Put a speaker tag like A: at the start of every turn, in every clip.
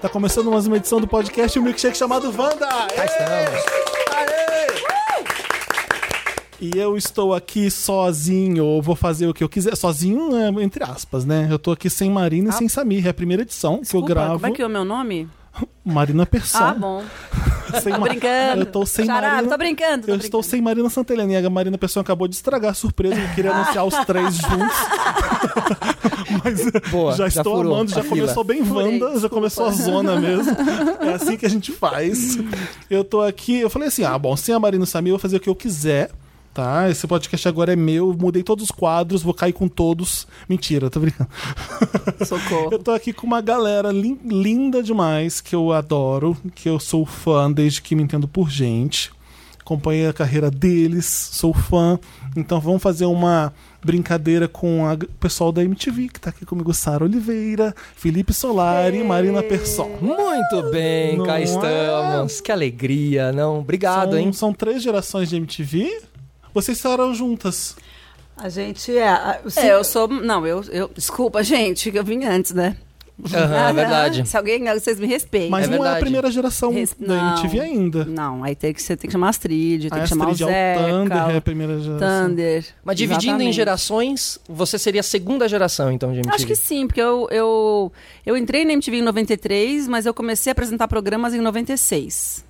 A: Tá começando mais uma edição do podcast um milkshake chamado Wanda!
B: Cá estamos.
A: E eu estou aqui sozinho, eu vou fazer o que eu quiser. Sozinho, é, entre aspas, né? Eu tô aqui sem Marina e sem Samir, é a primeira edição
C: Ah. Desculpa,
A: que eu gravo.
C: Como é que é o meu nome?
A: Marina Persson.
C: Ah, bom.
A: Sem
C: Tô
A: Ma-
C: brincando.
A: Eu tô sem
C: Charada,
A: Marina.
C: tô brincando, tô
A: eu estou
C: brincando.
A: sem Marina Santelena. E a Marina Pessoa acabou de estragar a surpresa. Eu queria anunciar os três juntos. Mas
B: Boa,
A: já
B: já
A: estou
B: furou
A: amando. Já
B: a
A: começou bem
C: Furei,
A: Wanda. Já
C: desculpa.
A: começou a zona mesmo. É assim que a gente faz. Eu tô aqui. Eu falei assim: ah, bom, sem a Marina e o Samir, eu vou fazer o que eu quiser. Tá, esse podcast agora é meu, mudei todos os quadros, vou cair com todos. Mentira, tô brincando. Eu
C: Socorro.
A: tô aqui com uma galera lin- linda demais, que eu adoro, que eu sou fã desde que me entendo por gente. Acompanhei a carreira deles, sou fã. Então vamos fazer uma brincadeira com a g- o pessoal da MTV, que tá aqui comigo, Sara Oliveira, Felipe Solari e Marina Persson.
B: Muito bem,
A: Não é?
B: cá estamos. Que alegria, não? Obrigado, hein?
A: São, são três gerações de MTV. Vocês estavam juntas.
D: A gente é. a- o
C: É,
D: cinco-
C: eu sou. Não, eu, eu. Desculpa, gente, que eu vim antes, né?
B: Aham, é verdade.
C: Se alguém. Vocês me respeitem.
B: É
A: Mas não é a
B: verdade.
A: primeira geração
C: Res-
A: da
C: não.
A: MTV ainda.
C: Não, aí tem que, você tem que chamar a Astrid, tem
A: A
C: que chamar o
A: Astrid é
C: Zeca.
A: o Thunder, é a
C: o
A: primeira geração.
C: Thunder.
B: Mas dividindo em
C: Exatamente.
B: gerações, você seria a segunda geração, então, de MTV.
C: Acho que sim, porque eu, eu, eu entrei na MTV em 93, mas eu comecei a apresentar programas em 96.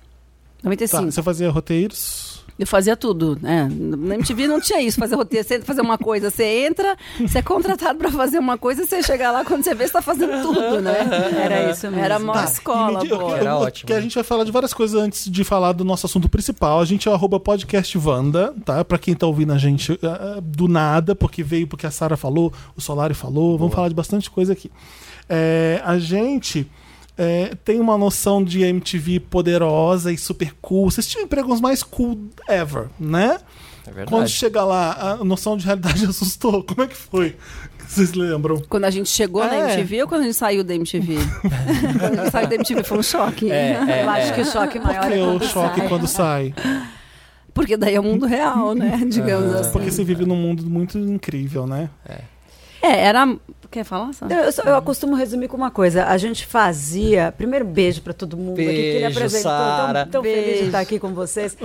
A: Tá,
C: 95.
A: você fazia roteiros?
C: Eu fazia tudo, né? Na MTV não tinha isso, fazer roteiro, você fazer uma coisa, você entra, você é contratado pra fazer uma coisa, você chega lá, quando você vê, você tá fazendo tudo, né?
D: Era isso mesmo.
C: Era mó
A: Tá, e me
C: escola,
A: diga-
C: pô.
A: eu-
B: Era
A: eu-
B: ótimo.
A: Que a gente vai falar de várias coisas antes de falar do nosso assunto principal. A gente é o arroba podcast Wanda, tá? Pra quem tá ouvindo a gente ah, ah, do nada, porque veio porque a Sara falou, o Solari falou. Vamos falar de bastante coisa aqui. É, a gente... é, tem uma noção de MTV poderosa e super cool. Vocês tinham empregos mais cool ever, né?
B: É verdade.
A: Quando chega lá, a noção de realidade assustou. Como é que foi? Vocês lembram?
C: Quando a gente chegou na
A: É.
C: MTV ou quando a gente saiu da MTV? quando a gente saiu da MTV foi um choque.
B: É, é,
D: Eu acho
B: é.
D: que o choque maior
A: Porque
D: é
A: o
D: quando
A: choque
D: sai.
A: quando sai.
C: Porque daí é o mundo real, né? Digamos assim.
A: Porque você vive num mundo muito incrível, né?
C: É, era. Quer falar, Sam?
D: Não, Eu, só- eu costumo resumir com uma coisa. A gente fazia. Primeiro, beijo pra todo mundo aqui que ele
B: Beijo,
D: apresentou.
B: Sara.
D: Tão, tão feliz de
C: Beijo.
D: estar aqui com vocês.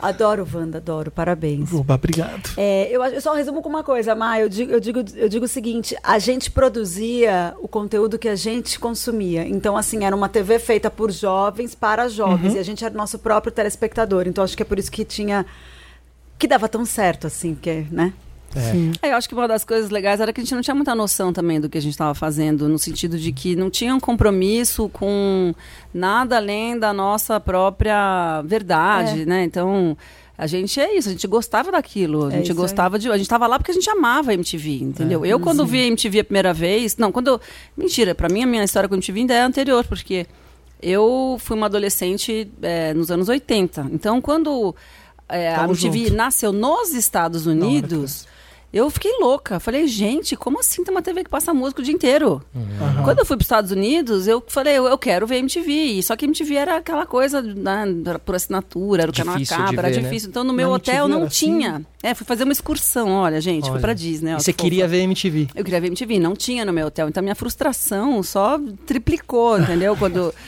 D: Adoro, Wanda, adoro. Parabéns.
A: Oba, obrigado.
D: É, eu, acho- eu só resumo com uma coisa, Má. Eu digo, eu, digo, eu digo o seguinte: a gente produzia o conteúdo que a gente consumia. Então, assim, era uma TV feita por jovens para jovens.
B: Uhum.
D: E a gente era o nosso próprio telespectador. Então, acho que é por isso que tinha. que dava tão certo, assim, porque, né?
C: É, eu acho que uma das coisas legais era que a gente não tinha muita noção também do que a gente estava fazendo, no sentido de que não tinha um compromisso com nada além da nossa própria verdade,
D: É.
C: né? Então, a gente é isso, a gente gostava daquilo, a
D: É
C: gente
D: isso aí. É,
C: gostava de. A gente tava lá porque a gente amava a MTV, entendeu? Eu, quando vi a MTV a primeira vez. Não, quando. eu- Mentira, pra mim a minha história com a MTV ainda é anterior, porque eu fui uma adolescente é, nos anos 80. Então, quando. é, a
A: Tamo
C: MTV
A: junto.
C: nasceu nos Estados Unidos, eu fiquei louca. Falei, gente, como assim tem uma TV que passa música o dia inteiro?
A: Aham.
B: Uhum.
C: Quando eu fui para os Estados Unidos, eu falei, eu, eu quero ver MTV. E Só que MTV era aquela coisa né, era por assinatura, era o canal a
B: Difícil
C: cabo,
B: de
C: era
B: ver, né?
C: difícil. Então no meu
A: Na
C: hotel
A: MTV
C: não
A: era assim?
C: tinha. É, fui fazer uma excursão, olha, gente, fui
B: Olha.
C: para Disney. ó,
B: E você
C: Né, que fofa.
B: queria ver MTV.
C: Eu queria ver MTV, não tinha no meu hotel. Então minha frustração só triplicou, entendeu? Quando.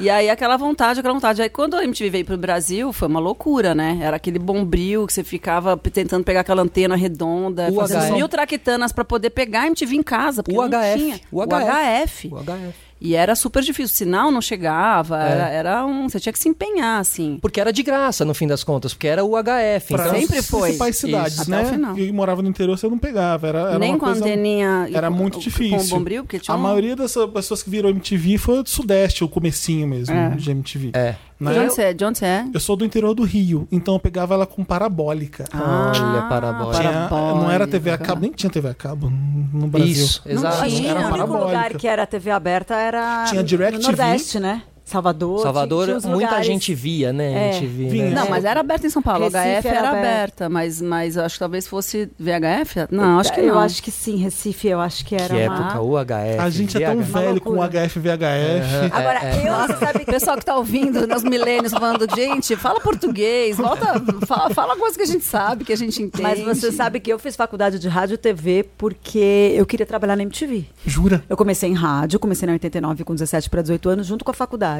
C: E aí aquela vontade, aquela vontade. Aí quando a MTV veio pro Brasil, foi uma loucura, né? Era aquele bombril que você ficava p- tentando pegar aquela antena redonda,
B: O
C: fazendo
B: HF.
C: mil traquitanas pra poder pegar a MTV em casa, porque não
B: O HF.
C: tinha.
B: O
C: HF.
B: O HF.
C: E era super difícil, o sinal não chegava,
B: É.
C: era, era um, você tinha que se empenhar assim.
B: Porque era de graça, no fim das contas, porque era o HF.
A: Pra
B: Então,
C: Sempre
A: as
C: foi.
A: principais cidades,
C: Até
A: né?
C: o final.
A: E morava no interior, você não pegava. Era, era
C: Nem
A: uma
C: com
A: coisa...
C: a anteninha e
A: Era
C: com-
A: muito
C: com
A: difícil.
C: o bombril, porque tinha
A: A
C: um-
A: maioria das pessoas que viram MTV foi do Sudeste, o comecinho mesmo de MTV.
B: É.
A: né?
C: De onde você é? De onde você é?
A: Eu sou do interior do Rio, então eu pegava ela com parabólica.
B: Olha, parabólica.
A: Tinha- não era TV a
C: Ah, parabólica.
A: cabo, nem tinha TV a cabo no Brasil.
B: Isso, exato.
A: tinha.
D: o
C: né?
A: Era
D: único
A: parabólica.
D: lugar que era TV aberta era
A: Tinha
D: no
A: DirecTV.
D: Nordeste, né? Salvador.
B: Salvador,
D: tinha uns
B: muita
D: lugares-
B: gente via,
D: É.
B: né? A gente via,
A: Vinha.
B: né?
C: Não,
D: É.
C: mas era aberta em São Paulo.
D: Recife
C: HF era,
D: era aberta.
C: aberta, mas, mas eu acho que talvez fosse VHF. Não, acho que
D: Eu
C: não.
D: acho que sim, Recife, eu acho que era
B: que
D: uma...
B: época, o HF.
A: A gente é tão
B: VH.
A: velho com
D: loucura.
A: HF VHF.
D: Agora,
B: É,
D: eu, você sabe
C: O pessoal que tá ouvindo, nos milênios, falando, gente, fala português, volta, fala, fala coisa que a gente sabe, que a gente entende.
D: Mas você sabe que eu fiz faculdade de rádio e TV porque eu queria trabalhar na MTV.
A: Jura?
D: Eu comecei em rádio, comecei na 89 com 17 para 18 anos, junto com a faculdade.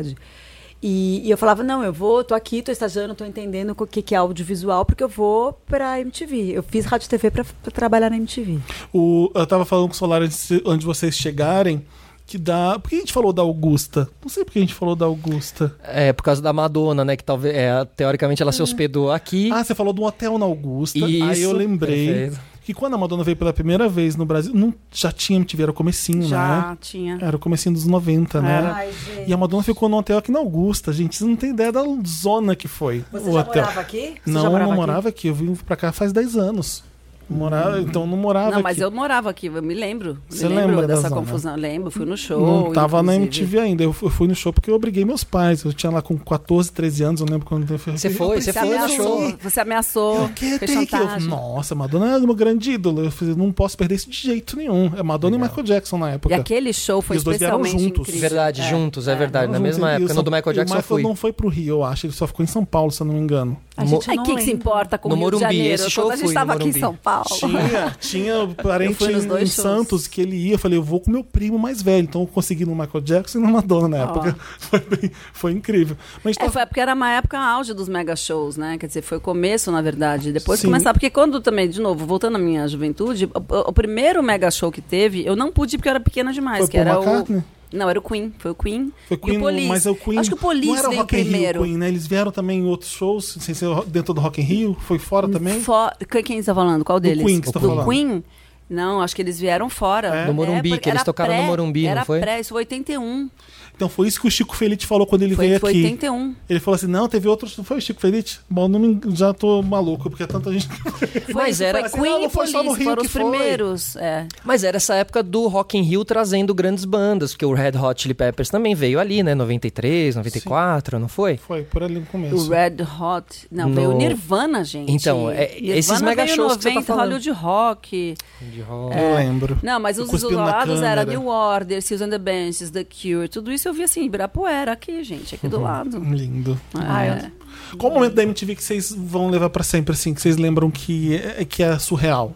D: E, e eu falava, não, eu vou, tô aqui, tô estagiando, tô entendendo o que, que é audiovisual, porque eu vou pra MTV. Eu fiz rádio e TV pra, pra trabalhar na MTV.
A: O, eu tava falando com o Solar antes, antes de vocês chegarem. Que dá. Por que a gente falou da Augusta? Não sei por que a gente falou da Augusta.
B: É, por causa da Madonna, né? Que talvez, é, teoricamente,
C: Uhum.
B: ela se hospedou aqui.
A: Ah, você falou de um hotel na Augusta. aí eu
B: Isso,
A: lembrei
B: perfeito.
A: que quando a Madonna veio pela primeira vez no Brasil, não, já tinha MTV, era o comecinho,
C: Já
A: né?
C: tinha.
A: Era o comecinho dos 90, né?
D: gente.
A: E a Madonna ficou no hotel aqui na Augusta, gente. Vocês não têm ideia da zona que foi o hotel.
D: aqui?
A: não, não morava aqui. Eu vim pra cá faz 10 anos. Morava, Então não morava
C: Hum. Não, mas
A: aqui.
C: eu morava aqui, eu me lembro.
A: Você
C: me lembro
A: lembra da
C: dessa
A: zona?
C: confusão? Lembro, fui no show.
A: não tava na
C: inclusive.
A: MTV ainda. Eu fu- fui no show porque eu obriguei meus pais. Eu tinha lá com 14, 13 anos, eu lembro quando eu fui.
B: Você
A: eu
B: foi, você
C: Você
B: foi no
C: ameaçou,
B: show.
C: você ameaçou.
A: Eu quero
C: fez
A: ter que- eu-
C: chantagem.
A: Nossa, Madonna é uma grande ídola. Eu fiz- não posso perder isso de jeito nenhum. É Madonna e Michael Jackson na
C: E
A: época.
C: aquele show foi
A: E os dois vieram
C: especialmente
A: juntos.
C: incrível.
B: Verdade,
C: É.
B: juntos, é, verdade. Na
A: Não,
B: mesma
A: e o
B: época,
A: São-
B: no do Michael
A: e
B: Jackson
A: o
B: eu fui.
A: Michael não foi pro Rio, eu acho. Ele só ficou em São Paulo, se eu não me engano.
D: A gente
C: Ai,
D: não
C: quem é que se
D: lembra.
C: importa com o
B: No
C: Rio
B: Morumbi,
C: de Janeiro?
B: esse show
C: Quando a
B: eu
C: gente
B: fui no
C: estava aqui em
B: Morumbi.
C: São Paulo.
A: Tinha, tinha parente
C: fui nos
A: em,
C: dois
A: em
C: shows.
A: Santos que ele ia. Eu falei, eu vou com meu primo mais velho. Então eu consegui no Michael Jackson e no Madonna
C: Ó.
A: na época. Foi, bem- foi incrível. Mas
C: É,
A: tá-
C: foi porque era uma época auge dos mega shows, né? Quer dizer, foi o começo, na verdade. Depois
A: Sim.
C: começar, porque quando também, de novo, voltando à minha juventude, o, o- o primeiro mega show que teve, eu não pude ir porque eu era pequena demais,
A: Foi
C: que
A: Paul
C: era
A: McCartney?
C: o não, era o Queen, foi o Queen.
A: foi
C: e
A: Queen,
C: o Police.
A: mas é o Queen.
C: Acho que o Police
A: não era
C: veio
A: Rock in Rio,
C: primeiro.
A: Queen, né? Eles vieram também em outros shows, sem ser dentro do Rock in Rio. Foi fora também.
C: Fo- Quem quem você tá falando? Qual deles?
A: Queen que você tá
C: Do
A: falando.
C: Queen? Não, acho que eles vieram fora.
A: É?
B: No Morumbi,
C: porque
B: que eles
C: era
B: tocaram no
C: pré-
B: Morumbi, não
C: era
B: foi?
C: pré, isso foi 81.
A: Então foi isso que o Chico Feliz falou quando ele
C: Foi,
A: veio
C: foi
A: aqui.
C: 81.
A: Ele falou assim: não, teve outros. Não foi o Chico Feliz? Bom, não me- já tô maluco, porque é tanta gente.
C: Foi,
B: Mas
C: isso,
B: era-
C: foi
A: assim,
C: Queen
A: não, não
C: e
A: foi só no
C: Police,
A: Rio
C: foram
A: que
C: os
A: foi.
C: primeiros. É.
B: Mas era essa época do Rock in Rio trazendo grandes bandas, porque o Red Hot Chili Peppers também veio ali, né? 93, 94, não foi?
A: Foi por ali no começo.
C: O Red Hot. Não,
B: No-
C: veio Nirvana, gente.
B: Então, é-
C: Nirvana
B: esses mega
C: veio
B: shows que você tá
C: 90,
B: falando.
C: Hollywood Rock. É.
A: Eu lembro.
C: Não, mas
A: Eu
C: os
A: cuspindo na
C: isolados era
A: câmera.
C: New Order, Seals and the Benches, The Cure. Tudo isso eu vi assim, Ibirapuera aqui, gente, aqui do lado.
A: Uhum. Lindo.
D: Ah,
C: É.
D: é.
A: Qual o momento da MTV que vocês vão levar pra sempre, assim, que vocês lembram que é, que é surreal?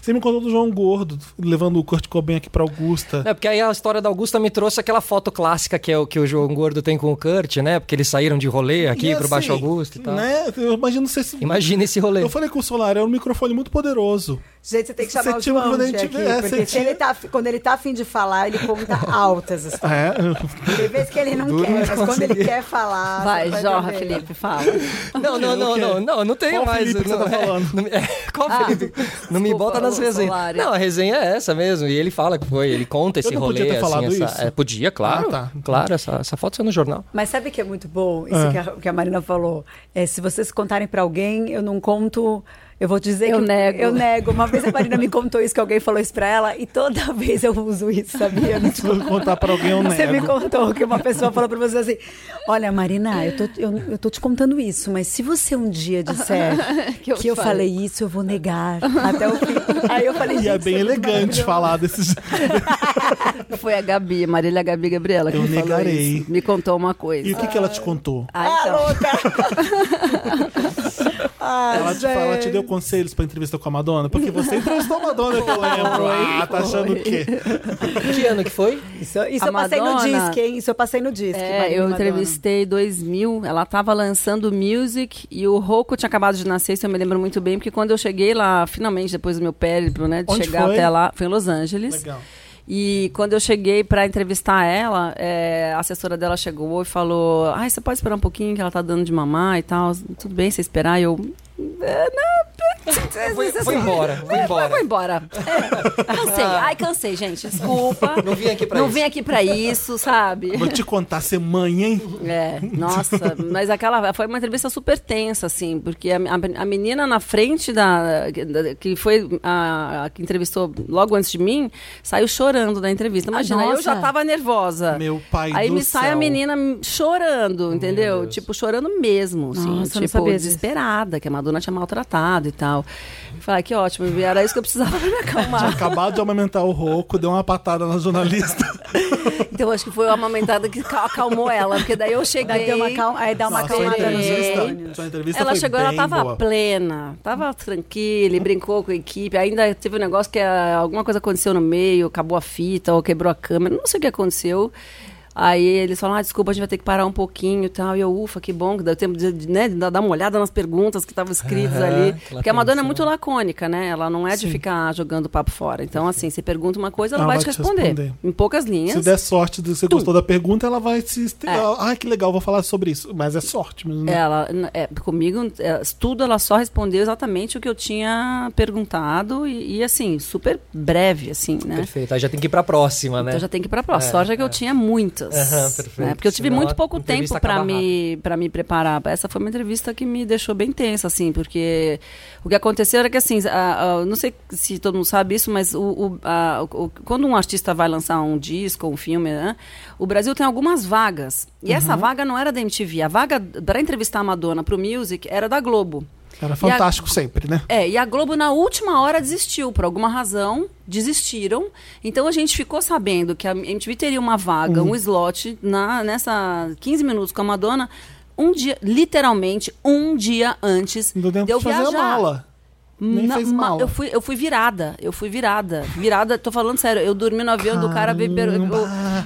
A: Você me contou do João Gordo, levando o Kurt Cobain aqui pra Augusta.
B: É, porque aí a história da Augusta me trouxe aquela foto clássica que é o que o João Gordo tem com o Kurt, né? Porque eles saíram de rolê aqui
A: E,
B: pro
A: assim,
B: Baixo Augusta e tal.
A: Né? Eu imagino vocês.
B: Imagina esse rolê.
A: Eu falei com o Solar, é um microfone muito poderoso.
D: Gente, você tem que
A: Você
D: chamar o
A: tinha um
D: João
A: quando a
D: de
A: gente
D: aqui,
A: vê, é,
D: porque
A: você
D: se ele tá, quando ele tá afim de falar, ele conta altas. assim.
A: É.
D: Tem vezes que ele não
B: Duro,
D: quer,
B: mas
D: mas quando ele
B: consegui.
D: quer falar...
C: Vai,
D: você vai
C: jorra,
D: também.
C: Felipe, fala.
B: Não, não, não,
A: quê?
B: não, não, não tenho
A: Qual
B: mais.
A: Felipe que
B: não,
A: você tá
B: é,
A: falando?
B: não me- é, qual
C: Ah,
B: Felipe? não me
C: desculpa,
B: bota nas
C: ô,
B: resenhas.
C: Solari.
B: Não, a resenha é essa mesmo. E ele fala que foi, ele conta esse
A: não
B: rolê.
A: podia ter falado
B: assim, essa-
A: isso?
B: é, podia, claro.
A: Ah, tá.
B: Claro, essa, essa foto saiu no jornal.
D: Mas sabe o que é muito bom? Isso
A: Ah.
D: que, a, que a Marina falou. É, se vocês contarem pra alguém, eu não conto. Eu vou dizer
C: Eu
D: que
C: nego.
D: eu nego. Uma vez a Marina me contou isso, que alguém falou isso pra ela, e toda vez eu uso isso, sabia?
A: Se eu contar pra alguém, eu
D: Você me
A: nego.
D: contou que uma pessoa falou pra você assim: Olha, Marina, eu tô, eu, eu tô te contando isso, mas se você um dia disser
C: Que
D: que
C: eu
D: eu,
C: fale."
D: falei isso, eu vou negar até o fim. Aí eu falei:
A: E é
D: "Gente,
A: bem
D: isso muito
A: elegante
D: maravilhoso."
A: falar desses.
C: Foi a Gabi, Marília Gabi Gabriela, que
A: Eu
C: me falou
A: negarei.
C: isso. Me contou uma coisa.
A: E o que, que ela te contou?
C: Ah, então.
D: Ah,
A: Ela te, fala, ela te deu conselhos pra entrevista com a Madonna? Porque você entrevistou a Madonna, que eu lembro. Ah, tá achando o quê?
B: Que ano que foi?
D: Isso, isso
C: A
D: eu passei no
C: Madonna-
D: disque, hein? Isso eu passei no disque.
C: É,
D: Marina
C: eu
D: Madonna.
C: entrevistei 2000, ela tava lançando Music e o Rocco tinha acabado de nascer, isso eu me lembro muito bem, porque quando eu cheguei lá, finalmente, depois do meu périplo, né, de
A: Onde
C: chegar
A: foi?
C: até lá, foi em Los Angeles.
A: Legal.
C: E quando eu cheguei pra entrevistar ela, é, a assessora dela chegou e falou: Ai, você pode esperar um pouquinho que ela tá dando de mamar e tal. Tudo bem, você esperar? E Eu, É, não,
B: Vou, vou
D: assim,
B: embora, vou
C: Vou
B: embora.
C: embora. É, Cansei. Ai, cansei, gente. Desculpa.
B: Não vim aqui pra
C: Não
B: isso.
C: vim aqui pra isso, sabe?
A: Vou te contar, ser mãe, hein?
C: É, nossa, mas aquela foi uma entrevista super tensa, assim, porque a, a- a menina na frente da, da- que foi a, a que entrevistou logo antes de mim saiu chorando da entrevista. Imagina, eu
D: nossa.
C: já tava nervosa.
A: Ah, Meu pai
C: Aí
A: do
C: me sai a
A: céu.
C: menina chorando, entendeu? Tipo, chorando mesmo, assim,
D: Nossa, eu não
C: tipo,
D: sabia disso.
C: desesperada, que a Madonna tinha maltratado e tal. Eu Falei, "Ah, que ótimo, era isso que eu precisava pra me acalmar.
A: Acabado de amamentar o Roco, deu uma patada na jornalista.
C: Então acho que foi a amamentada que cal- acalmou ela, porque daí eu cheguei.
D: Aí deu uma calma, aí dá uma
A: Nossa, sua
D: acalmada nos
C: adorei.
A: entrevista,
D: estônios.
A: sua entrevista
C: Ela
A: foi
C: chegou,
A: bem
C: ela tava
A: boa.
C: plena, tava tranquila, e brincou com a equipe. Ainda teve um negócio que ah, alguma coisa aconteceu no meio, acabou a fita ou quebrou a câmera, não sei o que aconteceu. Aí eles falaram, ah, desculpa, a gente vai ter que parar um pouquinho e tal. E eu, ufa, que bom, que deu tempo de, de, né, de dar dar uma olhada nas perguntas que estavam escritas
B: Aham,
C: ali.
B: que ela
C: Porque a Madonna é muito
B: pensou.
C: lacônica, né? Ela não é de ficar jogando papo fora. Então, assim, você pergunta uma coisa, ela, vai, te responder. Em poucas linhas.
A: Se der sorte, se você gostou da pergunta, ela vai se. este-
C: É.
A: Ah, que legal, vou falar sobre isso. Mas é sorte mesmo. Né?
C: Ela, n- é, comigo, é, tudo ela só respondeu exatamente o que eu tinha perguntado e, e, assim, super breve, assim, né?
B: Perfeito. Aí já tem que ir pra próxima, né?
C: Então já tem que ir pra próxima.
B: É,
C: Sorte é que
B: é.
C: eu tinha muitas.
B: Aham, perfeito.
C: né? Porque eu tive
B: Senão a
C: muito pouco
B: entrevista
C: tempo pra
B: acaba
C: me, pra me preparar. Essa foi uma entrevista que me deixou bem tensa, assim, porque o que aconteceu era que, assim, a- a- não sei se todo mundo sabe isso, mas o, o- a- o- quando um artista vai lançar um disco, um filme, né, o Brasil tem algumas vagas. E
B: Uhum.
C: essa vaga não era da MTV. A vaga pra entrevistar a Madonna pro Music era da Globo.
A: Era fantástico sempre, né?
C: É, e a Globo na última hora desistiu, por alguma razão, desistiram. Então a gente ficou sabendo que a MTV teria uma vaga,
A: Uhum.
C: um slot, na, nessa 15 minutos com a Madonna, um dia, literalmente, um dia antes
A: Não deu tempo
C: de eu
A: de fazer
C: viajar.
A: a mala. Nem
C: Na-
A: fez
C: ma-
A: mala.
C: Eu fui, eu fui virada, eu fui virada. Virada, tô falando sério, eu dormi no avião do cara beber. o-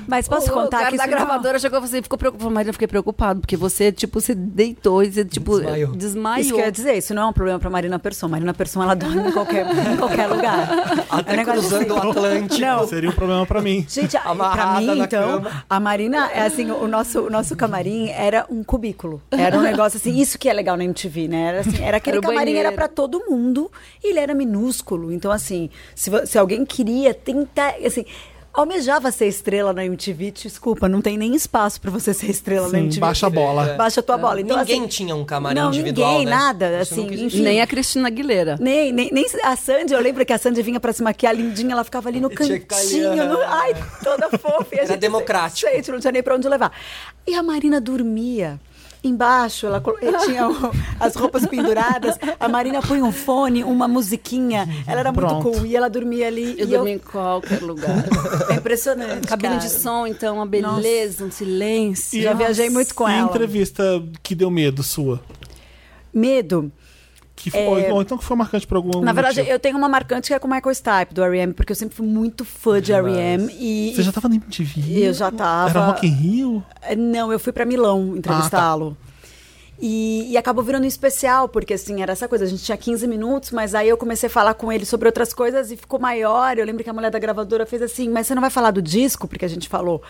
D: Mas posso
C: o
D: contar
C: cara
D: que
C: da
D: isso não-
C: gravadora chegou e falou assim, ficou preocupado. Mas eu fiquei preocupado, porque você, tipo, você deitou e você, tipo,
B: Desmaiou.
C: desmaiou.
D: Isso que eu ia dizer, isso não é um problema pra Marina Persson. Marina Persson, ela dorme em qualquer, em qualquer lugar.
B: Até
D: É um negócio
B: cruzando o
D: assim.
B: Atlântico.
D: Não.
A: Seria um problema pra mim.
D: Gente, a- pra
B: Amarrada
D: mim,
B: na
D: então,
B: cama.
D: a Marina, é assim, o nosso, o nosso camarim era um cubículo. Era um negócio assim, isso que é legal na MTV, né? Era, assim, era aquele
C: Era o
D: camarim,
C: banheiro.
D: era pra todo mundo, e ele era minúsculo. Então, assim, se, vo- se alguém queria tentar, assim... Almejava ser estrela na MTV, desculpa, não tem nem espaço pra você ser estrela na
A: Sim,
D: MTV.
A: baixa a bola.
D: É. Baixa a tua bola. Então,
B: Ninguém
D: assim,
B: tinha um camarim
D: não,
B: individual,
D: Ninguém,
B: né?
D: nada.
B: Isso
D: Assim,
B: nunca existiu.
D: enfim.
C: Nem a Cristina Aguilera.
D: Nem, nem, nem a Sandy, eu lembro que a Sandy vinha pra se maquiar lindinha, ela ficava ali no
B: Tinha que ficar ali,
D: cantinho. no-
B: né?
D: ai, toda fofa. E a
B: Era
D: gente,
B: democrático.
D: Gente, não tinha nem pra onde levar. E a Marina dormia. Embaixo, ela colo- tinha o- as roupas penduradas. A Marina põe um fone, uma musiquinha. Ela era muito
A: Pronto.
D: cool. E ela dormia ali.
C: Eu
D: e
C: dormi em qualquer lugar.
D: É impressionante.
C: Cabine de
D: cara.
C: som, então, uma beleza, um silêncio.
D: Já viajei muito com
A: e
D: ela.
A: entrevista que deu medo sua?
D: Medo. É.
A: Que foi, ou, então que foi marcante por algum
D: Na verdade,
A: motivo.
D: eu tenho uma marcante que é com o Michael Stipe, do R.E.M., porque eu sempre fui muito fã de R.E.M. E,
A: Você já
B: tá
A: tava na MTV?
D: Eu já tava.
A: Era Rock in Rio?
D: Não, eu fui pra Milão
A: Ah,
D: entrevistá-lo.
A: tá.
D: E, e acabou virando um especial, porque assim, era essa coisa, a gente tinha 15 minutos, mas aí eu comecei a falar com ele sobre outras coisas e ficou maior. Eu lembro que a mulher da gravadora fez assim, mas você não vai falar do disco, porque a gente falou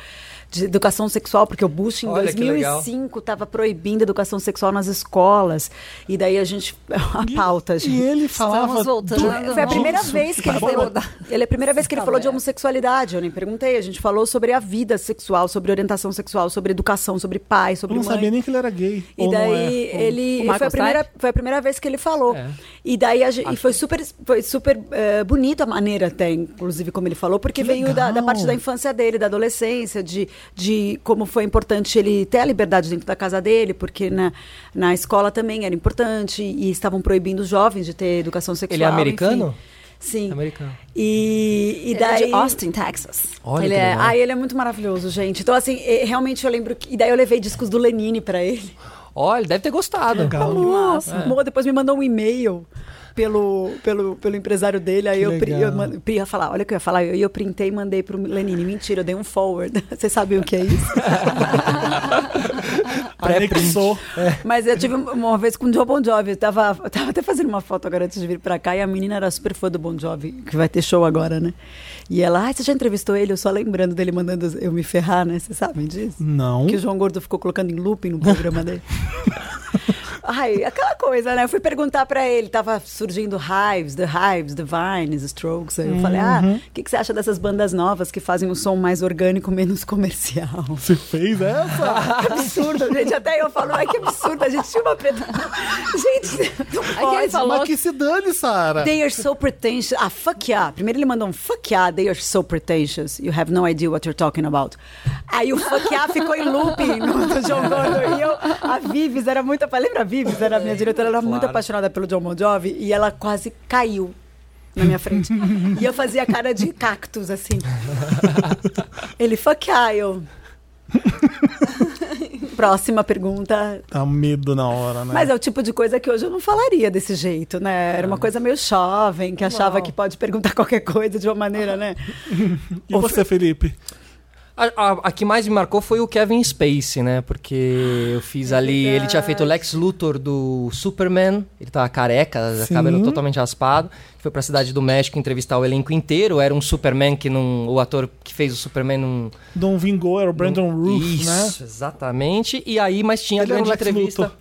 D: de educação sexual, porque o Bush em
B: Olha que legal.
D: 2005 estava proibindo educação sexual nas escolas. E daí a gente. A pauta, gente.
A: E ele falava.
C: Estamos voltando.
A: do-
D: Foi a primeira
A: disso.
D: vez que ele
A: Tá bom.
D: falou. Ele é a primeira vez que ele
C: Tá
D: falou de
C: vendo?
D: homossexualidade. Eu nem perguntei. A gente falou sobre a vida sexual, sobre orientação sexual, sobre educação, sobre pai,
A: Eu
D: sobre
A: não
D: mãe.
A: sabia nem que ele era gay.
D: E
A: ou não
D: daí
A: é.
D: ele.
C: O Michael
D: Foi a, primeira,
C: Stipe?
D: foi a primeira vez que ele falou.
B: É.
D: E daí a gente- e foi super, foi super eh, bonito a maneira até, inclusive, como ele falou, porque
A: Que
D: veio da, da
A: legal.
D: parte da infância dele, da adolescência, de, de como foi importante ele ter a liberdade dentro da casa dele, porque na, na escola também era importante, e estavam proibindo os jovens de ter
A: é
D: educação sexual.
B: americano?
D: enfim. Sim.
B: Americano.
D: E, e
C: Ele
D: daí.
C: é de Austin, Texas.
B: Olha
D: ele
B: que
D: é,
B: legal.
D: ah, ele é muito maravilhoso, gente. Então, assim, eh, realmente eu lembro que. E daí eu levei discos do Lenine pra ele.
B: Olha, deve ter gostado. É.
A: Legal.
D: Amor,
B: massa.
D: amor, depois me mandou um e-mail pelo, pelo, pelo empresário dele. Aí
A: Que
D: eu, pri-
A: legal.
D: eu man- pri- ia falar, olha o que eu ia falar. E eu, eu printei e mandei pro Lenine. Mentira, eu dei um forward. Vocês sabem o que é isso?
B: Ah,
A: Anexou.
D: Mas eu tive uma vez com o Joe Bon Jovi. Eu tava, eu tava até fazendo uma foto agora antes de vir pra cá. E a menina era super fã do Bon Jovi, que vai ter show agora, né? E ela, ah, você já entrevistou ele? Eu só lembrando dele mandando eu me ferrar, né? Vocês sabem disso?
A: Não.
D: Que o João Gordo ficou colocando em looping no programa dele. Ai, aquela coisa, né? Eu fui perguntar pra ele, tava surgindo Hives, The Hives, The Vines, Strokes. Aí eu falei, ah,
A: Uhum.
D: o que, que você acha dessas bandas novas que fazem um som mais orgânico, menos comercial?
A: Você fez essa?
D: Que absurdo, gente. Até eu falo, ai, que absurdo. A gente tinha uma preta. Gente, não
C: Aí É que ele
D: pode.
C: falou-
A: Mas que se dane, Sara.
D: They are so pretentious. Ah, fuck yeah. Primeiro ele mandou um fuck yeah, they are so pretentious. You have no idea what you're talking about. Aí o fuck yeah ficou em looping no do John Gordon. E eu, a Vives era muito. apa- Lembra a Vives? Era a minha diretora, ela era muito
B: Claro.
D: apaixonada pelo John Bon Jovi e ela quase caiu na minha frente. e eu fazia cara de cactus, assim. Ele, fuck yeah, eu. Próxima pergunta.
A: Tá medo na hora, né?
D: Mas é o tipo de coisa que hoje eu não falaria desse jeito, né?
A: Ah.
D: Era uma coisa meio jovem, que achava que pode perguntar qualquer coisa de uma maneira, né?
A: E você, Felipe?
B: A, a- a que mais me marcou foi o Kevin Spacey, né? Porque eu fiz ali. Ele tinha feito o Lex Luthor do Superman. Ele tava careca,
A: Sim.
B: cabelo totalmente raspado. Foi pra cidade do México entrevistar o elenco inteiro. Era um Superman que não. O ator que fez o Superman não.
A: Dom Vingou era o Brandon Roof, né?
B: Isso, exatamente. E aí, mas tinha
A: Ele
B: a
A: era
B: grande
A: o Lex
B: entrevista.
A: Luthor.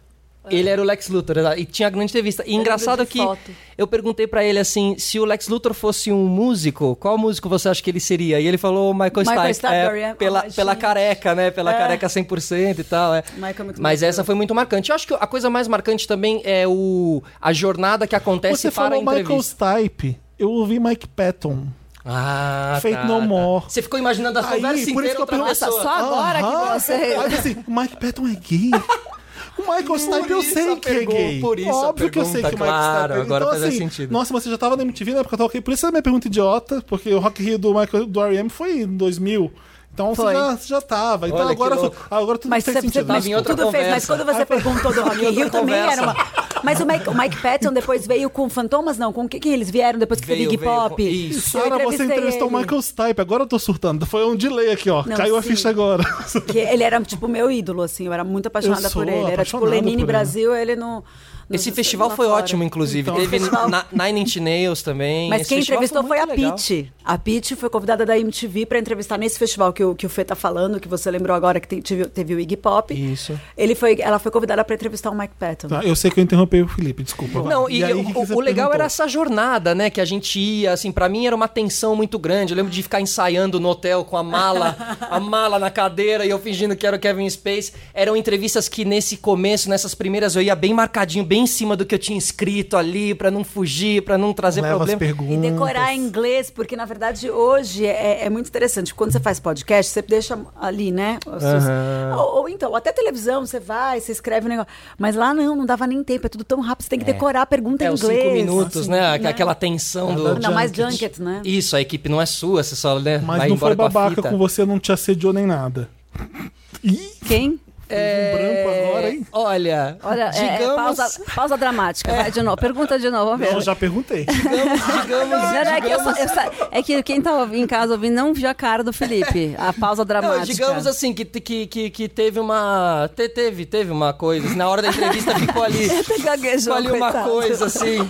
B: Ele era o Lex Luthor, exato. e tinha a grande entrevista. E engraçado
E: lembro de
B: que
E: foto.
B: eu perguntei pra ele assim, se o Lex Luthor fosse um músico, qual músico você acha que ele seria? E ele falou Michael,
D: Michael
B: Stipe, é,
D: Stipe, é.
B: pela,
D: Ai,
B: pela
D: gente.
B: careca, né? Pela
D: É.
B: careca 100% e tal, é.
D: Michael McDonald.
B: Mas essa foi muito marcante. Eu acho que a coisa mais marcante também é o a jornada que acontece
A: Você
B: para a
A: falou Michael
B: entrevista.
A: Stipe. Eu ouvi Mike Patton.
B: Ah,
A: Faith No More.
B: Você ficou imaginando a
A: Aí,
B: conversa
A: por isso
B: inteira
A: que eu
B: outra
A: pergunto- "Ah,
B: pessoa.
C: Só agora
A: Aham.
C: que você...
A: Aí assim, o Mike Patton é gay? O Michael Stipe eu
B: isso
A: sei
B: a
A: que é
B: pergunta,
A: gay.
B: por isso a
A: Óbvio que eu sei que o Mike
B: pergunta, claro,
A: Stipe é gay.
B: agora
A: então,
B: faz
A: assim,
B: sentido.
A: Nossa, mas você já tava na MTV na época que eu tava aqui. Por isso é a minha pergunta idiota, porque o Rock in Rio do Michael do R.E.M. foi em 2000. Então você
D: Foi.
A: já, você já tava. Então
B: Olha que
A: agora,
B: louco.
A: agora tudo
D: Mas,
A: fez
D: você, você,
A: sentido.
D: mas
B: Tava em outra
D: tudo fez, mas
B: conversa.
D: quando você perguntou do Rock in Rio também
B: conversa.
D: era uma... Mas o Mike, o Mike Patton depois veio com Fantomas, não? Com o que, que eles vieram depois que
B: Veio,
D: foi Big
B: veio com-
D: Pop?
B: Isso.
D: Eu
A: Sara, você
D: entrevistei
A: entrevistou o
D: ele.
A: Michael Stipe. Agora eu tô surtando. Foi um delay aqui, ó.
D: Não,
A: Caiu a
D: sim.
A: ficha agora.
D: Que ele era, tipo, meu ídolo, assim. Eu era muito apaixonada
A: Eu sou
D: por ele. Era, tipo,
A: apaixonado por
D: Lenine
A: ele.
D: Brasil, ele não...
B: Esse festival foi ótimo, inclusive.
A: Então.
B: Teve
D: Festival-
B: na- Nine Inch Nails também.
D: Mas
B: Esse
D: quem
B: festival
D: entrevistou foi,
B: muito
D: a
B: legal.
D: Pete. A Pete foi convidada da MTV para entrevistar nesse festival que o, que o Fê tá falando, que você lembrou agora que tem- teve, teve o Iggy Pop.
B: Isso.
D: Ele foi, ela foi convidada para entrevistar o Mike Patton.
A: Tá, eu sei que eu interrompei o Felipe, desculpa.
B: Não, e,
A: aí,
B: o,
A: que que
B: o
A: você
B: legal era
A: perguntou?
B: essa jornada, né? Que a gente ia, assim, pra mim era uma tensão muito grande. Eu lembro de ficar ensaiando no hotel com a mala, a mala na cadeira e eu fingindo que era o Kevin Space. Eram entrevistas que nesse começo, nessas primeiras, eu ia bem marcadinho, bem em cima do que eu tinha escrito ali, pra não fugir, pra não trazer
A: Leva as
B: problema.
A: perguntas.
D: E decorar em inglês, porque na verdade hoje é, é muito interessante. Quando você faz podcast, você deixa ali, né? os seus- Ou, ou então, até televisão, você vai, você escreve o negócio. Mas lá não, não dava nem tempo, é tudo tão rápido, você tem que decorar a pergunta
B: É,
D: em
B: os
D: inglês.
B: cinco minutos, né? Aqu-
D: né?
B: Aquela tensão do.
D: Não, mais junket, né?
B: Isso, a equipe não é sua, você só né,
A: Mas
B: vai
A: não foi
B: embora com a
A: babaca
B: fita.
A: com você, não te assediou nem nada. Ih,
C: Quem?
A: um branco agora, hein?
B: Olha,
C: Olha, é- é
B: digamos,
C: pausa, pausa dramática. Vai de novo. Pergunta de novo. Vamos ver.
A: Não, eu já perguntei.
B: digamos,
C: Não, não, é, que eu
B: digamos,
C: só- eu só- é que quem tava em casa ouvindo não via a cara do Felipe. A pausa dramática.
B: Não, digamos assim, que, que, que, que teve uma. te- teve, teve uma coisa. assim, na hora da entrevista ficou ali. ficou
C: Gaguejou,
B: ali uma
C: coitado.
B: coisa, assim.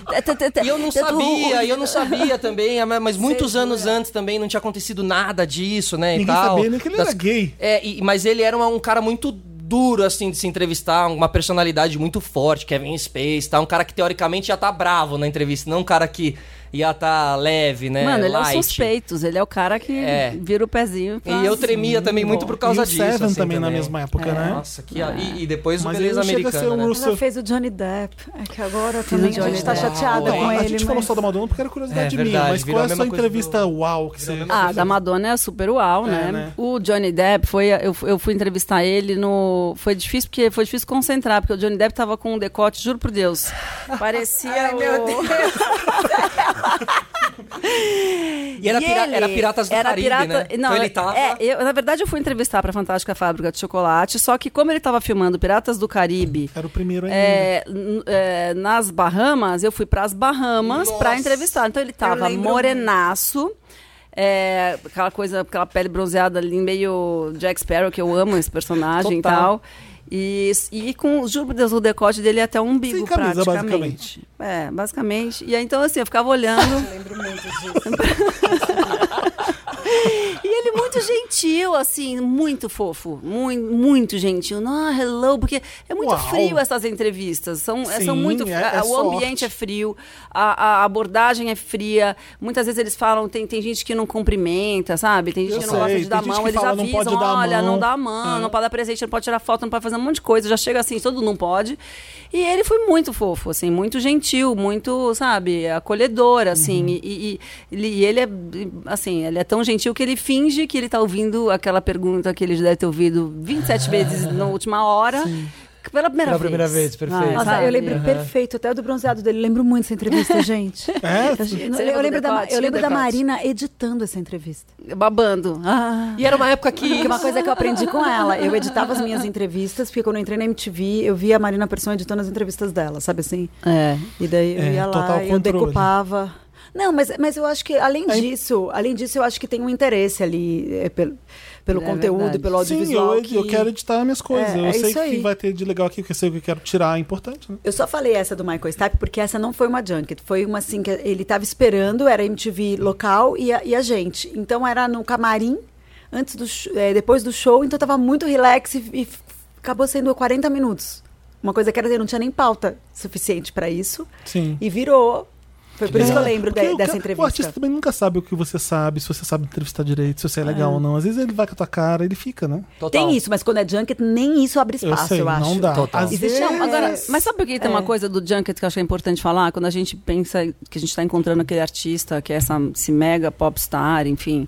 B: E eu não
C: é
B: sabia, e eu não sabia também, mas muitos anos antes também não tinha acontecido nada disso, né? e
A: Ninguém
B: tal,
A: sabia nem que ele
B: das
A: era gay.
B: é, e- mas ele era uma- um cara muito duro, assim, de se entrevistar, uma personalidade muito forte, Kevin Space, tá? Um cara que teoricamente já tá bravo na entrevista, não um cara que ia tá leve, né?
C: Mano, ele é
B: light.
C: o suspeitos. Ele é o cara que
B: É.
C: vira o pezinho. fala
B: E eu
C: assim.
B: tremia também muito por causa
A: e o
B: disso.
A: Seven
B: assim,
A: também, na mesma época, né?
B: Nossa, que. E, e depois o
A: Mas ele
B: Beleza
A: não chega a
B: Americana.
A: ser um
B: né?
C: É,
A: Russell.
D: Ela fez o Johnny Depp. É que agora também a
C: Johnny
D: gente tá
C: Depp.
D: chateada
A: Então,
D: com
A: a
D: ele.
A: gente falou
D: mas-
A: só da Madonna porque era curiosidade
B: É verdade,
A: minha, mas
B: virou
A: qual
B: a
A: é a sua
B: mesma coisa
A: entrevista uau que você...
C: Ah, da Madonna é super uau, né?
A: né?
C: O Johnny Depp foi. Eu, eu fui entrevistar ele no. Foi difícil, porque foi difícil concentrar, porque o Johnny Depp tava com um decote, juro por Deus. Parecia. o... meu Deus.
B: E era,
C: E
B: pira-
C: ele
B: era Piratas do
C: era
B: Caribe,
C: pirata-
B: né?
C: Não,
B: então ele tava.
C: é, eu- na verdade, eu fui entrevistar pra Fantástica Fábrica de Chocolate, só que como ele tava filmando Piratas do Caribe
A: Era o primeiro ainda.
C: é, n- é, nas Bahamas, eu fui pras Bahamas pra entrevistar. Então ele tava morenaço. é, aquela coisa, aquela pele bronzeada ali, meio Jack Sparrow, que eu amo esse personagem e
B: Total.
C: tal. E, e com, juro por Deus, o decote dele é até o umbigo,
A: Sem camisa,
C: praticamente. É, basicamente. E aí, então, assim, eu ficava olhando. E ele muito gentil, assim, muito fofo. Muito, muito gentil. Não, hello, porque é muito
A: Uau.
C: frio essas entrevistas. São, é- são
A: Sim,
C: muito.
A: é-
C: a-
A: é
C: o
A: sorte.
C: ambiente é frio, a, a abordagem é fria. Muitas vezes eles falam, tem, tem gente que não cumprimenta, sabe? Tem gente
A: Eu
C: que não gosta
A: sei,
C: de dar
A: tem gente
C: mão,
A: que
C: eles
A: fala, não
C: avisam,
A: pode dar a
C: olha, não
A: mão."
C: dá a mão,
A: É.
C: não pode dar presente, não pode tirar foto, não pode fazer um monte de coisa. Já chega assim, todo mundo não pode. E ele foi muito fofo, assim, muito gentil, muito, sabe, acolhedor, assim.
E: Uhum.
C: E, e- e ele- e ele é, assim, ele é tão gentil que ele finge que ele tá ouvindo aquela pergunta que ele deve ter ouvido 27 vezes na última hora. que Pela primeira
E: Pela
C: vez.
E: primeira vez, perfeito.
C: Vai,
E: Nossa,
D: Nossa,
C: sabe?
D: eu lembro perfeito até do bronzeado dele. Lembro muito dessa entrevista, gente.
A: É?
D: Eu,
C: lembra
D: eu
C: do
D: lembro, da,
C: decote?
D: eu lembro
C: E o
D: da
C: decote?
D: Marina editando essa entrevista.
C: Babando. Ah.
B: E era uma época que.
D: Porque uma coisa que eu aprendi com ela, eu editava as minhas entrevistas, porque quando eu entrei na MTV, eu via a Marina Persson editando as entrevistas dela, sabe assim?
C: É.
D: E daí eu
A: É,
D: ia lá
A: total
D: e eu
A: controle.
D: decupava. Não, mas, mas eu acho que, além
A: É im-
D: disso, além disso, eu acho que tem um interesse ali é, pelo, pelo
C: É
D: conteúdo,
C: verdade.
D: pelo
A: Sim,
D: audiovisual.
A: eu,
D: que-
A: eu quero editar minhas coisas.
D: É,
A: eu
D: é
A: sei
D: isso
A: o que
D: aí.
A: vai ter de legal aqui, que eu sei o que eu quero tirar, é importante, né?
D: Eu só falei essa do Michael Stipe porque essa não foi uma junket. Foi uma assim que ele tava esperando, era MTV local e a, e a gente. Então era no camarim, antes do sh- eh, depois do show, então tava muito relax e, e f- acabou sendo 40 minutos. Uma coisa que era, não tinha nem pauta suficiente para isso.
A: Sim.
D: E virou. Foi por isso que eu
A: É,
D: lembro
A: porque
D: de-
A: o
D: dessa
A: ca-
D: entrevista.
A: O artista também nunca sabe o que você sabe, se você sabe entrevistar direito, se você é legal ou não. Às vezes ele vai com a tua cara, ele fica, né?
E: Total.
D: Tem isso, mas quando é junket, nem isso abre
A: Eu
D: espaço, eu,
A: sei,
D: acho.
A: não dá.
E: Total.
A: Às
D: Existe
A: vezes-
D: um-
C: Não, agora, mas sabe por que tem uma coisa do Junket que eu acho que é importante falar? Quando a gente pensa que a gente está encontrando aquele artista que é essa, esse mega popstar, enfim.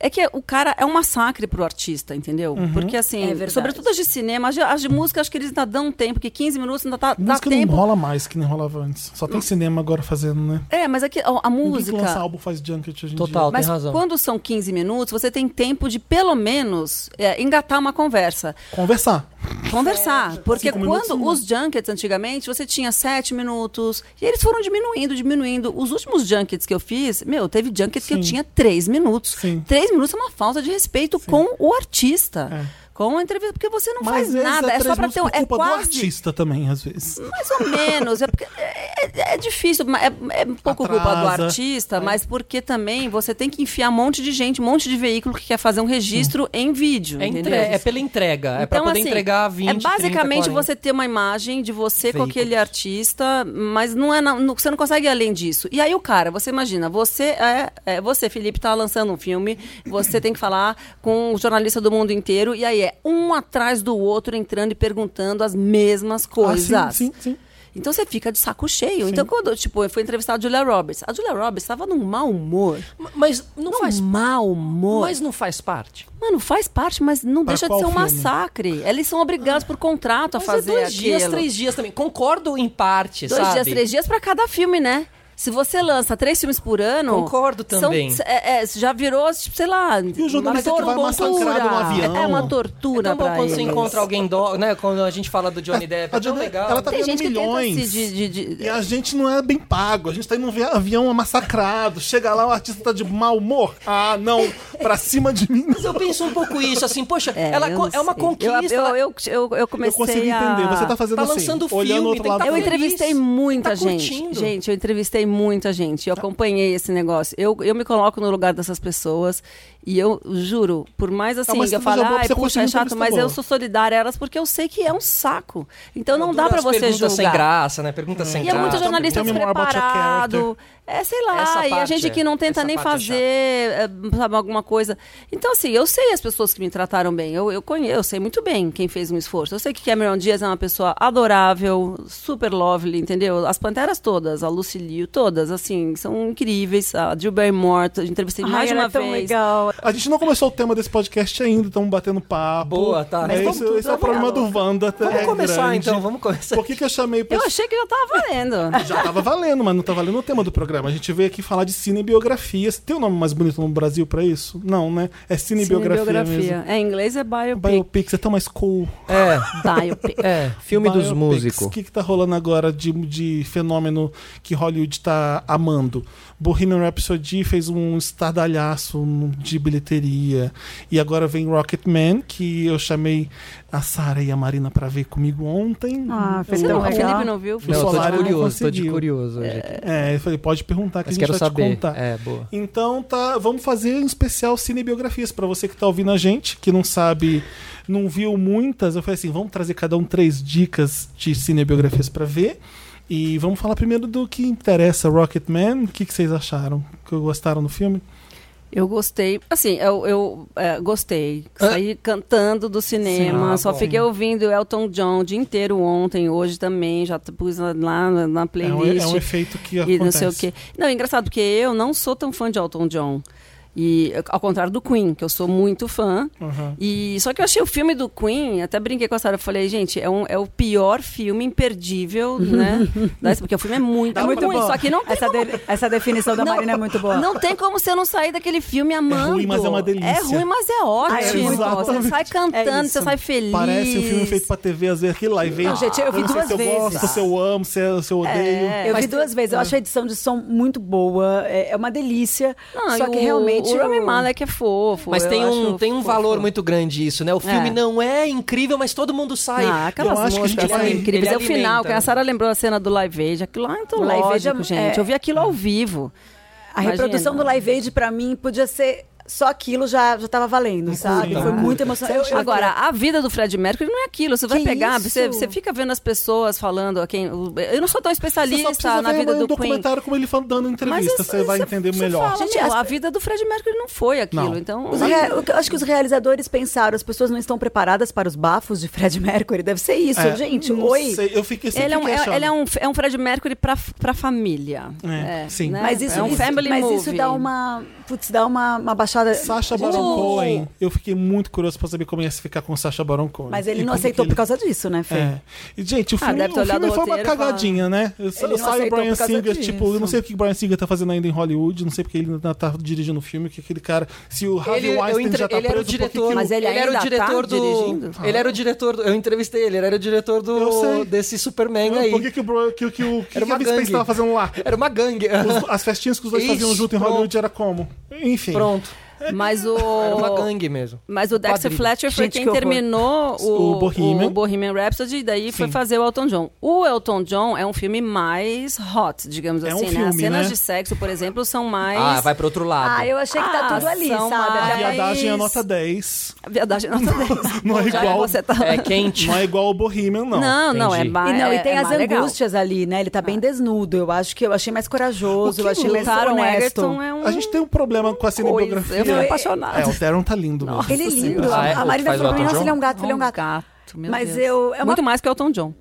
C: É que o cara é um massacre pro artista, entendeu?
A: Uhum.
C: Porque
D: É
C: assim,
D: verdade.
C: sobretudo as de cinema, as de, as de música, acho que eles ainda dão tempo, porque 15 minutos ainda tá, dá
A: Música
C: tempo.
A: não rola mais que nem rolava antes. Só
D: Hum.
A: tem cinema agora fazendo, né?
C: É, mas aqui a, a
A: Ninguém que lança
C: música.
A: álbum faz junket hoje em
E: Total,
C: Mas
E: tem razão.
C: quando são 15 minutos, você tem tempo de pelo menos é, engatar uma conversa.
A: dia. Conversar.
C: conversar. Porque
A: Cinco minutos,
C: quando
A: não.
C: os junkets antigamente, você tinha sete minutos. E eles foram diminuindo, diminuindo. Os últimos junkets que eu fiz, meu, teve junket que eu
A: Sim.
C: tinha três minutos.
A: Sim.
C: Três minutos é uma falta de respeito com o artista.
A: É.
C: Com a entrevista, porque você não
A: Mas
C: faz nada, é só pra ter um. É
A: culpa do
C: quase.
A: artista também, às vezes.
D: Hum.
C: Mais ou menos. É, porque é, é- é difícil, mas é, é um pouco
A: Atrasa. É.
C: culpa do artista, mas porque também você tem que enfiar um monte de gente, um monte de veículo que quer fazer um registro em vídeo.
B: É,
C: entendeu?
B: entre- é pela entrega. é pra
C: Então,
B: poder
C: assim,
B: entregar 20.
C: É basicamente
B: 30, 40.
C: você ter uma imagem de você com
B: Veículos.
C: aquele artista, mas não é na- não- você não consegue ir além disso. E aí o cara, você imagina, você é, é- você, Felipe, tá lançando um filme, você tem que falar com o jornalista do mundo inteiro, e aí é um atrás do outro entrando e perguntando as mesmas coisas.
A: Ah, sim, sim, sim.
C: Então você fica de saco cheio. Então, quando tipo, eu fui entrevistar a Julia Roberts, a Julia Roberts estava num mau humor.
B: M- Mas não
C: Num
B: faz.
C: mau humor.
B: Mas não faz parte.
C: Mano, faz parte, mas não
A: Pra
C: deixa de
A: qual
C: ser um
A: filme?
C: massacre. Eles são obrigados por contrato a
B: Mas
C: fazer
B: é dois dias,
C: aquilo.
B: três dias também. Concordo em parte,
C: Dois
B: sabe?
C: dias, três dias pra cada filme, né? Se você lança três filmes por ano.
B: Concordo
C: são-
B: também.
C: é, é, já virou, tipo, sei lá. E
A: o jornalista que vai massacrado no avião?
C: É uma
B: um É
C: tortura
B: tão bom
C: pra
B: quando
C: eles.
B: você encontra alguém dó, né? Quando a gente fala do Johnny Depp, é
A: A
B: tão
A: Jane-
B: legal.
A: Ela tá
C: Tem
A: ganhando
C: gente que
A: milhões.
C: tenta se de- de- de-
A: E a gente não é bem pago. A gente tá em um vi- avião massacrado. Chega lá, o artista tá de mau humor. Ah, não. Pra cima de mim.
B: Mas eu penso um pouco isso, assim, poxa,
C: É,
B: ela
C: eu
B: co-
C: não
B: é uma
C: sei.
B: conquista.
C: Eu, eu,
B: ela-
C: eu, eu, eu
A: Eu
C: comecei
A: consigo
C: a...
A: entender. Você tá fazendo
B: Tá
A: assim.
B: lançando
A: olhando
B: filme,
A: outro
B: tem que
A: lado.
B: tá
C: Eu
B: feliz,
C: entrevistei muita
B: tá
C: gente.
B: curtindo.
C: Gente, eu entrevistei muita gente. Eu acompanhei esse negócio. Eu, eu me coloco no lugar dessas pessoas e eu juro, por mais assim,
A: uma
C: que eu
A: estratégia
C: falo,
A: boa pra
C: ai,
A: você um
C: puxa, é
A: conseguir
C: chato,
A: entrevista
C: mas eu
A: boa."
C: sou solidária a elas porque eu sei que é um saco. Então não dá
B: Adoro
C: pra
B: as
C: você
B: perguntas sem
C: julgar.
B: graça, né? Pergunta sem
C: E é
B: graça.
C: muito jornalista
B: um
A: Tell me more about your
C: despreparado. É, sei lá,
B: Essa
C: e a
B: parte
C: gente
B: é-
C: que não tenta
B: essa
C: nem
B: parte é
C: fazer é, sabe, alguma coisa. Então, assim, eu sei as pessoas que me trataram bem. Eu, eu conheço, eu sei muito bem quem fez um esforço. Eu sei que Cameron Diaz é uma pessoa adorável, super lovely, entendeu? As panteras todas, a Lucy Liu, todas, assim, são incríveis. A Jill Barrymore, eu entrevistei
D: Ai,
C: mais de
D: ela
C: uma
D: é tão
C: vez.
D: legal.
A: A gente não começou o tema desse podcast ainda, estamos batendo papo.
B: Boa, tá. Mas
A: É,
B: vamos
A: esse,
B: tudo
A: esse é o problema do Wanda.
B: Vamos
A: é
B: começar
A: grande.
B: então, vamos começar.
A: Por que, que eu chamei
C: Eu
A: pessoas?
C: achei que já tava valendo.
A: Já tava valendo, mas não tá valendo o tema do programa. A gente veio aqui falar de cinebiografias. Tem um nome mais bonito no Brasil pra isso? Não, né? É cinebiografia, mesmo.
C: É, em inglês é biopic.
A: Biopics é tão mais cool.
B: É,
C: Biopic.
B: é, filme dos
A: Biopics. O
B: músicos.
A: que, que tá rolando agora de, de fenômeno que Hollywood tá amando? Bohemian Rhapsody fez um estardalhaço de bilheteria. E agora vem Rocketman, que eu chamei a Sara e a Marina pra ver comigo ontem.
D: Ah, foi
C: Você
D: tão
C: não, o
D: legal.
C: Felipe não viu?
A: Não,
B: eu tô de
A: Solari
B: curioso, tô de
A: conseguiu.
B: curioso hoje aqui.
A: É, eu falei, pode perguntar que
B: Mas
A: a gente
B: quero
A: vai te
B: saber.
A: contar.
B: É, boa.
A: Então tá, vamos fazer um especial cinebiografias pra você que tá ouvindo a gente, que não sabe, não viu muitas. Eu falei assim, vamos trazer cada um três dicas de cinebiografias pra ver. E vamos falar primeiro do que interessa, Rocketman. O que, que vocês acharam? Que gostaram do filme?
C: Eu gostei. Assim, eu, eu, é, gostei.
B: Hã?
C: Saí cantando do cinema.
B: Ah,
C: só
B: bom.
C: fiquei ouvindo Elton John o dia inteiro ontem, hoje também. Já t- pus lá na, na
A: É um, é
C: playlist.
A: um efeito que
C: e
A: acontece.
C: não sei o quê. Não, é engraçado, porque eu não sou tão fã de Elton John. E ao contrário do Queen, que eu sou muito fã.
A: Uhum.
C: E só que eu achei o filme do Queen, até brinquei com a Sara, falei, gente, é, um- é o pior filme imperdível, né? Dessa- Porque o filme é muito,
D: É muito
C: ruim,
D: bom.
C: só que não tem
D: Essa, de- essa definição da
C: Não,
D: Marina é muito boa.
C: não tem como você não sair daquele filme amando.
A: ruim, mas é uma delícia.
C: É ruim, mas é ótimo.
D: Ah, é muito bom.
C: você sai cantando,
D: isso.
C: você sai feliz.
A: Parece um filme feito pra TV, às vezes aquilo lá e vem.
D: Não, gente, eu vi
A: não sei
D: duas
A: se eu
D: vezes.
A: gosto, se eu amo, se eu, se eu odeio.
C: É,
D: eu
C: mas
D: vi duas vezes. Eu acho a edição de som muito boa. É, é uma delícia.
C: Não,
D: só
C: e
D: que
C: o-
D: realmente.
C: O Rami Malek é fofo.
B: Mas
C: eu
B: tem um,
C: acho
B: tem um
C: fofo.
B: valor muito grande isso, né? O filme
C: É.
B: não é incrível, mas todo mundo sai.
C: Ah, aquelas
A: Eu acho que a gente
C: músicas
A: vai-
C: são incríveis.
B: ele
C: É o final,
B: alimenta.
C: que a Sara lembrou a cena do Live Aid. Aquilo lá é
D: O Live Aid é-
C: antológico, gente.
D: é-
C: Eu vi aquilo ao vivo.
D: A reprodução do
C: Imagina.
D: Live Aid, pra mim, podia ser. Só aquilo já, já tava valendo, sabe?
A: curta,
D: Foi
A: não
D: muito
C: Ah, tá.
A: curta.
D: emocionante. Eu- eu-
C: Agora, a vida do Fred Mercury não é aquilo. Você vai
D: Que
C: pegar,
D: isso?
C: você, você fica vendo as pessoas falando. a Quem, o- eu não sou tão
A: Você só
C: especialista
A: precisa
C: na
A: ver
C: vida
A: um
C: do Queen.
A: documentário como ele falando dando entrevista,
C: isso-
A: você vai
C: isso-
A: entender
C: isso
A: melhor.
C: fala,
D: Gente,
C: meu,
D: as-
C: a vida do Fred Mercury não foi aquilo.
A: Não.
C: Então,
D: Os rea- eu acho que os realizadores pensaram, as pessoas não estão preparadas para os bafos de Fred Mercury. Deve ser isso,
A: É,
D: gente.
A: não
D: Oi.
A: sei, eu assim, fiquei sempre
C: ele é um,
A: fiquei
C: é,
A: achando.
C: ele é um, é um Fred Mercury pra, pra família.
A: É, sim.
C: né?
D: Mas isso,
C: é um
D: isso-
C: family
D: mas
C: movie.
D: isso dá uma. Putz, dá uma, uma baixada.
A: Sacha Baron
C: Uh!
A: Cohen. Eu fiquei muito curioso pra saber como ia se ficar com o Sacha Baron Cohen.
D: Mas ele
A: E
D: não
A: como
D: aceitou
A: que ele-
D: por causa disso, né, Fê?
A: É. E, gente, o
C: Ah,
A: filme,
C: deve ter
A: o filme
C: olhado o
A: foi uma
C: roteiro e falar-
A: cagadinha, né? Eu, sa-
D: Ele não
A: sai o
D: aceitou
A: Brian
D: por causa
A: Singer,
D: disso.
A: tipo, eu não sei o que o Brian Singer tá fazendo ainda em Hollywood, não sei porque ele ainda tá dirigindo o filme, que aquele cara. Se o Harvey
B: eu
A: Weinstein
B: entre-
A: já tá
B: ele era o
A: preso, por que que
B: diretor,
A: o-
C: Mas ele
B: era o
C: ainda tá
B: diretor do, Ah.
C: dirigindo?
B: ele era o diretor, do, eu entrevistei ele, ele era o diretor
A: Eu sei.
B: do desse Superman aí.
A: Por que, que o Bro- que, que o que,
B: Era
A: que a
B: uma
A: Vince Space
B: gangue.
A: tava fazendo lá?
B: Era uma gangue.
A: Os- as festinhas que os dois
B: Ixi,
A: faziam junto em
B: pronto.
A: Hollywood era como? Enfim.
B: Pronto.
C: Mas o.
B: Era uma gangue mesmo.
C: Mas o Dexter
B: Quadrilha.
C: Fletcher foi
D: Gente,
C: quem
D: que horror.
C: terminou o,
A: O Bohemian.
C: o Bohemian Rhapsody e daí foi
A: Sim.
C: fazer o Elton John. O Elton John é um filme mais hot, digamos
A: É um
C: assim, né? As
A: filme,
C: cenas
A: né?
C: de sexo, por exemplo, são mais...
B: Ah, vai pro outro lado.
D: Ah, eu achei que tá
C: Ah,
D: tudo ali,
C: são
D: sabe?
A: A
C: mais-
D: Até-
A: viadagem é
C: Mas-
A: nota 10.
C: A Verdade, não,
A: Não é
C: Já
A: igual.
C: Você tá...
B: É quente.
A: Não é igual ao Bohemian, não.
C: Não, não, é
B: Entendi.
C: mais
D: E não,
C: é,
D: e tem
C: é
D: as
C: mais legal.
D: angústias ali, né? Ele tá bem desnudo. Eu acho que eu achei mais corajoso, eu achei
C: O
D: mais
C: Taron
D: honesto.
C: Egerton é um...
A: A gente tem um problema com a cinebiografia.
C: Eu fico
D: é-
C: apaixonada.
A: É, o Theron tá lindo mesmo.
D: Ele é lindo.
B: Ah, é?
D: a
B: O que
D: Marina falou pra
B: faz o
D: mim,
B: Elton
D: nossa,
B: John?
D: ele é um gato, ele é um gato.
C: meu
D: Mas
C: Deus.
D: eu- é uma-
C: Muito mais que o Elton John.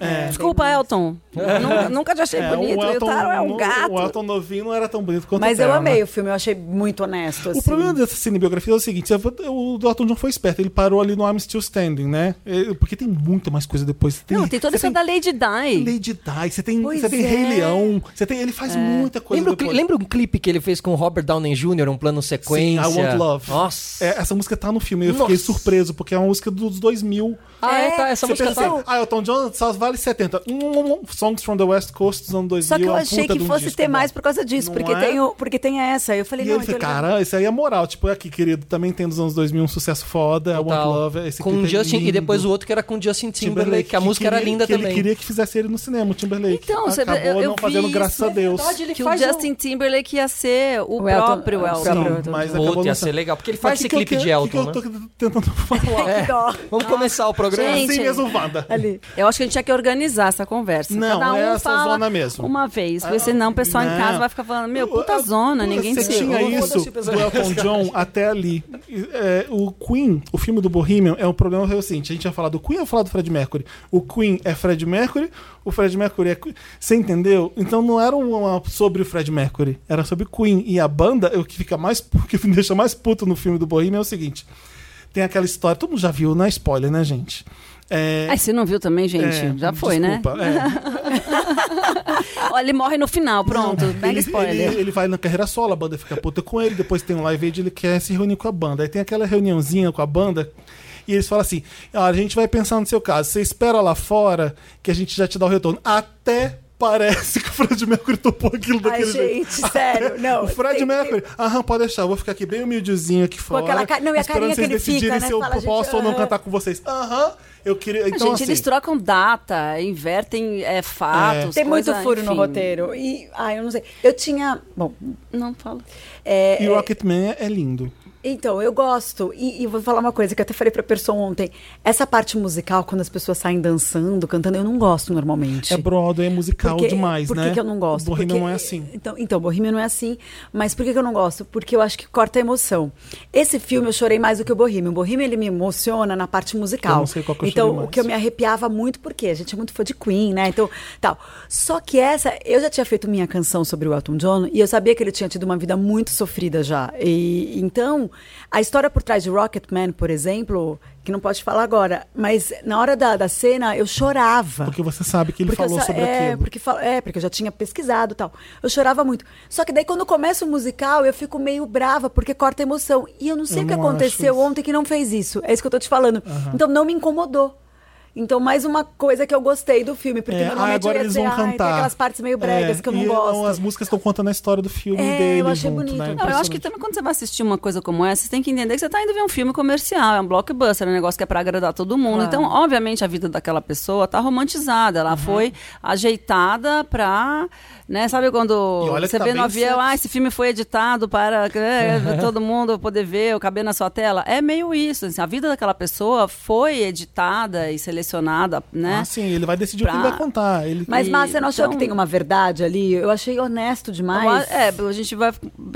A: É.
C: Desculpa, Elton.
D: um.
C: Nunca, nunca te achei
A: É,
C: bonito.
A: o
C: E o
A: Elton,
C: Taron é um
A: no-
C: gato.
A: O Elton novinho não era tão bonito quanto
D: Mas
A: o
D: eu
A: Theron,
D: amei
A: né?
D: o filme, eu achei muito honesto.
A: O
D: assim.
A: problema dessa cinebiografia é o seguinte: o Elton John foi esperto, ele parou ali no I'm Still Standing, né? É, Porque tem muita mais coisa depois. Tem,
C: Não, tem toda
A: você
C: essa da Lady Di.
A: Lady Di, você tem,
D: Pois
A: você tem Rei
D: é.
A: Leão, você tem, ele
C: É.
A: faz muita coisa
B: Lembra, o cli-
A: depois.
B: lembra um clipe que ele fez com o Robert Downey Jr., um plano
A: Sim,
B: sequência?
A: I Want Love.
B: Nossa.
A: É, essa música tá no filme, eu fiquei
B: Nossa.
A: surpreso, porque é uma música dos 2000.
B: Ah, é, tá, essa
A: Você
B: música
A: pensa
B: tá.
A: assim, ah, Elton John só vale 70. Hum, hum, hum, Songs from the West Coast dos anos 2000.
D: Só que eu
A: é um
D: achei
A: puta
D: que
A: de um
D: fosse
A: disco
D: ter
A: bom.
D: mais por causa disso,
A: Não
D: porque,
A: é?
D: tem o- porque tem essa. Eu falei,
A: E
D: não,
A: ele
D: então
A: fica,
D: ele-
A: cara, isso aí é moral. Tipo, aqui, querido, também tem dos anos 2000 um sucesso foda. I Want
B: Tal.
A: Love. Esse
B: com um
A: clipe é
B: Justin e
A: lindo.
B: depois o outro que era com Justin Timberlake, que a
A: que
B: música era
A: queria-
B: linda
A: que
B: também.
A: Ele queria que fizesse ele no cinema, o Timberlake.
C: Então, você-
A: Acabou
C: eu- eu
A: não
C: vi
A: fazendo,
C: isso,
A: graças
C: é
A: a Deus.
B: verdade, ele
C: que o
B: faz um-
C: Justin Timberlake ia ser o,
D: O Elton-
C: próprio
B: Ah,
D: o
C: Elton.
D: próprio-
A: Sim, mas
B: Puta,
A: acabou
B: ia
A: não
B: ser é legal, porque ele
A: Mas
B: faz
A: que
B: esse
A: que eu
B: clipe
A: quero-
B: de Elton,
A: que eu
B: né?
A: tô tentando
B: um
A: falar.
B: É.
D: Que dó.
B: Vamos começar o programa?
A: É assim
C: É. Gente.
A: mesmo, Wanda.
D: Ali.
C: Eu acho que a gente tinha que organizar essa conversa.
A: Não,
C: Cada um
A: é essa
C: fala
A: zona mesmo. Ah,
C: uma vez, porque senão o pessoal
A: Não.
C: em casa vai ficar falando,
D: é
C: meu, puta
A: Ah,
C: zona, ninguém
A: Você
C: se...
A: tinha
B: ouve.
A: isso
B: Foda-se o
A: do
B: pessoal.
A: Elton John até ali. E, é, o Queen, o filme do Bohemian, é um problema é o seguinte: a gente ia falar do Queen ou falar do Fred Mercury? O Queen é Fred Mercury, o Fred Mercury é. Queen. Você entendeu? Então não era uma sobre o Fred Mercury, era sobre Queen. E a banda, o que fica mais. O que me deixa mais puto no filme do Bohemian é o seguinte: tem aquela história, todo mundo já viu, não é spoiler, né, gente? É,
C: Ai, você não viu também, gente?
A: é,
C: Já foi,
A: desculpa, né? É.
C: né? Olha, ele morre no final, pronto.
A: Não,
C: Pega
A: ele,
C: spoiler.
A: Ele, ele vai na carreira solo, a banda fica puta com ele, depois tem um live aid, ele quer se reunir com a banda. Aí tem aquela reuniãozinha com a banda. E eles falam assim: "Ah, a gente vai pensar no seu caso, você espera lá fora que a gente já te dá o retorno. Até Parece que o Fred Mercury topou aquilo
D: Ai,
A: daquele jeito.
D: gente, sério. Não,
A: o Fred
D: tem-
A: Mercury, aham, pode deixar, eu vou ficar aqui bem humildezinho aqui fora.
D: aquela ca- não, e a
A: esperando
D: carinha
A: vocês
D: que ele fica,
A: decidirem
D: né?
A: se eu
D: Fala, gente,
A: posso ou não
D: aham.
A: cantar com vocês. Aham, eu queria. Então,
C: gente,
A: assim,
C: eles trocam data, invertem é, fatos.
D: Tem muito
C: coisa,
D: furo no
C: enfim.
D: roteiro. E, ah, eu não sei. Eu tinha. Bom,
C: Não fala.
D: é,
A: E
D: é,
A: o Rocketman é- é lindo.
D: Então, eu gosto. E, e vou falar uma coisa que eu até falei pra pessoa ontem. Essa parte musical, quando as pessoas saem dançando, cantando, eu não gosto normalmente.
A: É Broadway, é musical
D: Porque-
A: demais,
D: por que
A: né?
D: que eu não gosto?
A: Bohemian
D: Porque-
A: não é assim.
D: Então, então, Bohemian não é assim. Mas por que, que eu não gosto? Porque eu acho que corta a emoção. Esse filme eu chorei mais do que o Bohemian. O Bohemian, ele me emociona na parte musical.
A: Eu não sei qual que eu
D: Então,
A: chorei mais.
D: o que eu me arrepiava muito, porque a gente é muito fã de Queen, né? Então, tal. Só que essa, eu já tinha feito minha canção sobre o Elton John e eu sabia que ele tinha tido uma vida muito sofrida já. E então, a história por trás de Rocketman, por exemplo, que não pode falar agora, mas na hora da, da cena eu chorava.
A: Porque você sabe que ele
D: Porque eu
A: falou
D: sa-
A: sobre
D: é,
A: aquilo.
D: Porque fala- é, porque eu já tinha pesquisado e tal. Eu chorava muito. Só que daí, quando começa o musical, eu fico meio brava, porque corta a emoção. E eu não sei
A: Eu
D: o que
A: não acho
D: aconteceu
A: isso.
D: ontem que não fez isso. É isso que eu tô te falando. Então, não me incomodou. Então, mais uma coisa que eu gostei do filme, porque
A: É, ah,
D: normalmente
A: agora
D: eu ia
A: eles
D: dizer,
A: vão
D: "Ai,
A: cantar.
D: tem aquelas partes meio bregas
A: É,
D: que eu não
A: e,
D: gosto.
A: As músicas estão contando a história do filme
D: É, eu
A: dele.
D: achei
A: junto,
D: bonito.
A: né?
D: Não,
C: Não, eu acho que
A: Impressionante.
C: também quando você vai assistir uma coisa como essa, você tem que entender que você está indo ver um filme comercial, é um blockbuster, é um negócio que é para agradar todo mundo. Então, obviamente, a vida daquela pessoa tá romantizada,
A: Uhum.
C: ela foi ajeitada pra. Né, sabe quando
A: E olha que
C: você
A: tá
C: vê
A: bem
C: no avião,
A: certo.
C: ah, esse filme foi editado para é, todo mundo poder ver, eu caber na sua tela? É meio isso. assim, a vida daquela pessoa foi editada e selecionada, né?
A: Ah, sim, ele vai decidir o que
C: Pra-
A: ele vai contar. Ele...
D: Mas,
C: E-
D: Márcia, não achou
C: então-
D: que tem uma verdade ali? Eu achei honesto demais.
C: Eu a- É, a gente vai.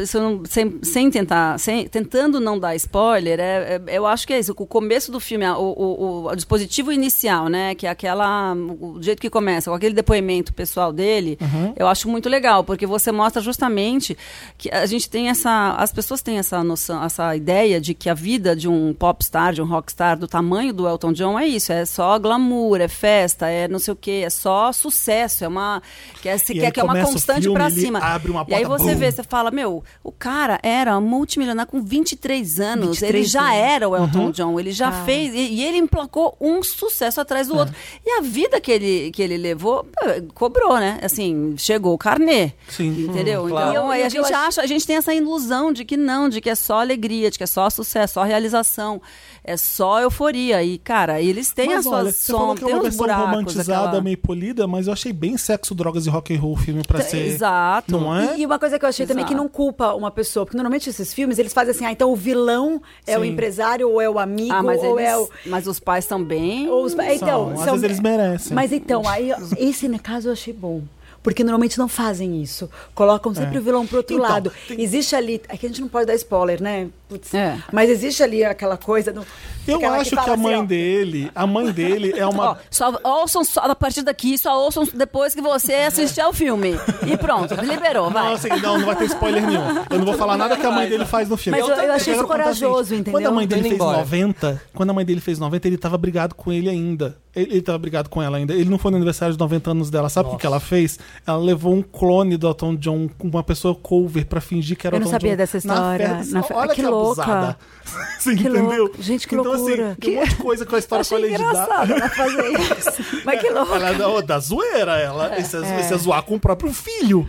C: se eu não- Sem, sem tentar. Sem, tentando não dar spoiler, é- é- eu acho que é isso. O começo do filme, a- o, o- o- o dispositivo inicial, né? Que é aquela. O jeito que começa, com aquele depoimento pessoal dele, eu acho muito legal, porque você mostra justamente que a gente tem essa. As pessoas têm essa noção, essa ideia de que a vida de um popstar, de um rockstar, do tamanho do Elton John é isso. É só glamour, é festa, é não sei o quê, é só sucesso. É uma. Que é, você
A: E
C: quer
A: aí
C: que é uma
A: começa o
C: constante
A: filme,
C: pra
A: ele
C: cima.
A: abre uma
C: e aí
A: porta,
C: você
A: bum.
C: vê, você fala, meu, o cara era multimilionário com 23 anos, ele
D: 23
C: já
D: anos.
C: era o
A: Uhum.
C: Elton John, ele já fez, e, e ele emplacou um sucesso atrás do
A: É.
C: outro. E a vida que ele, que ele levou, pô, cobrou, né? Assim, chegou o carnê.
A: Sim.
C: Entendeu?
B: claro.
C: Então,
D: E eu-
C: aí
D: Hum, e
C: a
D: o que eu
C: gente
D: acho-
C: acha, a gente tem essa ilusão de que não, de que é só alegria, de que é só sucesso, só realização, é só euforia. E, cara, eles têm
A: Mas
C: as
A: olha,
C: suas
A: você falou
C: sombras,
A: que é
C: tem
A: uma
C: uns
A: versão
C: buracos.
A: romantizada,
C: aquela-
A: meio polida, mas eu achei bem sexo, drogas e rock and roll o filme pra ser.
C: Exato.
A: Não é?
D: E, e uma coisa que eu achei também que
C: Exato.
D: não culpa uma pessoa, porque normalmente esses filmes eles fazem assim, ah, então o vilão é o
A: Sim.
D: empresário ou é o amigo
C: Ah, mas,
D: ou
C: eles,
D: é o
C: mas os pais também.
D: ou os- é, então,
A: às vezes eles merecem.
D: Mas então, aí esse no caso eu achei bom. Porque normalmente não fazem isso. Colocam sempre
A: É.
D: o vilão pro outro
A: Então,
D: lado.
A: tem-
D: Existe ali. É que a gente não pode dar spoiler, né? Putz.
C: É.
D: Mas existe ali aquela coisa. Do,
A: Eu
D: aquela
A: acho que,
D: fala
A: a mãe
D: assim, ó,
A: dele, a mãe dele é uma.
C: Ó, só ouçam só, a partir daqui, só ouçam depois que você assistir ao filme. E pronto, liberou, vai.
A: Não, assim, não, não vai ter spoiler nenhum. Eu não vou falar nada que a mãe dele faz no filme.
D: Mas eu- eu achei
A: quero
D: isso
A: contar,
D: corajoso,
A: gente,
D: entendeu?
A: é Quando a mãe dele
B: Tô
A: fez
B: indo embora.
A: 90, quando a mãe dele fez 90, ele tava brigado com ele ainda. Ele, ele tava brigado com ela ainda. Ele não foi no aniversário de 90 anos dela. Sabe o que que ela fez? Ela levou um clone do Elton John com uma pessoa cover pra fingir que era
D: Eu
A: o
D: não
A: Elton
D: sabia
A: John.
D: dessa
A: Na
D: história,
A: festa.
D: na fe- Ah,
A: Olha
D: que
A: que
D: louca.
A: abusada. Você
D: Que
A: entendeu?
D: louco. Gente, que
A: então,
D: loucura.
A: assim, tem um monte de coisa com a história
D: Achei
A: com a Lady Di.
D: engraçado ela fazer isso. Mas que louco.
A: Ela é da, da zoeira, ela. Esse, é. esse é zoar com o próprio filho.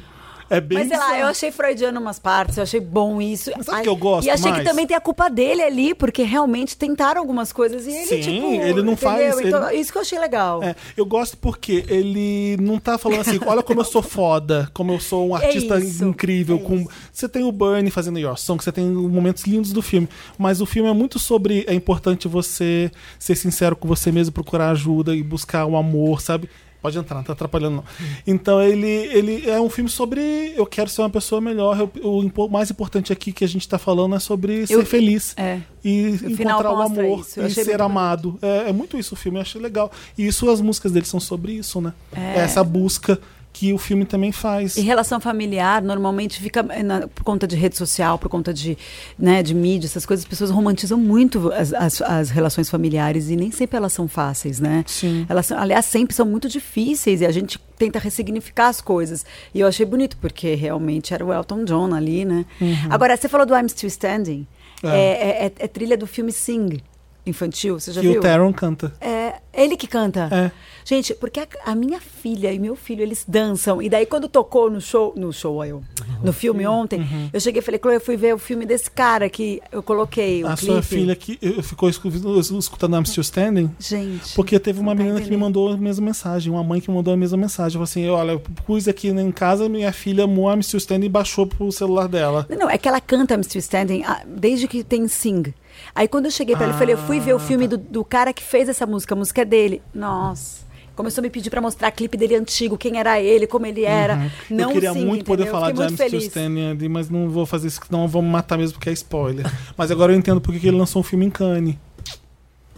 A: É bem
D: Mas sei lá,
A: bizarro.
D: eu achei freudiano umas partes, eu achei bom isso.
A: Mas sabe o que eu gosto
D: E achei
A: mais?
D: que também tem a culpa dele ali, porque realmente tentaram algumas coisas e ele,
A: Sim,
D: tipo.
A: ele não
D: entendeu?
A: faz-
D: Então, Isso que eu achei legal.
A: É, eu gosto porque ele não tá falando assim, olha como eu sou foda, como eu sou um
D: É
A: artista
D: isso,
A: incrível. com... Você tem o Bernie fazendo Your Song, você tem momentos lindos do filme. Mas o filme é muito sobre. É importante você ser sincero com você mesmo, procurar ajuda e buscar o amor, sabe? Pode entrar, não tá atrapalhando não. Então ele, ele é um filme sobre eu quero ser uma pessoa melhor. eu- o impo- mais importante aqui que a gente tá falando é sobre ser feliz.
C: é.
A: E
D: final
A: encontrar o
D: mostra
A: amor
D: isso, eu
A: e
D: achei
A: ser
D: muito
A: amado. É, é muito isso o filme, eu achei legal. E isso, as músicas dele são sobre isso, né? É Essa busca que o filme também faz.
D: E relação familiar, normalmente fica eh, na- por conta de rede social, por conta de, né, de mídia, essas coisas, as pessoas romantizam muito as, as, as relações familiares e nem sempre elas são fáceis, né?
A: Sim.
D: Elas, são- aliás, sempre são muito difíceis e a gente tenta ressignificar as coisas. E eu achei bonito, porque realmente era o Elton John ali, né? Agora, você falou do I'm Still Standing,
A: Uhum. É.
D: é, é- é- é trilha do filme Sing infantil, você já
A: que
D: viu?
A: o Taron canta.
D: É, Ele que canta.
A: É.
D: Gente, porque a, a minha filha e meu filho, eles dançam. E daí, quando tocou no show, no show, ó, eu,
A: Uhum.
D: no filme ontem, eu cheguei e falei, Chloe, eu fui ver o filme desse cara que eu coloquei. O
A: A
D: clipe.
A: sua filha que eh, ficou escu- escutando I'm Still Standing?
D: Gente.
A: Porque teve uma
D: não tá
A: menina que me
D: entendendo.
A: mandou a mesma mensagem, uma mãe que mandou a mesma mensagem. Falou assim: olha, eu pus aqui em casa, minha filha Moa me sustenta e baixou pro celular dela.
D: Não, é que ela canta I'm Still Standing ah, desde que tem Sing. Aí quando eu cheguei pra ele, eu falei, eu fui ver
A: Ah,
D: o
A: tá.
D: filme do, do cara que fez essa música, a música é dele. Nossa. Começou a me pedir pra mostrar clipe dele antigo, quem era ele, como ele era. Não
A: Uhum. eu queria
D: Sing,
A: muito poder
D: entendeu?
A: falar de
D: Fiquei
A: I'm
D: muito
A: Still
D: feliz.
A: Standing ali, mas não vou fazer isso, senão vamos matar mesmo porque é spoiler. mas agora eu entendo porque que ele lançou um filme em Cannes.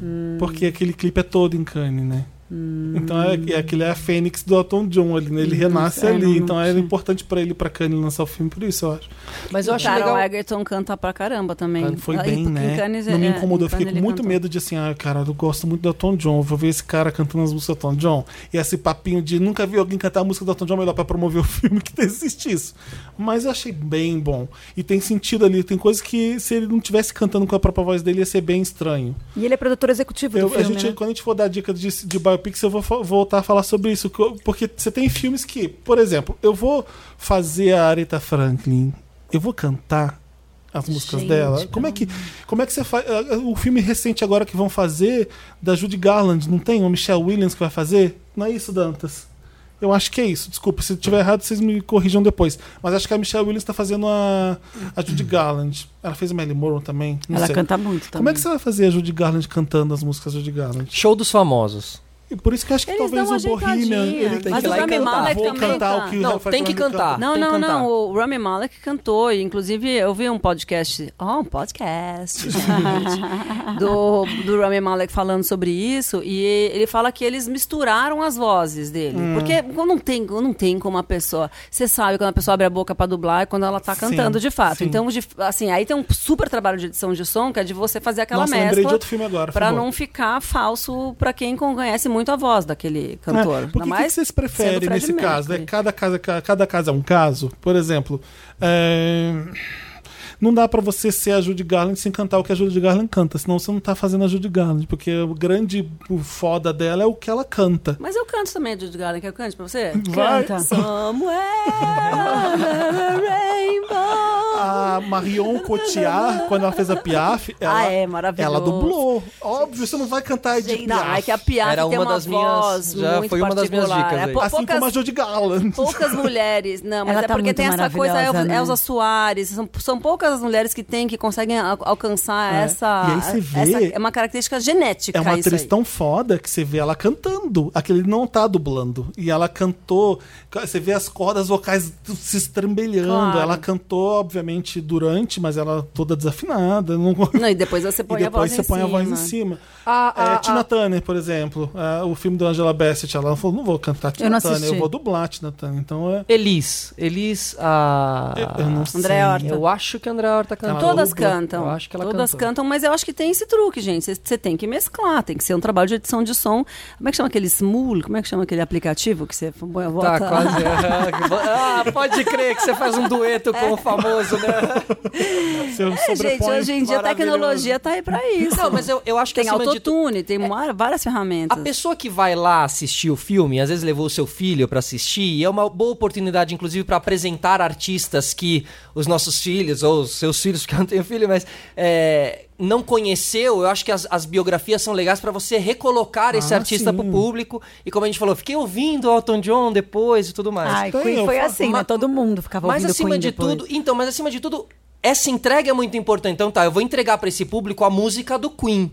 C: Hum,
A: Porque aquele clipe é todo em Cannes, né? Então é, é aquele é a Fênix do Elton John ali, né? Ele renasce
C: é,
A: ali.
C: não- não
A: então era
C: tinha.
A: importante pra ele ir pra Cannes lançar o filme por isso, eu acho.
B: Mas eu acho
C: Carol
B: legal.
C: Egerton canta pra caramba também.
A: Foi
C: Ela-
A: bem,
C: em
A: né?
C: Cannes,
A: não me
C: é, em
A: incomodou. Eu fiquei
C: Cannes
A: com
C: ele
A: muito
C: cantou.
A: medo de assim, ah, cara, eu gosto muito do Elton John. Vou ver esse cara cantando as músicas do Elton John. E esse papinho de nunca vi alguém cantar a música do Elton John melhor pra promover o filme que existe isso. Mas eu achei bem bom. E tem sentido ali. Tem coisas que se ele não tivesse cantando com a própria voz dele ia ser bem estranho.
D: E ele é produtor executivo
A: Eu-
D: do filme,
A: a gente,
D: né?
A: Quando a gente for dar dica de, de biopics, eu vou fa- voltar a falar sobre isso. que eu- Porque você tem filmes que, por exemplo, eu vou fazer a Aretha Franklin, eu vou cantar as músicas
D: Gente,
A: dela. Como é que como é que você faz o filme recente agora que vão fazer da Judy Garland, não tem? O Michelle Williams que vai fazer? Não é isso, Dantas? Eu acho que é isso. Desculpa, se tiver errado, vocês me corrijam depois. Mas acho que a Michelle Williams tá fazendo a, a Judy Garland. Ela fez a Marilyn Monroe também. Não
C: Ela
A: sei.
C: canta muito também.
A: Como é que você vai fazer a Judy Garland cantando as músicas da Judy Garland?
B: Show dos famosos.
A: E por isso que eu acho que
C: Eles dão
A: talvez o
C: uma
A: Bohemian
C: ajeitadinha.
A: ele tem
B: Mas
A: que
B: o
A: lá
B: Rami
A: e cantar.
B: Malek
A: Vou
C: também tá.
A: cantar o
C: canta.
A: que
B: Não,
A: o Rafael
B: tem que
A: Fernando
B: cantar.
A: canta.
C: Não,
B: Tem que
C: não,
B: cantar.
C: não. O Rami Malek cantou. Inclusive, eu vi um podcast. Ó, um podcast, gente. do, do Rami Malek falando sobre isso. E ele fala que eles misturaram as vozes dele.
A: Hum.
C: Porque não tem, não tem como a pessoa. Você sabe quando a pessoa abre a boca pra dublar e quando ela tá
A: Sim,
C: cantando de fato.
A: sim.
C: Então, de- assim, aí tem um super trabalho de edição de som que é de você fazer aquela
A: Nossa,
C: mescla.
A: lembrei de outro filme agora.
C: Pra
A: foi bom.
C: não ficar falso pra quem conhece muito a voz daquele cantor.
A: É, Por que,
C: Ainda
A: que
C: mais
A: vocês
C: sendo
A: preferem
C: Freddie
A: nesse caso? É,
C: Mercury.
A: cada, caso, ca- cada caso é um caso. Por exemplo, é, não dá pra você ser a Judy Garland sem cantar o que a Judy Garland canta, senão você não tá fazendo a Judy Garland, porque o grande o foda dela é o que ela canta.
C: Mas eu canto também, Judy Garland. Quer que eu cante pra você?
A: Vai.
D: Canta.
C: Somewhere under the rainbow.
A: A Marion Cotillard, quando ela fez a Piaf, ela,
C: Ah, é, maravilhoso.
A: ela dublou. Óbvio, você não vai cantar a Edith
C: Gente, não, é
A: Piaf.
C: que a Piaf
B: Era
C: tem
B: uma
C: uma,
B: das minhas-
C: voz
B: já
C: muito
B: foi uma das minhas
C: particular.
B: dicas
C: É,
B: aí.
C: pou-
A: Assim como a
C: poucas,
A: Judy Garland.
C: poucas mulheres. Não, mas
D: Ela
C: é
D: tá
C: porque
D: muito
C: tem essa coisa
D: maravilhosa,
C: Elza,
D: né?
C: Elza Soares. São, são poucas as mulheres que têm, que conseguem al- alcançar
A: É.
C: essa,
A: E aí você vê-
C: essa- É uma característica genética
A: É uma
C: isso
A: atriz
C: aí.
A: tão foda que você vê ela cantando. Aquele não tá dublando. E ela cantou. Você vê as cordas vocais se estrambelhando.
C: Claro.
A: Ela cantou, obviamente, durante, mas ela toda desafinada. não-
C: Não, e depois você
A: E
C: põe a
A: depois
C: voz
A: você
C: em
A: põe
C: cima. Ah,
A: a voz em cima.
B: A- a-
A: É,
B: a-
A: Tina Turner, por exemplo. é, o filme do Angela Bassett, ela falou: não vou cantar Tina
D: Eu não
A: Turner, eu
D: assisti.
A: vou dublar Tina Turner. Então é.
B: Elis. Elis, a.
A: Eu, eu não sei.
C: André Horta.
B: Eu acho que a André Horta
A: Ela
B: cantou.
C: Todas
A: dubla.
C: cantam.
B: Eu acho que ela
C: Todas
B: cantou.
C: cantam, mas eu acho que tem esse truque, gente. Você- Você tem que mesclar, tem que ser um trabalho de edição de som. Como é que chama aquele Smule? Como é que chama aquele aplicativo que você põe a volta?
B: Tá, quase. ah, pode crer que você faz um dueto com o famoso, né?
A: Você
C: É, gente,
A: sobrepõe-
C: hoje em dia a
B: Um Maravilhoso.
C: tecnologia tá aí pra isso.
B: Não, mas eu, eu acho que
C: tem
B: acima de É. tudo-
C: autotune, tem uma- várias
B: A
C: ferramentas.
B: pessoa que vai lá assistir o filme, às vezes levou o seu filho pra assistir, e é uma boa oportunidade, inclusive, pra apresentar artistas que os nossos filhos, ou os seus filhos, porque eu não tenho filho, mas é, não conheceu. Eu acho que as, as biografias são legais pra você recolocar esse
A: Ah,
B: artista
A: sim.
B: pro público. E como a gente falou, fiquei ouvindo o Elton John depois e tudo mais.
D: Ai,
A: Tem,
D: Queen
A: eu
D: foi
A: falo-
D: assim,
B: Mas-
D: né? Todo mundo ficava
B: Mas
D: ouvindo
B: acima
D: Queen
B: de
D: depois.
B: tudo, então, mas acima de tudo, essa entrega é muito importante. Então tá, eu vou entregar pra esse público a música do Queen.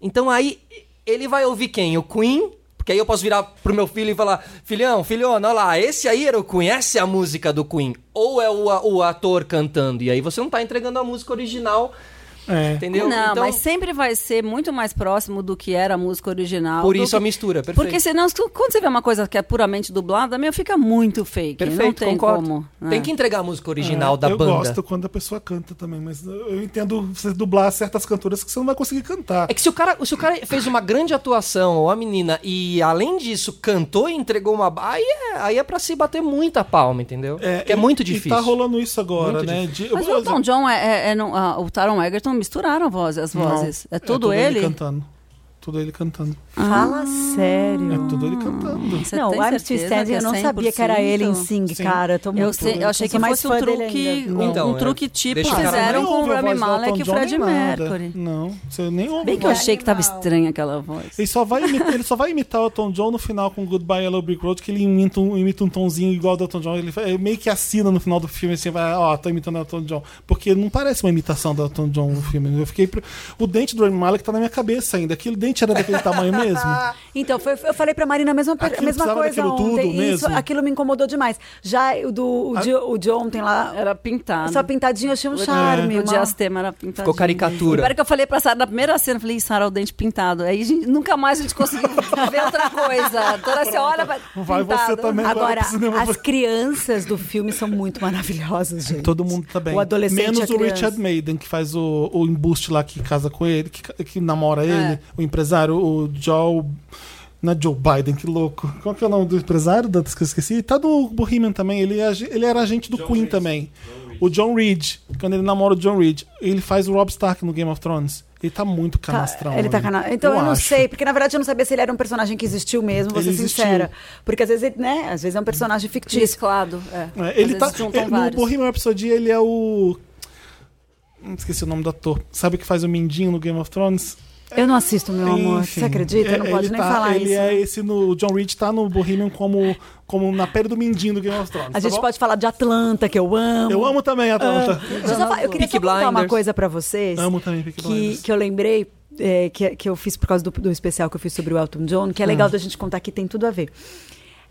B: Então aí ele vai ouvir quem? O Queen? Porque aí eu posso virar pro meu filho e falar: "Filhão, filhona, olha lá, esse aí era o Queen, essa é a música do Queen". Ou é o, a- o ator cantando. E aí você não tá entregando a música original,
A: É.
B: entendeu?
C: Não,
B: então,
C: mas sempre vai ser muito mais próximo do que era a música original.
B: por
C: do
B: isso
C: que-
B: a mistura, perfeito.
C: Porque senão, quando você vê uma coisa que é puramente dublada, meu, fica muito fake. não
B: perfeito,
C: tem
B: concordo.
C: como. né?
B: Tem que entregar a música original da
A: É, eu
B: banda.
A: gosto quando a pessoa canta também, mas eu entendo você dublar certas cantoras que você não vai conseguir cantar.
B: É que se o cara, se o cara fez uma grande atuação, ou a menina, e além disso cantou e entregou uma. ba- Aí é, aí é pra se bater muita palma, entendeu? É, que é
A: e-
B: muito
A: E
B: difícil.
A: tá rolando isso agora,
B: Muito
A: né? De-
C: Mas o
A: eu-
C: Elton John é, é- é não- ah, o Taron Egerton misturaram a voz, as
A: Não,
C: vozes. é
A: é
C: tudo ele? Ah.
A: cantando. Tudo ele cantando.
E: Fala sério.
A: É tudo ele cantando.
C: Você
E: não,
C: tem
E: o I'm Still
C: certeza
E: Standing,
C: que é
E: eu não sabia que era ele em
C: 100%?
E: Sing,
A: Sim.
E: cara. Eu, tô muito,
C: Eu, sei- eu achei
E: eu
C: que
E: sou mais
C: fosse um
E: fã dele
C: truque,
E: ainda.
C: um,
B: Então,
C: um
B: é.
C: truque tipo
B: Deixa o cara-
A: Você
C: fizeram
A: nem
C: com o
A: ouve a
C: Rami
A: voz do
C: Malek e o
A: Elton John
C: Fred
A: nem nada.
C: Mercury.
A: Não, você nem ouve.
C: Bem que eu
A: mais.
C: achei que tava estranha aquela voz.
A: Ele só, vai imitar, ele só vai imitar o Elton John no final com Goodbye Yellow Brick Road, que ele imita um, imita um tonzinho igual ao do Elton John. Ele, fa- ele meio que assina no final do filme, assim, vai, ó, tô imitando o Elton John. Porque não parece uma imitação do Elton John no filme. né? Eu fiquei. pre- O dente do Rami Malek tá na minha cabeça ainda. Aquele dente era daquele tamanho mesmo.
D: Então, foi- eu falei pra Marina a mesma, per-
A: Aquilo
D: mesma
A: precisava
D: coisa
A: daquilo
D: ontem.
A: tudo
D: e isso-
A: mesmo? Ah.
D: aquilo me incomodou demais. Já o, do, o, de, o de ontem lá,
C: Era pintada.
D: só pintadinho, eu achei um
A: É.
D: charme.
C: O
D: uma-
C: Dias Temer era pintadinho.
B: Ficou caricatura.
C: E Para que eu falei pra Sara na primeira cena, eu falei, Sara, o dente pintado. Aí a gente- nunca mais a gente conseguiu ver outra coisa. Toda
D: assim,
C: essa hora vai
A: Vai você
C: pintado.
A: também.
D: Agora,
A: Agora pro cinema.
D: as crianças do filme são muito maravilhosas, gente.
A: Todo mundo tá bem.
D: O adolescente e
A: Menos
D: a
A: o
D: criança.
A: Richard Maiden, que faz o, o embuste lá que casa com ele, que, ca- que namora
D: É.
A: ele, o empresário, o Joe. Não é Joe Biden, que louco. Qual que é o nome do empresário? Dantas que eu esqueci. Tá do Bohemian também. Ele, é ag- ele era agente do Queen também. o John Reed. Quando ele namora o John Reed, ele faz o Rob Stark no Game of Thrones. Ele tá muito
D: Tá,
A: canastrão.
D: ele tá
A: né?
D: cana... Então eu, não
A: acho.
D: sei, porque na verdade eu não sabia se ele era um personagem que existiu mesmo, vou
A: Ele
D: ser
A: existiu.
D: sincera. Porque às vezes, ele, né, às vezes é um personagem fictício.
C: Mesclado. É.
A: É,
C: Às
A: ele
C: vezes
A: tá.
C: juntam
A: é, no
C: vários.
A: Bohemian Rhapsody, ele é o. Hum, Esqueci o nome do ator. Sabe o que faz o Mindinho no Game of Thrones?
D: Eu não assisto, meu amor.
A: Enfim,
D: Você acredita?
A: é,
D: não pode
A: ele
D: nem
A: tá-
D: falar
A: ele
D: isso. né?
A: é esse no. O John Reed tá no Bohemian como, como na pele do Mindinho do Game of Thrones.
D: A
A: tá
D: gente
A: bom?
D: pode falar de Atlanta, que eu amo.
A: Eu amo também, Atlanta.
D: Ah, Deixa eu, só falar- eu queria só
B: Peaky
D: contar uma
B: Blinders.
D: coisa pra vocês.
A: Amo também Peaky
D: que,
A: Blinders.
D: que eu lembrei, é, que, que eu fiz por causa do, do especial que eu fiz sobre o Elton John,
A: Ah.
D: que é legal da gente contar que tem tudo a ver.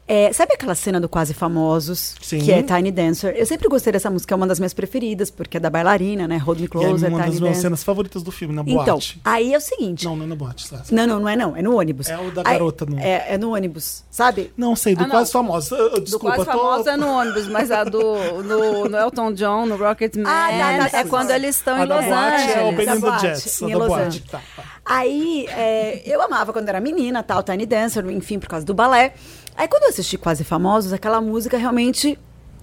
D: É, sabe aquela cena do Quase Famosos,
A: Sim.
D: que é Tiny Dancer? Eu sempre gostei dessa música, é uma das minhas preferidas, porque é da bailarina, né? Hold Me
A: Que é
D: Closer,
A: uma das
D: Tiny
A: minhas
D: Dancer.
A: cenas favoritas do filme, na
D: Então,
A: boate.
D: aí é o seguinte.
A: Não, não é na boate, sabe?
D: Não, não, não é não, é no ônibus.
A: É o da
D: Aí-
A: garota no-
D: É, é no ônibus, sabe?
A: Não sei, do
C: Ah, não.
A: quase famoso. Eu- eu-
C: Do
A: Desculpa,
C: quase
A: tô-
C: famosa é no ônibus, mas a do no, no Elton John, no Rocketman,
D: Ah, tá, tá, tá.
C: é quando eles estão
A: A
C: em
A: da
C: Los
A: boate é o
C: Angeles.
D: Da
A: Benny and the
D: boate,
A: Jets. A
D: Tá em
A: da
D: Los
A: boate.
D: Angeles.
A: Tá, tá.
D: Aí, é, eu amava quando era menina, tal, Tiny Dancer, enfim, por causa do balé. Aí, quando eu assisti Quase Famosos, aquela música realmente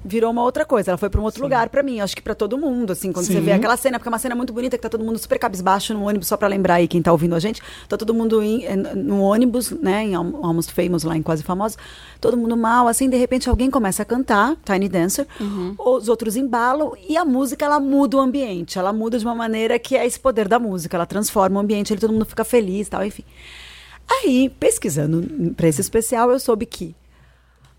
D: virou uma outra coisa. Ela foi pra um outro lugar pra mim, eu acho que pra todo mundo, assim, quando você
A: Sim.
D: vê aquela cena, porque é uma cena muito bonita que tá todo mundo super cabisbaixo no ônibus, só pra lembrar aí quem tá ouvindo a gente. Tá todo mundo em- eh, no ônibus, né, em Al- Almost Famous, lá em Quase Famosos. Todo mundo mal, assim, de repente alguém começa a cantar, Tiny Dancer, os outros embalam e a música, ela muda o ambiente. Ela muda de uma maneira que é esse poder da música, ela transforma o ambiente, ele todo mundo fica feliz, tal, enfim. Aí, pesquisando pra esse especial, eu soube que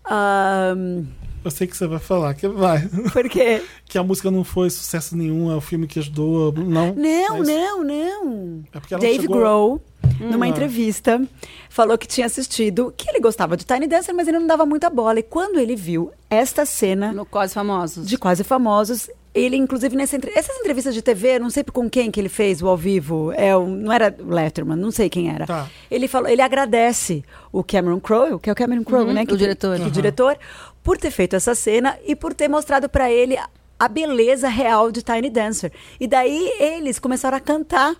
D: ahn,
A: Eu sei que você vai falar, que vai.
D: porque
A: Que a música não foi sucesso nenhum, é o filme que ajudou. Não,
D: Não,
A: É isso.
D: não, não.
A: É porque ela
D: Dave
A: chegou-
D: Grohl, numa
A: Ah.
D: entrevista, falou que tinha assistido, que ele gostava de Tiny Dancer, mas ele não dava muita bola. E quando ele viu esta cena
C: No Quase Famosos.
D: de Quase Famosos, ele, inclusive, nessa entre- essas entrevistas de TV, não sei com quem que ele fez o ao vivo, é, o- não era o Letterman, não sei quem era.
A: Tá.
D: Ele falou, ele agradece o Cameron Crowe, que é o Cameron Crowe, né? Que,
C: o diretor.
D: que
C: Uhum.
D: o diretor, por ter feito essa cena e por ter mostrado pra ele a- a beleza real de Tiny Dancer. E daí eles começaram a cantar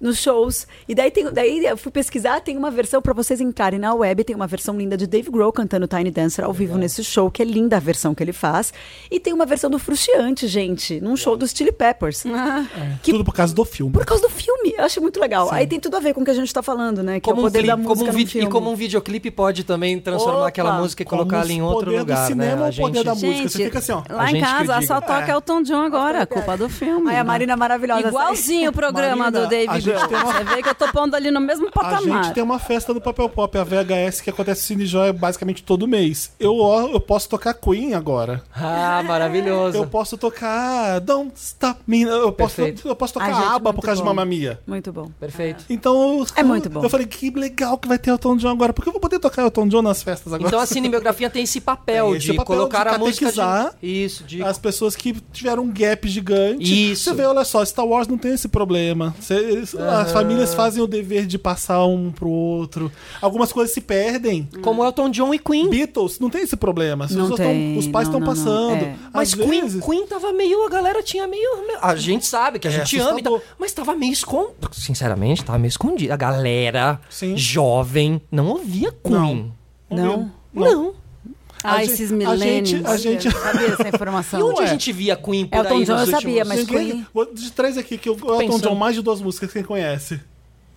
D: nos shows. E daí, tem, daí eu fui pesquisar, tem uma versão pra vocês entrarem na web, tem uma versão linda de Dave Grohl cantando Tiny Dancer ao vivo nesse show, que é linda a versão que ele faz. E tem uma versão do Frustiante, gente, num show dos Chili Peppers.
B: Ah.
D: Que-
A: É, Tudo por causa do filme.
D: Por causa do filme, eu acho muito legal. Aí tem tudo a ver com o que a gente tá falando, né? Que é
B: Como
D: o
B: um
D: poder
B: clipe,
D: da
B: como
D: música
B: um
D: num
B: vídeo, e
D: filme.
B: como um videoclipe pode também transformar
D: Opa!
B: aquela música e
A: Como
B: colocar ela em
A: o
B: outro
A: poder do
B: lugar,
A: cinema é
B: né?
A: o
B: A gente...
A: poder da música, você fica assim, ó.
B: A
C: Lá em
B: gente que
C: casa
B: diga.
C: só toca Elton John agora, culpa do filme. né?
D: Ai, a Marina é maravilhosa.
C: Igualzinho o programa
A: Marina,
C: do
A: a
C: David
A: gente
C: Grohl.
A: tem uma-
C: Você vê que eu tô pondo ali no mesmo
D: Tá
A: A
C: patamar.
A: gente tem uma festa do papel pop, a VHS, que acontece no Cinejoia basicamente todo mês. Eu, eu posso tocar Queen agora.
B: Ah,
A: Eu
B: maravilhoso.
A: posso tocar Don't Stop Me. Eu posso,
B: Perfeito.
A: eu posso tocar
D: Ai, gente,
A: ABBA por
D: muito
A: causa de
D: bom.
A: Mamma Mia.
D: Muito bom.
B: Perfeito.
A: Então,
D: É muito bom.
A: eu falei que legal que vai ter Elton John agora, porque eu vou poder tocar Elton John nas festas agora.
B: Então a cinebiografia tem esse papel
A: Tem esse
B: de
A: papel
B: colocar
A: de
B: a música
A: catequizar
B: de... Isso, de
A: As pessoas que tiveram um gap gigante.
B: Isso.
A: Você vê, olha só, Star Wars não tem esse problema. Cê- ah,
D: Ah.
A: As famílias fazem o dever de passar um pro outro. Algumas coisas se perdem.
B: como Elton John e Queen.
A: Beatles não tem esse problema. As
D: Não
A: pessoas tão-
D: tem,
A: os pais
D: não,
A: estão
D: não, não.
A: passando.
D: É.
B: Mas
A: Às
B: Queen,
A: vezes,
B: Queen tava meio. A galera tinha meio. meio- A gente sabe que a
A: É,
B: gente ama, e tal,
A: assustador.
B: mas tava meio escondido. Sinceramente, tava meio escondido. A galera
A: Sim.
B: jovem não ouvia Queen.
A: Não.
B: Não.
A: A
C: Ai,
A: gente-
C: esses
A: a
C: millennials.
A: gente- a gente-
D: Eu não sabia essa
B: E
D: informação.
B: onde
A: Ué.
B: a gente via Queen por
D: Elton
B: aí
D: John
B: nos
D: eu sabia,
B: últimos...
D: mas
A: Ninguém-
D: Queen-
A: Vou- De três aqui, que o Elton
B: Pensando.
A: John, mais de duas músicas, quem conhece?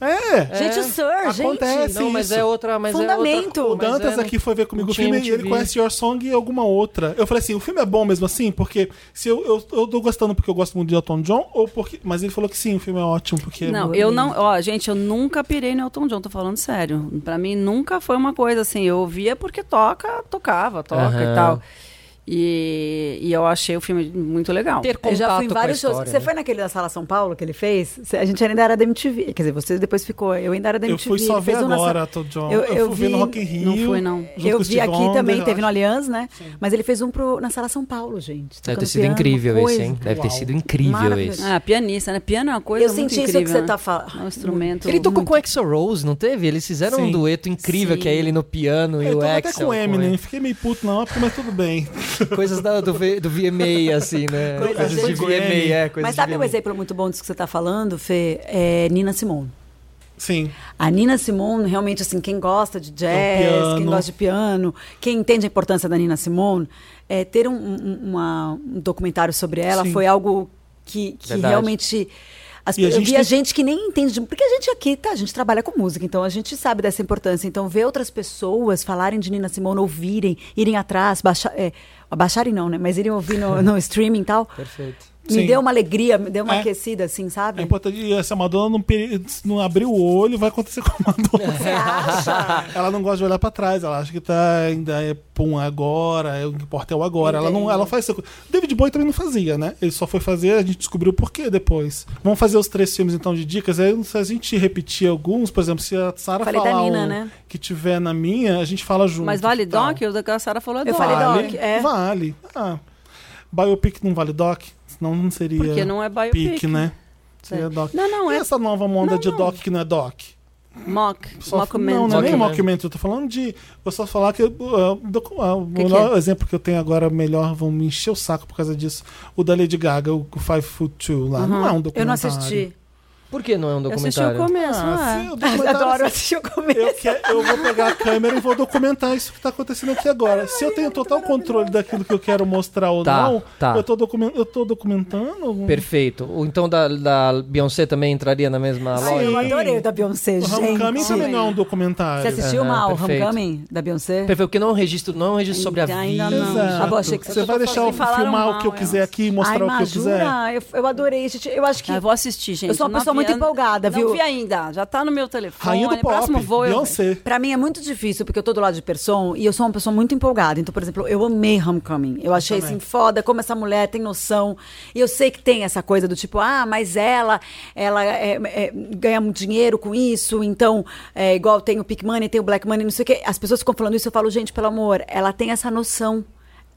A: É.
E: Gente, o Sir,
A: Acontece.
E: gente.
B: Não, mas
A: isso.
B: é outra. Mas É outra,
E: Fundamento.
A: O
B: mas
A: Dantas
B: é, não-
A: aqui foi ver comigo
B: não
A: o
B: tinha
A: filme e ele
B: MTV.
A: conhece Your Song e alguma outra. Eu falei assim, o filme é bom mesmo assim? Porque se eu, eu, eu tô gostando porque eu gosto muito de Elton John ou porque... Mas ele falou que sim, o filme é ótimo porque...
C: Não, eu não. Ó, gente, eu nunca pirei no Elton John, tô falando sério. Pra mim nunca foi uma coisa assim. Eu ouvia porque toca, tocava, toca
B: Aham.
C: e tal. E, e eu achei o filme muito legal.
B: Ter
D: Eu
B: contato
D: já fui em
B: com a
D: vários
B: história,
D: shows. Você
B: né?
D: foi naquele da Sala São Paulo que ele fez? Cê- A gente ainda era da MTV. Quer dizer, você depois ficou. Eu ainda era da
A: Eu
D: MTV.
A: fui só
D: ele
A: ver
D: fez um na Sa-
A: agora, Elton John. Eu,
D: Eu- eu
A: fui ver no
D: vi-
A: Rock in Rio.
C: não fui, não.
A: junto
D: eu
A: com
D: vi
A: o Steve
D: aqui
A: Wonder,
D: também,
A: eu
D: teve no
A: acho.
D: Allianz, né? Mas ele fez um pro, na Sala São Paulo, gente.
B: Deve ter
D: tocando
B: sido
D: piano,
B: incrível
D: uma
B: esse, hein?
D: coisa.
B: Deve ter sido incrível
D: Maravilhoso.
B: esse.
C: Ah, pianista, né? Piano é uma coisa
D: Eu
C: muito
D: senti isso
C: incrível,
D: que você
C: né?
D: tá falando.
C: É um instrumento.
B: Ele tocou
C: muito-
B: com o Axel Rose, não teve? Eles fizeram um
A: Sim.
B: dueto incrível que é ele no piano e
A: Eu
B: o
A: tô até
B: Axel.
A: com o Eminem, fiquei meio puto na época, mas tudo bem.
B: Coisas da- do, V- do VMA, assim, né?
D: Coisas
B: Coisas de
A: de Grammy.
B: VMA, é, coisas
D: Mas
B: de
D: sabe um
B: VMA.
D: exemplo muito bom disso que você tá falando, Fê? É Nina Simone.
A: Sim. É
D: A Nina Simone, realmente, assim, quem gosta de jazz,
A: piano.
D: quem gosta de piano, quem entende a importância da Nina Simone, é, ter um, um- uma- um documentário sobre ela
A: Sim.
D: foi algo que, que
B: Verdade.
D: realmente. As,
A: E a
D: eu
A: gente
D: vi
A: tem-
D: a gente que nem entende, de- porque a gente aqui, tá, a gente trabalha com música, então a gente sabe dessa importância. Então, ver outras pessoas falarem de Nina Simone, ouvirem, irem atrás, baixar, é, baixarem não, né? Mas irem ouvir no, no streaming e tal,
B: Perfeito.
A: Sim.
D: me deu uma alegria, me deu uma
A: É.
D: aquecida, assim, sabe?
A: É importante. E essa Madonna não, peri- não abriu o olho, vai acontecer com a Madonna.
D: Você acha?
A: É. Ela não gosta de olhar pra trás, ela acha que tá ainda é pum agora, é, o que importa é o agora. Ela não, ela faz essa coisa. David Bowie também não fazia, né? Ele só foi fazer, a gente descobriu por quê depois. Vamos fazer os três filmes então de dicas, aí se a gente repetir alguns, por exemplo, se a Sara
D: Falei da
A: falar
D: Nina,
A: um
D: né?
A: que tiver na minha, a gente fala junto.
C: Mas vale
A: e tal.
C: doc? O da Sara falou é
D: Eu
C: doc.
D: falei
A: Vale,
D: doc, é.
A: vale. Ah, biopic não vale doc? Senão não seria
C: Porque não é biopic.
A: pic, né? Seria doc.
C: Não, não,
A: e
C: é
A: essa nova onda
C: Não,
A: de
C: não.
A: doc que não é doc?
C: mock,
A: Só- Não,
C: mockumentary.
A: não é nem
B: Mockumentary.
A: mockumentary, eu tô falando de. Vou só falar que. uh, docu- uh, o
C: Que que
A: melhor exemplo que eu tenho agora, melhor, vão me encher o saco por causa disso. O da Lady Gaga, o Five Foot Two
B: Uhum.
A: lá. Não é um
D: Eu não
A: documentário.
D: assisti.
B: Por que não é um
C: Eu assisti o
B: documentário?
C: começo,
A: Ah,
C: não é?
A: se o
D: Eu
A: documentário-
D: adoro assistir o começo.
A: Eu, quero- eu vou pegar a câmera e vou documentar isso que tá acontecendo aqui agora. Se eu tenho total controle daquilo que eu quero mostrar ou
B: Tá,
A: não,
B: tá.
A: eu, tô documen- eu tô documentando.
B: É.
A: Ah.
B: Perfeito. Ou então da, da Beyoncé também entraria na mesma
A: Sim.
B: loja?
D: Eu adorei o da Beyoncé,
A: O
D: gente.
A: Homecoming também não é um
D: Você
A: documentário.
C: É,
D: assistiu
B: Aham,
D: mal o
B: perfeito.
D: Homecoming da Beyoncé?
B: Perfeito, porque não é um registro, não é um registro sobre a vida.
C: Ainda não.
A: Exato.
D: Ah, bom, achei que você
A: você vai
C: tava
A: deixar eu
C: falando- falaram
A: filmar o que eu
C: mal,
A: quiser
C: é.
A: aqui e mostrar
D: Ai,
A: o que eu
D: mas
A: quiser?
D: jura? Eu, eu adorei, gente. Eu acho que.
C: Ah, eu vou assistir, gente.
D: Eu sou uma
C: Não
D: pessoa muito
C: vi-
D: empolgada, viu?
C: Não vi ainda. Já tá no meu telefone.
A: Rainha do pop,
C: Próximo voo eu-
A: Beyoncé.
D: Pra mim é muito difícil, porque eu tô do lado de Person e eu sou uma pessoa muito empolgada. Então, por exemplo, eu amei Homecoming. Eu achei
A: também.
D: assim foda como essa mulher tem noção. E eu sei que tem essa coisa do tipo, ah, mas ela, ela é, é, ganha muito dinheiro com isso, então, é, igual tem o Pink Money, tem o Black Money, não sei o quê. As pessoas ficam falando isso, eu falo, gente, pelo amor, ela tem essa noção.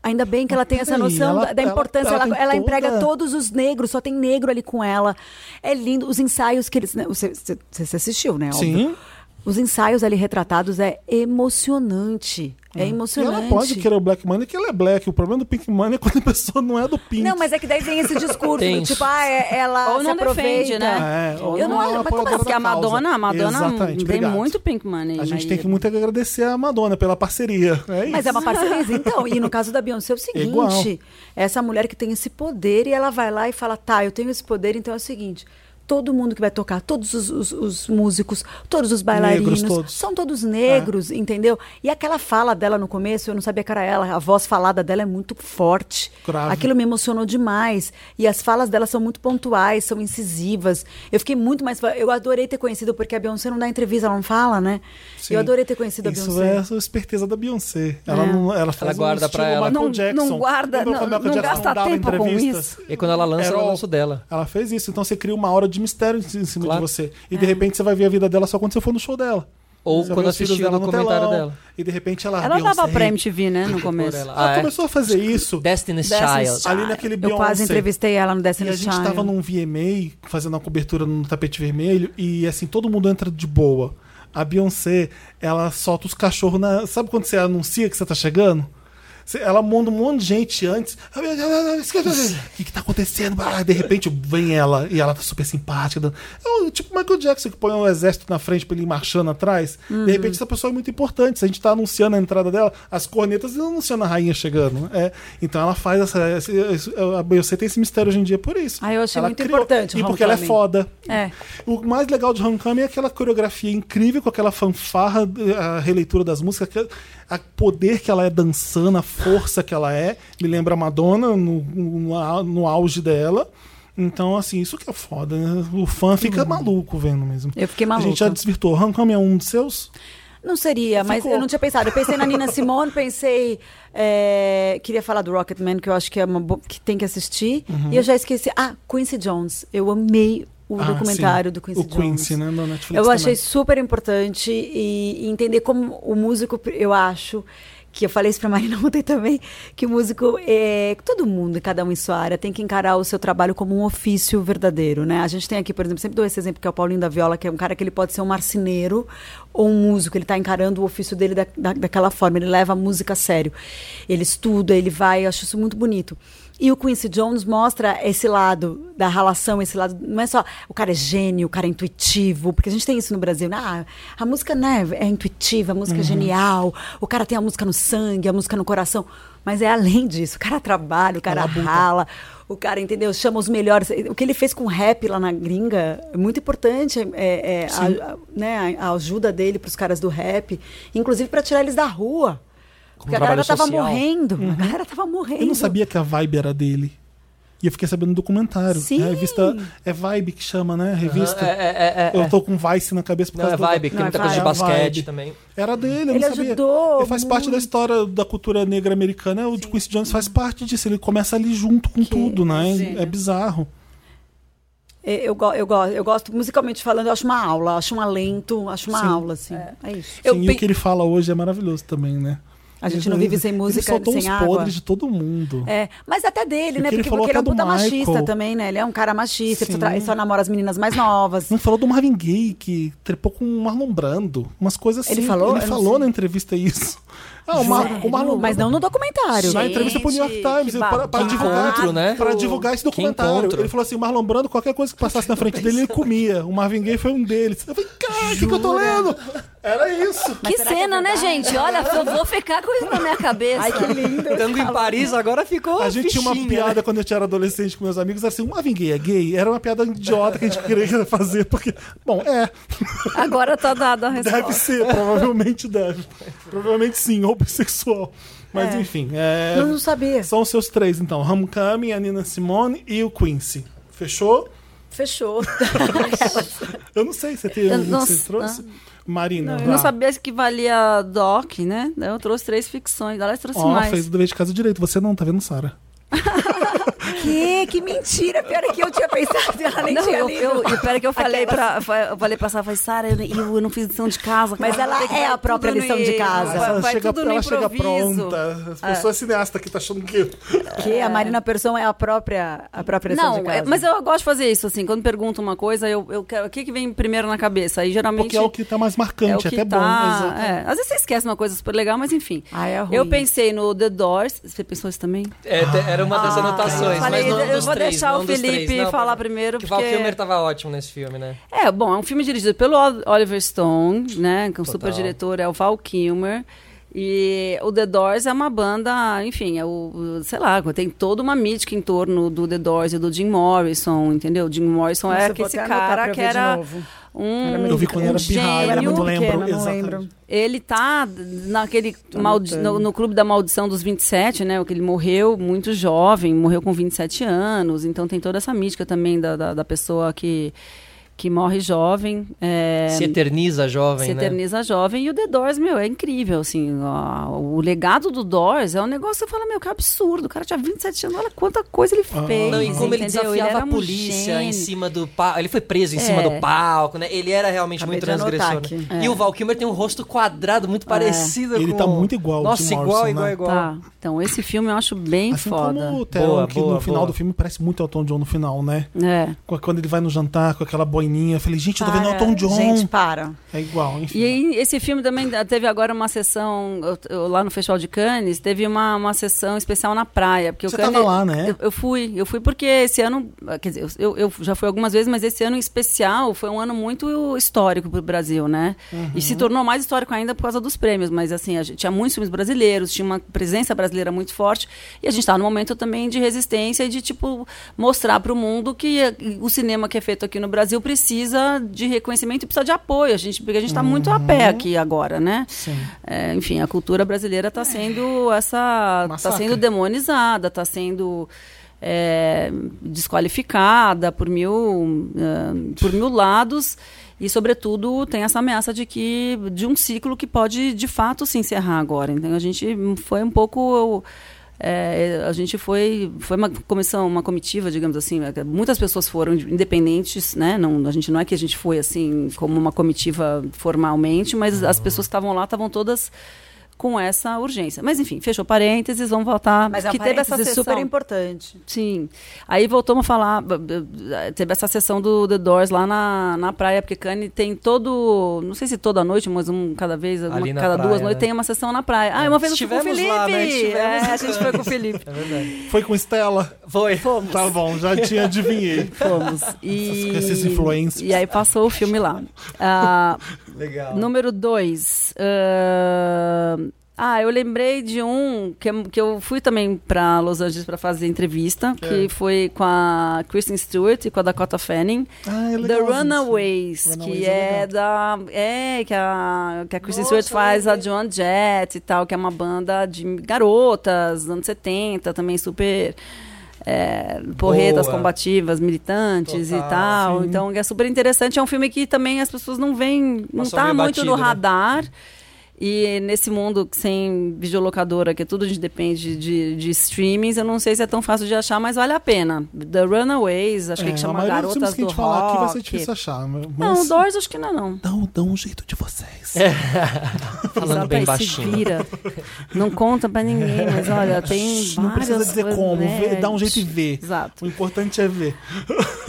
D: Ainda bem que ela tem essa
A: peraí,
D: noção
A: ela- tá,
D: da- da
A: ela-
D: importância.
A: ela
D: Ela,
A: tem
D: ela emprega
A: toda-
D: todo todos os negros, só tem negro ali com ela. É lindo. Os ensaios que eles. né, Você, você- você assistiu, né? óbvio.
A: Sim.
D: Os ensaios ali retratados é emocionante. É
A: Hum. E
D: emocionante.
A: ela pode querer o Black Money, que ele é black. O problema do Pink Money é quando a pessoa não é do Pink.
D: Não, mas é que daí vem esse discurso, do
B: Tenso.
D: tipo, ah, é- ela
C: Ou
D: se
C: não
D: aproveita.
C: defende, né?
A: É, ou
D: Eu não
A: é
D: acho-
A: uma
D: mas como assim?
A: apoiadora
C: Porque
A: da
C: a Madonna,
A: causa.
C: a Madonna
A: Exatamente,
C: tem
A: obrigado.
C: muito Pink Money.
A: A gente
C: mas-
A: tem que muito agradecer a Madonna pela parceria. É
D: Mas
A: isso.
D: é uma parceria, então. E no caso da Beyoncé é o
A: igual.
D: seguinte: essa mulher que tem esse poder e ela vai lá e fala, tá, eu tenho esse poder, então é o seguinte. Todo mundo que vai tocar, todos os, os- os músicos, todos os bailarinos,
A: Negros, todos. É.
D: são todos negros, entendeu? E aquela fala dela no começo, eu não sabia que era ela, a voz falada dela é muito forte.
A: Grave.
D: Aquilo me emocionou demais. E as falas dela são muito pontuais, são incisivas. Eu fiquei muito mais. Eu adorei ter conhecido, porque a Beyoncé não dá entrevista, ela não fala, né?
A: Sim.
D: Eu adorei ter conhecido a
A: Isso
D: Beyoncé.
A: é a esperteza da Beyoncé. Ela, não, ela, faz um
B: guarda pra
A: estilo
B: ela.
A: Michael
C: É. Não-
A: Jackson.
C: não guarda,
A: Lembra
C: não-
A: quando o Michael
C: não
A: Jackson
C: gasta
A: dava
C: tempo com
A: entrevistas?
C: isso.
B: E quando ela lança,
A: Era
B: ela
A: o-
B: lança o dela.
A: Ela fez isso, então você cria uma aura de mistério em cima
B: Claro.
A: de você. E
C: É.
A: de repente você vai ver a vida dela só quando você for no show dela.
B: Ou
A: Você vai
B: quando
A: ver os filhos
B: assistiu o
A: no
B: documentário
A: telão,
B: dela.
A: E de repente ela.
C: Ela dava
A: Beyoncé.
C: pra MTV, né, no começo.
B: Ela,
A: Ela
B: ah, é.
A: começou a fazer isso
B: Destiny's
C: Destiny's
B: Child.
C: Child.
A: ali naquele
D: Ah, Eu
A: Beyoncé.
D: quase entrevistei ela no
A: E a
D: Destiny's
A: gente
D: Child.
A: tava num VMA fazendo uma cobertura no tapete vermelho e assim todo mundo entra de boa. A Beyoncé, ela solta os cachorros na. Sabe quando você anuncia que você tá chegando? Cê- Ela manda um monte de gente antes. "Ah, meu Deus, ah, esquece, esquece. O que, que tá acontecendo? Ah, de repente vem ela e ela tá super simpática. dando- É o tipo Michael Jackson que põe um exército na frente pra ele ir marchando atrás.
D: Uhum.
A: De repente essa pessoa é muito importante. Se a gente tá anunciando a entrada dela, as cornetas anunciando a rainha chegando. né? É. Então ela faz essa. esse- esse- a Beyoncé tem esse mistério hoje em dia por isso.
D: Ah, eu achei
A: Ela
D: muito importante o
A: E porque ela é
D: Homecoming.
A: foda.
D: É.
A: O mais legal de Homecoming é aquela coreografia incrível com aquela fanfarra, eh, a releitura das músicas, que- a poder que ela é dançando, a força que ela é. Me lembra a Madonna no, no, au- no auge dela. Então, assim, isso que é foda, né? O fã fica maluco vendo mesmo.
D: Uhum. Eu fiquei
A: A gente já
D: maluca.
A: desvirtuou. Homecoming é um dos seus?
D: Não seria, mas
A: Ficou.
D: eu não tinha pensado. Eu pensei na Nina Simone, pensei. é, queria falar do Rocketman, que eu acho que é uma bo- que tem que assistir. E eu já esqueci. Ah, Quincy Jones. Eu amei o
A: Ah,
D: documentário
A: sim.
D: do Quincy
A: O
D: Jones.
A: Quincy, né? Da Netflix
D: Eu achei
A: também.
D: super importante e, e entender como o músico, eu acho, que eu falei isso pra Marina ontem também, que o músico, é, todo mundo, cada um em sua área, tem que encarar o seu trabalho como um ofício verdadeiro, né? A gente tem aqui, por exemplo, sempre dou esse exemplo que é o Paulinho da Viola, que é um cara que ele pode ser um marceneiro ou um músico, ele tá encarando o ofício dele da- da- daquela forma, ele leva a música a sério. Ele estuda, ele vai, eu acho isso muito bonito. E o Quincy Jones mostra esse lado da relação, esse lado. Não é só o cara é gênio, o cara é intuitivo, porque a gente tem isso no Brasil, né? Ah, a música né, é intuitiva, a música é genial, o cara tem a música no sangue, a música no coração. Mas é além disso, o cara trabalha, o cara rala, o cara, entendeu? Chama os melhores. O que ele fez com o rap lá na gringa é muito importante, é, é, a, a- né, a ajuda dele para os caras do rap, inclusive para tirar eles da rua. Porque a
B: trabalho
D: galera tava
B: social.
D: morrendo. A galera tava morrendo.
A: Eu não sabia que a vibe era dele. E eu fiquei sabendo no documentário.
D: Sim.
A: É a revista. É Vibe que chama, né? A Revista.
B: É, é, é, é,
A: Eu tô com Vice na cabeça por
B: Não,
A: causa
B: é
A: do-
B: vibe, que tem
D: Não, é
B: muita coisa de
A: vibe. É
B: basquete
A: vibe.
B: também.
A: Era dele, eu
D: Ele
A: não sabia.
D: ajudou
A: Ele faz parte
D: muito.
A: da história da cultura negra americana. O Quincy Jones faz parte disso. Ele começa ali junto com tudo, né? É bizarro.
D: É, Eu, go- eu, go- eu gosto, musicalmente falando, eu acho uma aula, acho um alento, acho uma
A: Sim.
D: aula, assim. É, isso.
B: Eu
A: Sim, e
B: pe-
A: o que ele fala hoje é maravilhoso também, né?
D: A gente não vive sem
A: Ele
D: música,
A: soltou
D: sem
A: uns
D: água.
A: podres de todo mundo.
D: É, mas até dele,
A: E
D: né?
A: que ele
D: Porque,
A: falou
D: porque ele é um
A: até do
D: puta machista
A: Michael.
D: também, né? Ele é um cara machista, ele só, tra-
A: Sim.
D: ele só namora as meninas mais novas.
A: Não falou do Marvin Gaye, que trepou com o Marlon Brando. Umas coisas assim.
D: Ele falou? Eu
A: Ele
D: não
A: falou
D: sei.
A: na entrevista isso. Ah, o, Mar- o Marlon
D: mas não no documentário.
A: Na
C: Gente,
A: entrevista pro New York
C: que
A: Times, para, para
C: babado.
A: divulgar,
B: Encontro, né?
A: para divulgar esse
B: Que
A: documentário.
B: encontro.
A: Ele falou assim: Marlon Brando, qualquer coisa que passasse na frente dele, ele comia. O Marvin Gaye foi um deles. Eu falei, cara, o que, que eu tô lendo? Era isso.
C: Que cena, né, gente? Olha, eu vou ficar com isso na minha cabeça. Ai, que lindo.
A: Então,
B: Estando em Paris, agora ficou
A: A gente tinha uma
B: fichinha,
A: piada
B: né?
A: quando eu era adolescente com meus amigos, era assim, o Marvin Gaye é gay? Era uma piada idiota que a gente queria fazer, porque, bom, é,
C: Agora tá dada a
A: deve
C: resposta.
A: ser, provavelmente deve. Provavelmente sim, ou bissexual. Mas
D: É.
A: enfim, é,
D: Eu não sabia.
A: são os seus três então, Homecoming, a Nina Simone e o Quincy. Fechou?
D: Fechou.
A: Eu não sei, você tem
C: Eu
A: algum que
C: não
A: você
C: s-
A: trouxe?
C: Eu
A: Marina. vá.
C: não sabia que valia doc, né? Daí Eu trouxe três ficções, aliás, trouxe
A: Ó,
C: mais.
A: fez o dever de casa direito. Você não, tá vendo, Sara?
D: que? Que mentira. Pior é que eu tinha pensado ela nem
C: Não,
D: tinha
C: eu,
D: lido.
C: eu, eu, pera é que eu falei pra, fa- eu falei pra Sara, falei, Sara, eu, eu não fiz lição de casa.
D: Mas
C: cara,
D: ela
C: tem que
D: é
C: dar
D: a própria
C: tudo
D: lição de
C: no-
D: casa.
C: Vai,
A: ela
C: vai
A: chega,
C: tudo no
A: ela chega
C: improviso. Ah.
A: pronta. As pessoas cineastas aqui tá achando que.
D: Que a Marina Persson é a própria, a própria lição
C: Não,
D: de
C: é-
D: casa.
C: mas eu gosto de fazer isso, assim, quando pergunto uma coisa, eu, eu quero, o que, que vem primeiro na cabeça? Aí geralmente.
A: Porque é o que tá mais marcante,
C: é
A: é
C: o que
A: até bom.
C: tá,
A: exato.
C: é. Às vezes você esquece uma coisa super legal, mas enfim.
D: Ah, é ruim.
C: eu pensei no The Doors. Você pensou isso também?
B: É, te- era uma das anotações,
C: Ah, eu falei,
B: mas não
C: eu
B: dos
C: vou
B: três,
C: deixar
B: não
C: o
B: dos três,
C: Felipe
B: não,
C: falar
B: pera-
C: primeiro,
B: Que
C: porque-
B: Val Kilmer tava ótimo nesse filme, né?
C: É, bom, é um filme dirigido pelo O- Oliver Stone, né? Que é um super diretor, é o Val Kilmer. E o The Doors é uma banda, enfim, é o, o- sei lá, tem toda uma mítica em torno do The Doors e do Jim Morrison, entendeu? Jim Morrison
D: Nossa,
C: é
D: eu vou
C: esse
D: até anotar pra
C: cara
D: eu
C: que
D: ver de
C: era
D: novo.
C: um,
A: Eu vi quando
C: um
A: era pirralho, eu
C: gênio
A: não lembro.
D: pequena, não
A: exatamente.
D: lembro.
C: ele tá naquele
A: Tá
C: maldi- no, no clube da maldição dos 27, né? Que ele morreu muito jovem, morreu com 27 anos. Então tem toda essa mítica também da, da, da pessoa que, que morre jovem. é,
B: Se eterniza jovem,
C: se
B: né?
C: eterniza jovem. E o The Doors, meu, é incrível, assim. ó, o legado do Doors é um negócio que você fala, meu, que absurdo. O cara tinha 27 anos, olha quanta coisa ele
A: Ah.
C: fez.
B: Não, e como ele
C: entendeu?
B: desafiava
C: era
B: a
C: um
B: polícia em
C: gênio.
B: cima do palco. Ele foi preso em cima
C: É.
B: do palco, né? Ele era realmente
D: Acabei
B: muito
D: de anotar
B: transgressor.
D: aqui.
B: né? E o Val Kilmer tem um rosto quadrado,
C: É.
B: muito parecido
A: Ele
B: com...
A: tá muito igual ao
B: Nossa,
A: Jim
B: igual,
A: Morrison,
B: igual,
A: né?
B: igual.
C: Tá, então esse filme eu acho bem
A: Assim
C: foda.
A: como o Theron,
B: Boa,
A: que
B: boa,
A: no final
B: boa.
A: do filme parece muito Elton John no final, né?
C: É.
A: Com- Quando ele vai no jantar com aquela boina boininha. Eu falei, gente, eu tô vendo
D: Para,
A: Elton John.
D: Gente, para.
A: É igual, enfim.
C: E aí, esse filme também teve agora uma sessão eu- eu- lá no Festival de Cannes, teve uma, uma sessão especial na praia. Porque
A: Você
C: o Cannes, é
A: tava lá, né?
C: Eu, eu fui, eu fui porque esse ano, ah, quer dizer, eu, eu já fui algumas vezes, mas esse ano em especial foi um ano muito histórico para o Brasil, né?
F: Uhum.
C: E se tornou mais histórico ainda por causa dos prêmios, mas assim, a gente, tinha muitos filmes brasileiros, tinha uma presença brasileira muito forte, e a gente tá num momento também de resistência e de, tipo, mostrar para o mundo que eh, o cinema que é feito aqui no Brasil precisa de reconhecimento e precisa de apoio, a gente, porque a gente está muito a pé aqui agora, né?
A: Sim.
C: É, enfim, a cultura brasileira está sendo essa, tá
A: Massacre.
C: sendo demonizada, está sendo é, desqualificada por mil, é, por mil lados e, sobretudo, tem essa ameaça de que de um ciclo que pode de fato se encerrar agora. Então a gente foi um pouco é, a gente foi foi uma comissão uma comitiva digamos assim muitas pessoas foram independentes né não a gente não é que a gente foi assim como uma comitiva formalmente mas
B: Uhum.
C: as pessoas que estavam lá estavam todas com essa urgência mas enfim fechou parênteses vamos voltar
D: Mas
C: que
D: que
C: teve essa sessão
D: super importante.
C: Sim. Aí voltamos a falar. b- b- Teve essa sessão do The Doors lá na, na praia, porque Cane tem todo. Não sei se toda noite, mas um cada vez, uma-
B: Ali na
C: cada duas
B: praia,
C: noites,
B: né? É.
C: tem uma sessão na praia. Ah, uma vez eu fui com o
B: Estivemos
C: Felipe!
B: lá, né? Estivemos
C: É, a
B: em
C: gente
B: Cannes.
C: foi com o Felipe.
B: É verdade.
A: Foi com Estela.
B: Foi.
A: Tá bom, já tinha adivinhei.
C: Fomos. E,
A: Esses influencers.
C: e aí passou o filme lá. Ah,
B: Legal.
C: Número 2. Ah, eu lembrei de um que, que eu fui também pra Los Angeles pra fazer entrevista,
A: É.
C: que foi com a Kristen Stewart e com a Dakota Fanning.
A: Ah,
C: The
A: é legal, gente.
C: Runaways,
A: Runaways
C: que é,
A: é legal.
C: da. É, que a, que a Kristen
D: Nossa,
C: Stewart faz a
D: lembrei.
C: Joan Jett e tal, que é uma banda de garotas, anos 70, também super. é, porretas
B: Boa.
C: combativas, militantes
B: Total,
C: e tal.
A: Ah, sim.
C: Então é super interessante. É um filme que também as pessoas não veem, não
B: Passou
C: tá
B: meio
C: muito
B: batido,
C: no
B: né?
C: radar. E nesse mundo que sem videolocadora, que é tudo a gente depende de, de streamings, eu não sei se é tão fácil de achar, mas vale a pena. The Runaways, acho que
A: É,
C: que
A: a
C: chama
A: maioria dos filmes
C: Garotas
A: que a
C: do
A: gente falar aqui vai ser
C: Rock.
A: difícil achar. Mas
C: Não, Doors acho que não é não.
A: dão, dão um jeito de vocês.
B: Falando
C: Exato,
B: bem
C: aí se
B: baixinho.
C: vira. Não conta pra ninguém, mas olha, tem
A: Shh, Não precisa
C: várias
A: dizer
C: coisas,
A: como,
C: né?
A: vê- dá um jeito e vê.
C: Exato.
A: O importante é ver.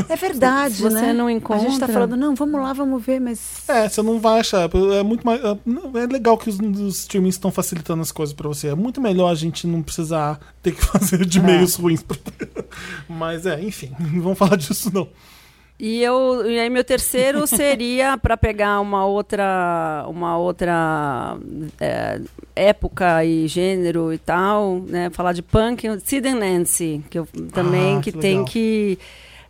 D: É verdade,
C: Você
D: né?
C: não
D: A gente tá
C: encontra?
D: falando, não, vamos lá, vamos ver, mas...
A: É, você não vai achar. É muito mais. é, não, É legal que os, os streamings estão facilitando as coisas pra você. É muito melhor a gente não precisar ter que fazer
C: É.
A: de meios ruins. pra- Mas é, enfim, não vamos falar disso não.
C: E eu, e aí meu terceiro seria para pegar uma outra, uma outra é, época e gênero e tal, né? Falar de punk, Sid and Nancy, que eu também
A: Ah,
C: que,
A: que
C: tem
A: legal.
C: que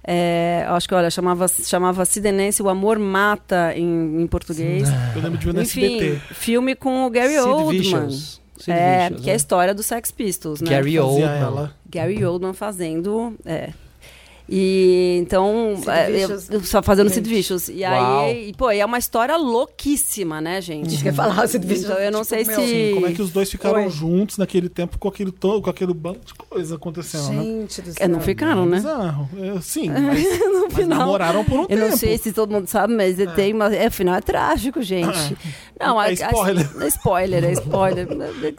C: é, acho que olha chamava chamava Sid and Nancy, o amor mata em, em português.
A: Eu lembro de ver no
C: Enfim,
A: SBT.
C: filme com o Gary
B: Sid
C: Oldman.
B: Vicious. Sid
C: é,
B: Vicious,
C: que é a
B: né?
C: história dos Sex Pistols, né?
B: Gary
A: Fazia
B: Oldman.
A: ela.
C: Gary Oldman fazendo. É. E então.
D: Sid
C: é, eu-
D: Vicious.
C: eu só fazendo Sid Vicious. E
B: Uau.
C: aí. E, pô, e é uma história louquíssima, né, gente?
D: quer falar Sid Vicious,
C: Então eu não sei
D: tipo,
C: se.
A: Sim, como é que os dois ficaram
D: Oi.
A: juntos naquele tempo com aquele, to- com aquele bando de coisa acontecendo, né?
D: Gente do céu.
C: É, não ficaram, né?
A: Bizarro. É, sim, mas, mas
C: final-
A: namoraram por um
C: Eu
A: tempo.
C: não sei se todo mundo sabe, mas é. tem uma. É, o final é trágico, gente. Não,
A: É
C: a- a-
A: spoiler.
C: é spoiler, é spoiler.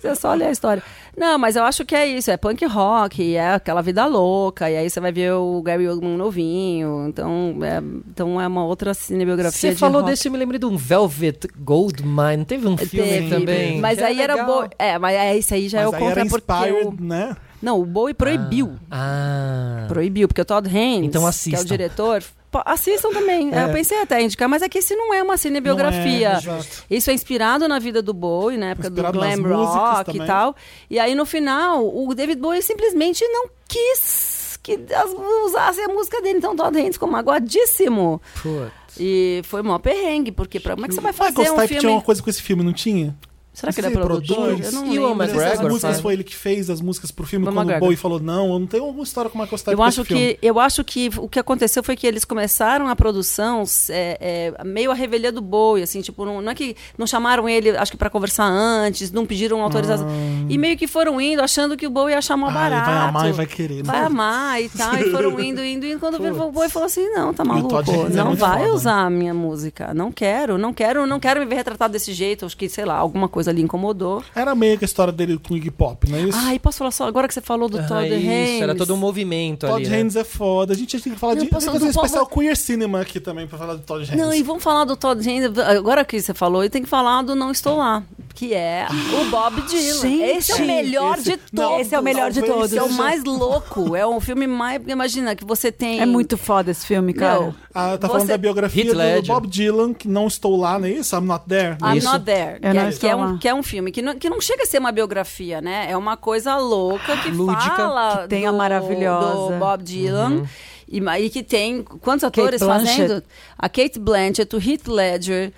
C: É só olhar a história. Não, mas eu acho que é isso. É punk rock, é aquela vida louca. E aí você vai ver o Gary Oldman novinho. Então é, então é uma outra cinebiografia.
B: Você
C: de
B: falou
C: rock.
B: desse, eu me lembrei de um Velvet Goldmine. Teve um filme
C: Teve.
B: também.
C: Mas
B: que
C: aí era
B: legal.
C: boa. É, mas é isso aí já é o
A: Mas aí
C: contra
A: era
C: porque
A: inspired,
C: o-
A: né?
C: Não, o Bowie proibiu.
B: Ah.
C: Proibiu, porque o Todd Haynes,
B: Então
C: que é
B: assistam.
C: o diretor, pô, assistam também. Eu pensei até em indicar, mas é que isso não é uma cinebiografia.
A: Não é, exato.
C: isso é inspirado na vida do Bowie, na época
A: Inspirado
C: do
A: nas
C: glam
A: músicas
C: rock
A: também.
C: e tal. E aí no final, o David Bowie simplesmente não quis que as, usassem a música dele. Então o Todd Haynes ficou magoadíssimo.
B: Putz.
C: E foi mó perrengue, porque pra, como é que você vai fazer
A: Michael
C: um
A: Stipe
C: filme...
A: tinha uma coisa com esse filme, não tinha?
C: Será que ele é
A: Sim,
C: produtor?
A: produz.
C: Eu não lembro. é
B: Ewan
A: Mas as
B: McGregor,
A: músicas
B: sabe?
A: foi ele que fez as músicas pro filme,
C: Foi
A: quando o
C: tá? McGregor.
A: Bowie falou, não, eu não tenho alguma história com o Michael Stipe
C: Eu
A: com
C: acho,
A: esse filme.
C: que, eu acho que o que aconteceu foi que eles começaram a produção é, é, meio a revelia do boi, assim, tipo, não, não é que não chamaram ele, acho que pra conversar antes, não pediram autorização. E meio que foram indo, achando que o boi ia achar mó
A: Ah, ele
C: barato.
A: vai amar e vai querer.
C: Vai
A: né?
C: amar e tal, e foram indo, indo, indo. Quando viram o boi falou assim: não, tá
A: Todd
C: maluco,
A: Haynes é
C: não
A: muito
C: vai
A: foda, né?
C: usar a minha música. Não quero, não quero, não quero me ver retratado desse jeito. Acho que, sei lá, alguma coisa coisa ali incomodou.
A: Era meio que a história dele com o Iggy Pop, não é isso?
C: Ah, e posso falar só, agora que você falou do
B: Ah,
C: Todd
B: isso,
C: Haynes.
B: era todo um movimento
A: Todd
B: ali. né?
A: Haynes é foda. A gente tem que falar
C: Não,
A: de.
C: posso-
A: tem que fazer
C: não
A: um
C: posso-
A: especial queer cinema aqui também pra falar do Todd Haynes.
C: Não, e vamos falar do Todd Haynes, agora que você falou, e tem que falar do Não Estou Lá, que é o Bob Dylan.
E: Gente,
C: esse é o melhor
A: esse-
C: de todos.
A: não,
E: Esse é o melhor de
A: talvez
E: todos.
C: Esse é o
A: seja-
C: mais louco, é um filme mais... Imagina, que você tem...
D: É muito foda esse filme, cara.
C: Não,
A: Ah, tá
C: Você-
A: falando da biografia
B: Heath
A: do
B: Ledger.
A: Bob Dylan, que não estou lá, não é isso? I'm not there.
C: I'm
B: Isso.
C: Not There, que,
D: Eu não
C: é,
D: estou
C: que é
D: lá.
C: um, que é um filme que não, que não chega a ser uma biografia, né? É uma coisa louca que
B: Lúdica.
C: fala
D: Que tem a
C: do-
D: maravilhosa.
C: do Bob Dylan.
A: Uhum.
C: E, ma- e que tem quantos atores
D: Blanchett.
C: fazendo? A Kate Blanchett, o Heath Ledger,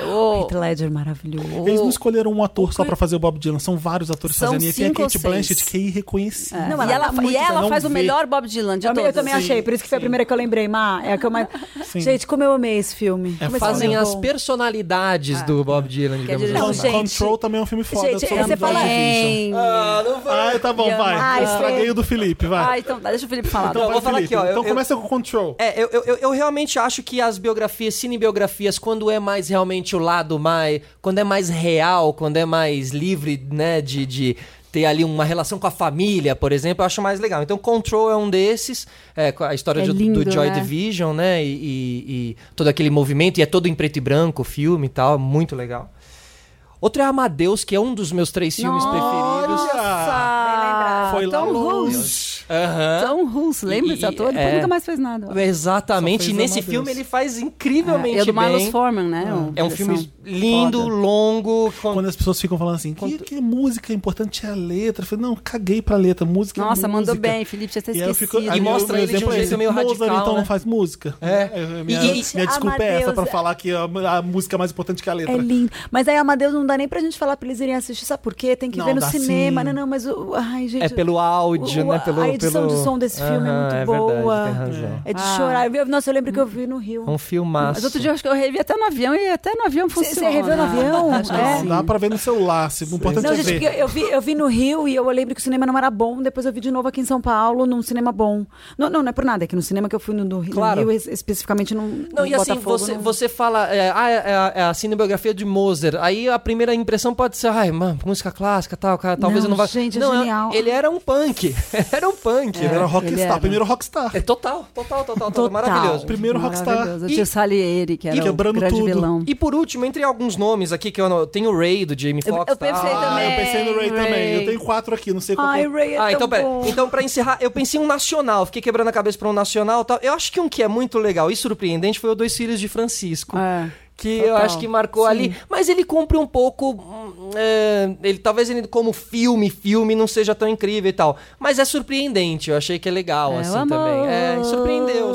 C: o,
D: Heath Ledger maravilhoso.
A: Eles não escolheram um ator só pra fazer o Bob Dylan, são vários atores
C: São
A: fazendo. E tem a
C: cinco ou
A: Kate
C: seis.
A: Blanchett, que é irreconhecível.
C: e ela,
A: tá muito
C: e ela
A: não
C: faz o
A: vê.
C: melhor Bob Dylan de
D: Eu,
C: todos. assim.
D: eu também achei, por isso que foi a
A: sim.
D: primeira que eu lembrei, Má. É a que eu mais...
A: Sim.
D: Gente, como eu amei esse filme.
A: É
D: Como esse
B: Fazem
D: filme é
B: as
D: bom.
B: personalidades do Bob Dylan,
C: Ah. Quer
B: digamos
C: dizer,
B: assim.
D: Não,
A: Con-
D: gente.
A: Control também é um filme foda.
D: Gente,
A: sobre
D: você
A: Bob
D: fala-
A: Dylan.
C: Tem.
B: Ah, não vai.
A: Ah, tá bom, vai.
D: Ai,
A: Estraguei
D: Fê.
A: o do Felipe, vai.
C: Ah, então tá, deixa o Felipe falar.
A: então
B: não,
A: vai,
B: vou falar
A: Felipe.
B: aqui, ó, eu-
A: Então
B: eu-
A: começa com Control.
B: É, eu, eu, eu- eu realmente acho que as biografias, cinebiografias, quando é mais realmente o lado mais. Quando é mais real, quando é mais livre, né, de. de ter ali uma relação com a família, por exemplo, eu acho mais legal. Então, Control é um desses, é, com a história
C: É
B: de-
C: lindo,
B: do Joy
C: né?
B: Division, né? E, e- e todo aquele movimento, e é todo em preto e branco, o filme e tal, é muito legal. Outro é Amadeus, que é um dos meus três filmes preferidos.
C: Nossa!
A: Foi lá
C: Tom
A: longe.
C: Hulce.
B: Aham.
C: Tom Hulce, lembra esse
B: E-
C: ator? Depois
B: é.
C: nunca mais fez nada.
B: Exatamente,
A: Só
B: e
A: fez
B: nesse
A: Amadeus.
B: filme ele faz
C: É,
B: incrivelmente
C: é do Milos
B: bem.
C: Forman, né?
A: Hum.
B: É um
C: Direção.
B: filme lindo,
C: Foda.
B: longo. com-
A: Quando as pessoas ficam falando assim, que, que música importante é a letra? Eu falei, não, caguei pra letra, música é
C: Nossa, mandou
A: música.
C: bem, Felipe, tinha até
A: E, aí eu
C: esquecido.
A: fico, aí o
B: mostra
A: meu
B: ele de um
A: exemplo é
B: jeito
A: esse,
B: meio
A: Mozart,
B: radical,
A: então
B: né?
A: não faz música.
B: É.
A: minha,
B: E- e-
A: minha desculpa é essa
D: Amadeus
A: pra
D: é-
A: falar que a, a música é mais importante que a letra.
D: É lindo. Mas aí Amadeus não dá nem pra gente falar pra eles irem assistir, sabe por quê? Tem que
A: Não,
D: ver no
A: dá
D: cinema.
A: sim.
D: Não, não, mas o. o- Ai, gente.
B: É pelo áudio,
D: o-
B: né? Pelo,
D: a edição
B: pelo...
D: de som desse filme é
B: Aham,
D: muito
B: verdade,
D: boa.
B: tem razão.
D: É de
C: Ah.
D: chorar. Eu- Nossa, eu lembro que eu vi no Rio.
B: É um filmaço.
C: Mas outro dia eu acho que eu revi até no avião e até no avião
D: Você
C: funciona.
D: você reviu no avião?
C: Acho que
D: É.
C: sim.
A: Dá pra ver no celular, se o importante
D: Não,
A: é
D: gente,
A: ver.
D: porque eu vi, eu vi no Rio e eu lembro que o cinema não era bom. Depois eu vi de novo aqui em São Paulo, num cinema bom. Não, não, não é por nada. É que no cinema que eu fui no, no Rio-
B: Claro.
D: no Rio, es- especificamente no,
B: Não,
D: no
B: e assim,
D: Botafogo,
B: você,
D: não-
B: você fala, é, ah, é, é a- é a cinebiografia de Moser. Aí a primeira impressão pode ser, ai, mano, música clássica, tal, cara, talvez
D: Não,
B: eu não vá.
D: gente, é
B: não,
D: genial. É,
B: Ele era um punk. era um punk.
A: Ele era
B: né?
A: rockstar,
C: ele era.
A: primeiro rockstar.
B: É total, total, total, total,
D: Total.
B: Maravilhoso.
A: um Primeiro rockstar.
C: Maravilhoso. Eu
B: E-
C: tinha o Salieri, que era o
A: quebrando
C: grande
A: tudo.
C: vilão.
B: E por último, entre alguns nomes aqui que eu não. Tem o Ray do Jamie
C: Eu-
B: Foxx. tá?
C: eu pensei
B: tal.
C: também.
A: Ah, eu pensei no Ray,
C: Ray.
A: também. Eu tenho quatro aqui, não sei qual
D: Ai,
A: que
D: Ray, é
B: Ah, então
D: tão
B: pera.
D: bom.
B: Então, pra encerrar, eu pensei em um nacional, fiquei quebrando a cabeça pra um nacional e tal. Eu acho que um que é muito legal e surpreendente foi o Dois Filhos de Francisco.
C: É.
B: Que eu
C: Total.
B: acho que marcou ali. Mas ele cumpre um pouco. hum, é, ele, talvez ele, como filme, filme, não seja tão incrível e tal. Mas é surpreendente, eu achei que é legal,
C: É,
B: assim
C: o amor.
B: também. É, surpreendeu,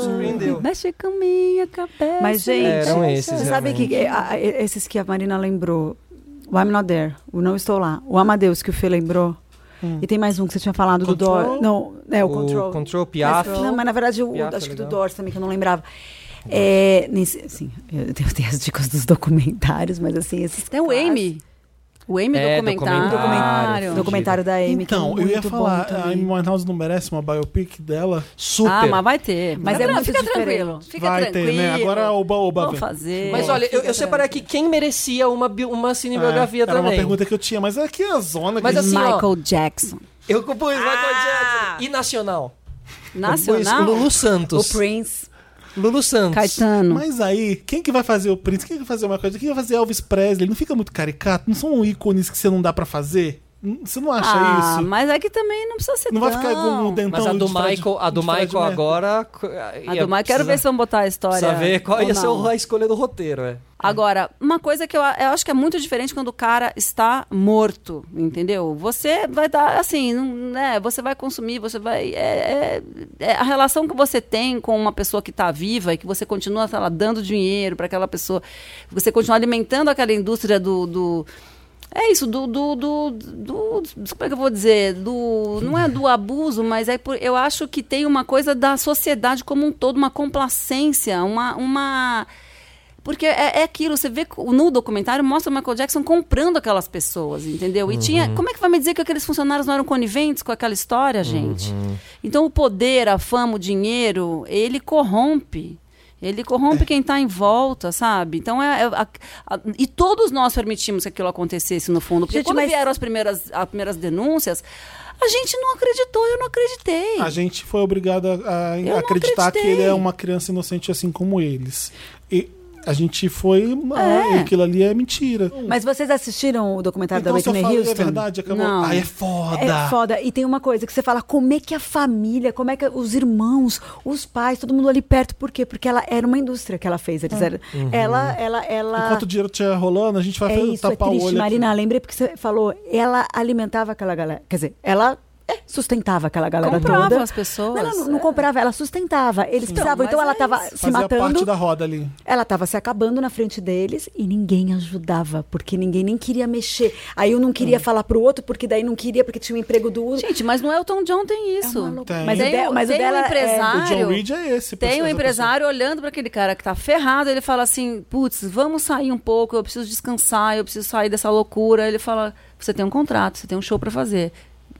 B: surpreendeu.
C: Mexe com minha cabeça.
D: Mas, gente,
B: Eram esses,
D: você sabe que que- a- a- esses que a Marina lembrou, o I'm Not There, o Não Estou Lá, o Amadeus que o Fê lembrou, e tem mais um que você tinha falado
A: Control?
D: do Dor. Não, é o, Control.
B: Control
D: Mas,
B: Piaf.
D: não, mas na verdade, o,
B: Piaf é
D: acho que do
B: legal.
D: Doors também, que eu não lembrava. É, nesse, assim, eu tenho, eu tenho as dicas dos documentários, mas assim, esses Ah.
C: Tem o Amy. O Amy
B: É,
C: documentário.
B: documentário.
D: documentário da Amy. que é
A: Então, eu
D: muito
A: ia
D: bom
A: falar, a
D: também.
A: Amy Winehouse não merece uma biopic dela.
B: Super.
C: Ah, mas vai ter.
D: Mas
C: Fica
D: é
C: tra-
D: muito
C: Fica
D: diferente.
C: tranquilo. Fica
A: Vai
C: tranquilo.
A: ter, né? Agora o Baoba.
C: Vamos fazer.
B: Mas olha, eu, eu separei aqui quem merecia uma, bi- uma cinebiografia
A: É, Era uma
B: também.
A: pergunta que eu tinha, mas aqui é a Ah! zona.
B: Mas
A: que-
B: assim, ó,
C: Michael Jackson.
B: Eu compus Michael Jackson. E nacional?
C: Nacional.
B: Compus Lulu Santos.
D: O Prince.
B: Lulu Santos.
C: Caetano.
A: Mas aí, quem que vai fazer o Prince? Quem que vai fazer uma coisa? Quem vai fazer Elvis Presley? Não fica muito caricato? Não são ícones que você não dá pra fazer? Hum, Você não acha
C: ah,
A: isso?
C: mas é que também não precisa ser
A: Não vai
C: tão...
A: ficar com o dentão
B: Mas a do
A: de Fred-
B: Michael, a do
A: de Fred
B: Michael
A: Mercury?
B: agora.
C: A do Michael, quero ver se vão botar a história.
B: Saber qual
C: ou
B: ia ser
C: não.
B: o- a escolha do roteiro, é.
C: Agora, uma coisa que eu, a- eu acho que é muito diferente quando o cara está morto, entendeu? Você vai dar, assim, não- né? Você vai consumir, você vai. é- é- é a relação que você tem com uma pessoa que está viva e que você continua, sei lá, dando dinheiro para aquela pessoa, você continua alimentando aquela indústria do. do- é isso, do, do, do, do- do- Como é que eu vou dizer? Do, não é do abuso, mas é por, eu acho que tem uma coisa da sociedade como um todo, uma complacência, uma. uma porque é, é aquilo, você vê co- no documentário, mostra o Michael Jackson comprando aquelas pessoas, entendeu? E tinha. Como é que vai me dizer que aqueles funcionários não eram coniventes com aquela história, gente? Então o poder, a fama, o dinheiro, ele corrompe. Ele corrompe quem está em volta, sabe? Então é, é a- a- e todos nós permitimos que aquilo acontecesse no fundo, porque
E: Gente,
C: quando
E: mas-
C: vieram as primeiras, as primeiras denúncias, a gente não acreditou, eu não acreditei.
A: A gente foi obrigado a, a
C: Eu não
A: acreditar que
C: acreditei.
A: ele é uma criança inocente assim como eles. E a gente foi. Ah,
C: É.
A: Aquilo ali é mentira.
D: Mas vocês assistiram o documentário
A: então,
D: da
A: se eu
D: Whitney
A: falei
D: Houston?
A: a verdade, acabou.
C: Não.
A: Ai, é foda.
D: É foda. E tem uma coisa que você fala, como é que a família, como é que os irmãos, os pais, todo mundo ali perto, por quê? Porque ela era uma indústria que ela fez,
A: É.
D: eles eram.
C: Uhum.
A: Uhum.
D: Ela, ela, ela.
A: Enquanto o dinheiro estiver rolando, a gente vai
D: é isso, é
A: tapar o
D: triste,
A: olho. aqui.
D: Marina, lembrei porque você falou, ela alimentava aquela galera, quer dizer, ela é, sustentava aquela galera
C: Comprava
D: toda.
C: as pessoas,
D: Não, não, não
C: é.
D: comprava, ela sustentava. Eles precisavam,
C: mas
D: então ela
C: é
D: estava se
C: isso.
A: Fazia parte
D: matando,
A: da roda ali.
D: ela estava se acabando na frente deles e ninguém ajudava, porque ninguém nem queria mexer. Aí eu não queria
A: É.
D: falar pro outro, porque daí não queria, porque tinha um emprego do uso.
C: Gente, mas no Elton John tem isso.
A: Tem.
D: Mas o
C: tem
D: dela-
C: o-
D: mas o
C: tem
D: dela
C: um
D: é-
C: empresário.
A: O John Reed é esse.
C: Tem
A: essa
C: um
A: pessoa.
C: empresário olhando para aquele cara que tá ferrado, ele fala assim: putz, vamos sair um pouco, eu preciso descansar, eu preciso sair dessa loucura. Ele fala: você tem um contrato, você tem um show para fazer.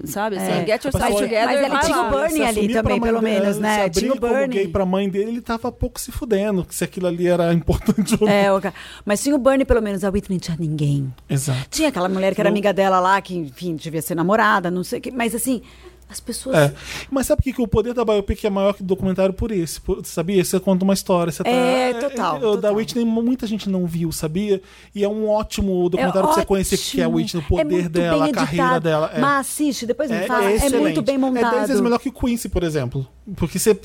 C: Sabe? Assim,
D: É.
C: get
A: Mas
D: Tipo,
C: yourself
A: foi-
C: together.
D: mas ele
C: vai
D: tinha
C: lá.
D: o Bernie
A: Se
D: ali
A: assumir pra
D: também,
A: mãe
D: pelo
A: dele,
D: menos, né?
A: Se
D: Tinha o
A: abrir como
D: Bernie.
A: gay pra mãe dele, ele tava pouco se fudendo. Se aquilo ali era importante ou não.
D: É, o ca- mas tinha o Bernie, pelo menos, a Whitney não tinha ninguém.
A: Exato.
D: Tinha aquela mulher que era amiga dela lá, que, enfim, devia ser namorada, não sei o que. Mas assim, as pessoas.
A: É. Mas sabe por que, que o poder da biopic é maior que o documentário por esse? Por, sabia? Você conta uma história. Você tá,
D: É, total,
A: O da
D: total.
A: Whitney, muita gente não viu, sabia? E é um ótimo
D: É
A: documentário pra você
D: ótimo.
A: conhecer o que é a Whitney, o
D: É
A: poder
D: muito
A: dela,
D: bem
A: a carreira
D: editado.
A: dela. É.
D: Mas assiste, depois me fala. É,
A: excelente.
D: muito bem montado.
A: É 10 vezes melhor que o Quincy, por exemplo. Porque você,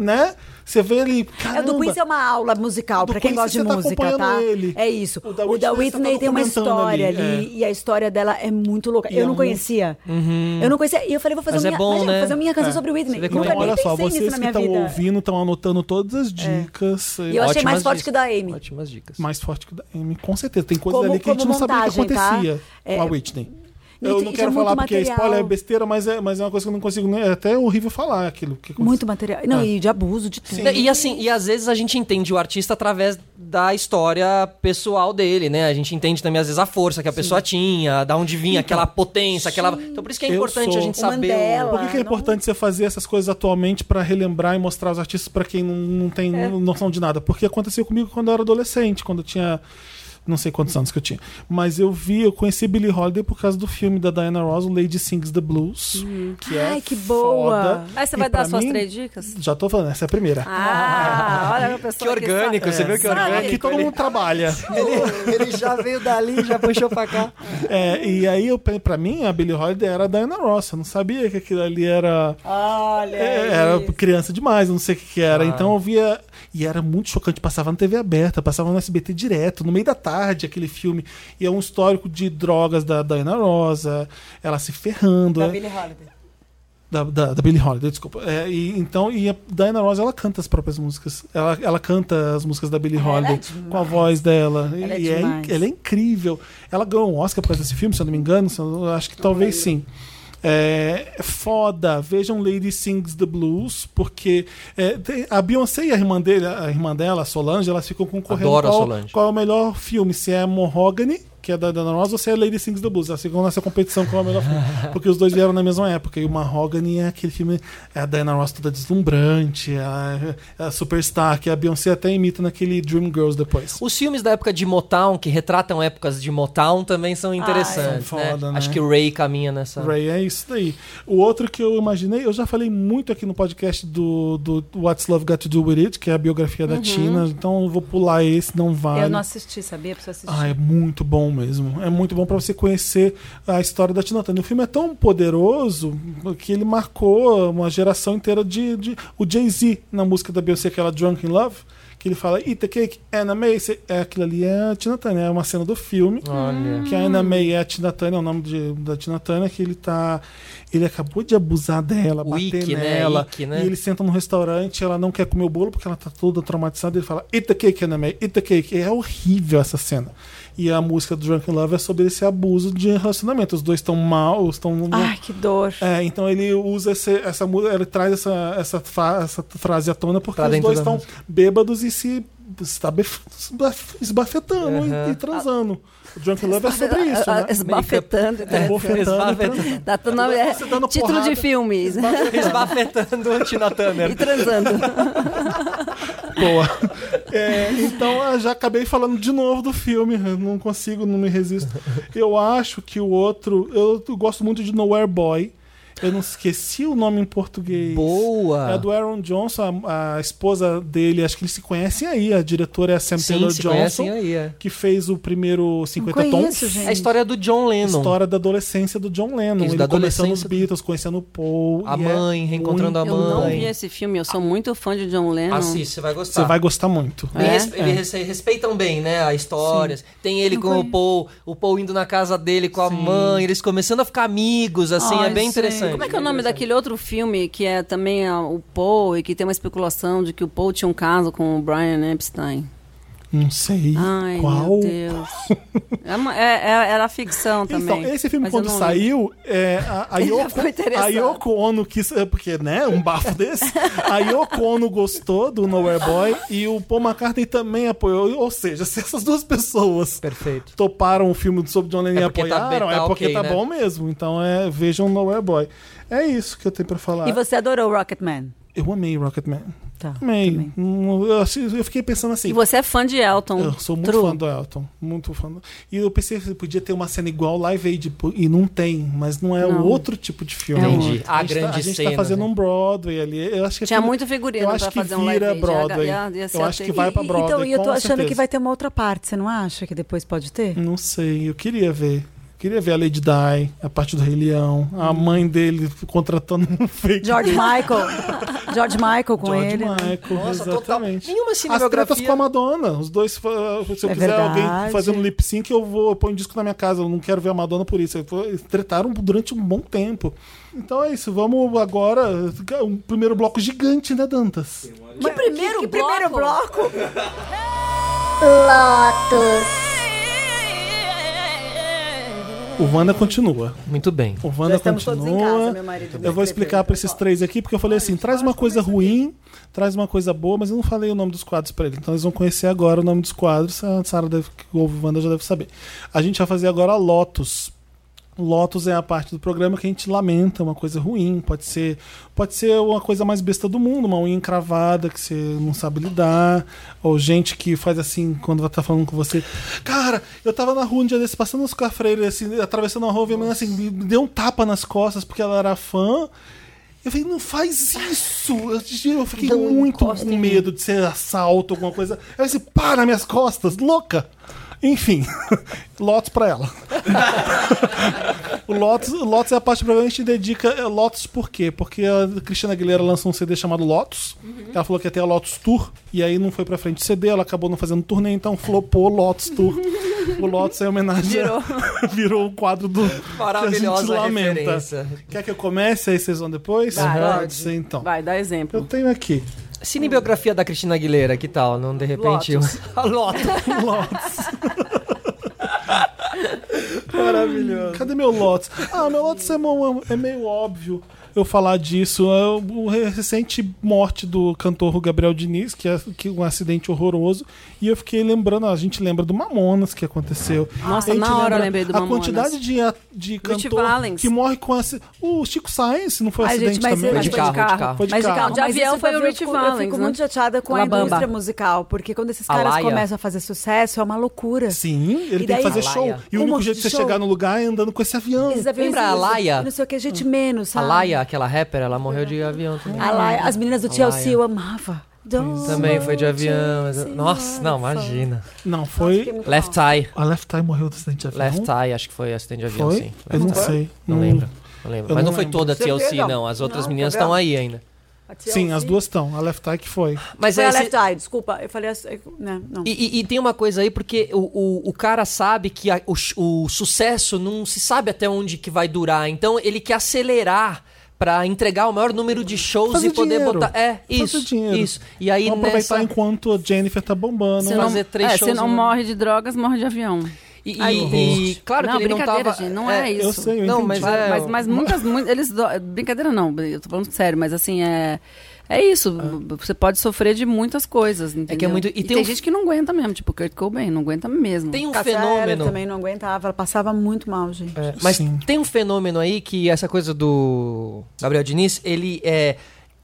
A: né? Você vê ele.
D: É, o do
A: caramba.
D: Quincy é uma aula musical,
A: Do
D: pra quem
A: Quincy
D: gosta de
A: você tá
D: música,
A: acompanhando
D: tá?
A: ele.
D: É isso.
A: O da
D: O da
A: Whitney você tá
D: Whitney tem uma
A: documentando
D: história ali,
A: ali, é.
D: e a história dela é muito louca.
A: E
D: eu
A: é
D: não
A: muito- Hum.
D: conhecia. Eu não conhecia. E eu falei, vou fazer,
B: Uhum. Mas é
D: minha,
B: bom,
D: imagina,
B: né?
D: fazer minha canção
A: É.
D: sobre Whitney.
B: Você vê
D: Eu
B: como
D: Nunca
A: Então,
B: é.
D: nem
A: olha só,
D: pensei nisso
A: vocês
D: na
A: que
D: minha
A: estão
D: vida. É.
A: ouvindo, estão anotando todas as dicas.
D: E eu achei mais
B: Ótimas
D: forte que o da Amy.
B: Ótimas dicas.
A: mais forte que o da Amy. Com certeza. Tem coisa
D: Como-
A: ali que a gente
D: como
A: não sabia que
D: montagem, tá?
A: acontecia
D: É.
A: com a Whitney.
D: E
A: eu
D: tem-
A: não
D: e
A: quero
D: tem
A: falar
D: muito
A: porque
D: material.
A: é spoiler, é besteira, mas é, mas é uma coisa que eu não consigo. nem- É até horrível falar aquilo. Que aconteceu. Ah.
D: Muito material. Não, e de abuso, de tudo.
B: E assim, e às vezes a gente entende o artista através da história pessoal dele, né? A gente entende também, às vezes, a força que a pessoa tinha, da onde vinha aquela potência, aquela. Então por isso que é
A: Eu
B: importante
A: sou
B: a gente
D: o
B: saber.
D: Mandela.
A: Por que, que é
D: Não-
A: importante você fazer essas coisas atualmente pra relembrar e mostrar os artistas pra quem não, não tem
D: É.
A: noção de nada? Porque aconteceu comigo quando eu era adolescente, quando eu tinha. Não sei quantos anos que eu tinha. Mas eu vi, eu conheci Billie Holiday por causa do filme da Diana Ross, o Lady Sings the Blues. Que é
D: Ai, que boa.
A: Foda.
C: Aí você
A: E
C: vai dar
A: pra
C: as suas
A: mim-
C: três dicas?
A: Já tô falando, essa é a primeira.
C: Ah, olha a
B: Que
C: pessoa.
B: orgânico, você viu que
C: Sabe,
B: orgânico?
A: Aqui todo mundo trabalha.
B: Ele, ele já veio
C: tá
B: dali, já puxou pra cá.
A: É, e aí, eu, pe- pra mim, a Billie Holiday era a Diana Ross. Eu não sabia que aquilo ali era.
C: Ah,
D: Olha.
A: É, era criança demais, eu não sei o que, que
B: Ah.
A: era. Então eu via. E era muito chocante. Passava na TV aberta, passava no SBT direto, no meio da tarde, aquele filme. E é um histórico de drogas da Diana Rosa, ela se ferrando. é- da, da, da Billie Holiday, desculpa. É, e, então, e a Diana Ross, ela canta as próprias músicas. Ela, ela canta as músicas da Billie Holiday com a voz dela.
D: é Ela é
A: e é,
D: demais.
A: inc- ela é incrível. Ela ganhou um Oscar por causa desse filme, se eu não me engano. se eu- acho que talvez sim. É, é foda. Vejam Lady Sings the Blues, porque é, tem- a Beyoncé e a irmã, dele, a irmã dela, a Solange, elas ficam concorrendo
B: Adoro a
A: qual,
B: Solange.
A: qual é o melhor filme, se é Mahogany, que é da Diana Ross, ou se é Lady Sings the Blues. Elas ficam nessa competição qual é o melhor filme, porque os dois vieram na mesma época. E o Mahogany é aquele filme, é a Diana Ross toda deslumbrante, é a, é a superstar, que a Beyoncé até imita naquele Dreamgirls depois.
B: Os filmes da época de Motown, que retratam épocas de Motown, também
C: Ah,
B: são
C: é.
B: interessantes.
A: são
B: né?
A: foda, né?
B: Acho que o Ray caminha nessa.
A: Ray, é isso daí. O outro que eu imaginei, eu já falei muito aqui no podcast do, do What's Love Got to Do With It, que é a biografia da Tina, então eu vou pular esse, não vale.
D: Uhum. Eu não assisti, sabia? Preciso assistir.
A: Ah, é muito bom mesmo. É muito bom pra você conhecer a história da Tina Turner. O filme é tão poderoso que ele marcou uma geração inteira de. de- O Jay-Z, na música da Beyoncé, aquela Drunk in Love, que ele fala Eat the Cake, Anna May. Cê- É, aquilo ali é a Tina Turner, é uma cena do filme.
B: Olha.
A: Que a Anna May é a Tina Turner, é o nome de- da Tina Turner, que ele tá. Ele acabou de abusar dela,
B: O
A: bater
B: Ike, né?
A: nela.
B: Ike, né?
A: E ele senta num restaurante, ela não quer comer o bolo porque ela tá toda traumatizada. Ele fala, Eat the cake, Anna May, eat the cake. É horrível essa cena. E a música do Drunken Love é sobre esse abuso de relacionamento. Os dois estão mal, estão.
D: Ai, que dor.
A: É, então ele usa esse- essa música, ele traz essa, essa, fa- essa frase à tona porque
B: Pra
A: os
B: dentro
A: dois
B: da
A: estão
B: música.
A: bêbados e se estabef- esbaf- esbafetando e-
B: Aham.
A: e, transando. O Drunken Love é sobre isso, né?
C: Esbafetando. né?
A: Esbafetando. e transando.
B: Esbafetando.
C: Dá- não, é
A: Você tá dando
C: título
A: porrada.
C: de filme.
B: Esbafetando a Tina
C: E
B: Turner.
C: transando.
A: Boa. É, então ah, já acabei falando de novo do filme, não consigo, não me resisto. Eu acho que o outro. Eu gosto muito de Nowhere Boy. Eu não esqueci o nome em português.
B: Boa.
A: É do Aaron Johnson, a, a esposa dele, acho que eles se conhecem aí. A diretora é a Sam
B: Sim,
A: Taylor
B: se
A: Johnson,
B: conhecem aí, é.
A: que fez o primeiro 50
D: Não conheço,
A: tons.
D: gente.
B: É a história do John Lennon.
A: História da adolescência do John Lennon.
B: Isso,
A: ele
B: da
A: começando os
B: adolescência do-
A: Beatles, conhecendo o Paul.
B: A
A: e é
B: mãe, reencontrando a
C: Eu não
B: mãe.
C: vi esse filme, eu sou muito fã de John Lennon.
B: Assiste, você vai gostar.
A: Você vai gostar muito.
B: Ele,
C: É?
B: res- ele res- respeitam bem, né? A história. Tem ele com o Paul, o Paul indo na casa dele com a mãe, eles começando a ficar amigos, assim,
C: Ai,
B: é bem
C: gente.
B: interessante.
C: Como é que é o nome daquele outro filme que é também ah, o Paul e que tem uma especulação de que o Paul tinha um caso com o Brian Epstein?
A: Não sei
C: Ai,
A: qual.
C: meu Deus. É uma- é- é- era ficção também.
A: Então, esse filme,
C: mas eu
A: quando
C: não lembro.
A: saiu, é, a, a,
C: Ele já
A: Yoko,
C: ficou interessado.
A: a Yoko Ono quis. é, Porque, né? Um bafo desse. A Yoko Ono gostou do Nowhere Boy e o Paul McCartney também apoiou. Ou seja, se essas duas pessoas
B: Perfeito.
A: toparam o filme sobre John Lennon
B: É
A: e
B: porque tá
A: apoiaram,
B: bem, tá
A: é porque
B: ok,
A: tá
B: né?
A: bom mesmo. Então, é, vejam Nowhere Boy. É isso que eu tenho pra falar.
D: E você adorou Rocketman?
A: Eu amei Rocketman.
D: Tá.
A: Amei.
D: também.
A: Hum, Eu, achei- eu fiquei pensando assim.
C: E você é fã de Elton.
A: Eu sou muito
C: True.
A: fã do Elton, muito fã. do- E eu pensei que podia ter uma cena igual Live Aid, pô, e não tem, mas não é
C: Não.
A: o outro tipo de filme.
C: É
B: Entendi. outro. A
A: gente
B: grande
A: tá, A gente
B: cena,
A: tá fazendo
B: né?
A: um Broadway ali. Eu acho que
C: Tinha
A: aquilo-
C: muito figurino
A: eu
C: pra
A: acho que
C: fazer um live
A: vira
C: aid. Ia-
A: Broadway.
C: ia- ia ser
A: eu acho
C: a
A: que vai pra
D: E-
A: Broadway.
D: então, e eu tô
A: com
D: achando que
A: certeza.
D: vai ter uma outra parte, você não acha que depois pode ter?
A: Não sei, eu queria ver. Eu Queria ver a Lady Di, a parte do Rei Leão, a mãe dele contratando um fake
D: George Michael. George Michael com
A: George
D: ele. né?
A: Michael,
B: Nossa, total.
A: exatamente.
B: Nenhuma
A: As tretas
B: cinebiografia-
A: com a Madonna. Os dois, se eu
G: É
C: É
A: quiser
D: verdade.
A: alguém fazendo lip sync, eu vou eu ponho um disco na minha casa. Eu não quero ver a Madonna por isso. Eles tretaram durante um bom tempo. Então é isso. Vamos agora. Um primeiro bloco gigante, né, Dantas?
C: Que primeiro
D: Que primeiro bloco?
A: O Wanda continua.
B: Muito bem.
A: O Wanda
D: Já estamos todos
A: continua.
D: em casa, meu marido me
A: eu
D: escreveu,
A: vou explicar para
D: então
A: esses
D: fala.
A: três aqui, porque eu falei assim: traz uma coisa ruim, traz uma coisa boa, mas eu não falei o nome dos quadros para eles. Então eles vão conhecer agora o nome dos quadros. A Sara deve, que ouve o Wanda já deve saber. A gente vai fazer agora a Lotus. Lotus é a parte do programa que a gente lamenta uma coisa ruim, pode ser, pode ser uma coisa mais besta do mundo, uma unha encravada que você não sabe lidar, ou gente que faz assim quando vai estar falando com você. Cara, eu tava na rua um dia desse, passando os cafreiros, assim, atravessando a rua, e a menina assim, me deu um tapa nas costas porque ela era fã. Eu falei, não faz isso! Eu, eu fiquei muito com medo de ser assalto, alguma coisa. Eu disse, para minhas costas, louca! Enfim, lotos pra ela. O Lotus, o Lotus é a parte do programa que a gente dedica é, Lotus por quê? Porque a Cristina Aguilera lançou um CD chamado Lotus. Ela falou que ia ter a Lotus Tour e aí não foi pra frente o CD, ela acabou não fazendo turnê, então flopou Lotus Tour. o Lotus é em homenagem. Virou. Virou o quadro do.
B: Maravilhosa
A: que a gente
B: referência.
A: lamenta. Quer que eu comece? Aí vocês vão depois?
C: Vai,
A: Pode
C: pode.
A: ser então.
C: Vai, dá
A: Eu
C: exemplo.
A: tenho aqui.
B: Cinebiografia da Cristina Aguilera, que tal? Não, de repente... um-
C: Lotus.
B: a Lotus.
A: Lotus. Maravilhoso. Cadê meu Lotus? Ah, meu Lotus é, mo- é meio óbvio eu falar disso. É o- o recente morte do cantor Gabriel Diniz, que é que é um acidente horroroso. E eu fiquei lembrando, a gente lembra do Mamonas que aconteceu.
C: Nossa,
A: A gente
C: na hora eu
A: lembra
C: lembrei do
A: A
C: Mamonas.
A: quantidade de, a- de cantor
C: Valens.
A: que morre com acidente. O Chico Sainz não foi um
D: Ai,
A: acidente
D: gente, mas
A: também?
D: ele-
B: Foi de
D: Mas
B: carro,
C: foi de
B: de
C: carro.
B: carro.
A: Foi de
D: Mas de
A: carro.
D: carro,
C: Já
D: mas
C: vi,
D: isso
C: ela foi
D: eu
C: o Rich
D: fico- Eu
C: Valens,
D: fico
C: né?
D: muito chateada com
B: La
D: a
B: Bamba.
D: indústria musical, porque quando esses caras
B: Alaia.
D: começam a fazer sucesso, é uma loucura.
A: Sim, ele
D: E
A: tem que
D: daí-
A: fazer
B: Laia.
A: show. E o
D: Um
A: único
D: monte
A: jeito de
D: de
A: você
D: show.
A: chegar no lugar é andando com esse avião.
D: Esses aviões
B: Lembra a
D: lindos,
B: Alaia?
D: e Não sei o que, gente menos,
B: A
D: sabe?
B: Laia, aquela rapper, ela morreu de avião também.
D: Alaia. As meninas do TLC eu amava. Don't
B: Também foi de
D: want
B: avião. mas-
D: to
B: Nossa, não,
D: see
B: imagina.
A: Não, foi.
B: Left Eye.
A: A Left Eye morreu do acidente de avião.
B: Left Eye, acho que foi acidente de avião,
A: Foi?
B: sim.
A: Eu não
B: Left Eye.
A: sei.
B: Não
A: Hum.
B: lembro. Não lembro.
A: Eu
B: Mas
A: não
B: não foi
A: lembro.
B: toda a
D: Certeza?
B: TLC, não. As outras
D: Não,
B: meninas
D: tá vendo?
B: estão aí ainda.
D: my- A TLC.
A: Sim, as duas estão. A Left Eye que foi.
B: Mas
D: Foi a
B: esse-
D: Left Eye, desculpa. Eu falei assim, né, não.
B: E, é e- e tem uma coisa aí, porque o, o, o cara sabe que a- o, ch- o sucesso não se sabe até onde que vai durar. Então ele quer acelerar pra entregar o maior número de shows
A: Fazer
B: e poder
A: dinheiro.
B: botar. É,
A: Fazer
B: isso.
A: dinheiro.
B: Isso. E aí
A: Vamos aproveitar
B: nessa.
A: enquanto a Jennifer tá bombando.
B: Se não- fazer três
C: é,
B: shows
C: se não
B: no-
A: um.
C: morre de drogas, morre de avião.
B: E, e-
A: Ai,
B: e
A: gente.
B: claro
C: Não,
B: que ele não
C: brincadeira,
B: tava.
C: gente, não é isso.
A: Eu sei, eu
B: não,
A: entendi.
B: mas
A: Mas-
B: é.
C: Mas, mas muitas, muitas, eles. do- Brincadeira não, eu tô falando sério, mas assim, é. É isso,
B: Ah.
C: você pode sofrer de muitas coisas, entendeu?
B: É muito- e
C: E,
B: tem
C: tem,
B: um-
C: gente que não aguenta mesmo, tipo Kurt Cobain, não aguenta mesmo.
B: Tem um
D: Cassia Eller
B: fenômeno.
D: também não aguentava, ela passava muito mal, gente.
B: É, mas
A: Sim.
B: tem um fenômeno aí que essa coisa do Gabriel Diniz, ele é.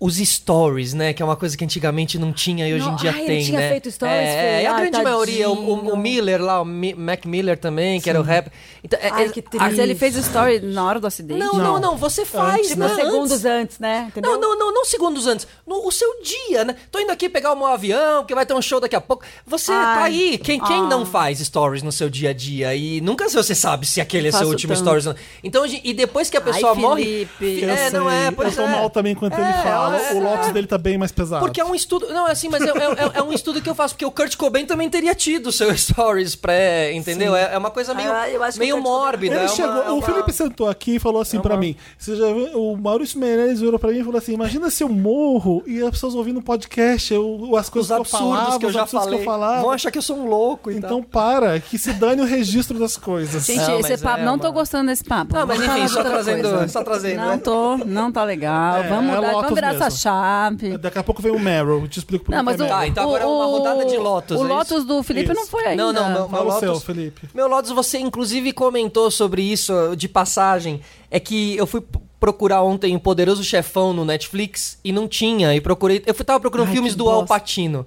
B: os stories, né? Que é uma coisa que antigamente não tinha e hoje
D: Não,
B: em dia
D: ai, ele
B: tem,
D: tinha
B: né?
D: feito stories,
B: é,
D: Fê.
B: é a
D: Ai,
B: grande
D: tadinho.
B: maioria. O, o- o Miller lá, o Mi- Mac Miller também, que era o rap. Então, é-
D: Ai,
B: é-
D: que
B: a-
C: Mas ele fez story na hora do acidente?
B: Não, não, não, você faz,
D: Tipo,
B: né?
D: segundos
B: antes.
D: antes, né? Entendeu?
B: Não, não, não, não segundos antes. No, o seu dia, né? Tô indo aqui pegar o meu avião, que vai ter um show daqui a pouco. Você tá
D: Ai. ah.
B: aí. Quem, quem não faz stories no seu dia a dia? E nunca você sabe se aquele é seu
C: Faço
B: último
C: tanto.
B: stories. ou não. Então, gente, e depois que a
C: Ai,
B: pessoa morre.
C: Felipe.
A: Eu
B: É, não
A: sei,
B: é,
A: eu
B: pois
A: tô
B: é.
A: mal também quando ele
B: É,
A: fala.
B: é,
A: o
B: é.
A: Lotus dele tá bem mais pesado.
B: Porque é um estudo. Não, é assim, mas é, é- é- é um estudo que eu faço, porque o Kurt Cobain também teria tido seu stories pré, entendeu? É, é uma coisa meio,
D: Ah, eu acho que
B: meio
D: o Kurt Cobain-
B: mórbida.
A: Ele
B: é uma-
A: chegou,
B: é
A: o
B: uma- é
A: Felipe sentou aqui e falou assim pra mim: você já viu? O Maurício Meirelles virou pra mim e falou assim: imagina se eu morro e as pessoas ouvindo o podcast, eu, as coisas
B: Os
A: que eu
B: absurdos
A: falava,
B: que eu
A: os
B: já
A: absurdos
B: falei.
A: que eu falava.
B: Vão achar que eu sou um louco e
A: Então
B: então,
A: para, que se dane o registro das coisas.
C: Gente,
B: Não,
C: esse
B: mas
C: papo,
B: é
C: não
B: uma-
C: tô gostando desse papo.
B: Não, mas
C: Vamos
B: enfim,
C: falar
B: só
C: de outra
B: trazendo-
C: coisa.
B: só trazendo,
C: Não
B: né?
C: tô, não tá legal.
A: É,
C: vamos
A: é
C: mudar, vamos
A: Lotus
C: virar essa
A: mesmo.
C: chave.
A: Daqui a pouco vem o Meryl, eu te explico por
C: Não,
A: que
C: mas
A: é
C: o,
A: Meryl.
B: Tá, então agora é uma
C: o-
B: rodada de Lotus,
C: O
B: é
C: Lotus do Felipe
A: Isso.
C: não foi ainda.
B: Não, não, meu, meu
A: Fala o
B: Lotus.
A: seu, Felipe.
B: Meu Lotus, você inclusive comentou sobre isso de passagem. É que eu fui p- procurar ontem o Poderoso Chefão no Netflix e não tinha. E procurei. Eu fui, tava procurando filmes do Al
C: bosta.
B: Pacino.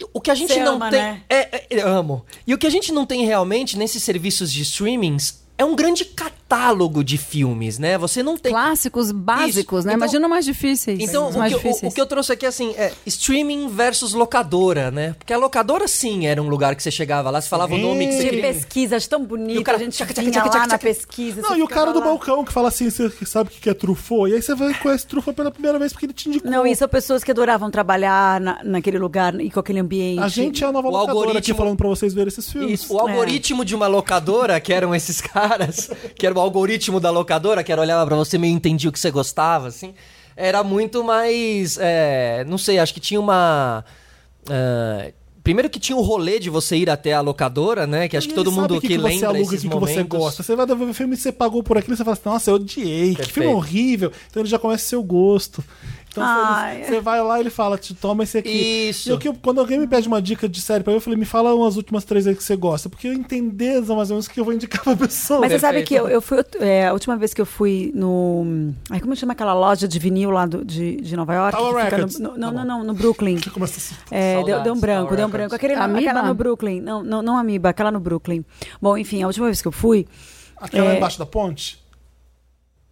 B: E O que a gente
D: Você
B: não
D: ama,
B: tem.
D: né?
B: É, é, eu amo. E o que a gente não tem realmente nesses serviços de streamings é um grande catálogo de filmes, né? Você não tem.
C: Clássicos básicos,
B: Isso.
C: né?
B: Então-
C: Imagina mais difíceis.
A: é
B: Então, o
C: os
B: que,
C: mais
B: eu- o,
C: difíceis.
B: o que eu trouxe aqui assim, é streaming versus locadora, né? Porque a locadora sim era um lugar que você chegava lá, você falava o nome que você
D: De
B: queria.
D: pesquisas tão
B: E o
D: bonitas,
B: cara-
D: a gente
B: tchaca, tchaca,
D: vinha
B: tchaca,
D: lá
B: tchaca,
D: na
B: tchaca.
D: pesquisa.
A: Não,
D: você
A: e o cara
D: ficava
A: do
D: lá.
A: balcão que fala assim: você sabe o que que é trufô? E aí você vai conhece trufô pela primeira vez porque ele te indicou.
D: Não, e são pessoas que adoravam trabalhar na- naquele lugar e com aquele ambiente.
A: A gente é a nova
B: O
A: locadora aqui
B: algoritmo-
A: falando pra vocês verem esses filmes.
B: Isso, o algoritmo de uma locadora, que eram esses caras, que era o algoritmo da locadora, que era olhava pra você meio entendia o que você gostava, assim, era muito mais. é, não sei, acho que tinha uma. é, primeiro que tinha o rolê de você ir até a locadora, né? Que acho que
A: Ele
B: todo
A: sabe
B: mundo
A: o que,
B: que
A: que você
B: lembra
A: aluga,
B: esses
A: o que, que
B: momentos.
A: você gosta. Você vai ver um filme que você pagou por aquilo e você fala assim, nossa, eu odiei, que filme
B: Perfeito.
A: horrível. Então ele já conhece seu gosto. Então
D: Ai.
A: você- você vai lá e ele fala, te toma esse aqui.
B: Isso.
A: E o que eu- quando alguém me pede uma dica de série pra eu, eu falei, me fala umas últimas três aí que você gosta. Porque eu entender mais ou menos o que eu vou indicar pra pessoa.
D: É. Mas você sabe
B: Perfeito.
D: que eu, eu fui. é, a última vez que eu fui no. Ai, como chama aquela loja de vinil lá do- de, de Nova York?
A: Tower
D: Que fica no-
A: Records.
D: no- não, não,
A: Tá
D: não, no Brooklyn.
A: Começa assim.
D: É, deu,
B: Saudades,
D: deu um branco,
B: Tower
D: deu um
B: Records.
D: branco. Aquele,
C: Amiba?
D: aquela no Brooklyn. Não, não, não Amiba, aquela no Brooklyn. Bom, enfim, a última vez que eu fui.
A: Aquela
D: É.
A: embaixo da ponte?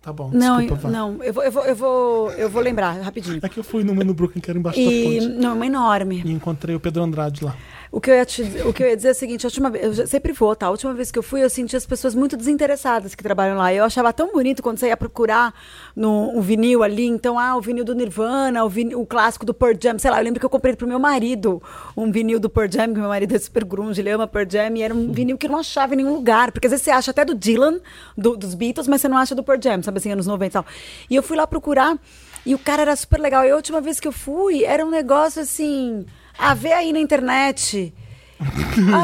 A: Tá bom,
D: Não,
A: desculpa,
D: eu,
A: vai.
D: não, eu vou, eu vou, eu vou, eu vou lembrar rapidinho.
A: É que eu fui numa no Brooklyn que era embaixo
D: E
A: da ponte.
D: não, é uma enorme.
A: E encontrei o Pedro Andrade lá.
D: O que eu ia, te- o que eu ia dizer é o seguinte, a última vez, eu já- sempre vou, tá? A última vez que eu fui, eu senti as pessoas muito desinteressadas que trabalham lá. Eu achava tão bonito quando você ia procurar no, um vinil ali, então, ah, o vinil do Nirvana, o, vinil, o clássico do Pearl Jam, sei lá, eu lembro que eu comprei pro meu marido um vinil do Pearl Jam, que meu marido é super grunge, ele ama Pearl Jam, e era um vinil que eu não achava em nenhum lugar, porque às vezes você acha até do Dylan, do- dos Beatles, mas você não acha do Pearl Jam, sabe assim, anos 90 e tal. E eu fui lá procurar, e o cara era super legal. E a última vez que eu fui, era um negócio assim. A ver aí na internet.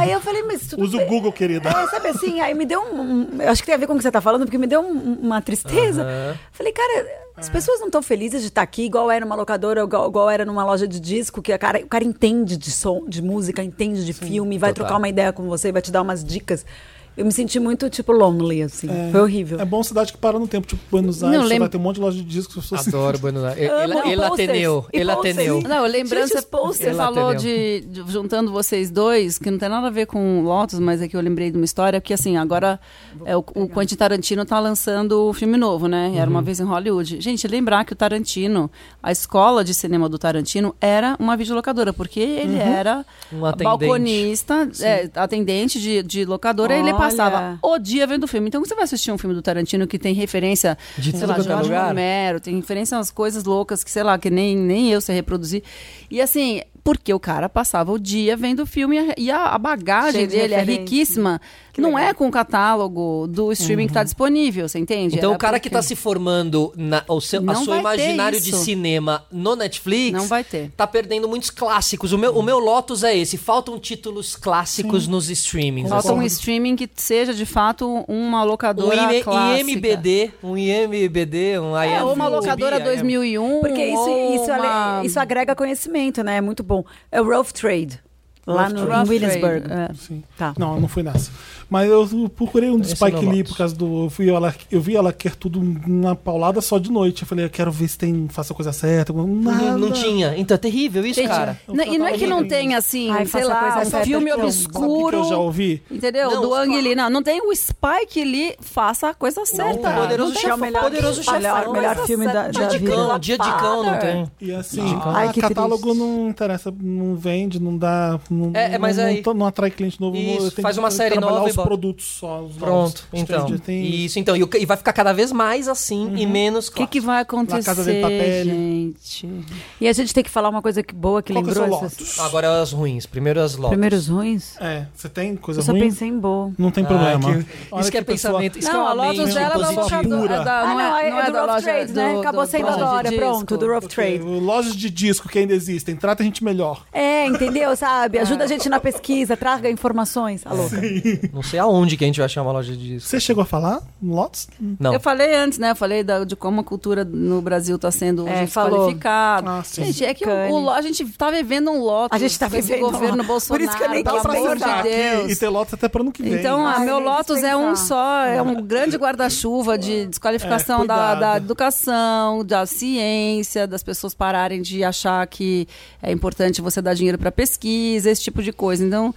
D: aí eu falei, mas tudo
A: Usa o
D: bem.
A: Google, querida.
D: É, sabe assim, aí me deu um, um- eu Acho que tem a ver com o que você tá falando, porque me deu um- uma tristeza. Falei, cara, as pessoas não estão felizes de estar aqui, igual era numa locadora, igual, igual era numa loja de disco, que a cara, o cara entende de som, de música, entende de filme, vai
B: total.
D: trocar uma ideia com você, vai te dar umas dicas. Eu me senti muito, tipo, lonely, assim. Foi horrível.
A: É bom cidade que para no tempo, tipo Buenos Aires,
C: Não,
A: você
C: lembra-
A: vai ter um monte de loja de discos, as pessoas se-
B: Adoro Buenos Aires.
D: Amo,
B: Ele, ele
D: posters.
B: ateneu.
D: E
B: Ele
D: posters.
B: ateneu.
D: Não,
C: Não, eu lembrando,
D: Gente,
C: você,
D: os posters.
C: você falou
B: Ela
C: de, de- juntando vocês dois, que não tem nada a ver com o Lotus, mas é que eu lembrei de uma história, porque assim, agora é, o, o Quentin Tarantino tá lançando um filme novo, né? Era
B: Uhum.
C: uma vez em Hollywood. Gente, lembrar que o Tarantino, a escola de cinema do Tarantino era uma videolocadora, porque ele era
B: Um atendente.
C: balconista, é, atendente de, de locadora, e ele
D: Olha.
C: passava o dia vendo o filme. Então, quando você vai assistir um filme do Tarantino que tem referência,
B: De
C: sei
B: tudo
C: lá,
B: quanto é
C: Jorge Romero,
B: lugar.
C: Romero, tem referência a umas coisas loucas que, sei lá, que nem, nem eu sei reproduzir. E assim, porque o cara passava o dia vendo o filme e a- e a, a bagagem
D: Cheio de
C: dele é
D: referência.
C: riquíssima. não é com o catálogo do streaming que tá disponível, você entende?
B: Então
C: Era
B: o cara que
C: porque-
B: tá se formando na, o seu, a
C: Não
B: sua
C: vai ter
B: imaginário de
C: isso.
B: cinema no Netflix
C: Não vai ter.
B: tá perdendo muitos clássicos. O meu, o meu Lotus é esse. Faltam títulos clássicos nos streamings.
C: Falta um
B: assim.
C: streaming que seja, de fato, uma
B: um
C: locadora
B: IM,
C: clássica.
B: IMBD, um IMBD, um
C: É, ou
B: IMDb,
C: uma locadora
B: IM.
C: 2001,
D: Porque isso,
C: ou
D: isso, ale-
C: uma...
D: isso agrega conhecimento, né? É muito bom. É o Rough Trade, lá
C: Rough
D: no,
C: Trade.
D: em Williamsburg.
C: Rough Trade, é.
A: Sim.
D: Tá.
A: Não, eu não fui nessa. Mas eu procurei um do
B: Esse é eu
A: Spike
B: não
A: Lee
B: gosto.
A: por causa do. Eu, fui, ela, eu vi ela quer tudo na paulada só de noite. Eu falei, eu quero ver se tem. Faça a coisa certa. Nada.
B: Não, não tinha. Então é terrível isso,
C: Gente,
B: cara.
C: não- e não é que não tem, assim,
E: Ai,
C: sei
E: faça
C: lá,
E: coisa
C: um
E: certa
C: filme
E: que eu-
A: Sabe o que que
C: obscuro.
A: eu já ouvi?
C: Entendeu?
B: Não,
C: do Ang Lee. Não, não tem o Spike Lee, faça a coisa certa.
B: o Poderoso
C: Não tem
B: Chefão.
C: essa-
B: melhor- Poderoso
D: Chefão.
E: melhor, melhor
D: Nossa,
E: filme da,
B: Dia
E: da
B: de
E: vida.
B: cão, dia de cão não tem.
A: E assim,
E: Ai,
A: o
E: que
A: catálogo
E: triste.
A: não interessa, não vende, não dá. Não,
B: É, é, mas
A: não,
B: aí-
A: não, não atrai cliente novo.
B: Isso,
A: eu tenho
B: faz
A: que
B: uma série
A: trabalhar
B: nova e
A: os
B: bota.
A: produtos só. Os novos.
B: Pronto,
A: Os
B: então.
A: Stranger Things. Uhum.
B: Isso, então. E, o- e vai ficar cada vez mais assim e menos
C: O que, que vai acontecer,
A: Casa tá de Papel.
C: gente?
E: E a gente tem que falar uma coisa que boa que
A: Qual que é o seu
E: lembrou
A: Lotus?
E: essas...
B: Agora as ruins. Primeiro as lotas.
E: Primeiros ruins?
A: É, você tem coisa
E: Eu só
A: ruim?
E: pensei em boa.
A: Não tem problema. Olha
B: Isso Ah, que é
A: pessoa-
B: pensamento. Isso que é
C: não,
B: uma
C: a Lotus
B: mente
C: dela não é
B: positiva.
A: pura.
C: da- da-
D: Ah,
C: não é, não é
D: do
C: da
D: Rough
C: loja.
D: Trade, né?
C: do-
D: Acabou
C: do-
D: sendo
C: da loja
D: agora,
C: de
D: pronto,
C: disco.
D: do Rough
A: Ok,
D: Trade.
A: Lojas de disco que ainda existem, trata a gente melhor.
D: É, entendeu? Sabe? Ajuda a gente na pesquisa, traga informações. Alô.
B: Tá Não sei aonde que a gente vai achar uma loja disso.
A: Você chegou a falar? Lotus?
B: Não.
C: Eu falei antes, né? Eu falei da- de como a cultura no Brasil está sendo hoje
E: É, falou.
C: desqualificada.
A: Ah, sim.
C: gente, é que o,
E: Cane.
C: o lo- a gente tá vivendo um lote.
E: A gente tá vivendo
C: o
E: um
C: governo
E: Lotus.
C: Bolsonaro.
E: Por isso que eu nem
C: pelo
E: quis
C: amor
E: pensar
C: de Deus.
A: e ter Lotus até pro ano que vem. Né?
C: Então, a
E: Ai,
C: meu
E: nem
C: Lotus é um
E: pensar.
C: só, é um grande guarda-chuva de desqualificação
A: É,
C: da,
A: cuidado.
C: da educação, da ciência, das pessoas pararem de achar que é importante você dar dinheiro para pesquisa, esse tipo de coisa. Então,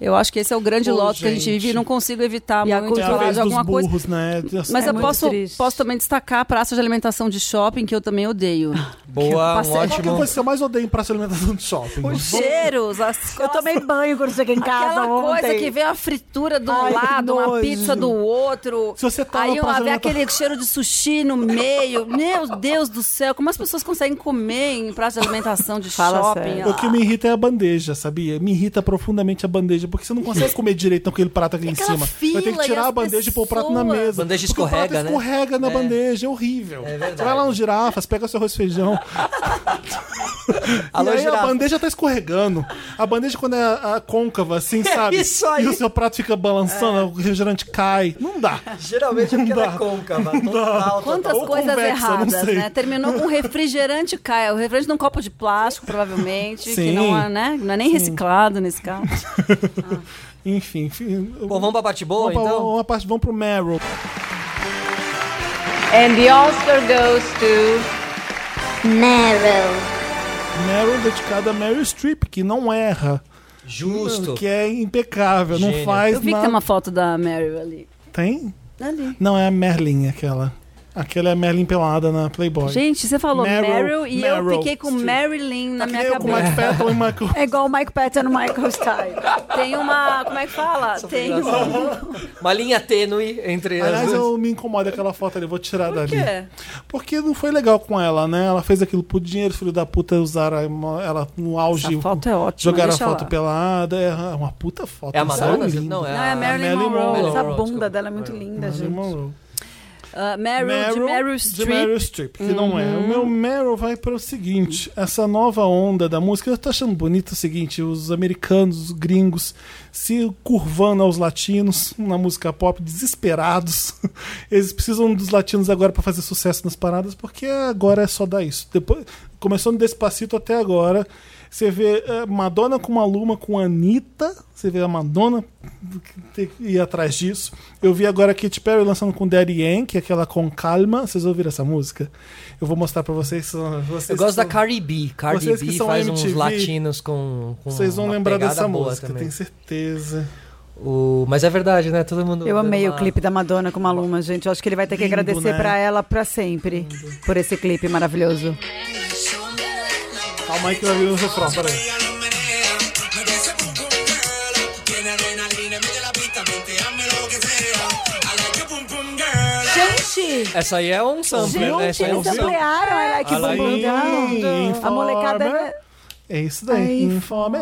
C: eu acho que esse é o grande
A: Ô,
C: Lotus que a gente
A: gente.
C: vive. Não consigo evitar
E: E a
C: muito de
A: é a
C: falar
A: vez
C: de
A: dos
C: alguma coisa.
A: burros, né?
C: Mas
E: É
C: eu
E: muito
C: posso,
E: triste.
C: posso também destacar a praça de alimentação de shopping, que eu também odeio.
B: Boa, um
E: Passei-
A: Qual que é a
B: ótimo.
A: coisa que eu mais odeio em praça de alimentação de shopping?
C: Os cheiros, as
E: Eu tomei banho quando cheguei em casa
C: Aquela
E: ontem.
C: coisa que vem a fritura do
E: Ai, que
C: lado, uma
E: nojo.
C: pizza do outro.
A: Se você tá
C: aí
A: na
C: uma,
A: praça
C: vem
A: da-
C: aquele cheiro de sushi no meio. Meu Deus do céu, como as pessoas conseguem comer em praça de alimentação de
E: Fala
C: shopping? Ah,
E: sério.
A: O que me irrita é a bandeja, sabia? Me irrita profundamente a bandeja, porque você não consegue comer direito naquele prato aqui em
C: aquela
A: cima.
C: fila
A: Vai ter que
C: e as
A: tirar a bandeja e pôr o prato na
C: pessoas.
A: mesa.
B: Bandeja
A: Porque o prato
B: escorrega, né?
A: escorrega na
B: É.
A: bandeja, é horrível.
B: verdade.
A: Você vai lá no girafas, pega o seu arroz e feijão.
B: Alô,
A: e aí
B: girafa.
A: a bandeja tá escorregando. A bandeja quando é a, a côncava, assim, sabe?
B: É isso aí. É.
A: E o seu prato fica balançando, o refrigerante cai. Não dá.
B: Geralmente é porque ela é côncava. Total,
C: Quantas
E: é
A: Ou
C: coisas
A: convexa, não
C: erradas,
A: sei.
C: né? Terminou com refrigerante cai. O refrigerante num copo de plástico, provavelmente, que
A: Sim.
C: não é, né? Não é nem reciclado nesse caso.
A: Enfim, enfim.
B: Bom, vamos pra parte boa,
A: Vamos pra
B: então?
A: uma parte, vamos pro Meryl.
H: And the Oscar goes to
I: Meryl.
A: Meryl dedicada a Meryl Streep, que não erra.
B: Justo.
A: Que é impecável,
B: Gênio.
A: não faz
C: Eu vi que
A: nada.
C: tem uma foto da Meryl ali.
A: Tem?
C: Ali.
A: Não, é a Merlin aquela. Aquela é a Merlin pelada na Playboy.
C: Gente, você falou
A: Meryl,
C: Meryl, e eu
A: Meryl
C: fiquei com
A: Streep.
C: Marilyn na
A: Que
C: minha
A: nem eu com o
C: cabeça.
A: Mike Patton e Michael.
D: É igual o Mike Patton no Michael Stipe.
C: Tem uma. Como é que fala? Tem uma.
B: Uma linha tênue entre as
A: Aliás,
B: duas.
A: eu me incomodo aquela foto ali, vou tirar dali.
C: quê?
A: Porque não foi legal com ela, né? Ela fez aquilo por dinheiro, filho da puta, usaram a emo- ela no auge.
C: Essa foto é ótima.
A: Jogaram a
C: deixa
A: foto
C: lá.
A: pelada. É uma puta foto.
B: É a
A: isso
B: Madonna?
A: lindo.
B: Não, é
C: Não, é
B: a...
C: a Marilyn
A: Marilyn
C: Monroe.
A: Monroe.
D: Essa
B: Monroe,
D: bunda
B: desculpa.
D: dela é muito linda,
A: Marilyn
D: gente.
A: Monroe.
C: Ah, Meryl, de Meryl
A: de
C: Streep. Uhum.
A: Meryl Streep, que não é. O meu Meryl vai para o seguinte: essa nova onda da música, eu tô achando bonito o seguinte: os americanos, os gringos, se curvando aos latinos na música pop, desesperados. Eles precisam dos latinos agora para fazer sucesso nas paradas, porque agora é só dar isso. Depois, começando Despacito até agora. Você vê eh, Madonna com Maluma com Anitta. Você vê a Madonna ter que ir atrás disso. Eu vi agora a Katy Perry lançando com Daddy Yankee, aquela com calma. Vocês ouviram essa música? Eu vou mostrar pra vocês. vocês
B: Eu gosto da
A: que-
B: Cardi B. Cardi
A: Vocês que
B: B
A: são
B: faz uns
A: MTV,
B: latinos com, com
A: Vocês vão
B: uma
A: lembrar
B: pegada
A: dessa
B: boa
A: música,
B: também.
A: tenho certeza.
B: O... Mas é verdade, né? Todo mundo...
E: Eu
B: dando
E: amei
B: uma-
E: o clipe da Madonna com Maluma, gente. Eu acho que ele vai ter que
A: Lindo,
E: agradecer
A: né?
E: pra ela pra sempre por esse clipe maravilhoso.
A: Calma aí que vai vir o refrão, peraí.
D: Gente,
B: Essa aí é um sampler, né?
D: gente,
B: Essa aí é um
D: eles
B: sample.
D: ampliaram. Olha que
B: Olha aí.
D: bunda. A molecada...
A: Informer. É isso daí. Informe.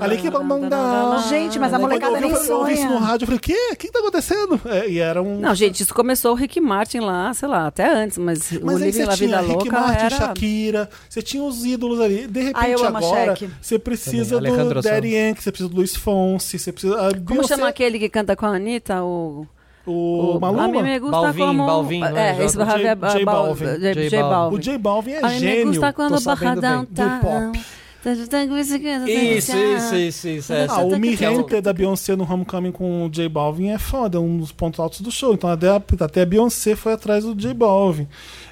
A: Ali que é bom.
D: Ah, Gente, mas a molecada
A: eu,
D: nem
A: ouvi- eu ouvi isso no
D: sonha.
A: rádio, eu falei, o quê? O que tá acontecendo? É, e era um
C: Não, gente, isso começou o Rick Martin lá, sei lá, até antes, mas, o
A: Mas aí
C: Living
A: você
C: La Vida
A: tinha
C: Louca
A: Rick Martin,
C: era. Ah,
A: Shakira, você tinha os ídolos ali. De repente
D: eu amo a
A: agora,
D: Shaq.
A: você precisa
B: Também, Alejandro
A: do Daddy Yankee, você precisa do Luiz Fonsi, você precisa... a
C: Como
A: Beyoncé,
C: chama aquele que canta com a Anitta? O,
A: O, Maluma?
C: A mim me gusta
B: Balvin,
C: como.
B: Balvin, não é?
C: é, esse
B: J-
C: Javier-
A: J Balvin.
C: J-
B: J
C: J Balvin.
A: O J Balvin é
C: tá A Tá, mim me
A: gênio
C: gusta quando
B: sabendo
C: barradão tá-
B: bem.
A: do pop.
B: Isso, isso, isso, isso. é,
A: Ah, o Me
B: que é o-
A: Rente da Beyoncé no Homecoming com o J Balvin é foda, é um dos pontos altos do show. Então até a, até a Beyoncé foi atrás do J Balvin.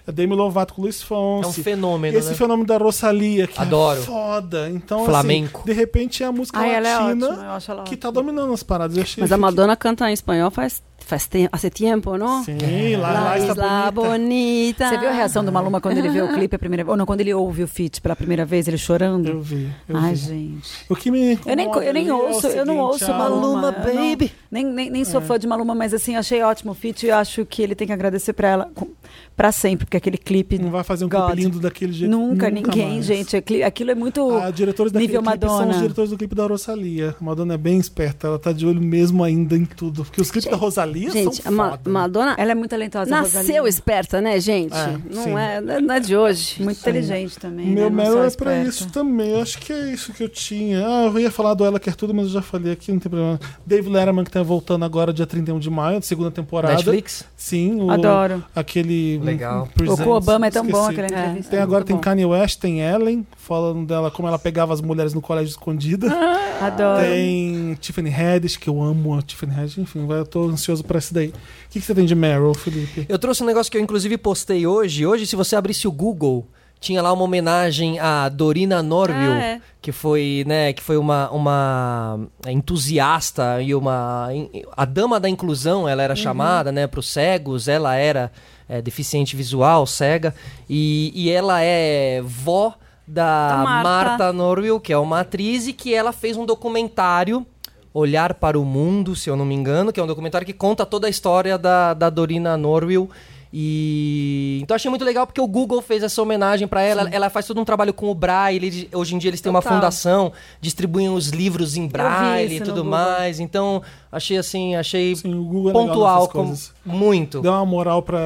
A: A Demi Lovato com o Luiz
B: é um
A: Fonsi.
B: fenômeno,
A: Esse
B: né?
A: fenômeno da Rosalia, que
B: Adoro.
A: é foda. Então,
B: Flamenco.
A: assim, de repente é a música
D: Ai, ela é
A: latina
D: ótima, eu acho ela
A: que
D: ótima.
A: tá dominando as paradas. Eu achei
C: Mas a
A: que-
C: Madonna canta em espanhol faz, faz tempo, hace tempo, não?
A: Sim, lá, lá
C: La
A: está
C: isla
A: bonita.
C: bonita.
D: Você viu a reação do Maluma quando ele vê o clipe a primeira vez? Ou não, quando ele ouve o feat pela primeira vez, ele chorando?
A: Eu vi, eu
D: Ai,
A: vi.
D: gente.
A: O que me
D: Eu nem, co- eu nem
A: incomoda ali é o
D: ouço, eu não
A: seguinte, É.
D: ouço
A: a-
D: Maluma,
J: Maluma,
D: eu não-
J: baby.
D: nem, nem, nem sou fã de Maluma, mas assim, eu achei ótimo o feat e eu acho que ele tem que agradecer pra ela com- pra sempre, porque aquele clipe.
A: Não vai fazer um
D: God.
A: clipe lindo daquele jeito.
D: Nunca, ninguém,
A: mais.
D: gente. aquele- Aquilo é muito.
A: Ah, diretores daquele
D: nível
A: clipe são
D: Madonna.
A: os diretores do clipe da Rosalia. A Madonna é bem esperta, ela tá de olho mesmo ainda em tudo. Porque os clipes da Rosalia
C: Gente, a
A: são
C: Ma-
A: foda.
C: Madonna
D: Ela é muito talentosa. a
C: nasceu
D: Rosalía.
C: esperta, né, gente?
A: É, sim.
C: não, é, não é de hoje.
D: Muito inteligente também.
A: Meu
D: né? Não
A: Meryl
D: só
A: é pra
D: esperta.
A: isso também. Eu acho que é isso que eu tinha. Ah, eu ia falar do Ela Quer Tudo, mas eu já falei aqui, não tem problema. Dave Letterman, que tá voltando agora dia 31 de maio, segunda temporada.
B: Netflix?
A: Sim. o-
D: Adoro.
A: Aquele... hum,
B: Legal.
D: O
A: Presents,
D: com Obama é tão bom
A: esqueci.
D: aquela entrevista.
A: Tem agora,
D: Muito
A: tem
D: bom.
A: Kanye West, tem Ellen, falando dela como ela pegava as mulheres no colégio escondida.
D: Ah, Adoro.
A: Tem Tiffany Haddish, que eu amo a Tiffany Haddish. Enfim, vai- eu tô ansioso pra esse daí. O que, que você tem de Meryl, Felipe?
B: Eu trouxe um negócio que eu inclusive postei hoje. Hoje, se você abrisse o Google, tinha lá uma homenagem a Dorina Norville,
C: Ah, é.
B: que foi, né, que foi uma, uma entusiasta e uma a dama da inclusão, ela era
D: Uhum.
B: chamada, né, para os cegos. Ela era é, deficiente visual, cega, e, e ela é vó da
C: Da Martha.
B: Marta Martha Norville, que é uma atriz, e que ela fez um documentário, Olhar para o Mundo, se eu não me engano, que é um documentário que conta toda a história da, da Dorina Norville. E então achei muito legal porque o Google fez essa homenagem para ela. Ela faz todo um trabalho com o Braille. eles- Hoje em dia eles têm uma
D: Total.
B: fundação, distribuem os livros em Braille e
D: isso no
B: tudo
D: Google.
B: mais. Então achei assim, achei
A: Sim, o Google é legal
B: pontual
A: nessas
B: como-
A: coisas.
B: muito.
A: Dá uma moral pra.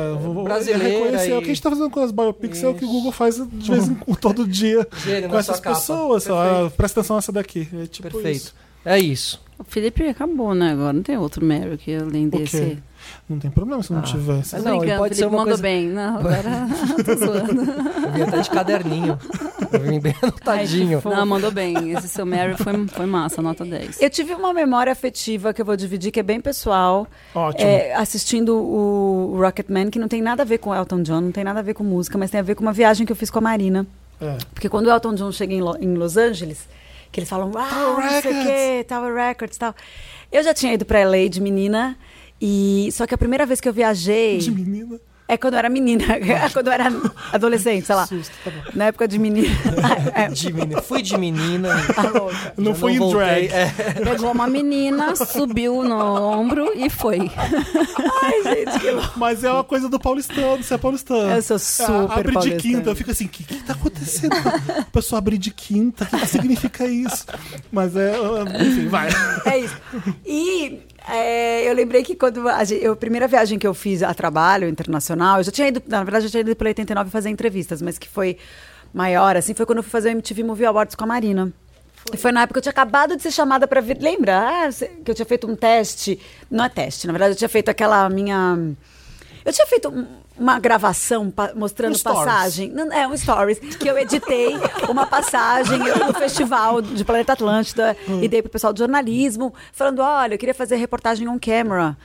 B: Brasileira
A: reconhecer.
B: e-
A: O que a gente tá fazendo com as biopics é o que o Google faz de vez em quando, todo dia.
B: Chega
A: com
B: na sua
A: essas
B: capa.
A: pessoas. Só, ah, presta atenção nessa daqui. É tipo
B: Perfeito.
A: isso.
B: É isso.
C: O Felipe acabou, né, agora? Não tem outro Meryl que além
A: quê?
C: desse.
A: Não tem problema
C: Ah.
A: se não
B: mas
A: tivesse.
C: Tô
B: Ah. não, ele
C: brincando, Felipe
B: pode ser uma
C: mandou
B: coisa-
C: bem. Não, agora tô zoando.
B: Eu vim até de caderninho. Eu vim bem anotadinho.
C: Não, mandou bem. Esse seu Meryl foi, foi massa, nota 10.
D: Eu tive uma memória afetiva que eu vou dividir, que é bem pessoal,
A: Ótimo.
D: é, assistindo o Rocketman, que não tem nada a ver com Elton John, não tem nada a ver com música, mas tem a ver com uma viagem que eu fiz com a Marina.
A: É.
D: Porque quando o Elton John chega em, Lo- em Los Angeles, que eles falam, ah, não sei o quê, Tower Records e tal. Eu já tinha ido pra LA de menina, e só que a primeira vez que eu viajei...
A: De menina.
D: É quando eu era menina, quando eu era adolescente, sei lá.
A: tá
D: Na época de menina. É,
B: De menina. Fui de menina.
D: tá louca.
A: Não
B: já
A: foi em
B: voltei.
A: drag.
B: É.
C: Pegou uma menina, subiu no ombro e foi.
D: Ai, gente, que louco.
A: Mas é uma coisa do paulistano, você é paulistano.
D: Eu sou super
A: Abre
D: paulistana.
A: de quinta, eu fico assim, o que, que tá acontecendo? A pessoa abre de quinta, o que, que significa isso? Mas é, ah, enfim, vai.
D: É isso. E é, eu lembrei que quando a, gen- eu, a primeira viagem que eu fiz a trabalho internacional, eu já tinha ido, na verdade, eu já tinha ido pela 89 fazer entrevistas, mas que foi maior, assim, foi quando eu fui fazer o MTV Movie Awards com a Marina. E foi na época que eu tinha acabado de ser chamada pra vir. Lembra? Ah, cê- que eu tinha feito um teste. Não é teste, na verdade, eu tinha feito aquela minha. Eu tinha feito um- uma gravação pa- mostrando
A: Um stories.
D: passagem. Não, é, um stories. Que eu editei uma passagem eu- no festival de Planeta Atlântida e dei pro pessoal de jornalismo, falando: olha, eu queria fazer reportagem on camera.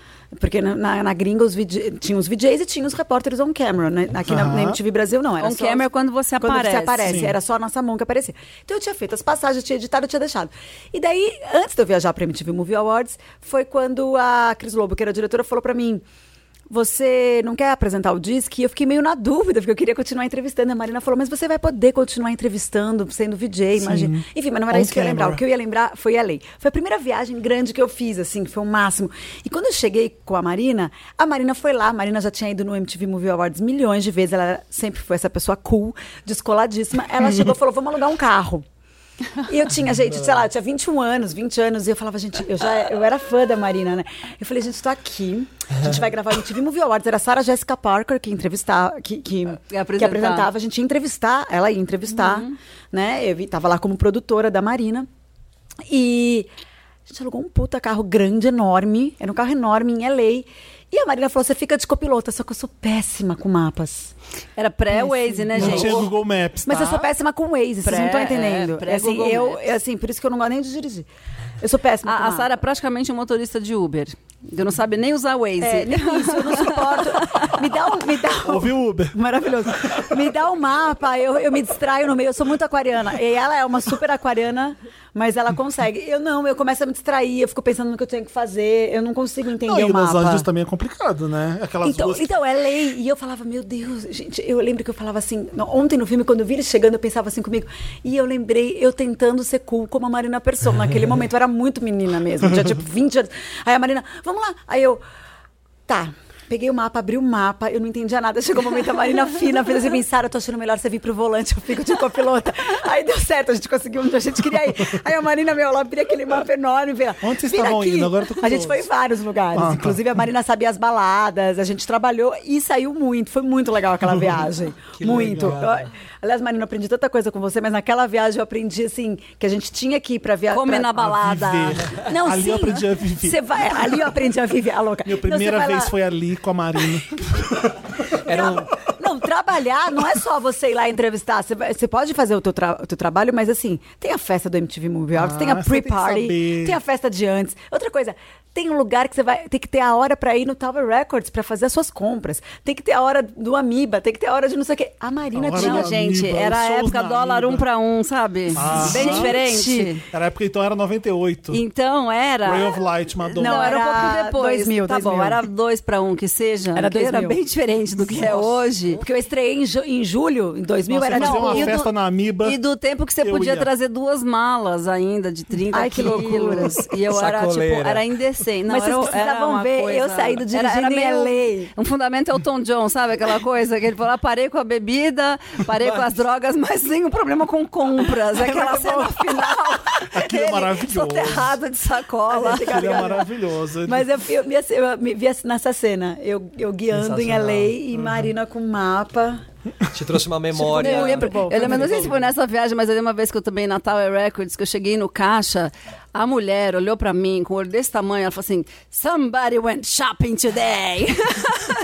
D: Porque na, na, na gringa os VJ, tinha os VJs e tinha os repórteres on camera. né? Aqui na, na
A: Aham.
D: MTV Brasil não. Era
C: On
D: só
C: camera é
D: os-
C: quando você aparece.
D: Quando você aparece.
A: Sim.
D: Era só a nossa mão que aparecia. Então eu tinha feito as passagens, eu tinha editado, eu tinha deixado. E daí, antes de eu viajar pra MTV Movie Awards, foi quando a Cris Lobo, que era a diretora, falou pra mim... Você não quer apresentar o disque? E eu fiquei meio na dúvida, porque eu queria continuar entrevistando. E A Marina falou, mas você vai poder continuar entrevistando, sendo VJ, imagina. Enfim, mas não era
A: On
D: isso que eu ia lembrar.
A: camera.
D: O que eu ia lembrar foi a lei. Foi a primeira viagem grande que eu fiz, assim, que foi o máximo. E quando eu cheguei com a Marina, a Marina foi lá. A Marina já tinha ido no MTV Movie Awards milhões de vezes. Ela era- sempre foi essa pessoa cool, descoladíssima. Ela chegou e falou: vamos alugar um carro. E eu tinha, gente, sei lá, eu tinha 21 anos, 20 anos, e eu falava, gente, eu já eu era fã da Marina, né? Eu falei, gente, tô aqui, a gente vai gravar o MTV Movie Awards. Era a Sarah Jessica Parker que entrevistava, que, que,
C: Que apresentava.
D: que apresentava, a gente ia entrevistar, ela ia entrevistar,
A: Uhum.
D: né? Eu vi- tava lá como produtora da Marina. E a gente alugou um puta carro grande, enorme. Era um carro enorme em LA. E a Marina falou: você fica de copilota, só que eu sou péssima com mapas.
C: Era pré-Waze, né,
A: Não
C: gente?
A: tinha Google Maps,
D: Mas
A: tá?
D: eu sou péssima com Waze, vocês
C: Pré-
D: não estão
C: é,
D: entendendo.
C: pré-
D: assim,
C: Google
D: eu,
C: Maps.
D: assim, por isso que eu não gosto nem de dirigir. Eu sou péssima com
C: A, a
D: mapa.
C: Sara é praticamente um motorista de Uber. Eu não sabe nem usar Waze.
D: É, nem isso, eu não suporto. Me dá um. Me dá um...
A: Ouviu, Uber?
D: Maravilhoso. Me dá um mapa, eu, eu me distraio no meio. Eu sou muito aquariana. E ela é uma super aquariana, mas ela consegue. Eu não, eu começo a me distrair, eu fico pensando no que eu tenho que fazer. Eu não consigo entender
A: Não, e
D: o
A: Los
D: mapa.
A: Angeles também é complicado, né? Aquelas
D: Então,
A: ruas. que-
D: então, é lei. E eu falava, meu Deus, gente, eu lembro que eu falava assim, no- ontem no filme, quando eu vi ele chegando, eu pensava assim comigo. E eu lembrei, eu tentando ser cool como a Marina Persona. Naquele momento, eu era muito menina mesmo, tinha tipo 20 anos. Aí a Marina, vamos lá. Aí eu, tá. Peguei o mapa, abri o mapa, eu não entendia nada. Chegou o momento, a Marina fina fez assim, Sara, eu tô achando melhor você vir pro volante, eu fico de copilota. Aí deu certo, a gente conseguiu onde a gente queria ir. Aí a Marina, meu, ela abria aquele mapa enorme. Vira,
A: Onde vocês
D: "Vira
A: estavam
D: aqui."
A: indo? Agora eu tô
D: A gente
A: curioso.
D: foi em vários lugares.
A: Ah, tá.
D: Inclusive, Inclusive, a Marina sabia as baladas, a gente trabalhou e saiu muito. Foi muito legal aquela viagem. muito.
A: legal.
D: Eu- aliás, Marina, eu aprendi tanta coisa com você, mas naquela viagem eu aprendi, assim, que a gente tinha que ir pra viajar.
C: Come na balada.
A: A viver.
D: Não,
A: Ali
D: sim.
A: eu aprendi a viver.
D: Você vai- ali eu aprendi a viver, a louca.
A: Minha
D: Não, você
A: primeira
D: vai lá-
A: vez foi ali com a Marina.
B: Era um,
D: Não, trabalhar não é só você ir lá entrevistar. Você, vai- você pode fazer o teu, tra- o teu trabalho, mas assim, tem a festa do MTV Movie Awards,
A: Ah,
D: tem a
A: você tem que
D: pre-party,
A: saber.
D: tem, a festa de antes. Outra coisa, tem um lugar que você vai tem que ter a hora pra ir no Tower Records pra fazer as suas compras. Tem que ter a hora do Amiba, tem que ter a hora de não sei o quê. A Marina
A: A hora
D: é tinha.
A: do
C: Não,
A: Amiba,
C: gente, era a
A: os shows
C: época
A: na
C: dólar
A: Amiba.
C: um pra um, sabe? Bem
A: Gente.
C: diferente.
A: Ah. Era a época, então era 98.
C: Então era.
A: Ray of Light, Madonna.
C: Não, era um
D: Era
C: pouco depois.
D: 2000,
C: tá bom,
D: 2000.
C: era dois pra um que seja.
D: Era
C: que Era
D: 2000.
C: bem diferente do que é hoje.
D: Porque eu estreiei em, ju- em julho, em 2000,
A: Nossa,
D: era
A: eu fazia
D: tipo,
A: uma
C: e do-
A: festa na Amiba.
C: E do tempo que você
A: eu
C: podia
A: ia.
C: trazer duas malas ainda de 30
D: Ai, que
C: quilos.
D: loucura.
C: E eu era, tipo,
B: Sacoleira.
C: era indecente. Não,
D: Mas
C: era,
D: vocês precisavam
C: era uma
D: ver
C: coisa-
D: eu saindo
C: era, era
D: dirigindo em
C: meio
D: LA.
C: Um fundamento é o Tom John, sabe? Aquela coisa que ele falou, ah, parei com a bebida, parei com as drogas, mas tem um problema com compras. Aquela cena final.
A: Aquilo é
C: ele
A: maravilhoso.
C: Soterrado de sacola.
A: Aquilo é maravilhoso.
D: Mas eu, eu, me, ass- eu me vi ass- nessa cena, eu, eu guiando em LA e
A: Uhum.
D: Marina com um mapa.
B: te trouxe uma memória.
C: Eu lembro,
D: bom,
C: eu lembro,
D: foi
C: não sei se foi nessa viagem, mas eu lembro uma vez que eu também, na Tower Records, que eu cheguei no caixa, a mulher olhou pra mim com o olho desse tamanho, ela falou assim, somebody went shopping today.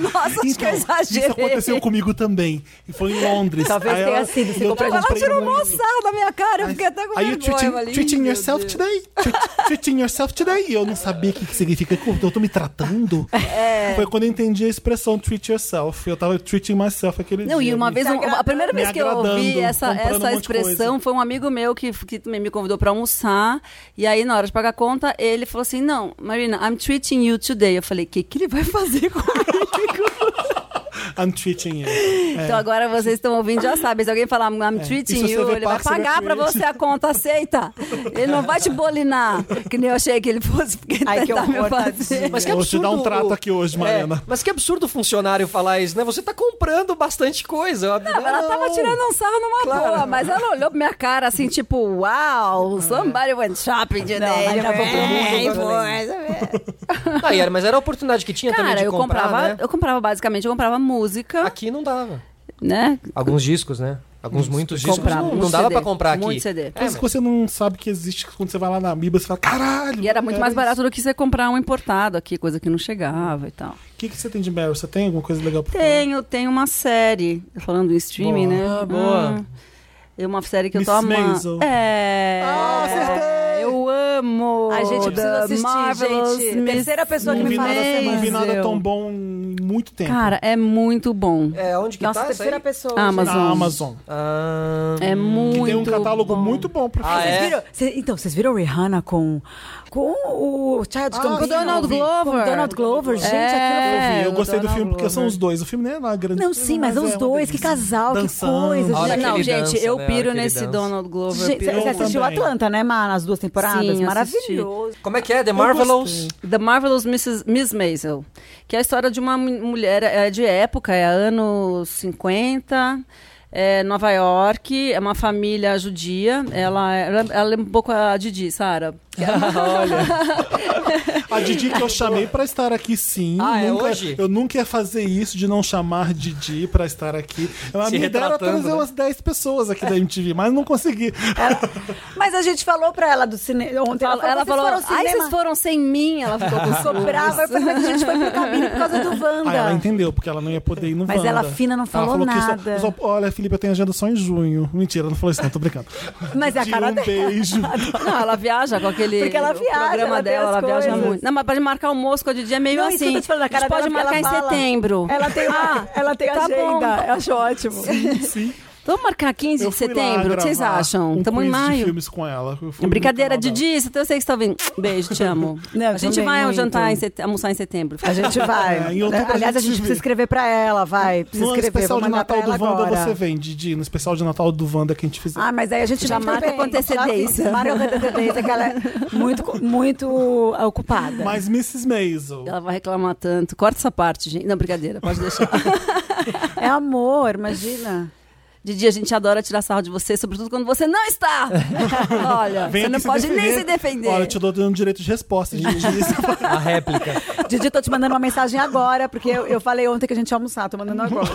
C: Nossa, acho que eu exagerei.
A: Então, Isso aconteceu comigo também. E foi em Londres.
D: Talvez
A: Aí
D: tenha
A: ela-
D: sido, se
A: eu
D: comprar
A: comprei
C: Ela tirou
A: um
C: um maior sarro da minha cara, eu fiquei até com
A: Aí o
C: vergonha. eu
A: treating,
C: falei,
A: treating
C: "Meu
A: yourself
C: Deus."
A: today. Treat- Treating yourself today. E eu não sabia o que, que significa. Eu tô me tratando.
C: É.
A: Foi quando eu entendi a expressão treat yourself. Eu tava treating myself aquele
C: Não,
A: dia.
C: e uma
A: Me-
D: Tá
C: vez, um- a primeira vez
A: Me
C: que eu ouvi
A: agradando,
C: essa,
A: comprando um
C: essa
A: monte de
C: expressão
A: coisa.
C: foi um amigo meu que, que também me convidou pra almoçar. E aí, na hora de pagar a conta, ele falou assim: Não, Marina, I'm treating you today. Eu falei: O que, que ele vai fazer comigo?
A: I'm treating you. É.
C: Então agora vocês estão ouvindo, já sabem. Se alguém falar I'm
A: E se
C: treating
A: É. você
C: you,
A: vê
C: ele vai
A: Parks and
C: pagar pra
A: Recreation?
C: você a conta, aceita. Ele não vai te bolinar. Que nem eu achei É que um ele fosse porque
D: Ai, que
C: tentar me
D: horror,
C: fazer.
B: Mas que
A: Vou
B: absurdo.
A: te dar um trato aqui hoje,
B: É,
A: Mariana.
B: mas que absurdo o funcionário falar isso, né? Você tá comprando bastante coisa. Não,
C: Ela tava tirando um sarro numa boa, mas ela olhou pra minha cara assim, tipo, uau, somebody went shopping today.
D: Não, mas
C: Eu
D: já
C: falei,
D: comprou muito,
C: "É,
D: eu
C: foi."
B: Ah, era, mas era a oportunidade que tinha também
C: Cara,
B: de
C: eu
B: comprar,
C: comprava,
B: né?
C: eu comprava basicamente, eu comprava música,
B: Aqui não dava.
C: né?
B: Alguns discos, né? Alguns muitos discos
C: Comprava,
B: não,
C: muito
B: não dava
C: CD,
B: pra comprar aqui.
C: muito CD.
B: É,
A: Coisa que você não sabe que existe quando você vai lá na Amiba, você fala, caralho!
C: E era muito mais
A: isso.
C: barato do que você comprar um importado aqui, coisa que não chegava e tal.
A: O que, que você tem de Meryl? Você tem alguma coisa legal pra falar?
C: Tenho, tenho uma série. Falando em streaming,
A: Boa.
C: né?
B: Ah, boa.
C: É uma série que eu tô
A: Miss
C: amando.
A: Maisel.
C: É.
A: Ah, acertei!
C: Eu amo.
D: A gente precisa
C: The
D: assistir,
C: Marvelous
D: gente.
C: Miss
D: Terceira pessoa que
A: Não
D: me
A: vi,
D: fala
A: nada,
D: essa
A: não vi
C: Maisel.
A: nada é tão bom em muito tempo.
C: Cara, é muito bom.
B: é, onde que
D: Nossa,
B: tá isso aí?
D: terceira pessoa.
C: Amazon.
A: na Amazon.
B: Ah,
C: É muito
A: Que tem um catálogo
C: bom.
A: muito bom pra
B: Ah,
A: fazer.
D: Vocês
B: é?
D: viram? Cê- então, vocês viram Rihanna com, com o Child Gambino?
A: com o
C: Ah, Donald
D: Com
C: Glover.
D: o Donald Glover, gente.
C: É.
D: aquilo-
A: Eu vi, eu
C: o
A: gostei do
C: Donald
A: filme porque
C: Glover.
A: são os dois. O filme nem é lá grande.
D: Não, sim, mas os
A: é uma
D: dois, que
A: delícia.
D: casal,
A: Dançando.
D: que coisa.
B: Olha
D: gente.
B: que
C: Não,
B: ele
C: gente,
B: dança,
C: eu
B: né? A hora
C: piro
B: que ele
C: nesse
B: dança.
C: Donald Glover.
D: Gente,
C: piro.
D: você assistiu
A: também.
D: Atlanta, né, Má? Nas duas temporadas?
C: Sim, eu assisti.
D: Maravilhoso.
B: como é que é? The Marvelous?
C: The Marvelous Mrs. Miss Maisel, que é a história de uma mu- mulher é de época, é anos 50. é, Nova York, é uma família judia. Ela, ela, ela é um pouco a Didi, Sara.
A: A Didi que eu chamei pra estar aqui, sim.
B: Ah, é
A: Nunca-
B: hoje?
A: Eu nunca ia fazer isso de não chamar Didi pra estar aqui. A
B: Se
A: minha ideia era
B: retratando,
A: trazer
B: né?
A: umas 10 pessoas aqui da MTV, mas não consegui.
D: Mas a gente falou pra ela do cinema ontem.
C: Ela,
D: ela falou,
C: falou,
D: "Vocês foram ao
C: ai,
D: cinema?"
C: vocês foram sem mim. Ela ficou com
D: Ficou brava, eu falei, mas a gente foi pro cabine por causa do Wanda.
A: Ah, ela entendeu, porque ela não ia poder ir no
D: Mas
A: Wanda.
D: ela fina não falou
A: que só-
D: nada.
A: só- olha, Felipe, eu tenho agenda só em junho. Mentira, não falou isso, não, tô brincando.
D: Mas é a
A: Didi,
D: cara
A: um
D: dela.
A: beijo.
C: Não, ela viaja com aquele
D: Porque ela
C: o
D: viaja,
C: programa
D: ela tem
C: dela,
D: as
C: ela viaja
D: coisas.
C: muito. Não, mas pode marcar almoço com a Didi é meio
D: Não, isso que eu
C: assim.
D: tô te falando, a cara
C: gente
D: dela, é
C: pode
D: porque ela
C: marcar em
D: fala.
C: setembro.
D: Ela tem,
C: Ah,
D: ela tem
C: tá
D: agenda,
C: bom.
D: eu acho ótimo.
A: Sim.
C: Vamos marcar 15
A: Eu
C: de
A: fui lá
C: setembro? O que vocês
A: gravar
C: acham?
A: Um
C: Estamos em
A: quiz De
C: maio.
A: filmes com ela. Eu fui no
C: Brincadeira,
A: canal dela.
C: Didi, você- eu sei que você tá ouvindo. Beijo, te amo.
D: Não,
C: a gente
D: também,
C: vai ao
D: muito.
C: jantar em sete- almoçar em setembro.
D: A gente vai.
A: É, em outubro a
D: Aliás, a
A: gente
D: gente
A: se
D: precisa
A: vê.
D: escrever pra ela, vai. Precisa
A: No
D: escrever,
A: especial
D: vou
A: de
D: mandar pra
A: Natal do
D: ela
A: Wanda
D: agora.
A: você vem, Didi. No especial de Natal do Wanda que a gente fizer.
D: Ah, mas aí a gente
C: Já
D: vem
C: marca
D: também.
C: com antecedência.
D: Já Marca com antecedência, que ela é muito, muito ocupada.
A: Mas Mrs. Maisel.
C: Ela vai reclamar tanto. Corta essa parte, gente. Não, brincadeira, pode deixar.
D: É amor, imagina.
C: Didi, a gente adora tirar sarro de você, sobretudo quando você não está. Olha,
A: Vem
C: você
A: aqui
C: não
A: se
C: pode nem se defender.
A: Olha, eu te dou dando direito de resposta, Didi.
B: A réplica.
D: Didi, tô te mandando uma mensagem agora, porque eu, eu falei ontem que a gente ia almoçar, tô mandando agora.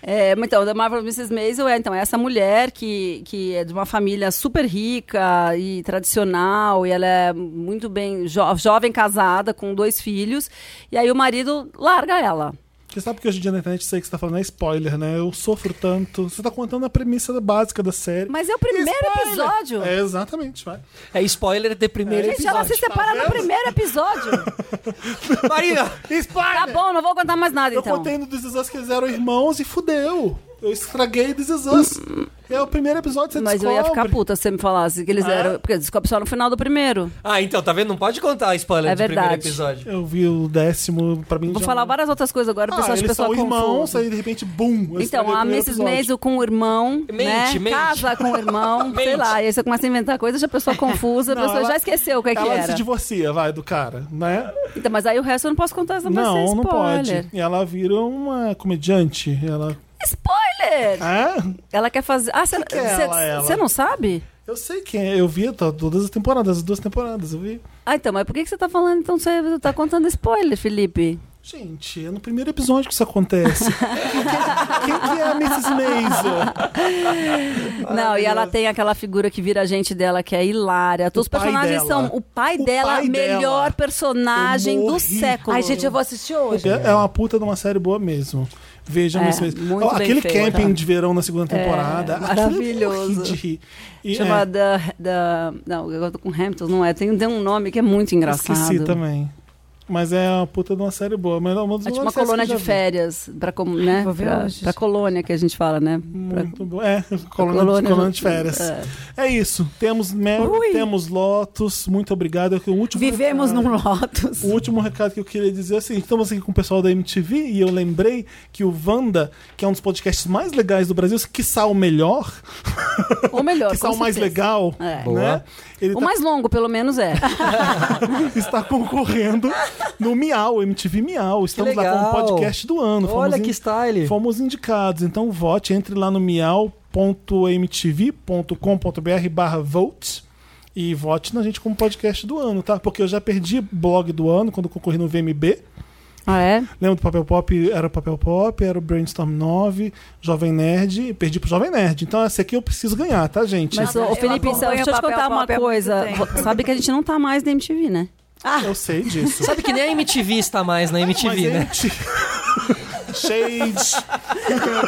C: É, mas então, The Marvelous Mrs. Maisel é, então, é essa mulher que, que é de uma família super rica e tradicional, e ela é muito bem jo- jovem, casada, com dois filhos, e aí o marido larga ela.
A: Porque sabe que hoje em dia na internet sei que você tá falando é spoiler, né? Eu sofro tanto. Você tá contando a premissa básica da série.
C: Mas é o primeiro
A: Spoiler!
C: episódio.
A: É, exatamente, vai.
B: É spoiler de primeiro
C: Gente, ela se
B: episódio.
C: separa
A: tá
C: no
A: vendo?
C: primeiro episódio.
B: Marina,
A: Spoiler!
C: tá bom, não vou contar mais nada,
A: Eu
C: então.
A: contei no This Is Us que eles eram irmãos e fudeu. Eu estraguei This Is Us. É o primeiro episódio, você
C: Mas eu ia ficar
A: descobre.
C: puta se você me falasse que eles
A: Ah.
C: eram... Porque descobre só no final do primeiro.
B: Ah, então, tá vendo? Não pode contar spoiler
C: É
B: do primeiro
C: verdade.
B: episódio.
A: Eu vi o décimo, pra mim
C: Vou
A: já-
C: falar várias outras coisas agora,
A: ah,
C: pessoal, as
A: eles
C: pessoas
A: são irmãos,
C: confundem.
A: aí de repente, bum. eu estraguei
C: Então, a
A: o primeiro
C: Mrs.
A: episódio.
C: Maisel com o irmão,
B: Mente,
C: né?
B: mente.
C: Casa com o irmão, sei
B: Mente.
C: lá. E aí você começa a inventar coisas, a pessoa confusa, a
A: Não,
C: pessoa
A: ela-
C: já esqueceu o que é que
A: Ela
C: era.
A: se divorcia, vai, do cara, né?
C: Então, mas aí o resto eu não posso contar, senão vai ser
A: Não, não
C: spoiler.
A: pode. E ela vira uma comediante. Ela.
C: Spoiler!
A: Ah,
C: Ela quer fazer... Ah, você
A: que é ela, ela?
C: você não sabe?
A: eu sei quem é. Eu vi to- todas as temporadas, as duas temporadas, eu vi.
C: Ah, então, mas por que que você tá falando, então, você tá contando spoiler, Felipe?
A: Gente, é no primeiro episódio que isso acontece. quem, que- quem que é a Mrs. Maisel?
C: Não, e ela tem aquela figura que vira a gente dela, que é hilária. Todos os
A: pai
C: personagens
A: dela.
C: são. O pai
A: O
C: dela,
A: pai
C: melhor
A: dela.
C: personagem
A: Eu
C: do
A: morri.
C: século.
D: Ai, gente, eu vou assistir hoje.
A: É é uma puta de uma série boa mesmo. Veja
C: É,
A: Mrs. Maisel.
C: muito
A: Ó,
C: bem
A: Aquele
C: feita. É,
A: camping de verão na segunda temporada. Aquilo eu
C: maravilhoso.
A: morri de rir. E,
C: Chama
A: é,
C: da, da. Não, eu tô com Hamilton, não é? Tem, tem um nome que é muito
A: eu
C: engraçado.
A: esqueci também. Mas é uma puta de uma série boa. Mas é uma, das
C: É tipo uma
A: melhores séries que eu
C: colônia
A: já
C: de
A: vi.
C: férias, pra, com- né?
D: Vou ver
C: pra,
D: hoje.
C: pra colônia que a gente fala, né? Pra-
A: Muito bom. É, colônia,
C: colônia-
A: colônia, de férias.
C: É.
A: É, isso. Temos Mel,
D: Ui.
A: temos Lotus. Muito obrigado. É que O último
D: Vivemos
A: recado,
D: num Lotus.
A: O último recado que eu queria dizer é o seguinte: estamos aqui com o pessoal da MTV e eu lembrei que o Wanda, que é um dos podcasts mais legais do Brasil, que o melhor,
C: Ou melhor,
A: que
C: com
A: o mais
C: certeza.
A: legal,
C: É.
A: né?
B: Boa.
A: Ele
C: O
A: tá-
C: mais longo, pelo menos, é.
A: está concorrendo no Miau, MTV Miau. Estamos lá com o
B: legal.
A: podcast do ano. Fomos
B: Olha
A: in-
B: que style.
A: Fomos indicados, então vote, entre lá no miau.mtv.com.br barra vote e vote na gente como podcast do ano, tá? Porque eu já perdi blog do ano quando concorri no VMB.
C: Ah, é?
A: Lembra do Papel Pop? Era o Papel Pop, era o Brainstorm 9, Jovem Nerd, e perdi pro Jovem Nerd. Então esse aqui eu preciso ganhar, tá, gente?
C: Mas, ô,
D: eu
C: Felipe,
D: acompanho
C: deixa eu te
D: papel
C: contar
D: pop
C: uma
D: há muito
C: coisa.
D: tempo.
C: Sabe que a gente não tá mais na MTV, né?
A: Eu sei disso.
B: Sabe que nem a MTV está mais na
A: Mas
B: MTV,
A: é
B: né?
A: MTV. Shade.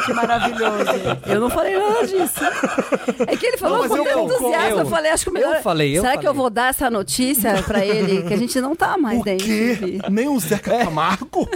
D: Que maravilhoso.
C: Eu não falei nada disso. É que ele falou
B: Não, mas
C: com
B: eu
C: tanto
B: concordo.
C: entusiasmo, eu,
B: Eu-
C: falei, acho que o melhor.
B: eu falei, eu
C: Será que eu
B: falei.
C: vou dar essa notícia pra ele? Que a gente não tá mais
A: O
C: dentro. É.
A: quê? Nem o Zeca Camargo?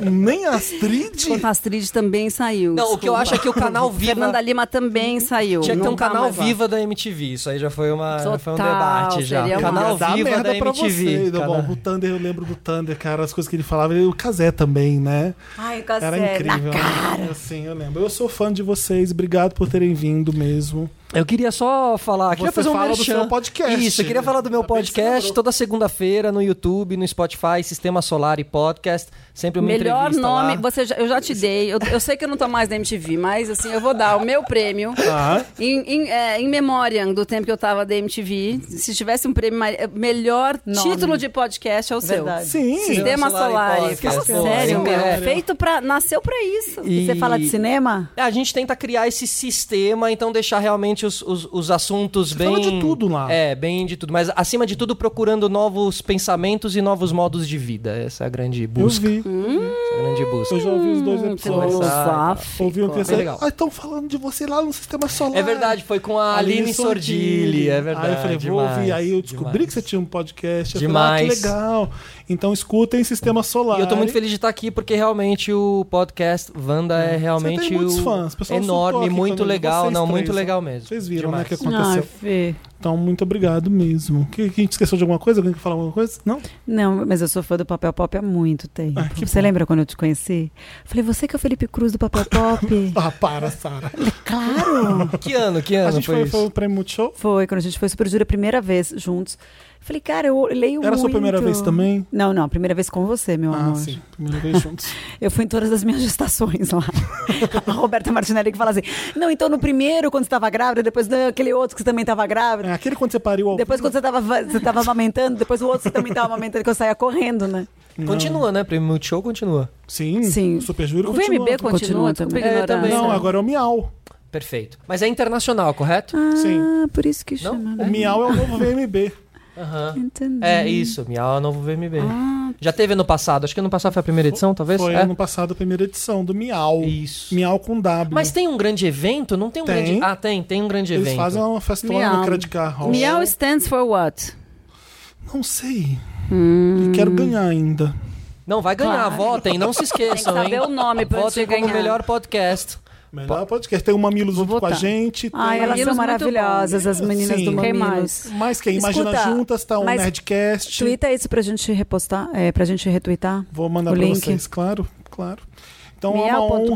A: Nem a Astrid?
C: Quanto a Astrid também saiu.
B: Não, o que eu acho é que o canal Viva...
C: Fernanda Lima também saiu.
B: Tinha que ter
C: Não
B: um
C: tá
B: canal
C: mais lá.
B: Viva da MTV. Isso aí já foi, uma, já foi um
C: Total,
B: debate já.
C: seria uma-
B: Canal
A: Dá
B: Viva
A: merda
B: da
A: pra você.
B: MTV.
A: Não,
B: canal-
A: Bom, o Thunder, eu lembro do Thunder, cara, as coisas que ele falava. E o Kazé também, né?
D: Ai, o Cazé,
A: Era incrível. É
D: na cara.
A: Né? Assim, eu lembro. Eu sou fã de vocês. Obrigado por terem vindo mesmo.
B: Eu queria só falar, queria fazer um
A: fala do
B: merchan.
A: seu podcast,
B: Isso, eu queria
A: né?
B: falar do meu
A: Tá bem
B: podcast
A: seguro.
B: toda segunda-feira no YouTube, no Spotify, Sistema Solar e Podcast. Sempre uma
C: Melhor
B: entrevista
C: nome,
B: lá.
C: você já- eu já te dei. Eu, eu sei que eu não tô mais na MTV, mas assim, eu vou dar o meu prêmio
A: Ah.
C: em, em, é, em memória do tempo que eu tava da MTV. Se tivesse um prêmio, mari- melhor título de podcast é o seu.
D: Verdade.
A: Sim.
C: Sistema
B: Solar e
C: Solar.
B: Podcast.
C: Fala Sério,
B: Sim,
C: meu.
B: é.
C: Feito pra. Nasceu pra isso.
D: E você
B: E-
D: fala de cinema?
B: A gente tenta criar esse sistema, então deixar realmente os, os, os assuntos bem.
A: fala de tudo lá.
B: É, bem de tudo. Mas acima de tudo, procurando novos pensamentos e novos modos de vida. Essa é a grande
A: Eu
B: busca.
A: vi.
B: Essa é a grande busca.
A: Eu já ouvi os dois
B: conversar.
A: episódios. Ouvi um que você.
B: legal.
A: Ah, estão falando de você lá no Sistema Solar.
B: É verdade, foi com a Aline, Sordilli. É verdade.
A: Aí eu falei, vou
B: demais,
A: ouvir. Aí eu descobri
B: demais.
A: que você tinha um podcast. Eu Falei, ah,
B: Demais.
A: que legal. Então escutem Sistema Solar.
B: E eu tô muito feliz de estar aqui porque realmente o podcast Wanda é realmente
A: Você tem muitos
B: o-
A: fãs. O pessoal surtou
B: enorme,
A: aqui
B: muito
A: quando-
B: legal,
A: vocês
B: não,
A: três,
B: muito
A: ó.
B: legal mesmo.
A: Vocês viram,
B: Demais.
A: né, o que aconteceu.
D: Ah, Fê.
A: Então, muito obrigado mesmo. Que, que a gente esqueceu de alguma coisa? Alguém quer falar alguma coisa? Não?
D: Não, mas eu sou fã do Papel Pop há muito tempo.
A: Ah, que
D: Você
A: bom.
D: lembra quando eu te conheci? Falei, você que é o Felipe Cruz do Papel Pop?
A: Ah, para, Sara.
D: claro!
B: Que ano, que ano
A: A gente
B: foi,
A: foi,
B: isso?
A: foi o prêmio Multishow?
D: Foi, quando a gente foi Super Júri a primeira vez juntos. Falei, cara, eu leio muito.
A: Era a sua primeira vez também?
D: Não, não, a primeira vez com você, meu
A: Ah,
D: amor.
A: sim. Primeira vez juntos.
D: Eu fui em todas as minhas gestações lá. a Roberta Martinelli que fala assim: não, então no primeiro, quando você estava grávida, depois não, aquele outro que você também estava grávida.
A: É, aquele quando você pariu ao
D: Depois, quando você estava você tava amamentando, depois o outro que também estava amamentando, que eu saía correndo, né?
B: Continua, né? Prêmio Multishow continua.
A: Sim,
D: Sim.
A: o Super Júri
C: O
A: continua.
C: VMB continua,
D: Continua
C: desculpa
D: também.
B: É,
C: ignorar.
B: também.
A: Não, agora é o Miau.
B: Perfeito. Mas é internacional, correto?
D: Ah,
A: Sim.
D: por isso que
B: Não?
D: chama.
A: O Miau é o novo VMB.
B: Aham.
D: Entendi.
B: É isso, Miau é o novo VMB. Já teve ano passado, acho que ano passado foi a primeira edição, talvez?
A: Foi
B: É?
A: ano passado a primeira edição do Miau.
B: Isso.
A: Miau com W.
B: Mas tem um grande evento? Não tem um
A: Tem.
B: grande. Ah, tem, tem um grande
A: Eles
B: evento.
A: fazem uma festona no
C: Miau.
A: Credit Card Hall.
C: Miau stands for what? Hum.
A: Não sei. E quero ganhar ainda.
B: Não, vai ganhar,
C: Claro.
B: votem, não se esqueçam,
C: saber
B: hein?
C: o nome pra
B: Votem
C: você
B: como
C: ganhar.
B: melhor podcast.
A: Melhor podcast. Tem o Mamilos junto com a
C: votar.
A: gente.
D: Ai,
A: tem...
D: Ah, elas
C: Mamilos muito
D: são maravilhosas,
A: bom.
D: as meninas
A: Sim.
D: do
C: Quem
D: Mamilos.
C: mais?
A: Mas quem? Imagina
D: Escuta,
A: Juntas, tá um
D: mas
A: Nerdcast.
D: Tweeta isso pra gente repostar, é, pra gente retweetar.
A: Vou mandar
D: o
A: pra
D: link.
A: vocês, claro, claro. Então é uma honra.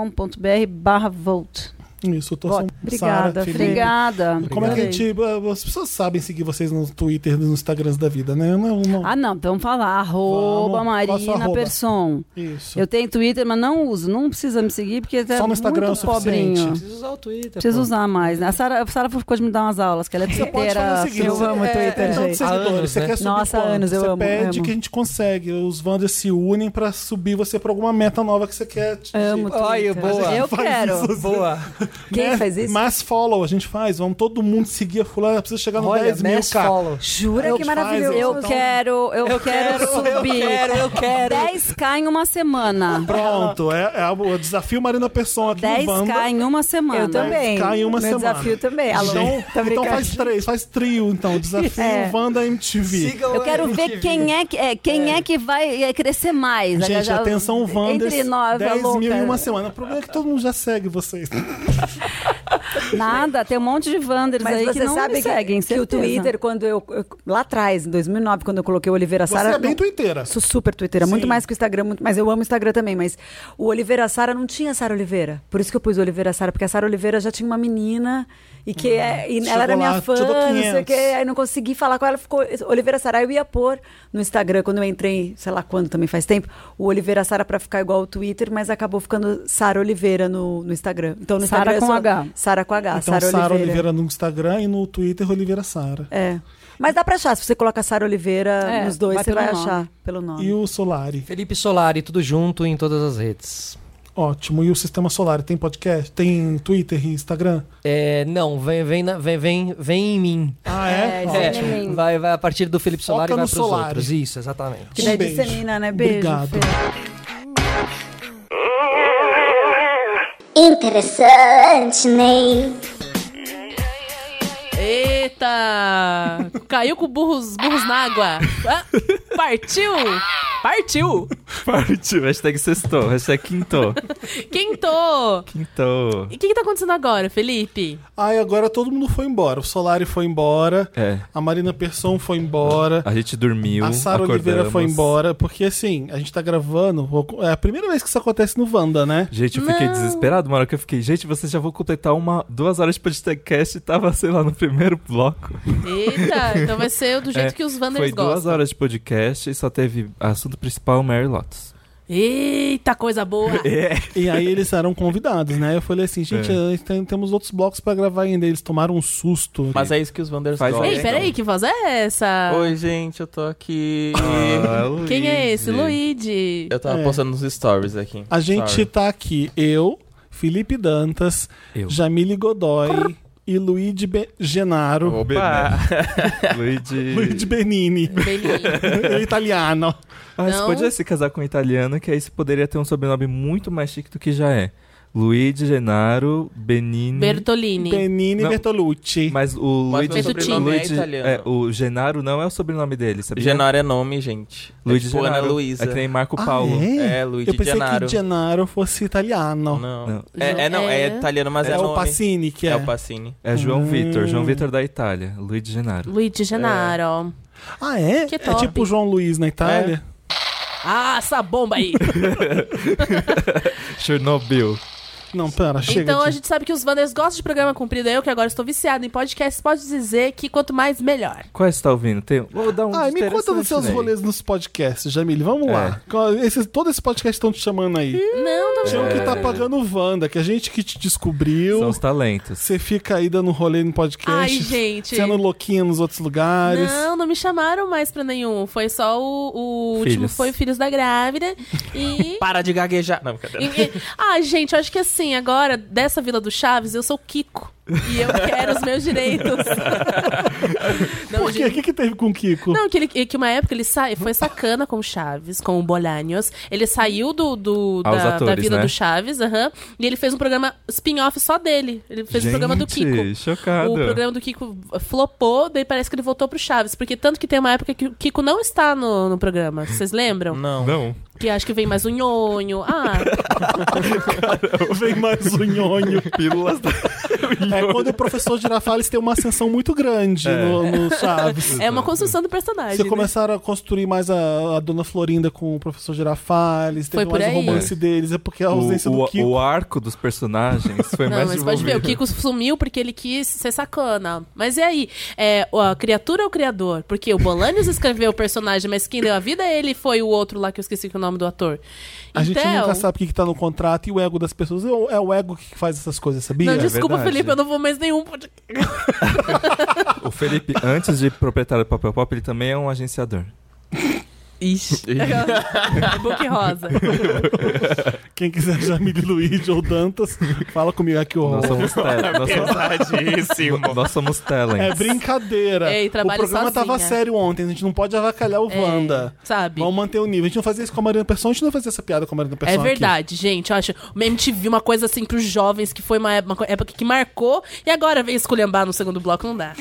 C: miau.mtv.com.br barra vote.
A: Isso, eu tô são
D: Obrigada,
A: Sara, Felipe.
C: Obrigada.
A: Como é que a
C: Adorei.
A: gente. As pessoas sabem seguir vocês no Twitter, nos Instagrams da vida, né? Não, não.
C: Ah, não, vamos falar. Arroba
A: Vamos. Qual a sua
C: Marina
A: arroba?
C: Person.
A: Isso.
C: Eu tenho Twitter, mas não uso. Não precisa me seguir, porque é
A: Só no Instagram
C: muito
A: é o suficiente.
C: pobrinho.
B: Precisa usar o Twitter.
C: Preciso
B: pô.
C: usar mais. né? A Sara a Sara ficou de me dar umas aulas, que ela é
A: Você pode
C: twittera.
A: fazer o seguinte,
D: Eu amo
A: é,
D: Twitter,
A: é, tanto
D: gente.
A: seguidores,
B: Há anos,
A: você
B: né?
A: quer subir
D: Nossa, há
A: quanto?
D: anos, eu
A: Você
D: amo,
A: pede
D: amo.
A: que a gente consegue. Os Wanders se unem pra subir você pra alguma meta nova que você quer. atingir.
D: Amo
B: Ai,
D: Twitter.
B: boa.
C: Eu
A: Faz
C: quero.
A: isso.
B: Boa.
D: Quem
A: Né?
D: faz isso?
A: Mass follow a gente faz. Vamos todo mundo seguir a fulana. Precisa chegar no
B: Olha,
A: 10 mil,
B: mass
A: cara.
B: follow.
D: Jura
A: Eu
D: que
A: faz,
D: maravilhoso.
C: Eu quero, eu, quero, subir.
B: Eu quero, eu quero.
C: 10k em uma semana.
A: Pronto, é, é o desafio Marina Pessoa aqui no Wanda.
C: 10k em uma semana.
D: Eu também.
A: Cai em uma
D: Meu
A: semana.
D: desafio também. Alô,
A: Então,
D: tá
A: então
D: brincando?
A: faz três, faz trio, então. Desafio
D: É.
A: Wanda MTV.
B: Sigam
C: Eu quero
B: a
C: ver
B: MTV.
C: quem é que, é, quem é. que vai é, crescer mais.
A: Gente,
C: Já-
A: atenção, Wanda.
C: Entre nós,
A: 10
C: a
A: mil
C: louca.
A: em uma semana. O problema é que todo mundo já segue vocês.
D: Tá,
C: Nada, tem um monte de Wanders
D: Mas
C: aí
D: você
C: que não
D: sabe
C: me seguem,
D: que, que o
C: certeza.
D: Twitter, quando eu, eu- Lá atrás, em 2009, quando eu coloquei o Oliveira
A: Você
D: Sara.
A: é bem
D: não-
A: twitteira.
D: Sou super Twitter, muito
A: Sim.
D: mais que o Instagram, muito, mas eu amo o Instagram também. Mas o Oliveira Sara não tinha Sara Oliveira. Por isso que eu pus Oliveira Sara, porque a Sara Oliveira já tinha uma menina e que é, e
A: Hum. Chegou
D: ela era minha
A: lá,
D: fã,
A: te dou
D: não sei o
A: 500.
D: quê. Aí não consegui falar com ela, ficou Oliveira Sara. Aí Eu ia pôr no Instagram, quando eu entrei, sei lá quando também faz tempo, o Oliveira Sara pra ficar igual o Twitter, mas acabou ficando Sara Oliveira no, no Instagram. Então no
C: Sara
D: Instagram. eu
C: com
D: sou
C: H.
D: Sara com H,
A: Então,
D: Sara
A: Sara Oliveira no Instagram e no Twitter, Oliveira Sara.
D: é. Mas dá pra achar. Se você coloca Sara Oliveira
C: É,
D: nos dois,
C: vai
D: você
C: pelo
D: vai
C: nome.
D: achar pelo nome.
A: E o Solari.
B: Felipe Solari, tudo junto em todas as redes.
A: Ótimo. E o Sistema Solari? Tem podcast? Tem Twitter e Instagram?
B: É, não, vem, vem, na- vem, vem, vem em mim.
A: Ah, é?
C: É,
A: Ótimo.
C: gente. em mim.
B: vai, vai a partir do Felipe Solari
A: Foca
B: vai
A: no
B: pros
A: Solari.
B: outros. Isso, exatamente.
D: Que
A: Um
D: daí
A: beijo.
D: dissemina, né? Beijo.
A: Obrigado.
D: Fê.
F: né?
I: Interessante, Ney.
F: Eita! Caiu com burros, burros na água. Ah, Partiu! Partiu!
K: Partiu. Hashtag sextou. Hashtag quintou.
F: Quintou!
K: Quintou.
F: E o que, que tá acontecendo agora, Felipe?
A: Aí agora todo mundo foi embora. O Solari foi embora.
K: É.
A: A Marina Persson foi embora.
K: A gente dormiu,
A: A Sara Oliveira
K: acordamos.
A: foi embora, porque assim, a gente tá gravando. É a primeira vez que isso acontece no Wanda, né?
K: Gente, eu fiquei desesperado. Uma hora que eu fiquei, gente, vocês já vão completar uma, duas horas de podcast e tava, sei lá, no primeiro bloco.
F: Eita, então vai ser do jeito
K: É,
F: que os Wanders
K: Foi duas
F: gostam.
K: horas de podcast e só teve assunto principal Mary Lotus.
F: Eita, coisa boa! É.
G: É.
A: E aí eles eram convidados, né? Eu falei assim, gente,
K: É.
A: eh, tem- temos outros blocos pra gravar ainda. Eles tomaram um susto.
G: Mas é isso que os Wanders
K: Faz
G: gostam.
F: Ei,
K: então.
F: peraí, que voz é essa?
G: Oi, gente, eu tô aqui.
F: Quem é esse?
K: Luiz?
F: Luigi.
G: Eu tava
A: É.
G: postando nos stories aqui.
A: A gente
G: Sorry.
A: tá aqui, eu, Felipe Dantas,
K: Eu.
A: Jamile Godoy e Luigi Be- Genaro.
K: Opa! Luigi.
A: Luigi Benini.
F: Belinho.
A: Ele é italiano.
K: Ah, você
F: Não.
K: podia se casar com um italiano, que aí você poderia ter um sobrenome muito mais chique do que já é. Luigi Genaro Benini.
F: Bertolini.
A: Benini
K: Não.
A: Bertolucci.
K: Mas o
G: Mas
K: Luigi.
G: meu é sobrenome é
K: Luigi-
G: italiano.
K: é, o Genaro não é o sobrenome dele, sabia?
G: Genaro é nome, gente.
K: Luigi
G: é tipo Ana
K: Genaro.
G: Luísa.
K: É que nem Marco
A: Ah,
K: Paulo.
A: é?
G: É, Luigi
A: Eu pensei
G: Gennaro.
A: que Gennaro fosse italiano.
G: Não.
K: Não.
G: É, é, não, é
F: É.
G: italiano, mas
A: É,
G: é,
A: o
G: nome.
A: Pacini que é.
G: É o Pacini.
K: É João
A: Hum.
K: Vitor, João Vitor da Itália. Luigi Genaro.
F: Luigi Genaro.
A: Ah, é?
F: Que
A: é
F: top.
A: tipo o João Luiz na Itália?
G: É.
F: Ah, essa bomba aí!
K: É. Chernobyl.
A: Não,
K: Ah,
A: pera, chega.
F: então
A: de-
F: a gente sabe que os Wanders gostam de programa comprido. Eu que agora estou viciado em podcast, pode dizer que quanto mais, melhor.
K: Qual é que você tá ouvindo? Tem... Vou dar um
A: Ai, me conta
K: interessante
A: dos Tá seus
K: nele.
A: rolês nos podcasts, Jamile.
G: É.
A: Vamos lá. Qual- Esses, todo esse podcast estão te chamando aí.
F: Não, tá
A: Tinha um que
K: É.
A: tá pagando o Wanda, que a gente que te descobriu.
K: São os talentos.
A: Você fica aí dando rolê no podcast.
F: Ai, gente.
A: Sendo louquinha nos outros lugares.
F: Não, não me chamaram mais pra nenhum. Foi só o, o último,
K: Filhos.
F: foi o Filhos da Grávida. E.
G: Para de gaguejar. Não, brincadeira.
F: e- e- ah, gente, eu acho que assim, agora, dessa Vila do Chaves, eu sou o Kiko. E eu quero os meus direitos. não,
A: Por quê? O
F: gente,
A: que, que teve com o Kiko?
F: Não, que, ele, que uma época ele sa... foi sacana com o Chaves, com o Bolanhos. Ele saiu do, do-
K: Ah, os
F: da,
K: atores,
F: da vida
K: né?
F: do Chaves, aham. e ele fez um programa spin-off só dele. Ele fez o programa do
K: Gente,
F: Kiko.
K: chocado.
F: O programa do Kiko flopou, daí parece que ele voltou pro Chaves. Porque tanto que tem uma época que o Kiko não está no, no programa. Vocês lembram?
G: Não.
K: Não.
F: Que acho que vem mais um nhonho. Ah,
A: Vem mais um nhonho.
K: Pílulas da...
A: É quando o professor Girafales tem uma ascensão muito grande
G: É.
A: no, no Chaves.
F: é uma construção do personagem.
A: Você
F: né?
A: começaram a construir mais a, a Dona Florinda com o professor Girafales, teve
F: Foi por
A: mais o
F: aí.
A: romance deles, é porque a ausência
K: o,
A: do
K: o-
A: Kiko.
K: o arco dos personagens foi
F: Não,
K: mais
F: mas pode ver, o
K: desenvolvido.
F: Kiko sumiu porque ele quis ser sacana. Mas e aí? É, a criatura ou o criador? Porque o Bolanes escreveu o personagem, mas quem deu a vida a ele foi o outro lá que eu esqueci o nome do ator.
A: A gente
F: então,
A: nunca sabe o que, que tá no contrato e o ego das pessoas. É o, é o ego que faz essas coisas, sabia?
F: Não, desculpa,
K: É verdade.
F: Felipe, eu não vou mais nenhum. pod-
K: O Felipe, antes de proprietário do Papel Pop, ele também é um agenciador.
F: Ixi. Book rosa.
A: Quem quiser Jamile Luiz ou Dantas, fala comigo é aqui o
K: Nós somos talent. Nós somos,
G: Pesadíssimo.
K: nós somos talent.
A: É brincadeira.
F: Ei,
A: o
F: trabalho
A: programa tava
F: sozinha.
A: sério ontem, a gente não pode avacalhar o
F: É,
A: Wanda.
F: sabe?
A: Vamos manter o nível. A gente não fazia isso com a Marina Persson, a gente não fazia essa piada com a Marina Persson.
F: É
A: aqui.
F: verdade, gente. Eu acho uma MTV, uma coisa assim pros jovens, que foi uma época, uma época que marcou, e agora vem esculhambar no segundo bloco, não dá.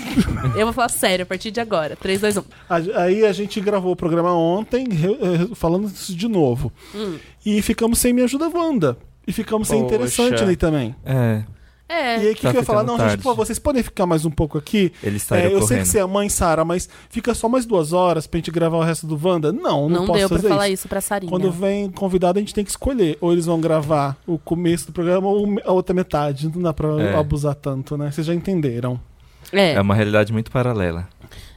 F: eu vou falar sério a partir de agora. um. 3, 2, 1.
A: A- Aí a gente gravou o programa ontem, re- eh, falando isso de novo.
F: Hum.
A: E ficamos sem Me Ajuda Wanda. E ficamos sem
G: Poxa.
A: interessante ali também.
K: É,
F: É.
A: E aí, o que,
K: Tá
A: que eu ia falar?
K: ficando
A: Não, gente,
K: tarde.
A: por favor, vocês podem ficar mais um pouco aqui?
K: Eles saíram
A: É, Eu sei que
K: correndo.
A: você é mãe, Sara, mas fica só mais duas horas pra gente gravar o resto do Wanda? Não, não,
F: Não,
A: posso
F: deu pra
A: fazer
F: falar
A: isso.
F: isso pra Sarinha.
A: Quando vem convidado, a gente tem que escolher. Ou eles vão gravar o começo do programa ou a outra metade. Não dá pra
K: É.
A: abusar tanto, né? Vocês já entenderam.
F: É,
K: é uma realidade muito paralela.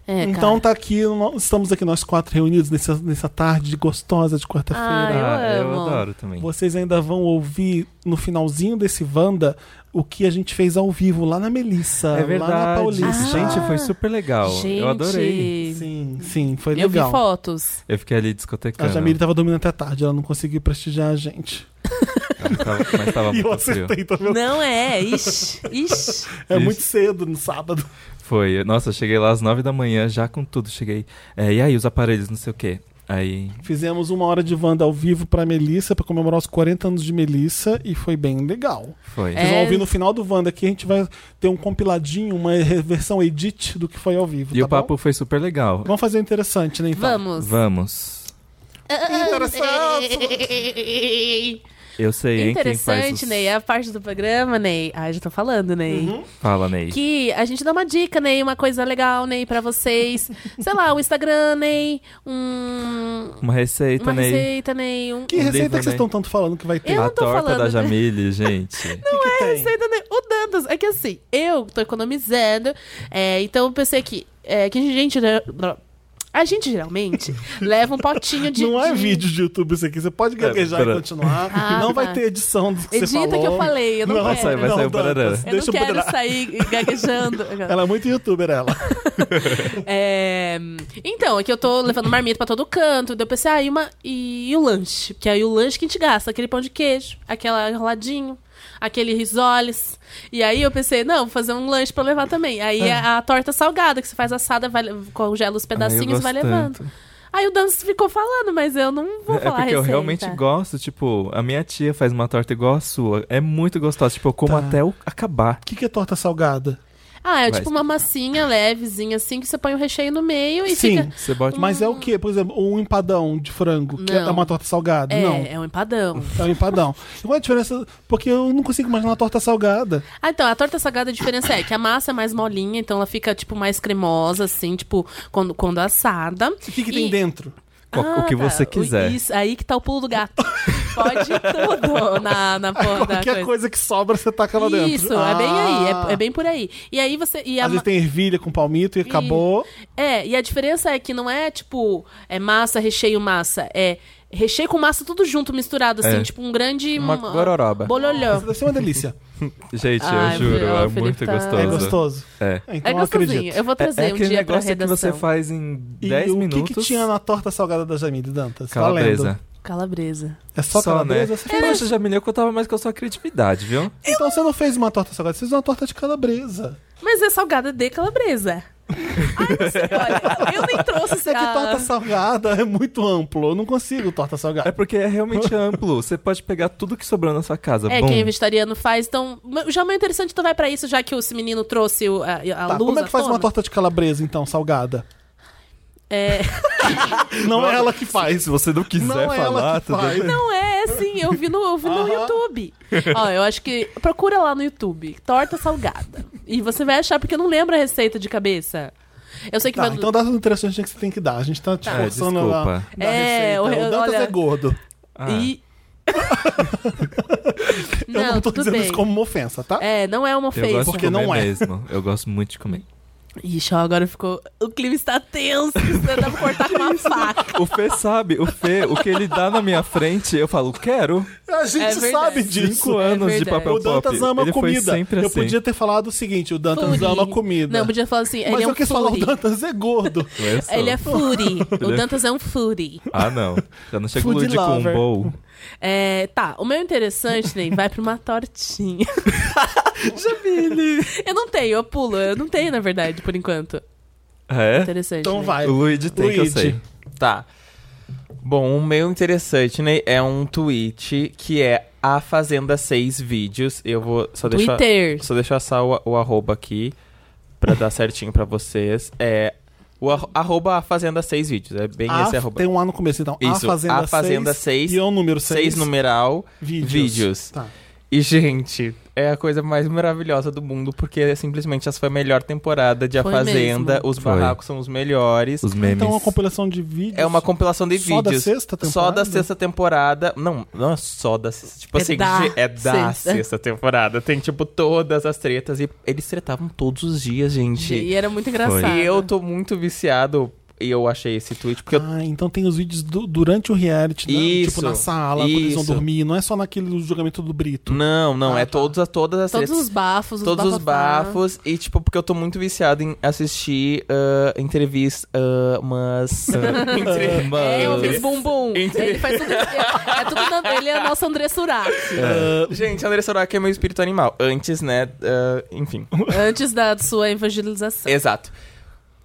F: é,
A: então
F: cara.
A: tá aqui, nó- estamos aqui nós quatro reunidos nessa, nessa tarde gostosa de quarta-feira.
F: Ah, eu
K: eu
F: amo.
K: adoro também.
A: Vocês ainda vão ouvir no finalzinho desse Wanda o que a gente fez ao vivo lá na Melissa,
K: É
A: lá na
K: verdade.
F: Ah.
A: Paulista.
K: Gente, foi super legal.
F: Gente,
K: Eu adorei.
A: Sim, sim, foi
F: Eu vi
A: legal.
F: fotos.
K: Eu fiquei ali
A: a
K: discotecando.
A: Jamile tava dormindo até tarde, ela não conseguiu prestigiar a gente.
K: Mas tava, mas tava
A: e eu
K: muito frio.
A: acertei também.
F: Não é, ixi, ixi.
A: É
K: Isso.
A: muito cedo no sábado.
K: Foi. Nossa, eu cheguei lá às 9 da manhã, já com tudo. Cheguei. é, e aí, os aparelhos, não sei o quê. Aí.
F: Tá
A: Fizemos uma hora de Wanda ao vivo pra Melissa, pra comemorar os 40 anos de Melissa, e foi bem legal.
K: Foi.
A: Vocês
F: É.
A: vão ouvir no final do Wanda aqui, a gente vai ter um compiladinho, uma re- versão edit do que foi ao vivo.
K: E
A: tá
K: o papo
A: Bom?
K: foi super legal.
A: Vamos fazer interessante, né? Então?
F: Vamos.
K: Vamos. Eu sei, hein? Quem faz
F: Interessante,
K: os...
F: Ney. É a parte do programa, Ney. Ah, já tô falando, Ney.
K: Fala, Ney.
F: Uhum. Que a gente dá uma dica, Ney, uma coisa legal, Ney, pra vocês. Sei lá, um Instagram, Ney, um...
K: Uma receita,
F: uma
K: Ney.
F: receita, Ney. Um...
A: Que
K: Um
A: receita
K: livro,
A: que vocês
K: né?
A: estão tanto falando que vai ter?
F: Eu
K: a
F: não tô
K: torta
F: falando,
K: da
F: né?
K: Jamile, gente.
A: não que
F: É
A: tem?
F: receita, Ney. O Dantas. É que assim, eu tô economizando. é, então eu pensei que... É, que a gente... A gente geralmente leva um potinho de...
A: Não é
F: de-
A: vídeo de YouTube isso aqui. Você pode gaguejar e
K: pera.
A: continuar.
F: Ah,
A: não vai
F: tá.
A: ter edição do que você
F: Edita
A: falou.
F: que eu falei, eu não quero.
K: sai, vai sair o
A: Dantas,
K: barará. Eu
F: Eu
A: deixa
F: não quero
A: barará.
F: sair gaguejando.
A: Ela é muito youtuber, ela.
F: É, Então, é que eu tô levando marmita pra todo canto. Daí eu pensei, ah, e, uma... e o lanche? Porque aí o lanche que a gente gasta, aquele pão de queijo, aquela enroladinho, aquele risoles. E aí eu pensei, não, vou fazer um lanche pra levar também. Aí a, a torta salgada, que você faz assada, vai, congela os
K: Ai, É. eu
F: pedacinhos e vai
K: gosto
F: levando.
K: tanto.
F: Aí o Dantas ficou falando, mas eu não vou
K: é porque
F: falar a
K: eu
F: receita.
K: realmente gosto, tipo, a minha tia faz uma torta igual a sua. É muito gostosa, tipo, eu como
A: Tá.
K: até o acabar.
A: O que, que é torta salgada?
F: Ah, é
K: Vai.
F: tipo uma massinha levezinha, assim, que você põe o recheio no meio e
A: Sim.
F: fica...
K: Você bota
A: Mas é o quê? Por exemplo, um empadão de frango, que
F: Não.
A: é uma torta salgada?
F: É,
A: Não.
F: é um empadão.
A: É um empadão. E Qual é a diferença? Porque eu não consigo imaginar uma torta salgada.
F: Ah, então, a torta salgada, a diferença é que a massa é mais molinha, então ela fica, tipo, mais cremosa, assim, tipo, quando, quando assada.
A: O que, que tem
F: E-
A: dentro?
K: co- o que você
G: é.
K: quiser.
F: Ah, tá. Isso, aí que tá o pulo do gato. Pode tudo na, na porra da
A: Qualquer
F: coisa.
A: coisa. que sobra, você taca lá dentro.
F: Isso, é bem
A: Ah.
F: aí, é, é bem por aí. E aí você... E a
A: Às
F: ma-
A: vezes tem ervilha com palmito e acabou.
F: É, e a diferença é que não é, tipo, é massa, recheio, massa. É recheio com massa tudo junto, misturado, assim,
K: É.
F: tipo um grande...
G: Uma gororoba.
F: Bololhô.
A: Isso deve ser uma delícia.
K: Gente,
F: Ai,
K: eu juro,
F: meu,
K: é
F: Felipe
K: muito
F: tá-
K: gostoso.
A: É gostoso.
K: É.
A: Então
F: É
A: eu
F: gostosinho.
A: acredito.
F: Eu vou trazer
K: É
F: um
K: aquele
F: dia pra
K: negócio que
F: redação.
K: você faz em
A: E
K: 10
A: o
K: minutos.
A: que, que tinha na torta salgada da Jamile Dantas? Tá
K: Calabresa.
A: lendo?
F: Calabresa.
A: É só, calabresa? Você
K: né? Poxa, Jamile, eu contava mais com a sua criatividade, viu?
A: fez- Então você não fez uma torta salgada, você fez uma torta de calabresa.
F: Mas é salgada de calabresa. Ai, não sei, olha, eu nem trouxe
A: Isso é que torta salgada é muito amplo. Eu não consigo torta
K: É
A: salgada.
K: porque é realmente amplo. Você pode pegar tudo que sobrou na sua casa.
F: É,
K: Bom,
F: quem é vegetariano faz, então... mas Já é meio interessante, então vai pra isso, já que esse menino trouxe o- a, a
A: Tá,
F: luz,
A: como é
F: a
A: que faz
F: tona.
A: uma torta de calabresa, então, salgada?
F: É,
A: Não é ela que faz.
K: se você não quiser
A: Não é ela
K: falar,
A: que
K: tudo
A: faz.
K: bem.
F: não é, sim, eu vi no, eu vi no YouTube. Ó, eu acho que... Procura lá no YouTube, torta salgada. E você vai achar, porque eu não lembro a receita de cabeça. Eu sei que
A: Tá,
F: vai...
A: então dá as interações que você tem que dar. A gente tá te
K: Tá.
A: forçando
K: É,
A: lá.
K: desculpa.
A: da
F: É,
A: receita.
F: o-
A: o Dantas
F: olha-
A: é gordo.
K: Ah,
F: E...
A: Eu não, tô
F: tudo
A: dizendo
F: bem.
A: isso como uma ofensa, tá?
F: É, não é uma
K: eu
F: ofensa.
K: gosto de
A: Porque
K: comer
A: não é.
K: mesmo. Eu gosto muito de comer.
F: Ixi, ó, agora ficou... O clima está tenso, você dá pra cortar com uma faca.
K: O Fê sabe, o Fê, o que ele dá na minha frente, eu falo, quero.
A: A gente
F: É verdade.
A: sabe
K: Cinco
A: disso.
K: anos de
F: verdade.
K: papel
A: O Dantas
K: pop.
A: ama
K: ele
A: comida.
K: Foi sempre
A: Eu
K: assim.
A: podia ter falado o seguinte: o Dantas
F: Furi.
A: ama comida.
F: Não, podia falar assim,
A: Mas
F: ele é
A: eu
F: um
A: quis falar, o
F: furi.
A: Dantas é gordo.
K: Eu sou.
F: Ele é furi.
K: Ele
F: o
K: é-
F: Dantas é um furi.
K: Ah, não. Já não chegou
A: Food
K: de com um
A: lover.
K: bowl.
F: É, tá, o meu interessante, Ney, vai pra uma tortinha. Jamile! Eu não tenho, eu pulo. Eu não tenho, na verdade, por enquanto.
G: Ah,
K: É?
F: Interessante. né?
A: Então
F: Ney.
A: vai.
K: O Luigi tem, que eu
A: Luigi.
K: sei.
G: Tá. Bom, o meu interessante, né, é um tweet que é a Fazenda 6 Vídeos. Eu vou só deixar...
F: Twitter.
G: Só deixar só o, o arroba aqui pra dar certinho pra vocês. É o arro- arroba a Fazenda 6 Vídeos. É bem
A: A-
G: esse arroba.
A: Tem um A no começo, então.
G: Isso,
A: a Fazenda,
G: A Fazenda seis,
A: E é o número 6.
G: 6 numeral
A: Vídeos.
G: vídeos.
A: Tá.
G: E, gente, é a coisa mais maravilhosa do mundo, porque é simplesmente essa foi a melhor temporada de A
F: Foi
G: Fazenda.
F: mesmo.
G: Os
K: Foi.
G: barracos são os melhores.
K: Os memes.
A: Então é uma compilação de vídeos.
G: É uma compilação de
A: Só da
G: vídeos.
A: sexta temporada?
G: Só da sexta temporada. Não, não é só da sexta. Tipo
F: É
G: assim,
F: da
G: ge- é da
F: sexta.
G: sexta. temporada. Tem, tipo, todas as tretas. E eles tretavam todos os dias, gente.
F: E era muito engraçado.
G: E eu tô muito viciado. E eu achei esse tweet, porque eu
A: Ah, então tem os vídeos do- durante o reality, né?
G: Isso,
A: tipo na sala, quando eles vão
G: isso.
A: dormir. Não é só naquele do julgamento do Brito.
G: Não, não,
A: Ah,
G: é
A: tá.
G: todas, todas as
F: Todos
G: tretas.
F: os bafos, os
G: todos os
F: bafafá.
G: bafos. E, tipo, porque eu tô muito viciado em assistir entrevistas. umas. ah, entre-
F: É, eu
G: umas-
F: fiz bumbum. Ele faz tudo. É, é tudo na- ele é nosso André Surati.
A: Ah,
G: Gente, André Soraki é meu espírito animal. Antes, né? ah, enfim.
F: Antes da sua evangelização.
G: Exato.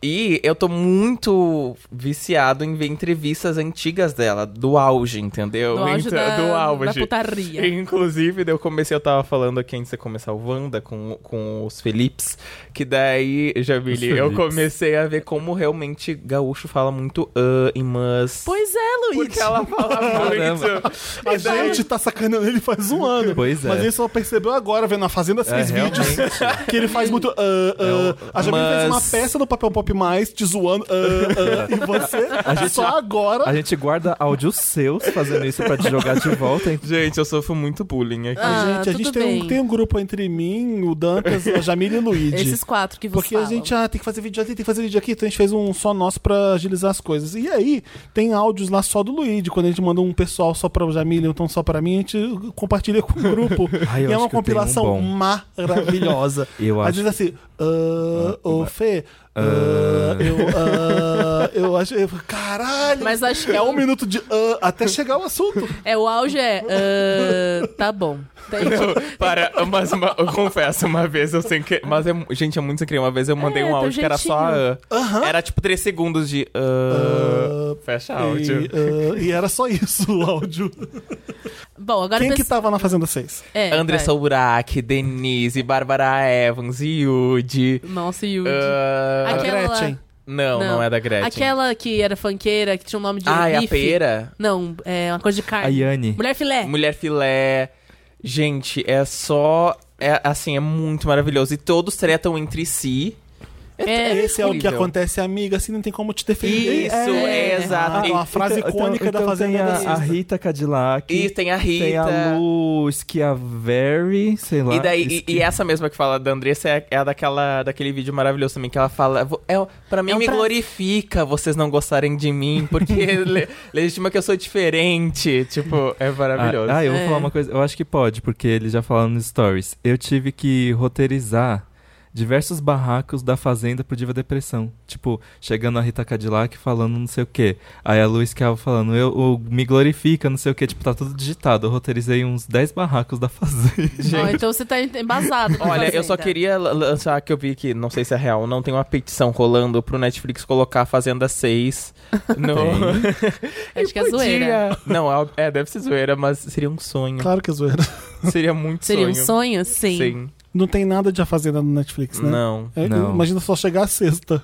G: E eu tô muito viciado em ver entrevistas antigas dela, do auge, entendeu?
F: Do auge
G: Então-
F: da-
G: do auge.
F: da putaria.
G: Inclusive, eu comecei, eu tava falando aqui antes de começar o Wanda com, com os Felipes, que daí, Jamile,
K: Os
G: eu
K: Felipes.
G: comecei a ver como realmente gaúcho fala muito ãh e mas.
F: Pois é, Luiz.
G: porque ela fala
K: Caramba.
G: muito.
A: A gente tá sacaneando ele faz um ano.
K: Pois é.
A: Mas ele só percebeu agora, vendo a Fazenda
K: É,
A: Seis Vídeos,
K: realmente.
A: que ele faz muito. ah, ah.
K: É o-
A: a Jamila fez uma
G: um- Mas-
A: peça no Papel Pop Mais, te zoando. ah, ah, e você só agora.
K: A gente guarda áudios seus fazendo isso pra te jogar de volta, hein?
G: Gente, eu sofro muito bullying aqui.
F: Ah,
A: É gente, a gente
F: tudo
A: tem um,
F: bem.
A: tem um grupo entre mim, o Dantas, a Jamila e o Luigi.
F: Esses quatro que você
A: Porque a gente ah, tem que fazer vídeo aqui, tem que fazer vídeo aqui. Então a gente fez um só nosso pra agilizar as coisas. E aí, tem áudios lá só do Luigi. Quando a gente manda um pessoal só pra Jamila, então só pra mim, a gente compartilha com o grupo.
K: Ai, eu
A: e é
K: acho
A: uma
K: que eu tenho um
A: compilação
K: bom.
A: maravilhosa.
K: Eu
A: Às
K: acho.
A: vezes assim, ah, ô Fê, ah, eu, ah, eu acho. eu- caralho!
F: Mas acho que-
A: É um minuto de ah, até chegar o assunto.
F: É, o auge é... ah, tá bom. Tem-
G: Para, mas uma- eu confesso, uma vez eu sem que. Mas, é, mu- gente, é muito sem querer. Uma vez eu mandei
F: É,
G: um
F: teu
G: áudio que era só. ah. Era tipo 3 segundos de. ah,
A: Ah,
G: fecha
A: E,
G: áudio.
A: ah, e era só isso o áudio.
F: Bom, agora...
A: Quem que
F: pensa-
A: tava na Fazenda 6?
F: É, vai.
G: Anderson Burak, Denise, Bárbara Evans, Yudi.
F: Nossa, Yudi.
G: ah,
F: Aquela-
A: Gretchen.
G: Não, não, é da Gretchen.
F: Aquela que era funkeira, que tinha um nome de
G: Ah, é a
F: bife.
G: Pera?
F: Não, é uma coisa de
K: A
F: carne.
K: Yane.
F: Mulher filé.
G: Mulher filé. Gente, é só. É, assim, é muito maravilhoso. E todos tretam entre si.
F: É,
A: Esse é o que
G: horrível.
A: acontece, amiga, assim não tem como te defender.
G: Isso, é,
F: é.
A: Ah,
G: exato.
A: uma
G: E-
A: frase
K: Então-
A: icônica
K: então
A: da Fazenda é
K: tem a,
A: da
K: a Rita Cadillac.
G: e tem a Rita.
K: Tem a Lu Schiaveri, sei lá.
G: E daí, e-
K: Schi-
G: e, essa mesma que fala da Andressa é, é a daquela, daquele vídeo maravilhoso também, que ela fala. "Vo- É, pra mim
F: É um
G: me
F: pra-
G: glorifica vocês não gostarem de mim, porque le- legitima que eu sou diferente. Tipo, é maravilhoso.
K: Ah, ah, eu vou
F: É.
K: falar uma coisa. Eu acho que pode, porque ele já falou nos stories. Eu tive que roteirizar diversos barracos da Fazenda pro Diva Depressão. Tipo, chegando a Rita Cadillac falando não sei o quê. Aí a Luiz Calvo falando, eu, o- me glorifica, não sei o quê. Tipo, tá tudo digitado. Eu roteirizei uns 10 barracos da Fazenda.
F: Ó, então você tá embasado. com
G: Olha, eu
F: Fazenda.
G: só queria la- lançar que eu vi que, não sei se é real, não tem uma petição rolando pro Netflix colocar a Fazenda 6 no.
F: Acho que é zoeira.
G: Não, é, é, deve ser zoeira, mas seria um sonho.
A: Claro que é zoeira.
G: Seria muito
F: Seria um
G: sonho.
F: sonho? Sim.
G: Sim.
A: Não tem nada de A Fazenda no Netflix, né?
G: Não.
A: É,
K: Não.
A: Imagina só chegar a sexta.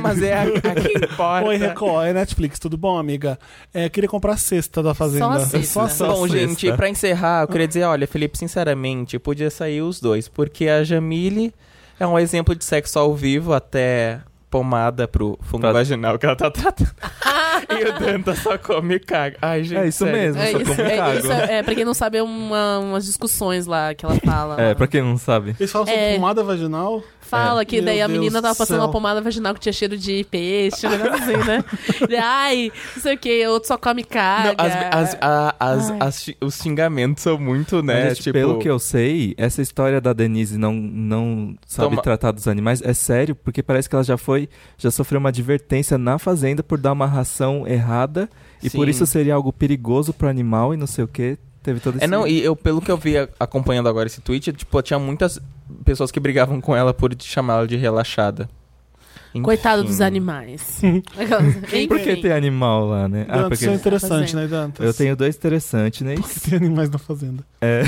G: Mas é a, a que importa.
A: Oi, Record, é Netflix, tudo bom, amiga? É, queria comprar a sexta da Fazenda.
F: Só a sexta.
A: Só a
K: Só
A: sexta.
G: Bom,
K: sexta.
G: gente, pra encerrar, eu queria dizer, olha, Felipe, sinceramente, podia sair os dois, porque a Jamile é um exemplo de sexo ao vivo até pomada pro fungo
K: Tá.
G: vaginal que ela tá tratando. e o Danta só come e caga. Ai, gente,
K: É isso
G: sério.
K: mesmo,
F: É
K: só
F: isso,
K: como
F: é,
K: cago.
F: isso é, é, pra quem não sabe, é uma- umas discussões lá que ela fala.
K: É,
F: lá.
K: pra quem não sabe.
A: Eles falam sobre
F: É.
A: pomada vaginal? É.
F: Fala que
A: Meu
F: daí a
A: Deus
F: menina tava
A: do
F: passando
A: céu.
F: uma pomada vaginal que tinha cheiro de peixe, um negócio assim, né? E, Ai, não sei o que, outro só come
G: Não,
F: carne.
G: as- as- a- as- as chi- os xingamentos são muito, né?
K: Mas, gente,
G: tipo,
K: Pelo que eu sei, essa história da Denise não, não sabe
G: Toma-
K: tratar dos animais é sério, porque parece que ela já foi, já sofreu uma advertência na fazenda por dar uma ração errada e por
G: Sim.
K: isso seria algo perigoso pro animal e não sei o que. Teve todo esse.
G: É, não, e eu, pelo que eu vi a- acompanhando agora esse tweet, tipo, tinha muitas pessoas que brigavam com ela por chamá-la de relaxada. Enfim.
F: Coitado dos animais. Enfim.
K: Hum. Por que tem animal lá, né? Ah,
A: Dantas,
K: porque
A: isso é interessante,
F: Fazenda.
A: né, Dantas?
K: eu tenho dois interessantes, né?
A: Porque tem animais na Fazenda.
K: É.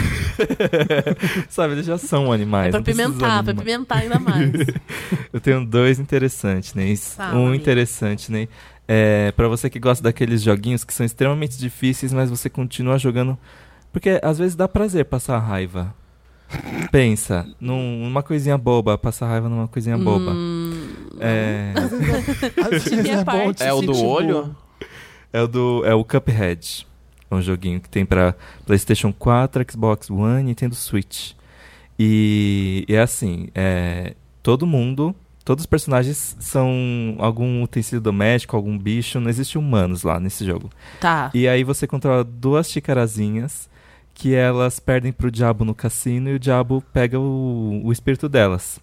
K: sabe, eles já são animais.
F: É pra
K: não precisa
F: pimentar, pra
K: anima-
F: pimentar ainda mais.
K: Eu tenho dois interessantes, Ney.
F: Fala,
K: Um
F: amigo.
K: interessante, Ney. É, para você que gosta daqueles joguinhos que são extremamente difíceis, mas você continua jogando. Porque às vezes dá prazer passar raiva. Pensa, num- numa coisinha boba, passar raiva numa coisinha boba.
F: Hum,
K: É,
A: Às vezes
F: é
A: é bom
F: parte?
A: te
G: É o do
A: sentir
G: olho?
A: boa.
K: é o do é o Cuphead. É um joguinho que tem pra PlayStation 4, Xbox One, Nintendo Switch. E e é assim, é, todo mundo, todos os personagens são algum utensílio doméstico, algum bicho, não existe humanos lá nesse jogo.
F: tá.
K: E aí você controla duas xicarazinhas que elas perdem pro diabo no cassino e o diabo pega o, o espírito delas.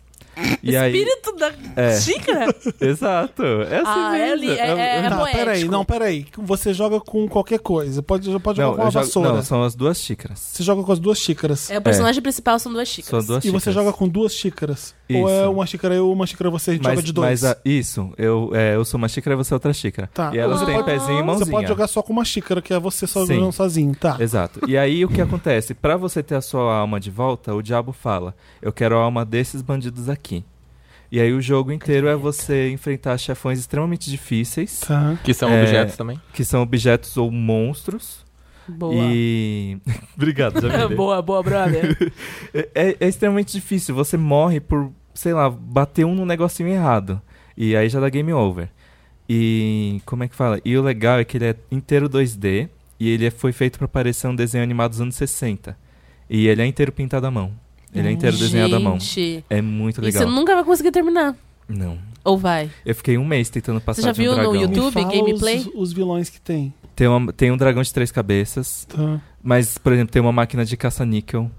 K: E aí,
F: Espírito da
K: É.
F: xícara?
K: exato. É assim
F: Ah, é
K: mesmo.
F: li- é- é-
K: um-
F: é
A: tá,
F: poético.
A: peraí, não, peraí. Você joga com qualquer coisa. Pode, pode
K: Não,
A: jogar com uma
K: eu jogo-
A: vassoura.
K: não, são as duas xícaras.
A: Você joga com as duas xícaras.
F: É, o personagem principal são duas
K: São
F: xícaras.
K: duas
A: E você
K: xícaras.
A: joga com duas xícaras. Ou
K: Isso.
A: é uma xícara eu, uma xícara você, a gente joga de dois.
K: Mas a- isso, eu, é, eu sou uma xícara e você é outra xícara.
A: Tá.
K: E elas têm pezinho e mãozinha.
A: Você pode jogar só com uma xícara, que é você só
K: Sim.
A: jogando sozinho, tá?
K: Exato. E aí o que acontece? Pra você ter a sua alma de volta, o diabo fala: Eu quero a alma desses bandidos aqui. E aí o jogo inteiro é você enfrentar chefões extremamente difíceis,
A: Tá.
G: Que são
K: É.
G: objetos também.
K: que são objetos ou monstros.
F: Boa.
K: E. Obrigado, já me dei.
F: boa, boa, brother.
K: É- é, é extremamente difícil. Você morre por, sei lá, bater um no negocinho errado. E aí já dá game over. E como é que fala? E o legal é que ele é inteiro 2D e ele é- foi feito pra parecer um desenho animado dos anos 60. E ele é inteiro pintado à mão. Ele é inteiro desenhado à mão.
F: Gente,
K: É muito
F: e você
K: legal.
F: nunca vai conseguir terminar.
K: Não.
F: Ou vai?
K: Eu fiquei um mês tentando passar
F: já
K: de um
F: viu no
K: dragão.
A: Me
F: YouTube?
A: fala
F: gameplay?
A: Os, os vilões que tem.
K: Tem, uma- tem um dragão de três cabeças.
A: Tá.
K: Mas, por exemplo, tem uma máquina de caça-níquel.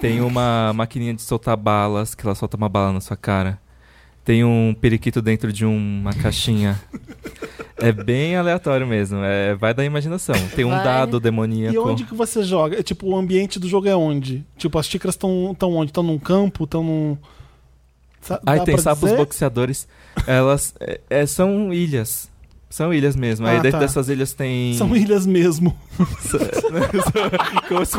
K: Tem uma maquininha de soltar balas, que ela solta uma bala na sua cara. Tem um periquito dentro de uma caixinha. é bem aleatório mesmo. É, vai da imaginação. Tem um
F: Vai.
K: dado
A: E
K: demoníaco.
A: onde que você joga? É, Tipo, o ambiente do jogo é onde? Tipo, as xícaras estão tão onde? Estão num campo? Estão num. Sa-
K: Aí
A: dá
K: tem
A: pra
K: sapos
A: dizer?
K: boxeadores. Elas é- é, são ilhas. São ilhas mesmo. Aí
A: Ah,
K: dentro
A: tá.
K: dessas ilhas tem.
A: São ilhas mesmo.
K: Como se pudesse-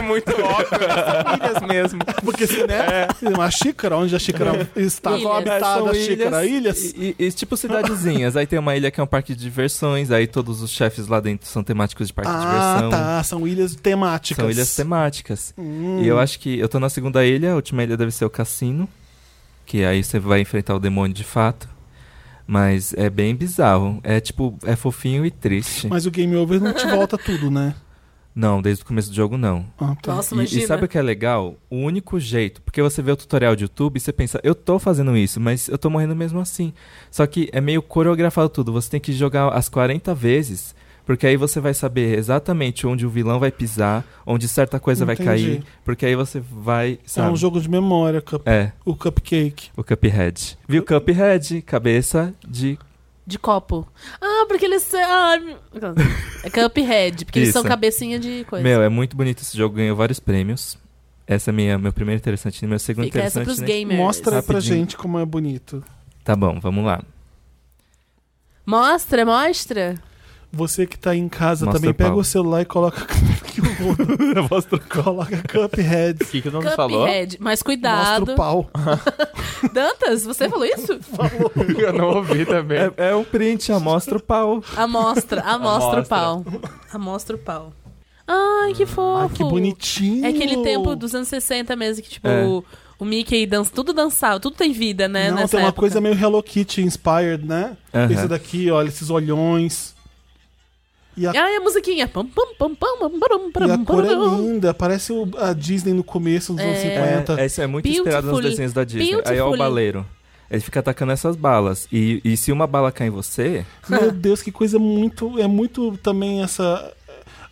G: muito óbvio,
A: né?
G: ilhas mesmo.
A: Porque se, né? Uma xícara, onde a xícara está
F: Ilhas.
A: coabitada,
K: São
A: a xícara, ilhas.
K: E, e- e tipo cidadezinhas. aí tem uma ilha que é um parque de diversões, aí todos os chefes lá dentro são temáticos de parque de
A: Ah,
K: diversão.
A: tá. São ilhas temáticas.
K: São ilhas temáticas.
A: Hum.
K: E eu acho que eu tô na segunda ilha, a última ilha deve ser o cassino, que aí você vai enfrentar o demônio de fato. Mas é bem bizarro. É tipo, é fofinho e triste.
A: Mas o game over não te volta tudo, né?
K: Não, desde o começo do jogo não.
A: Ah, tá.
F: Nossa,
K: E- E,
F: imagina.
K: sabe o que é legal? O único jeito, porque você vê o tutorial de YouTube e você pensa, eu tô fazendo isso, mas eu tô morrendo mesmo assim. Só que é meio coreografado tudo, você tem que jogar as 40 vezes, porque aí você vai saber exatamente onde o vilão vai pisar, onde certa coisa vai
A: Entendi.
K: cair, porque aí você vai, sabe?
A: É um jogo de memória, cup-
K: É,
A: o Cupcake.
K: o Cuphead. Viu Cuphead? Cabeça de...
F: De copo. Ah, porque eles são. Ah, meu- é Cuphead, porque eles
K: Isso.
F: são cabecinha de coisa.
K: Meu, é muito bonito esse jogo, ganhou vários prêmios. Essa é minha, meu primeiro interessante, meu segundo
F: Fica essa
K: interessante.
F: pros
K: né?
F: gamers.
A: Mostra pra
K: Rapidinho.
A: gente como é bonito.
K: Tá bom, vamos lá.
F: Mostra, mostra.
A: Você que tá aí em casa
K: Mostra
A: também,
K: o
A: pega
K: pau.
A: o celular e coloca. que horror. Coloca Cuphead.
G: O que, que o nome falou?
F: Cuphead. né, Mas
A: Mostra
F: cuidado.
A: o pau.
F: Dantas, você falou isso?
G: Eu não ouvi também.
K: É, é um print, amostra o pau.
F: Amostra, amostra o
G: Amostra.
F: pau. Amostra o pau. Ai, que fofo.
A: Ah, que bonitinho.
F: É aquele tempo dos anos 60 mesmo, que tipo,
K: É.
F: o Mickey dança, tudo dançava, tudo tem vida, né?
A: Não,
F: nessa
A: tem uma
F: época.
A: coisa meio Hello Kitty inspired, né?
K: Aham.
A: Esse daqui, olha, esses olhões. E a,
F: Ah, e a musiquinha. Pam, pam, pam, pam, pam, pam,
A: e a
F: pam,
A: cor é
F: pam.
A: linda. Parece o- a Disney no começo dos anos
F: Uhum. É.
A: 50.
K: É, isso é muito inspirado nos
F: Beautifully.
K: desenhos da Disney. Aí é o
F: Beautifully.
K: baleiro. Ele fica atacando essas balas. E, e se uma bala cai em você,
A: Meu Deus, que coisa muito. É muito também essa.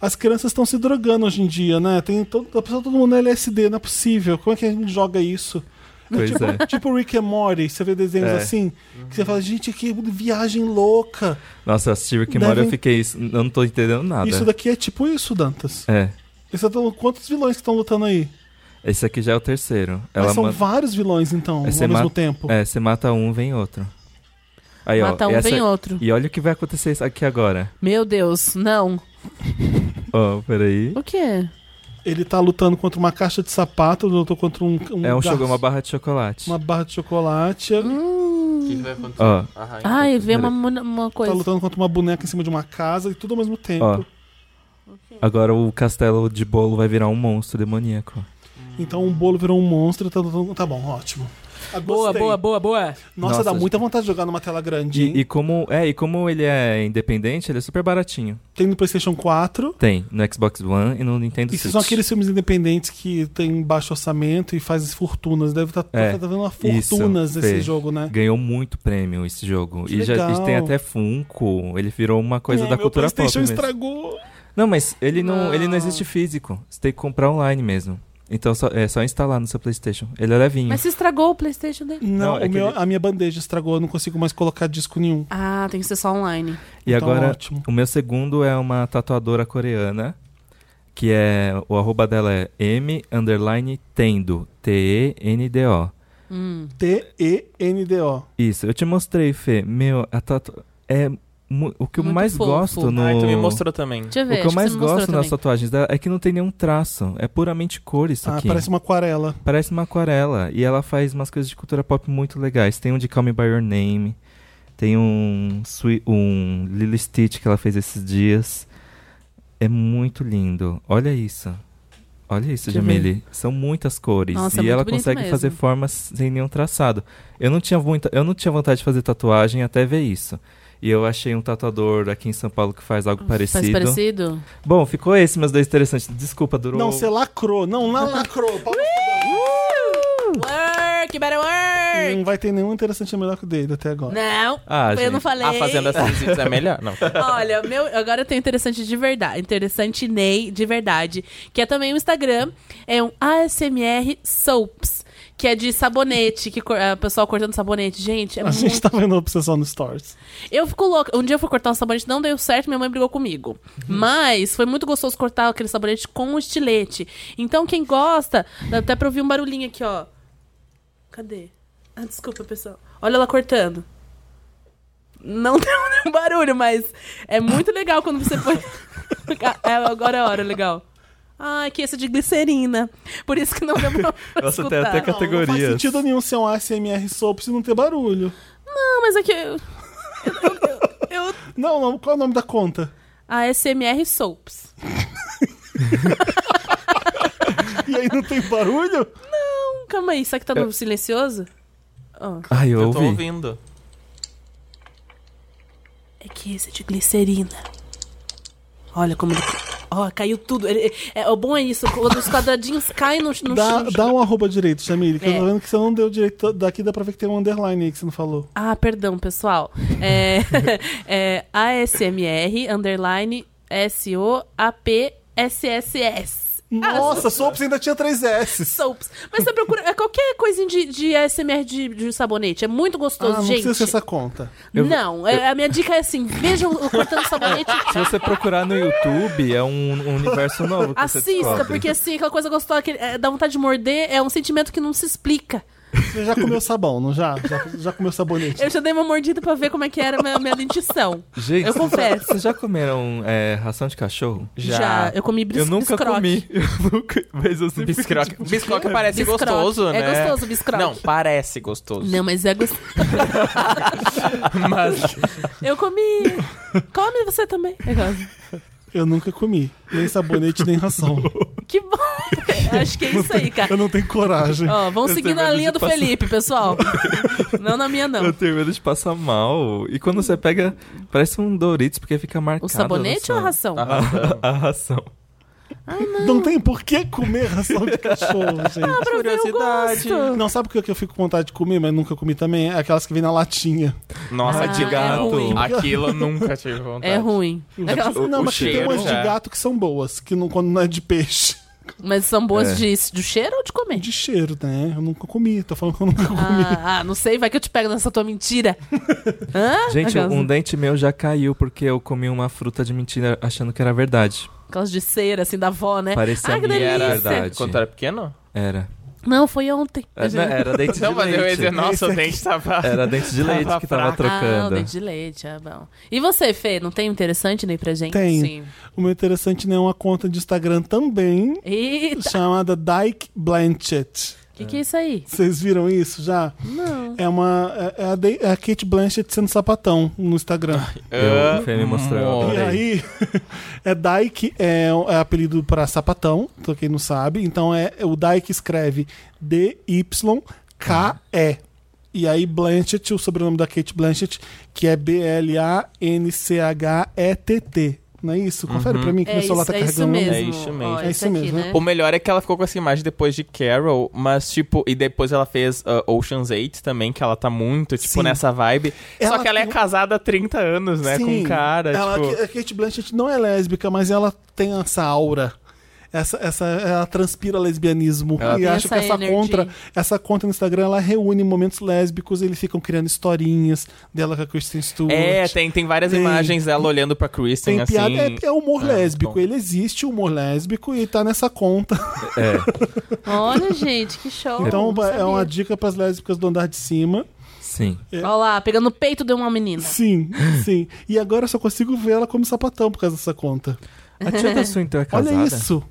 A: As crianças estão se drogando hoje em dia, né? Tem todo, a pessoa, todo mundo é LSD, não é possível. Como é que a gente joga isso?
K: pois é.
A: Tipo Rick and Morty, você vê desenhos
K: É.
A: assim, que você fala, gente, que viagem louca.
K: Nossa, eu assisti Rick and
A: Devem-
K: Morty, eu fiquei... Eu não tô entendendo nada.
A: Isso daqui é tipo isso, Dantas.
K: É.
A: Isso é tão- quantos vilões que estão lutando aí?
K: Esse aqui já é o terceiro.
A: Mas
K: Ela
A: são
K: manda-
A: vários vilões, então,
K: É, você
A: ao mesmo
K: ma-
A: tempo.
K: É, você mata um, vem outro. Aí, ó,
F: Mata um,
K: essa-
F: vem outro.
K: E olha o que vai acontecer isso aqui agora.
F: Meu Deus, não.
K: Ó, peraí.
F: O quê?
A: Ele tá lutando contra uma caixa de sapato, lutou contra um. um
K: É um
A: garfo,
K: jogo, uma barra de chocolate.
A: uma barra de chocolate.
G: O que, que vai acontecer?
K: Ó,
G: Aham,
F: Ai, vê uma, uma
A: Tá
F: coisa.
A: lutando contra uma boneca em cima de uma casa e tudo ao mesmo tempo.
K: ó. Agora o castelo de bolo vai virar um monstro demoníaco.
A: Então um bolo virou um monstro, tá, tá bom, ótimo. Ah,
F: Boa,
A: gostei.
F: boa, boa, boa.
A: Nossa, dá
K: Nossa,
A: muita vontade de jogar numa tela grande. hein?
K: E, e como é, e como ele é independente, ele é super baratinho.
A: Tem no PlayStation 4.
K: Tem no Xbox One e no Nintendo
A: Isso
K: Switch.
A: são aqueles filmes independentes que tem baixo orçamento e fazem fortunas. Deve estar tá,
K: É.
A: tá vendo uma fortunas
K: Isso,
A: desse
K: Fê.
A: jogo, né?
K: Ganhou muito prêmio esse jogo.
A: Que
K: e já
A: legal.
K: e tem até Funko. Ele virou uma coisa
A: Hum,
K: da
A: meu
K: cultura pop.
A: PlayStation
K: mesmo.
A: estragou.
K: Não, mas ele não,
F: Não.
K: ele não existe físico. Você tem que comprar online mesmo. Então só- é só instalar no seu PlayStation. Ele é levinho.
F: Mas se estragou o PlayStation dele.
A: Não,
K: Não, é
A: o
K: que
A: meu-
K: ele-
A: a minha bandeja estragou, eu não consigo mais colocar disco nenhum.
F: Ah, tem que ser só online.
K: E
A: Então,
K: agora,
A: ótimo.
K: o meu segundo é uma tatuadora coreana, que é. O arroba dela é M underline Tendo. T-E-N-D-O.
F: Hum.
A: T-E-N-D-O.
K: Isso, eu te mostrei, Fê. Meu, a tatu... é mu- o que eu
F: Muito
K: mais
F: fofo.
K: gosto no.
G: Ai, tu Ah, então me mostrou também.
F: Deixa eu ver.
K: O que eu
F: acho
K: mais
F: você me mostrou
K: gosto nas
F: também.
K: tatuagens dela é que não tem nenhum traço. É puramente cor isso
A: Ah,
K: aqui.
A: parece uma aquarela.
K: Parece uma aquarela. E ela faz umas coisas de cultura pop muito legais. Tem um de Call Me By Your Name. Tem um, sui- um Lilo Stitch que ela fez esses dias. É muito lindo. Olha isso. Olha isso,
F: Deixa eu ver.
K: Jamile. São muitas cores.
F: Nossa, é
K: e
F: muito
K: ela
F: bonito
K: consegue
F: mesmo.
K: fazer formas sem nenhum traçado. Eu não, tinha muita, eu não tinha vontade de fazer tatuagem até ver isso. E eu achei um tatuador aqui em São Paulo que faz algo parecido.
F: Faz parecido?
K: Bom, ficou esse, meus dois interessantes. Desculpa, durou.
A: Não, você lacrou. Não, lá lacrou. Paulo,
F: Work, better work! Né?
A: não vai ter nenhum interessante melhor que o dele até agora.
F: Não,
K: Ah,
F: eu
K: gente.
F: não falei.
G: A Fazenda 6 é melhor? Não.
F: Olha, meu, agora eu tenho interessante de verdade. Interessante Ney de verdade. Que é também um Instagram. É um ASMR Soaps. Que é de sabonete. Que cor- a pessoa cortando sabonete. Gente, é
A: A
F: muito
A: gente tá vendo a obsessão no Stories.
F: Eu fico louca. Um dia eu fui cortar um sabonete, não deu certo, minha mãe brigou comigo. Mas foi muito gostoso cortar aquele sabonete com o estilete. Então, quem gosta, dá até pra ouvir um barulhinho aqui, ó. Cadê? Ah, desculpa, pessoal. Olha ela cortando. Não deu nenhum barulho, mas é muito legal quando você põe. É, agora é a hora, legal. Ah, que esse é de glicerina. Por isso que não deu pra pra
K: Nossa, tem
F: escutar.
A: Não,
K: até
A: não faz
K: Categorias.
A: sentido nenhum ser um ASMR soap se não ter barulho.
F: Não, mas é que. eu- eu, eu, eu
A: Não, não, qual é o nome da conta?
F: ASMR Soaps.
A: E aí não tem barulho?
F: Não, calma aí. Será que tá no silencioso? Ó,
K: Ai, Ah, eu,
G: Eu tô
K: ouvi.
G: ouvindo.
F: é que esse é de glicerina. Olha como ele... Ó, caiu tudo. Ele- é, o bom é isso, quando os quadradinhos caem no, no
A: Dá,
F: chão.
A: dá um arroba direito, Jamile, que eu tô
F: É.
A: vendo que você não deu direito. Daqui dá pra ver que tem um underline aí que você não falou.
F: Ah, perdão, pessoal. É, é ASMR, underline, S-O-A-P-S-S-S.
A: Nossa, soaps ainda tinha três S.
F: Soaps. Mas você procura é qualquer coisinha de, de ASMR de, de sabonete. É muito
A: Ah,
F: gostoso,
A: não
F: gente.
A: precisa ser essa conta.
K: Eu-
F: Não, é- a minha dica é assim: vejam o cortando sabonete
K: Se você procurar no YouTube, é um, um universo novo que você
F: Assista,
K: descobre.
F: porque assim, aquela coisa gostosa que é, dá vontade de morder é um sentimento que não se explica.
A: Você já comeu sabão, não já? Já, já comeu sabonete?
F: Eu já dei uma mordida pra ver como é que era a minha, minha dentição.
K: Gente, vocês já-
F: Eu confesso.
K: Vocês já comeram é, ração de cachorro?
F: Eu comi bris,
K: eu nunca
F: biscroque.
K: comi. Eu nunca, mas eu sempre
G: Biscroque. Biscroque parece
F: Biscroque.
G: gostoso,
F: É
G: né?
F: gostoso, biscroque.
G: Não, parece gostoso.
F: Não, mas é gostoso.
G: Mas
F: Eu comi. Come você também. É gostoso.
A: Eu nunca comi. Nem sabonete, nem ração.
F: Que bom. Acho que é isso aí, cara.
A: Eu não tenho coragem.
F: Ó, vão
K: Eu
F: seguindo
K: tenho
F: a
K: medo
F: linha
K: de
F: do
K: passar.
F: Felipe, pessoal. Não na minha,
K: Eu
F: não.
K: tenho medo de passar mal. E quando você pega, parece um Doritos, porque fica marcado.
F: O sabonete Ah,
K: no
F: ou a
K: seu-
F: ração?
K: A, a ração.
A: Não tem por que comer ração de cachorro,
G: Ah,
A: gente.
F: Ah, Pra ver o
G: curiosidade.
F: gosto.
A: Assim. Não sabe o que eu- que eu fico com vontade de comer, mas nunca comi também? É Aquelas que vem na latinha.
G: Nossa,
F: Ah,
G: de
F: é
G: gato.
F: ruim.
G: Aquilo eu nunca tive vontade.
F: É ruim. Aquelas-
A: não,
G: o
A: mas que tem
G: cheiro é.
A: umas
G: já.
A: de gato que são boas, que não, quando não é de peixe.
F: Mas são boas
K: É.
F: de, do cheiro ou de comer?
A: De cheiro, né? Eu nunca comi, tô falando que eu nunca comi.
F: Ah, ah, não sei, vai que eu te pego nessa tua mentira. Hã?
K: Gente,
F: aquelas,
K: um dente meu já caiu porque eu comi uma fruta de mentira achando que era verdade.
F: aquelas de cera, assim, da avó, né?
K: Parecia
F: Ah, que
K: minha, era
F: delícia.
K: verdade.
G: Quando era pequeno?
K: Era.
F: Não, foi ontem.
K: Era, É, né, era dente
G: Não,
K: de
G: mas eu ia dizer,
K: leite.
G: nossa, o dente tava...
K: Era dente de leite
G: Tava
K: que tava
F: Ah, o
K: trocando.
F: dente de leite, ah, bom. E você, Fê, não tem um interessante nem pra gente?
A: Tenho.
F: Sim.
A: O meu interessante né, é uma conta de Instagram também,
F: Eita,
A: chamada Dyke Blanchett.
F: o que, que é isso aí?
A: Vocês viram isso já?
F: Não.
A: É uma. é- É a, de- é a Kate Blanchett sendo sapatão no Instagram.
K: Eu- o Fê me mostrou, eu
G: Amor.
A: E
K: adorei.
A: aí, é Dyke, é, é apelido para sapatão, pra quem não sabe. Então é o Dyke escreve D-Y-K-E. E aí, Blanchett, o sobrenome da Kate Blanchett, que é B-L-A-N-C-H-E-T-T. Não é isso? Confere pra mim que
F: É
A: meu
F: isso,
A: celular tá
F: é
A: carregando.
F: isso mesmo.
G: Uhum. É isso mesmo.
F: Ó,
A: É
F: esse
A: isso
F: aqui,
A: mesmo,
F: né?
G: O melhor é que ela ficou com essa imagem depois de Carol, mas tipo, e depois ela fez ah, Ocean's 8 também, que ela tá muito, tipo,
A: Sim.
G: nessa vibe.
A: Ela
G: Só que ela é
A: tem-
G: casada há 30 anos, né? com um cara.
A: ela,
G: tipo...
A: A Kate Blanchett não é lésbica, mas ela tem essa aura. Essa, essa, ela transpira lesbianismo.
G: Ela
A: e
G: tem
A: acho que
F: essa
A: essa
F: energy.
A: contra, essa conta no Instagram, ela reúne momentos lésbicos, eles ficam criando historinhas dela com a Kristen Stewart.
G: É, tem, tem várias
A: Tem.
G: imagens dela olhando pra Kristen,
A: Tem
G: assim.
A: piada, é, é humor
G: Ah,
A: lésbico.
G: bom.
A: Ele existe, o humor lésbico, e tá nessa conta.
G: É,
F: Olha, gente, que show.
A: então
F: Não
A: é uma
F: sabia.
A: dica pras lésbicas do andar de cima.
K: Sim.
F: Olha lá, pegando o peito de uma menina.
A: Sim, sim. E agora eu só consigo ver ela como sapatão por causa dessa conta.
K: A tia da sua então é casada?
A: Olha isso.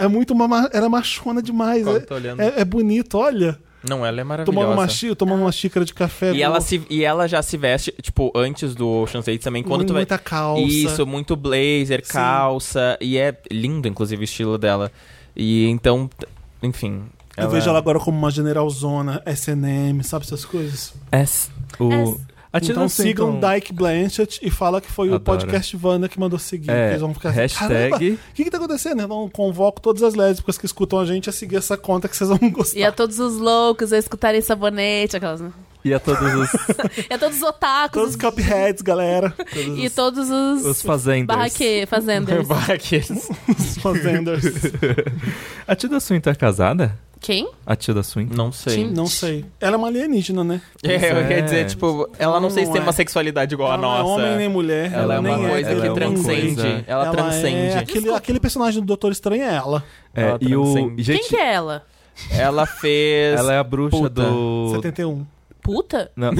A: É muito uma. ma- Era machona demais.
G: Como
A: É,
G: tô olhando.
A: é- é bonito, olha.
G: Não, ela é
A: Tomando uma,
G: maravilhosa.
A: xí, tomando uma xícara de
K: É
A: café.
G: E
A: com
G: ela, se, e ela já se veste, tipo, antes do Ocean's 8 também, quando tu vai...
A: muita calça.
G: Isso, muito blazer,
A: Sim.
G: calça. E é lindo, inclusive, o estilo dela. E então, t- enfim.
A: Eu
K: é.
A: vejo ela agora como uma generalzona, SNM, sabe essas coisas?
K: S. O...
F: S.
K: A tia
A: então
K: da sua,
A: sigam Dyke Blanchett e fala que foi o
K: Adoro.
A: podcast Wanda que mandou seguir.
K: É,
A: que eles vão ficar assim,
K: hashtag-
A: "Caramba, O que, que tá acontecendo? Então convoco todas as lésbicas que escutam a gente a seguir essa conta que vocês vão gostar.
F: E a todos os loucos a escutarem sabonete, aquelas. né?
K: E a todos os,
F: E a É todos os otakus
A: Todos os cupheads, galera. Todos
F: e todos os,
K: os fazenders.
F: barraque, fazenders.
G: Barraqueiros.
A: os fazenders.
K: A tia da Swinton é casada?
F: Quem?
K: A tia da Swinton?
G: Não sei.
A: Não sei. Ela é uma alienígena, né?
G: É, eu
K: É.
G: ia dizer, tipo, ela não sei se
A: Não
G: tem
A: é.
G: uma sexualidade igual
A: ela
G: a nossa.
A: não é homem nem mulher.
G: Ela é uma
A: nem
G: coisa
K: ela
G: que
K: é uma
G: transcende.
K: coisa.
G: Ela,
A: é-
G: transcende.
A: aquele, aquele personagem do Doutor Estranho é ela.
K: É,
G: Ela
K: e o.
G: transcende.
K: Gente,
F: Quem que é ela?
G: Ela fez.
K: Ela é a bruxa
G: Puta.
K: do.
A: 71.
F: Puta?
K: Não. ela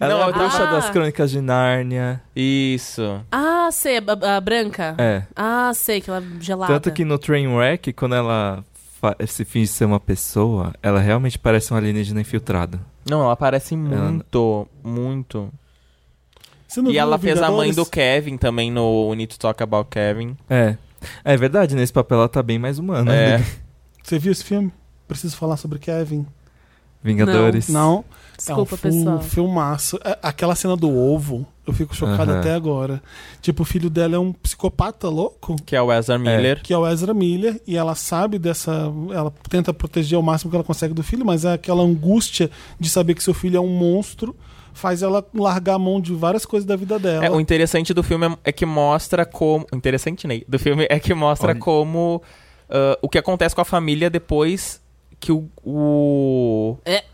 K: é
G: Não,
K: a
G: eu
F: tava-
K: bruxa
F: Ah.
K: das crônicas de Nárnia.
G: Isso.
F: Ah, sei, a, a branca.
K: É.
F: Ah, sei, aquela gelada.
K: Tanto que no Trainwreck, quando ela fa- se finge ser uma pessoa, ela realmente parece um alienígena infiltrado.
G: Não, ela parece
K: Ela-
G: muito, muito.
A: Você não
G: E
A: viu
G: ela fez a mãe
A: Vingadores?
G: do Kevin também no We Need to Talk About Kevin.
K: É. É verdade, nesse papel ela tá bem mais humana.
G: É.
K: né?
A: Você viu esse filme? Preciso falar sobre Kevin.
K: Vingadores.
A: Não. é
F: Desculpa,
A: um fi-
F: pessoal.
A: filmaço. É, Aquela cena do ovo, eu fico chocado
K: Aham.
A: até agora. Tipo, o filho dela é um psicopata louco.
G: Que é o Ezra Miller.
A: Que é o Ezra Miller, e ela sabe dessa. Ela tenta proteger o máximo que ela consegue do filho, mas é aquela angústia de saber que seu filho é um monstro faz ela largar a mão de várias coisas da vida dela.
G: É, o interessante do filme é- é que mostra como. o Interessante, Ney. Do filme é que mostra
K: Olha.
G: como. ah, o que acontece com a família depois que o. o...
F: É.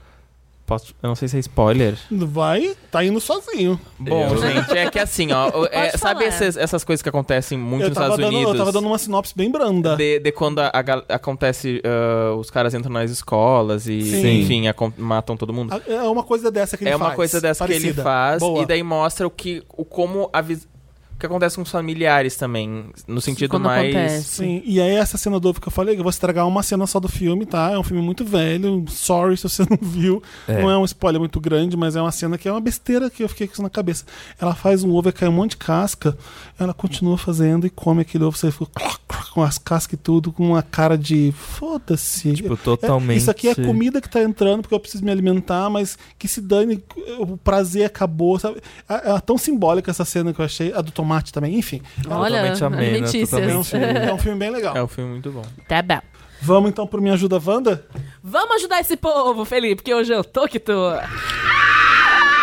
G: Posso- Eu não sei se é spoiler.
A: Vai, tá indo sozinho.
G: Bom,
K: Eu-
G: gente, é que assim, ó. o- é,
F: Pode
G: sabe
F: falar.
G: essas, essas coisas que acontecem muito
A: Eu
G: nos
A: tava,
G: Estados
A: dando,
G: Unidos?
A: eu tava dando uma sinopse bem branda.
G: De, de quando a, a gal- acontece, ah, os caras entram nas escolas e,
A: Sim.
G: enfim, acon- matam todo mundo.
A: É uma coisa dessa que ele
G: é
A: faz.
G: uma coisa dessa que ele
A: parecida.
G: faz
A: Boa.
G: e daí mostra o que, o como a vis- o que acontece com os familiares também, no sentido
F: Quando
G: mais
F: acontece.
A: Sim, e aí essa cena do ovo que eu falei, eu vou estragar uma cena só do filme, tá? É um filme muito velho, sorry se você não viu.
K: É.
A: Não é um spoiler muito grande, mas é uma cena que é uma besteira que eu fiquei com isso na cabeça. Ela faz um ovo e cai um monte de casca, ela continua fazendo e come aquele ovo, você fica cloc, cloc, com as cascas e tudo, com uma cara de foda-se.
K: Tipo,
A: É,
K: totalmente-
A: isso aqui é comida que tá entrando porque eu preciso me alimentar, mas que se dane, o prazer acabou, sabe? É, é tão simbólica essa cena que eu achei, a do tomate também, enfim.
F: Olha,
K: totalmente amena,
F: alimentícias.
A: É um
K: totalmente-
A: filme, é um filme bem legal.
G: É um filme muito bom.
F: Tá bom.
A: Vamos então pro Me Ajuda Wanda?
F: Vamos ajudar esse povo, Felipe, que hoje eu tô que tô.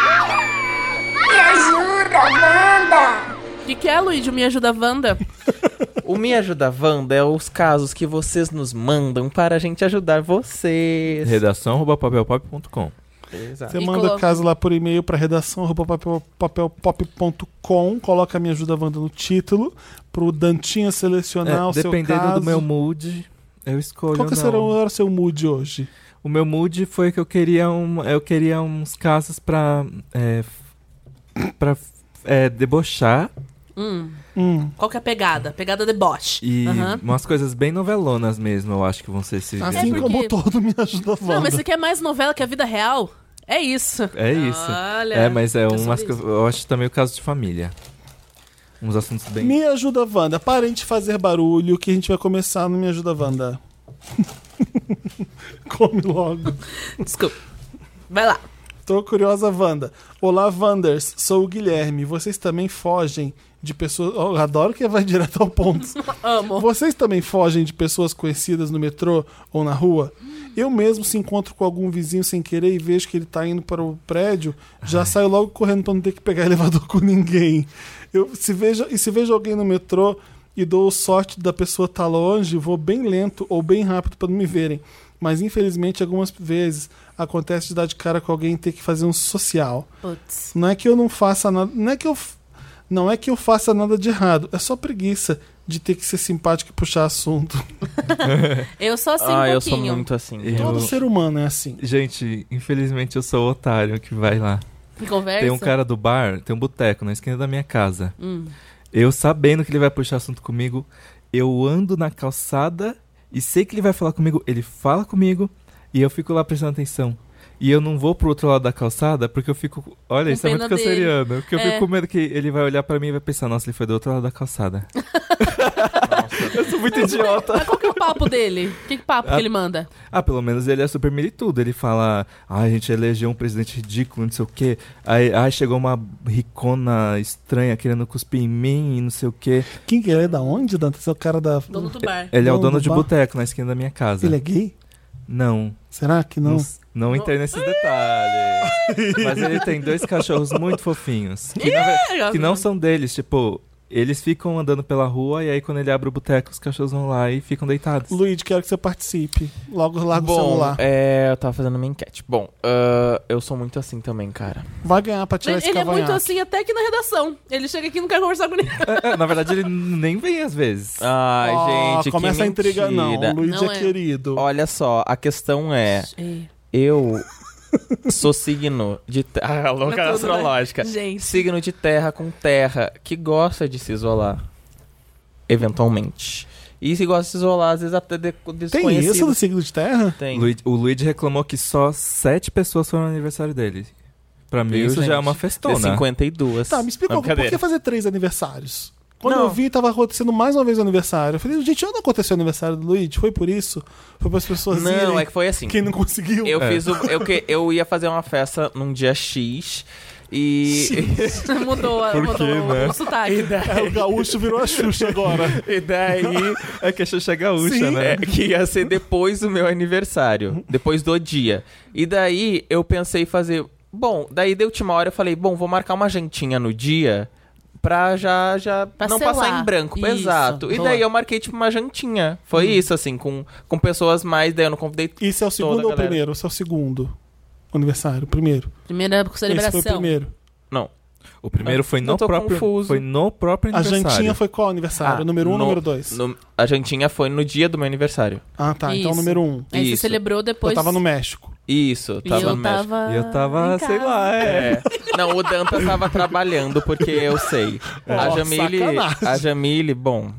I: Me ajuda, Wanda!
F: O que, que é, Luigi? Me ajuda, Wanda?
G: O Me Ajuda Wanda é os casos que vocês nos mandam para a gente ajudar vocês.
K: Redação arroba papelpop.com.
A: Você
F: E
A: manda o
F: coloca-
A: caso lá por e-mail para redação arroba papel- papelpop.com, coloca Me Ajuda Wanda no título, pro Dantinha selecionar
K: É,
A: o seu
K: dependendo
A: caso.
K: do meu mood, eu escolho.
A: Qual que
K: ou
A: será
K: não.
A: o era o seu mood hoje?
K: O meu mood foi que eu queria um, eu queria uns casos pra é, f- pra é, debochar
F: Hum,
A: Hum,
F: qual que é a pegada? Pegada deboche.
K: e
F: Aham. Ah,
K: umas coisas bem novelonas mesmo, eu acho que vão ser esses.
F: Nossa,
A: assim
K: vídeos.
F: porque-
A: como todo Me Ajuda Wanda.
F: Não, mas você quer mais novela que a vida real? É isso.
K: É isso.
F: Olha.
K: É, mas é
F: é sobre
K: umas que eu, eu acho também o caso de família. Uns assuntos bem.
A: Me Ajuda Wanda, parem de fazer barulho que a gente vai começar no Me Ajuda Wanda. Come logo.
F: Desculpa. Vai lá.
A: Tô curiosa, Wanda. Olá, Wanders. Sou o Guilherme. Vocês também fogem de pessoas. Oh, eu adoro que vai direto ao ponto.
F: Amo.
A: Vocês também fogem de pessoas conhecidas no metrô ou na rua?
F: Hum.
A: Eu mesmo, se encontro com algum vizinho sem querer e vejo que ele tá indo para o prédio, já saio logo correndo pra não ter que pegar elevador com ninguém. Eu se vejo, e se vejo alguém no metrô e dou sorte da pessoa estar tá longe, vou bem lento ou bem rápido para não me verem. Mas infelizmente, algumas vezes acontece de dar de cara com alguém e ter que fazer um social.
F: Putz.
A: Não é que eu não faça nada. Não é que eu. f- Não é que eu faça nada de errado. É só preguiça de ter que ser simpático e puxar assunto.
F: Eu sou assim
G: ah,
F: um
G: eu sou
F: pouquinho.
G: muito assim.
K: Eu-
A: Todo ser humano é assim.
K: Gente, infelizmente eu sou o otário que vai lá.
F: Em Conversa.
K: Tem um cara do bar, tem um boteco na esquina da minha casa.
F: Hum.
K: Eu sabendo que ele vai puxar assunto comigo, eu ando na calçada e sei que ele vai falar comigo, ele fala comigo e eu fico lá prestando atenção. E eu não vou pro outro lado da calçada porque eu fico. Olha,
F: Com
K: isso é muito
F: pena dele.
K: canceriano. Porque eu
F: É.
K: fico com medo que ele vai olhar pra mim e vai pensar: nossa, ele foi do outro lado da calçada. eu sou muito idiota.
F: Mas qual que é o papo dele? Que, que papo
K: Ah.
F: que ele manda?
K: Ah, pelo menos ele é super militudo. Ele fala, ah, a gente elegeu um presidente ridículo, não sei o quê. Aí, ah, chegou uma ricona estranha querendo cuspir em mim e não sei o quê.
A: Quem que ele é da onde, Dantas? Esse é o cara da.
F: Dono do bar.
K: Ele é o
A: Dono
K: dono
A: do
K: de
A: bar?
K: boteco na esquina da minha casa.
A: Ele é gay?
K: Não,
A: Será que
K: não,
A: não?
K: não entrei nesses detalhes. Mas ele tem dois cachorros muito fofinhos. Que, na ve- que não são deles, tipo... Eles ficam andando pela rua e aí quando ele abre o boteco, os cachorros vão lá e ficam deitados.
A: Luigi, quero que você participe. Logo larga o
G: Bom,
A: celular.
G: é, eu tava fazendo minha enquete. Bom, ah, eu sou muito assim também, cara.
A: Vai ganhar pra tirar
F: Ele,
A: esse
F: ele é
A: cavanhaque.
F: muito assim até aqui na redação. Ele chega aqui e não quer conversar com ninguém.
K: É, é, na verdade, ele nem vem às vezes.
G: Ai,
A: Ó,
G: gente, que
A: Ah, Começa a intriga, não.
G: mentira.
A: O Luigi
F: Não
A: é,
F: é.
A: querido.
G: Olha só, a questão é,
F: Ei,
G: eu sou signo de terra, louca
F: tudo, né?
G: astrológica.
F: Gente.
G: Signo de terra com terra, que gosta de se isolar, eventualmente. E se gosta de se isolar, às vezes até de,
A: Tem
G: desconhecido.
A: isso do signo de terra?
G: Tem.
K: Luigi- o Luigi reclamou que só sete pessoas foram no aniversário dele. Pra mim,
G: Viu,
K: isso já é
G: gente?
K: uma
G: Tem
K: festona.
G: 52.
A: Tá, me explica
G: Não,
A: por que
G: brincadeira.
A: fazer três aniversários? Quando
G: Não.
A: eu vi, tava acontecendo mais uma vez o aniversário. Eu falei, gente, onde aconteceu o aniversário do Luigi? Foi por isso? Foi para as pessoas
G: Não,
A: irem?
G: é que foi assim.
A: Quem não conseguiu?
G: Eu
K: É.
G: fiz o, eu, que- eu ia fazer uma festa num dia X e.
F: Mudou, a-
K: Por
F: mudou
K: quê, né?
F: o sotaque.
A: É, o gaúcho virou a Xuxa agora.
G: E daí.
K: É que a Xuxa é gaúcha,
G: Sim,
K: né?
G: é, que ia ser depois do meu aniversário. Depois do dia. E daí eu pensei fazer. Bom, daí da última hora eu falei, bom, vou marcar uma jantinha no dia pra já, já
F: Pra
G: não
F: selar.
G: passar em branco.
F: Isso,
G: Exato. E
F: boa.
G: daí eu marquei, tipo, uma jantinha. Foi isso, assim, com, com pessoas mais, daí eu não convidei.
A: Hum. Isso é o segundo
G: Toda
A: ou
G: a
A: o
G: galera.
A: primeiro? Esse é o segundo aniversário. o Primeiro.
F: Primeira celebração.
A: Esse foi o primeiro.
G: Não.
K: O primeiro foi
G: Eu
K: no
G: tô
K: próprio.
G: confuso.
K: Foi no próprio
A: A
K: aniversário.
A: jantinha foi qual aniversário?
G: Ah,
A: número um ou
G: no-
A: número dois?
G: no- a jantinha foi no dia do meu aniversário.
A: Ah, tá. Então
F: Isso.
A: número um.
F: Aí você
G: Isso.
F: celebrou depois.
A: Eu tava no México.
G: Isso,
F: E
G: tava
F: eu
G: no México.
F: tava.
K: E eu tava,
F: em
K: sei
F: casa.
K: lá, é.
G: É. Não, o Danta tava trabalhando, porque eu sei. a
A: É. Ó,
G: Jamile.
A: sacanagem.
G: A Jamile, bom.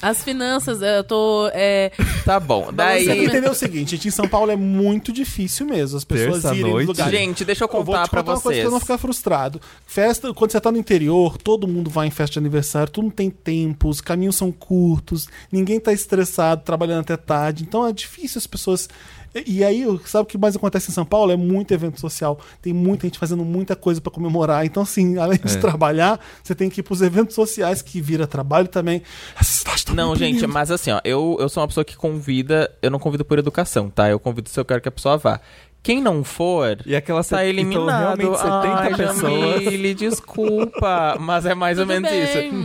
F: As finanças, eu tô. é,
G: Tá bom.
A: Tem que
G: Daí.
A: entender o seguinte, gente, em São Paulo é muito difícil mesmo as pessoas
K: Terça
A: irem nos
K: noite.
A: lugares.
G: Gente, deixa eu
A: Eu vou
G: contar
A: te
G: pra
A: uma coisa
G: vocês.
A: pra não ficar frustrado. Festa, quando você tá no interior, todo mundo vai em festa de aniversário, tu não tem tempo, os caminhos são curtos, ninguém tá estressado, trabalhando até tarde, então é difícil as pessoas. E e aí, sabe o que mais acontece em São Paulo? É muito evento social. Tem muita gente fazendo muita coisa pra comemorar. Então, assim, além de
K: É.
A: trabalhar, você tem que ir pros eventos sociais, que vira trabalho também. Essa cidade tá
G: Não,
A: muito
G: gente,
A: linda.
G: mas assim, ó, eu, eu sou uma pessoa que convida. Eu não convido por educação, tá? Eu convido se eu quero que a pessoa vá. Quem não for.
K: E aquela
G: Tá eliminado.
K: Então, realmente 70
G: Ai,
K: pessoas.
G: Jamile, desculpa. Mas é mais ou
F: Tudo
G: menos
F: bem.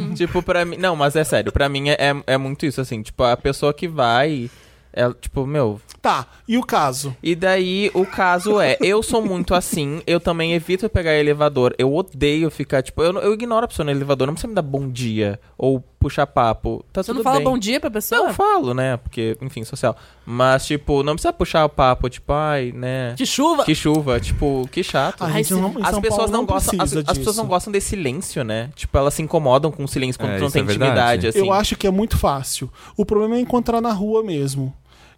G: isso. Tipo, pra mim. Não, mas é sério, pra mim é, é, é muito isso, assim. Tipo, a pessoa que vai. É, tipo, meu,
A: Tá, e o caso?
G: E daí o caso é, eu sou muito assim, eu também evito pegar elevador, eu odeio ficar, tipo, eu, eu ignoro a pessoa no elevador, não precisa me dar bom dia ou puxar papo. Tá
F: Você
G: tudo
F: não fala
G: bem.
F: bom dia pra pessoa?
G: Não falo, né? Porque, enfim, social. Mas, tipo, não precisa puxar o papo, tipo, ai, né?
F: De chuva?
G: Que chuva, tipo, que chato.
A: A
F: Ai,
A: gente não- em
G: As
A: São
G: pessoas
A: Paulo
G: não, gostam,
A: precisa
G: as, as
A: disso.
G: pessoas não gostam desse silêncio, né? Tipo, elas se incomodam com o silêncio quando
K: É,
G: tu não
K: isso
G: tem
K: é verdade.
G: intimidade, assim.
A: Eu acho que é muito fácil. O problema é encontrar na rua mesmo.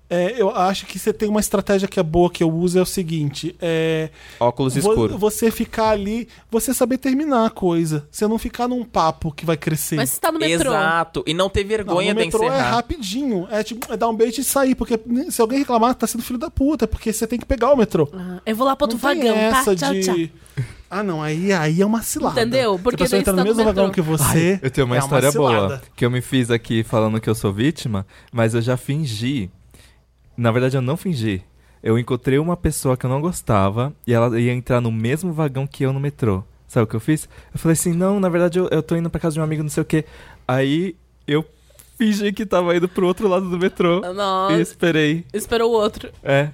A: É, eu acho que você tem uma estratégia que é boa, que eu uso, é o seguinte: é,
G: Óculos
A: vo-
G: escuros.
A: você ficar ali, você saber terminar a coisa. Você não ficar num papo que vai crescer.
F: Mas você tá no metrô.
G: Exato. E não ter
A: não,
G: vergonha
A: no
G: de
A: metrô é
G: encerrar.
A: rapidinho. É tipo, é dar um beijo e sair. Porque né, se alguém reclamar, tá sendo filho da puta, porque você tem que pegar o metrô.
F: Ah, eu vou lá pro outro
A: não tem
F: vagão,
A: essa
F: tá? Tchau,
A: de.
F: tchau.
A: Ah, não, aí, aí é uma cilada.
F: Entendeu?
A: Se
F: Porque
A: a pessoa
F: daí
A: entra
F: você
A: no
F: tá no
A: mesmo
F: metrô.
A: vagão que você.
K: Eu tenho uma
A: é
K: história
A: cilada.
K: boa. Que eu me fiz aqui falando que eu sou vítima, mas eu já fingi. Na verdade, eu não fingi. Eu encontrei uma pessoa que eu não gostava e ela ia entrar no mesmo vagão que eu no metrô. Sabe o que eu fiz? Eu falei assim: não, na verdade eu, eu tô indo pra casa de um amigo, não sei o quê. Aí eu fingi que tava indo pro outro lado do metrô.
G: Ah,
F: Nossa.
K: E esperei.
F: Esperou o outro.
K: É.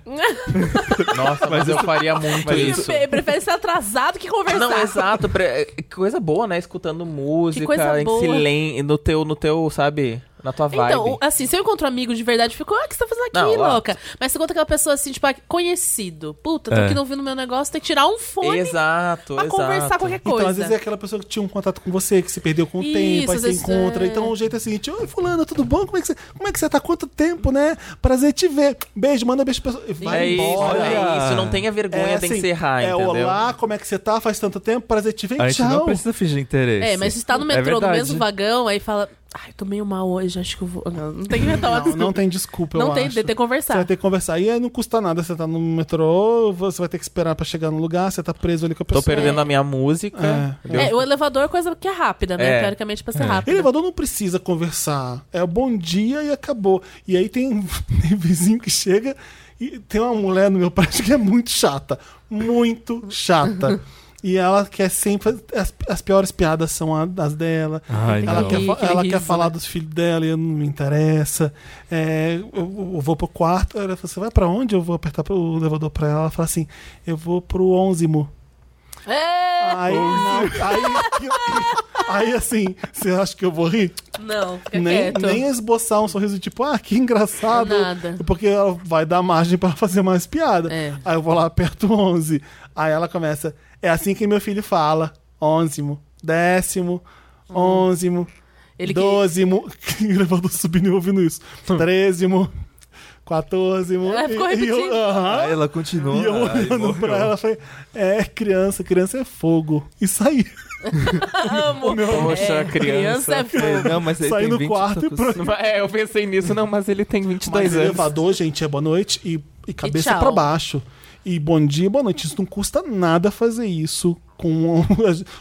G: Nossa, mas eu faria muito
F: Ele
G: isso.
F: pre- prefere ser atrasado que conversar.
G: Não, exato. pre- É, Que coisa boa, né? Escutando música,
F: coisa
G: em
F: boa.
G: silêncio, no teu, no teu, sabe? Na tua vibe.
F: Então, assim, se eu encontro um amigo de verdade, eu fico, ah, o que você tá fazendo aqui,
G: Não, ó.
F: louca? Mas você conta aquela pessoa assim, tipo, ah, conhecido. Puta, tô
K: É.
F: aqui não ouvindo meu negócio, tem que tirar um fone
G: exato,
F: pra
G: exato.
F: conversar qualquer coisa.
A: Então, às vezes é aquela pessoa que tinha um contato com você, que se perdeu com o
F: Isso,
A: tempo, aí
F: às
A: você
F: vezes,
A: encontra.
F: é.
A: Então o jeito é o seguinte: Oi, Fulano, tudo bom? Como é que você, como é que você tá? Quanto tempo, né? Prazer te ver. Beijo, manda beijo pra pessoa. E Vai
G: É isso,
A: embora.
G: é isso. Não tenha vergonha, tem que
A: assim,
G: encerrar,
A: É
G: entendeu?
A: olá, como é que você tá? Faz tanto tempo, prazer te ver.
K: A gente não
A: Tchau.
K: precisa fingir interesse.
F: É, mas se tá no metrô, no
K: verdade.
F: mesmo vagão, aí fala, ai, tô meio mal hoje, acho que eu vou. Não, não tem que inventar uma
A: Não, não
F: desculpa.
A: tem desculpa, eu
F: Não tem,
A: acho.
F: tem que
A: Você
F: conversar.
A: vai ter que conversar. E aí não custa nada. Você tá no metrô, você vai ter que esperar pra chegar no lugar, você tá preso ali com a
G: Tô
A: pessoa.
G: perdendo a minha música.
A: É.
G: entendeu?
F: É, o elevador é coisa que é rápida, né?
G: É.
F: Teoricamente, pra ser rápida.
A: Elevador não precisa conversar. É o bom dia e acabou. E aí tem, um tem vizinho que chega e tem uma mulher no meu prédio que é muito chata. Muito chata. E ela quer sempre. As, as piores piadas são a- as dela.
K: Ai,
A: ela
K: não.
A: quer, fa-
F: Aquele
A: ela quer
F: riso,
A: falar
F: né?
A: dos filhos dela e eu não me interessa. É, eu, eu vou pro quarto. Ela fala, você vai pra onde? Eu vou apertar o elevador pra ela. Ela fala assim: eu vou pro onzimo.
F: É,
A: Aí, aí, aí assim, você acha que eu vou rir?
F: não, fica
A: nem,
F: quieto.
A: nem esboçar um sorriso tipo, ah, que engraçado.
F: Nada.
A: Porque ela vai dar margem pra fazer mais piada.
F: É.
A: Aí eu vou lá, aperto 11. Aí ela começa, é assim que meu filho fala: onzimo, décimo, onzimo,
F: Hum. Ele que-
A: dozimo. Que... elevador subindo e ouvindo isso. Trezimo, quatorzimo.
F: Ela É, ficou
A: e- e eu-
F: repetindo.
A: aham.
K: Aí Ah, ela continua.
A: E eu
K: aí
A: olhando
K: morreu.
A: pra ela, falei: É, criança, criança é fogo. E saí.
F: Amo.
G: Poxa,
F: É, criança é fogo.
K: Não, mas ele
A: Saí
K: tem
A: no
K: 20
A: quarto e
K: tacos.
A: pronto.
G: É, eu pensei nisso, não, mas ele tem 22
A: Mas
G: anos.
A: elevador, gente, é boa noite e, e cabeça
F: tchau.
A: pra baixo. E bom dia, boa noite. Isso não custa nada fazer isso. Com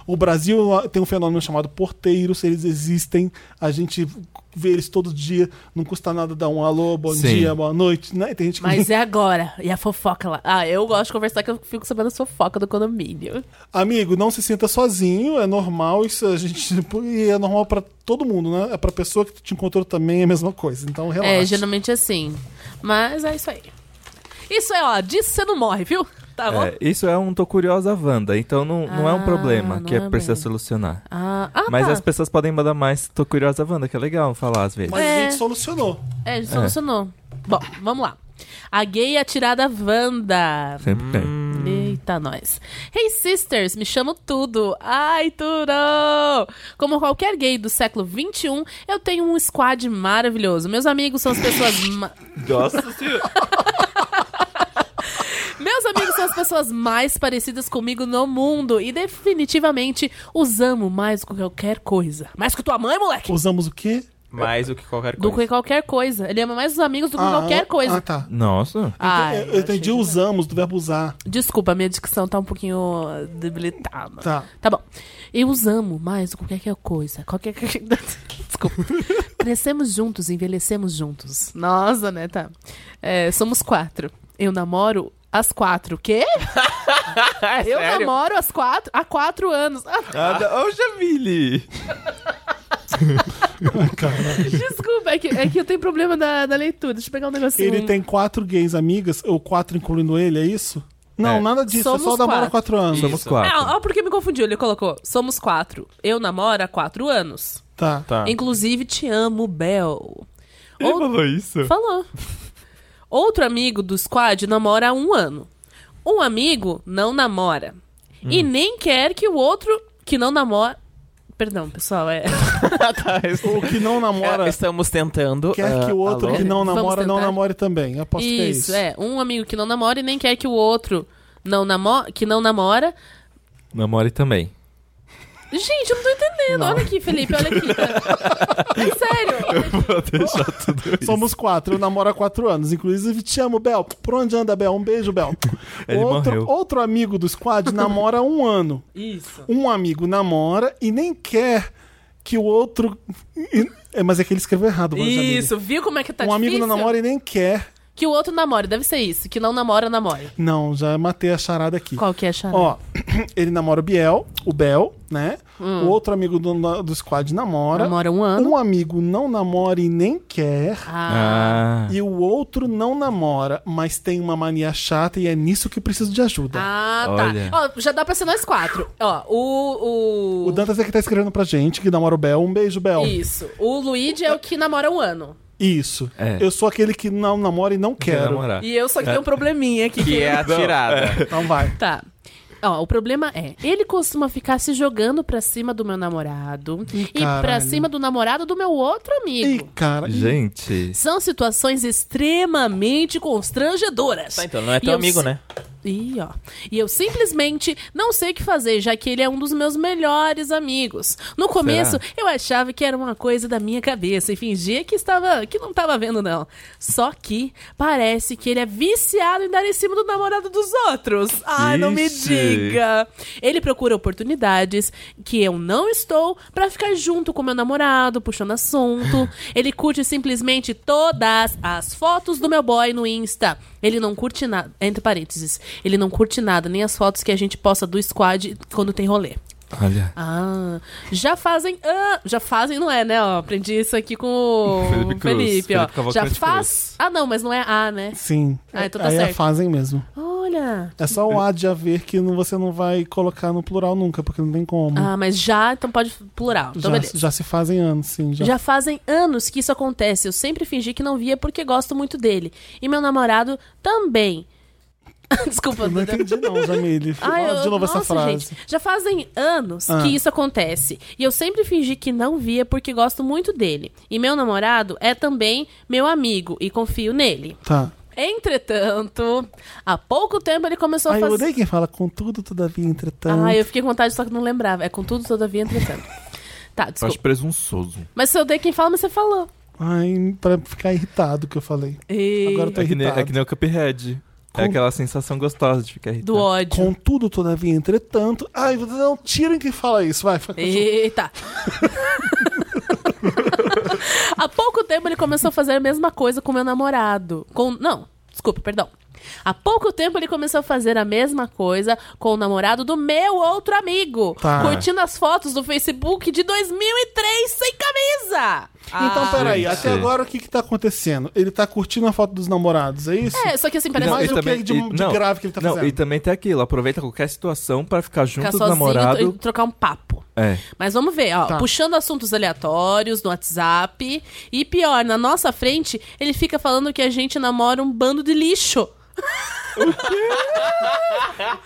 A: o Brasil ah, tem um fenômeno chamado porteiros, eles existem, a gente vê eles todo dia, não custa nada dar um alô, bom
K: Sim.
A: dia, boa noite, né? E Tem gente que
F: Mas é agora. E a fofoca lá. Ah, eu gosto de conversar que eu fico sabendo a fofoca do condomínio.
A: Amigo, não se sinta sozinho, é normal isso, a gente e é normal pra todo mundo, né? É pra pessoa que te encontrou também é a mesma coisa. Então relaxa.
F: É, geralmente é assim. Mas é isso aí. Isso é, ó, disso você não morre, viu? Tá bom?
K: É, isso é um Tô Curiosa Wanda, então não, não é um
F: Ah,
K: problema que
F: não
K: é
F: é
K: precisa
F: bem.
K: solucionar.
F: Ah, ah,
K: Mas
F: tá.
K: as pessoas podem mandar mais Tô Curiosa Wanda, que é legal falar às vezes.
A: Mas a
F: É.
A: gente solucionou.
F: É, a gente solucionou. Bom, vamos lá. A gay atirada Wanda.
K: Sempre tem.
G: Hum,
F: Eita, nós. Hey, sisters, me chamo Tudo. Ai, Turão! Como qualquer gay do século XXI, eu tenho um squad maravilhoso. Meus amigos são as pessoas. ma-
K: Nossa senhora.
F: Meus amigos são as pessoas mais parecidas comigo no mundo. E definitivamente os amo mais que qualquer coisa. Mais que tua mãe, moleque!
A: Usamos o quê?
G: Mais do que qualquer
F: Do
G: coisa.
F: que qualquer coisa. Ele ama mais os amigos do que qualquer
A: Ah,
F: coisa.
A: tá.
K: Nossa.
F: Ai,
A: eu eu
F: achei
A: entendi usamos do verbo usar.
F: Desculpa, minha dicção tá um pouquinho debilitada.
A: Tá.
F: Tá bom. Eu os amo mais do que qualquer coisa. Qualquer. é- Desculpa. Crescemos juntos, envelhecemos juntos. Nossa, né? Tá. É, somos quatro. Eu namoro às quatro. Quê? Eu namoro às quatro há quatro anos. Ah,
A: tá.
K: Ah, o Jamile!
F: desculpa, é que, é que eu tenho problema da, da leitura. Deixa eu pegar um negocinho.
A: Ele tem quatro gays amigas, ou quatro incluindo ele, é isso? Não,
K: É.
A: nada disso, é só
F: Somos
A: namora quatro
F: quatro.
A: anos.
K: Somos
F: Ah,
K: quatro.
F: ó, porque me confundiu. Ele colocou: somos quatro. Eu namoro há quatro anos.
A: Tá.
G: Tá.
F: Inclusive, te amo, Bel.
K: Ele
F: Ou-
K: falou isso?
F: Falou. Outro amigo do squad namora há um ano. Um amigo não namora. E nem quer que o outro que não namora. Perdão, pessoal, é.
G: Tá,
A: O que não namora
G: é, Estamos tentando.
A: quer
G: ah,
A: que o
K: É,
A: outro
G: alô?
A: que não
F: Vamos
A: namora não
F: tentar?
A: namore também. Eu Aposto que é
F: Isso,
A: isso.
F: é. Um amigo que não namora e nem quer que o outro não namo... que não namora.
K: Namore também.
F: Gente, eu não tô entendendo. Olha aqui, Felipe, olha aqui. É sério.
A: Somos quatro, eu namoro há quatro anos. Inclusive, te amo, Bel. Por onde anda, Bel? Um beijo, Bel.
K: Ele
A: outro,
K: morreu.
A: outro amigo do squad namora há um ano.
F: Isso.
A: Um amigo namora e nem quer que o outro. É, mas é que ele escreveu errado, Vanjamília.
F: Isso, viu como é que tá
A: um amigo
F: difícil?
A: não namora e nem quer
F: Que o outro namore, deve ser isso. Que não namora, namore.
A: Não, já matei a charada aqui.
F: Qual que é, Xará?
A: Ó, ele namora o Biel, o Bel, né? O outro amigo do, do squad namora.
F: Hum. Namora um ano.
A: Um amigo não namora e nem quer.
F: Ah,
K: Ah.
A: E o outro não namora, mas tem uma mania chata e é nisso que preciso de ajuda.
F: Ah, tá.
G: É.
K: Olha.
F: Ó, já dá pra ser nós quatro. Ó, o. o...
A: O Dantas é que tá escrevendo pra gente, que namora o Bel. Um beijo, Bel.
F: Isso. O Luigi é o que namora um ano.
A: Isso.
K: É.
A: Eu sou aquele que não namora e não
K: Quero
A: quero.
K: namorar.
F: E eu só que tenho um probleminha aqui.
G: É. Que é a tirada.
A: Então vai.
F: Tá. Ó, o problema é, ele costuma ficar se jogando pra cima do meu namorado e pra
A: caralho.
F: cima do namorado do meu outro
A: Ih,
F: amigo.
A: cara. ih,
K: Gente,
F: São situações extremamente constrangedoras.
G: Tá, então não é
F: E
G: teu
F: eu
G: amigo,
F: si-
G: né?
F: Ih, ó. E eu simplesmente não sei o que fazer, já que ele é um dos meus melhores amigos. No começo, eu achava que era uma coisa da minha cabeça e fingia que estava, que não estava vendo não. Só que parece que ele é viciado em dar em cima do namorado dos outros. Ai, não me
K: Ixi.
F: diga. Ele procura oportunidades que eu não estou pra ficar junto com meu namorado, puxando assunto. Ele curte simplesmente todas as fotos do meu boy no Insta. Ele não curte nada, entre parênteses, ele não curte nada, nem as fotos que a gente posta do squad quando tem rolê.
K: olha.
F: Ah, já fazem. ah, já fazem, não é, né? Ó, aprendi isso aqui com o
K: Felipe
F: Felipe,
K: Cruz,
F: ó.
K: Felipe Cavalcante
F: já
K: Cruz.
F: faz. Ah, não, mas não é A, né?
A: Sim.
F: Ah, então tá
A: Aí é
F: certo.
A: fazem mesmo.
F: Olha.
A: É só o A de haver que não- você não vai colocar no plural nunca, porque não tem como.
F: Ah, mas já, então pode plural.
A: já,
F: Então beleza.
A: já se fazem anos, sim. Já.
F: Já fazem anos que isso acontece. Eu sempre fingi que não via porque gosto muito dele. E meu namorado também. Desculpa,
A: Não entendi, não, Jamile.
F: Ah,
A: Fala
F: eu-
A: de novo essa
F: nossa,
A: frase.
F: gente, já fazem anos
A: Ah.
F: que isso acontece. E eu sempre fingi que não via porque gosto muito dele. E meu namorado é também meu amigo e confio nele.
A: Tá.
F: Entretanto, há pouco tempo ele começou a
A: Ai, eu
F: fazer.
A: odeio quem é fala com tudo, todavia, entretanto.
F: Ah, eu fiquei com vontade, só que não lembrava. É com tudo, todavia, entretanto. Tá, desculpa.
K: Acho presunçoso.
F: Mas se eu dei quem fala, mas você falou.
A: Ai, pra ficar irritado que eu falei. Agora eu tô
K: É que, nem,
A: irritado.
K: é que nem o Cuphead.
A: Com-
K: É aquela sensação gostosa de ficar irritado.
F: Do ódio.
A: Contudo, todavia, entretanto. Ai, vocês não tirem quem fala isso, vai. fica-
F: Eita! Há pouco tempo ele começou a fazer a mesma coisa com meu namorado. Com. Não, desculpa, perdão. Há pouco tempo ele começou a fazer a mesma coisa com o namorado do meu outro amigo.
A: Tá.
F: Curtindo as fotos do Facebook de 2003 sem camisa.
A: Então,
F: Ah.
A: peraí,
K: gente.
A: até agora o que que tá acontecendo? Ele tá curtindo a foto dos namorados, é isso?
F: É, só que assim, parece
A: Não,
F: que
A: mas o que é de- de grave que ele tá
K: não,
A: fazendo?
K: E também tem aquilo, aproveita qualquer situação pra ficar junto
F: ficar
K: do
F: sozinho
K: namorado.
F: e trocar um papo.
K: É.
F: Mas vamos ver, ó.
A: Tá.
F: Puxando assuntos aleatórios no WhatsApp. E pior, na nossa frente, ele fica falando que a gente namora um bando de lixo.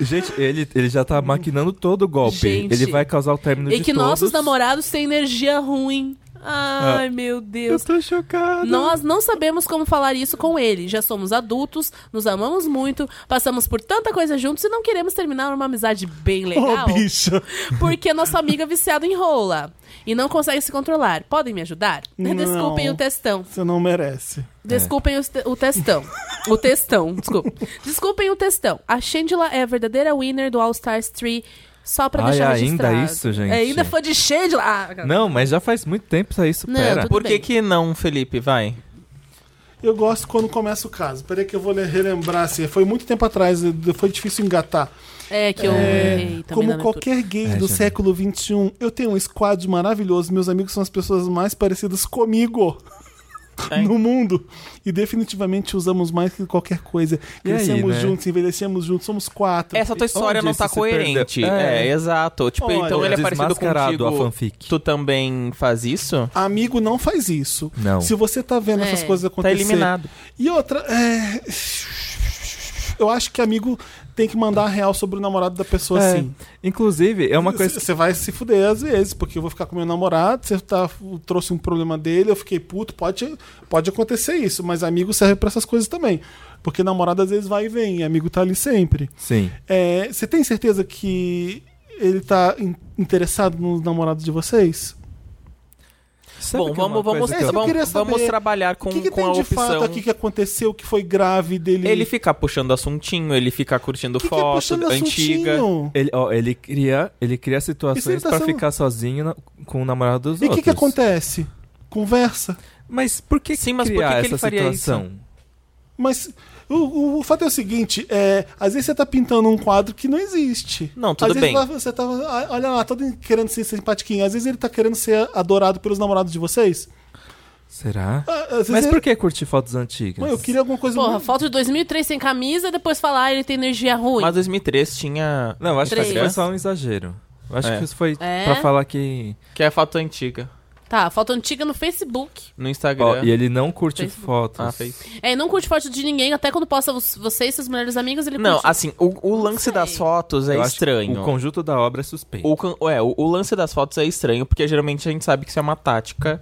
K: Gente, ele, ele já tá maquinando todo o golpe.
F: Gente.
K: ele vai causar o término
F: e
K: de
F: que
K: todos. Ah,
F: nossos namorados têm energia ruim. Ai, meu
K: Eu
F: Deus.
K: tô chocado.
F: Nós não sabemos como falar isso com ele. Já somos adultos, nos amamos muito, passamos por tanta coisa juntos e não queremos terminar uma amizade bem legal.
A: Ô, bicha.
F: Porque nossa amiga é viciada em rola e não consegue se controlar. Podem me ajudar?
A: Não.
F: Desculpem o textão.
A: Você não merece.
F: Desculpem os te- o textão. O textão, desculpa. Desculpem o textão. A Shangela é a verdadeira winner do All Stars 3. Só pra
K: Ai,
F: deixar
K: ainda
F: registrado.
K: isso, gente?
F: É, ainda foi de Shangela. Ah,
K: Não, mas já faz muito tempo isso aí, supera.
F: Não, tudo
G: Por que
F: bem.
G: que não, Felipe? Vai.
A: Eu gosto quando começa o caso. Peraí que eu vou le- relembrar, assim, foi muito tempo atrás, foi difícil engatar.
F: É que eu errei também
A: Como
F: na
A: qualquer gay
K: É,
A: do século XXI, eu tenho um squad maravilhoso. Meus amigos são as pessoas mais parecidas comigo no mundo. E definitivamente usamos mais que qualquer coisa.
K: E aí,
A: Crescemos
K: né?
A: juntos, envelhecemos juntos, somos quatro.
G: Essa tua história
K: Onde
G: não tá
K: isso se
G: coerente.
K: perdeu?
G: É.
K: É.
G: exato. Tipo,
A: Olha.
G: então ele é parecido
K: Desmascarado
G: contigo.
K: a fanfic.
G: Tu também faz isso?
A: Amigo não faz isso.
K: Não.
A: Se você tá vendo essas
F: É.
A: coisas acontecer.
G: eliminado.
A: E outra, é... eu acho que amigo tem que mandar a real sobre o namorado da pessoa
K: É.
A: assim.
K: Inclusive, é uma coisa.
A: Você vai se fuder às vezes, porque eu vou ficar com meu namorado, você tá, trouxe um problema dele, eu fiquei puto, pode, pode acontecer isso, mas amigo serve pra essas coisas também. Porque namorado às vezes vai e vem, e amigo tá ali sempre.
K: Sim.
A: É, Você tem certeza que ele tá in- interessado nos namorados de vocês?
K: Sabe
G: Bom,
K: que é uma
G: vamos, vamos,
K: coisa que eu-
A: eu queria
G: vamos,
A: saber,
G: vamos trabalhar com,
A: o que, que
G: com
A: tem
G: a
A: de
G: opção.
A: fato aqui que aconteceu que foi grave dele?
G: Ele fica puxando assuntinho, ele fica curtindo
A: O que, que é
G: foto
A: puxando
G: antiga.
A: assuntinho?
K: Ele, ó, ele cria, ele cria situações
A: tá
K: pra
A: sendo-
K: ficar sozinho na- com o namorado dos
A: E o
K: outros.
A: que, que acontece? Conversa.
K: Mas por que
G: Sim, mas por
K: criar
G: que que ele
K: essa
G: faria
K: situação?
A: Mas o, o, o fato é o seguinte: é, às vezes você tá pintando um quadro que não existe.
G: Não, tudo
A: às vezes
G: bem.
A: lá Você tá, olha lá, todo querendo ser simpatiquinho. Às vezes ele tá querendo ser adorado pelos namorados de vocês.
K: Será?
A: Ah, às vezes
K: Mas
A: ele-
K: por que curtir fotos antigas?
A: Mãe, eu queria alguma coisa.
F: Porra,
A: muito-
F: foto de 2003 sem camisa e depois falar ah, ele tem energia ruim.
G: Mas 2003 tinha.
K: Não, eu acho que
F: Três.
K: isso foi só um exagero. Eu acho
G: É.
K: que isso foi
F: É?
K: pra falar que.
G: Que é foto antiga.
F: Tá, foto antiga no Facebook.
G: No
K: Ó,
G: Instagram.
K: e ele não curte
F: Facebook.
K: fotos.
G: Ah, fez.
F: É, e não curte foto de ninguém, até quando posta vo- você e seus melhores amigos, ele
G: Não,
F: curte.
G: assim, o, o lance
F: sei.
G: das fotos é
K: Eu acho que
G: estranho.
K: O conjunto da obra é suspeito.
G: O, con- é, o, o lance das fotos é estranho, porque geralmente a gente sabe que isso é uma tática,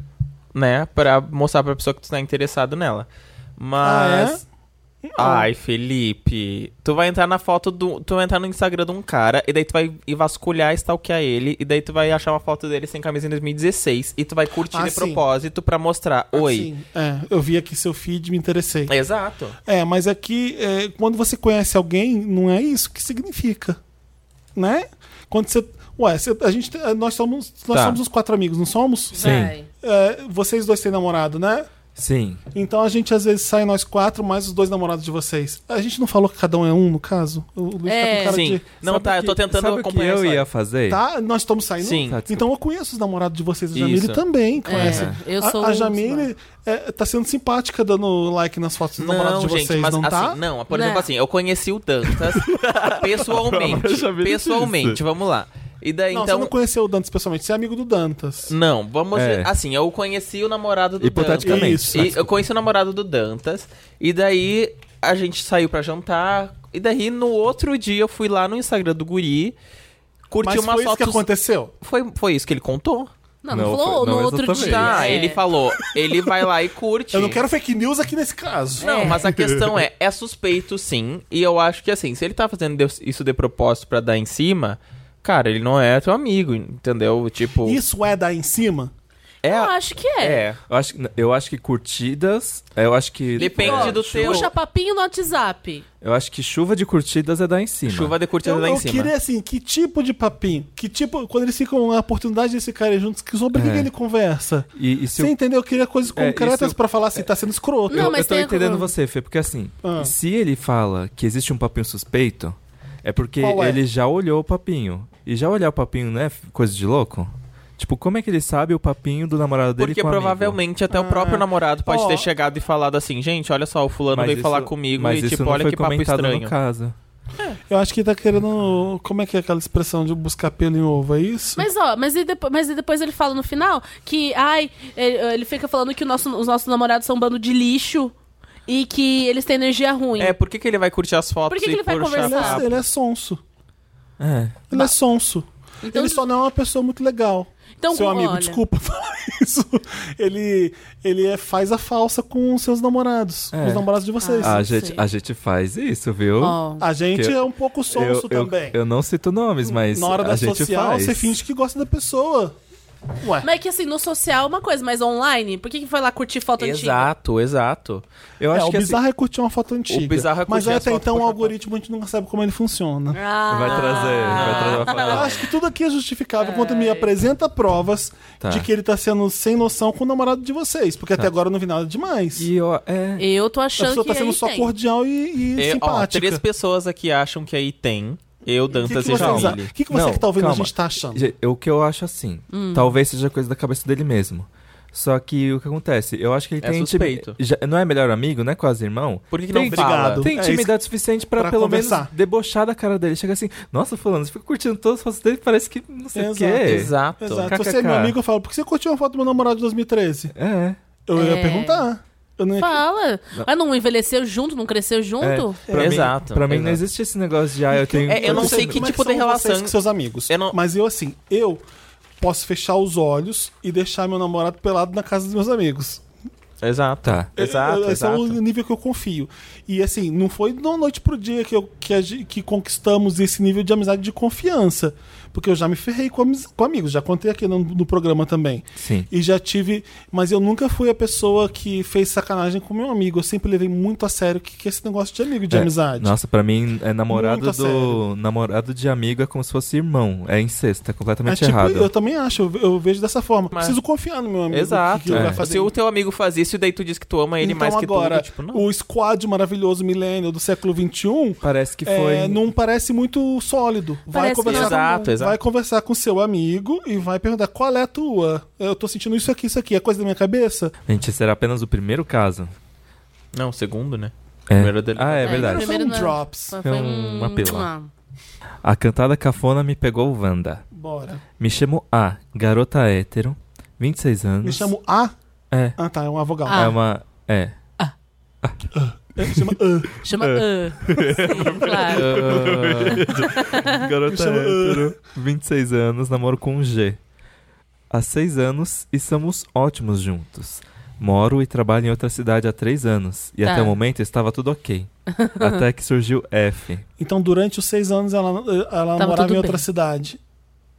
G: né? Pra mostrar pra pessoa que tu tá interessado nela.
A: Ah,
G: Mas.
A: é?
G: Ai, Felipe. Tu vai entrar na foto do. Tu vai entrar no Instagram de um cara, e daí tu vai ir vasculhar, stalkear ele, e daí tu vai achar uma foto dele sem camisa em 2016, e tu vai curtir
A: Ah,
G: de
A: sim.
G: propósito pra mostrar. Oi.
A: Assim, é, eu vi aqui seu feed, me interessei.
G: Exato.
A: É, mas aqui, é, quando você conhece alguém, não é isso que significa. Né? Quando você. Ué, você- a gente, tem- nós somos, nós
G: Tá.
A: somos os quatro amigos, não somos?
K: Sim.
A: É, vocês dois têm namorado, né?
K: Sim.
A: Então a gente às vezes sai nós quatro, mais os dois namorados de vocês. A gente não falou que cada um é um, no caso? O Luiz tá
F: É.
A: com cara
G: Sim.
A: de.
G: Não, tá, eu tô tentando
K: Sabe o que
G: acompanhar
K: eu
G: isso aí.
K: ia fazer?
A: Tá? Nós estamos saindo?
G: Sim.
K: Tá, desculpa.
A: Então eu conheço os namorados de vocês. A Jamile
G: Isso.
A: também conhece.
F: É, eu
A: A-
F: sou um
A: a,
F: o-
A: Jamile é, tá sendo simpática dando like nas fotos dos namorados de vocês, não tá?
G: assim, não, por
F: Não.
G: exemplo, assim, eu conheci o Dantas pessoalmente. pessoalmente, vamos lá. E daí,
A: Não,
G: então.
A: você não conheceu o Dantas pessoalmente, você é amigo do Dantas.
G: Não, vamos.
K: É.
G: Assim, eu conheci o namorado do Dantas.
K: Hipoteticamente.
A: Isso.
G: E eu conheci o namorado do Dantas. E daí a gente saiu pra jantar. E daí no outro dia eu fui lá no Instagram do Guri. Curti
A: Mas
G: umas
A: foi isso que
G: fotos.
A: aconteceu.
G: foi, foi isso que ele contou?
F: Não, não,
K: Não,
F: falou
K: foi- não,
F: no outro
K: exatamente.
F: dia.
G: Tá,
F: É.
G: ele falou. Ele vai lá e curte.
A: Eu não quero fake news aqui nesse caso.
G: Não, mas a questão é, é suspeito sim, e eu acho que assim, se ele tá fazendo de- isso de propósito pra dar em cima, cara, ele não é teu amigo, entendeu? Tipo,
A: Isso é dar em cima?
G: é,
F: Eu acho que é.
G: é.
K: Eu acho, que- eu acho que curtidas. é, Eu acho que.
G: Depende do teu
F: Puxa papinho no WhatsApp.
K: Eu acho que chuva de curtidas é dar em cima.
G: chuva de curtida
A: Eu,
G: lá
A: eu
G: em cima.
A: queria assim, que tipo de papinho? Que tipo, quando eles ficam na oportunidade desse cara juntos, que sobre o que
K: É.
A: ele conversa?
K: E, e se
A: Você
K: eu-
A: entendeu? Eu queria coisas
K: É,
A: concretas
K: isso-
A: pra falar assim, tá sendo escroto.
F: Não,
K: eu,
F: mas
K: eu tô
F: tem a-
K: entendendo você, Fê, porque assim,
A: Ah.
K: se ele fala que existe um papinho suspeito, é porque
A: Qual é?
K: ele já olhou o papinho. E já olhar o papinho não é coisa de louco? Tipo, como é que ele sabe o papinho do namorado dele
G: Porque
K: com o amigo?
G: provavelmente até o próprio namorado pode
A: Ó.
G: ter chegado e falado assim, gente, olha só, o fulano
K: Mas
G: veio
K: isso-
G: falar comigo
K: mas
G: e
K: isso
G: tipo,
K: não
G: olha
K: foi
G: que papo
K: comentado
G: estranho.
K: No caso.
A: Eu acho que tá querendo. Como é que é aquela expressão de buscar pelo em ovo? É isso?
F: Mas ó, mas e, depo- mas e depois ele fala no final que, ai, ele, ele fica falando que o nosso- os nossos namorados são um bando de lixo e que eles têm energia ruim.
G: É, por que, que ele vai curtir as fotos
F: Por que que
G: e
F: ele vai
G: puxar
A: Ele
F: conversar?
A: é,
G: papo?
A: ele é sonso.
K: É.
A: Ele é sonso.
F: Então-
A: ele só não é uma pessoa muito legal.
F: Então,
A: Seu amigo,
F: olha.
A: desculpa falar isso. Ele, ele é- faz a falsa com os seus namorados.
K: É.
A: com Os namorados de vocês.
K: A,
F: não
K: gente,
F: Ah, sei.
K: a gente faz isso, viu?
F: Ó,
A: a gente
K: que eu-
A: é um pouco
K: eu,
A: sonso
K: eu-
A: também.
K: Eu, não cito nomes, mas
A: Na hora
K: a
A: da
K: gente
A: social,
K: faz.
A: você finge que gosta da pessoa. Ué.
F: Mas é que assim, no social é uma coisa, mas online, por que, que foi lá curtir foto antiga?
G: Exato, exato.
K: Eu
A: É,
K: acho
A: o
K: que assim,
A: bizarro é curtir uma foto antiga.
G: bizarro é
A: Mas
G: curtir
A: aí,
G: as
A: até
G: fotos
A: então o
G: pra-
A: algoritmo a gente não sabe como ele funciona.
G: Ah.
K: vai trazer, vai trazer uma
A: Eu
K: fala.
A: acho que tudo aqui é justificável quando me apresenta provas
K: Tá.
A: de que ele tá sendo sem noção com o namorado de vocês. Porque até agora eu não vi nada demais.
K: E ó, é,
F: Eu tô
A: a
F: achando
A: pessoa
F: que
A: tá sendo
F: aí
A: só
F: tem.
A: cordial e, e
G: Eu- É, ó,
A: simpática.
G: três pessoas aqui acham que aí tem. Eu,
A: O que,
G: Dantas
A: que
G: e
A: vocês
G: Jamile.
A: acham? O que, que você
K: Não,
A: que tá ouvindo a
K: calma.
A: gente tá achando?
K: Gente, O que eu acho assim, talvez seja coisa da cabeça dele mesmo. Só que o que acontece? Eu acho que ele
G: É
K: tem tipo,
G: suspeito.
K: já- não é melhor amigo, não é quase irmão.
G: Por que, que
K: Tem-
G: não fala?
A: Obrigado.
K: Tem
A: É
K: intimidade suficiente pra,
A: pra
K: pelo
A: conversar.
K: menos debochar da cara dele. Chega assim, nossa, fulano, você fica curtindo todas as fotos dele, parece que não sei o
A: Exato.
K: quê.
G: Exato.
A: Exato. Se você é meu
K: KKK.
A: amigo, eu falo, por que você curtiu uma foto do meu namorado de 2013?
K: É.
A: Eu ia
F: É.
A: perguntar. Eu não ia...
F: Fala. Mas não envelheceu junto, não cresceu junto?
K: É, pra mim-
G: Exato,
K: pra mim não
G: exato.
K: existe esse negócio de, ah, eu tenho...
G: É, eu não sei que
A: como é
G: tipo de
A: são
G: relação-
A: vocês com seus amigos.
G: Eu não-
A: Mas eu, assim, eu posso fechar os olhos e deixar meu namorado pelado na casa dos meus amigos.
G: Exato.
K: Tá.
G: Exato,
A: Eu- eu- Esse é
G: exato.
A: o nível que eu confio. E assim, não foi de uma noite pro dia que, eu- que, a gen- que conquistamos esse nível de amizade e de confiança. Porque eu já me ferrei com, amiz- com amigos, já contei aqui no, no programa também.
K: Sim.
A: E já tive. Mas eu nunca fui a pessoa que fez sacanagem com meu amigo. Eu sempre levei muito a sério o que, que é esse negócio de amigo, de
K: É,
A: amizade.
K: Nossa, pra mim, é namorado
A: Muito a sério.
K: do... Namorado de amigo é como se fosse irmão. É incesto, é
A: É
K: completamente
A: tipo,
K: errado.
A: eu também acho, eu, eu vejo dessa forma.
G: Mas-
A: Preciso confiar no meu amigo.
G: Exato. Assim,
A: que ele vai
K: É.
A: fazer
G: Se o teu amigo faz isso isso e daí tu diz que tu ama ele
A: então,
G: mais que
A: agora,
G: tudo. Tipo, não.
A: o squad maravilhoso milênio do século XXI
K: Parece que foi.
A: é, não parece muito sólido. Vai
F: Parece
A: conversar,
F: não.
G: Exato,
A: com,
G: exato.
A: vai conversar com seu amigo e vai perguntar qual é a tua. Eu tô sentindo isso aqui, isso aqui. É coisa da minha cabeça?
K: Gente, será apenas o primeiro caso?
G: Não, segundo, né?
K: É.
G: Primeiro dele.
K: Ah, é
F: É,
K: verdade.
F: primeiro-
A: Foram
F: não é.
A: drops.
F: Foi,
K: É um
F: um-
K: apelo.
F: ah.
K: A cantada cafona me pegou Wanda.
A: Bora.
K: Me chamo A, garota hétero, 26 anos.
A: Me chamo A.
K: É.
A: Ah, tá. É uma vogal.
F: Ah.
K: É uma. É.
A: É, me chama A.
F: Chama
K: É.
F: ah. Sim, claro.
K: Garota
A: chamo-
K: hétero, 26 anos, namoro com um G. Há 6 anos e somos ótimos juntos. Moro e trabalho em outra cidade há 3 anos. E
F: Tá.
K: até o momento estava tudo ok. até que surgiu F.
A: Então, durante os seis anos, ela, ela
F: Tava
A: morava
F: tudo
A: em outra
F: bem.
A: cidade.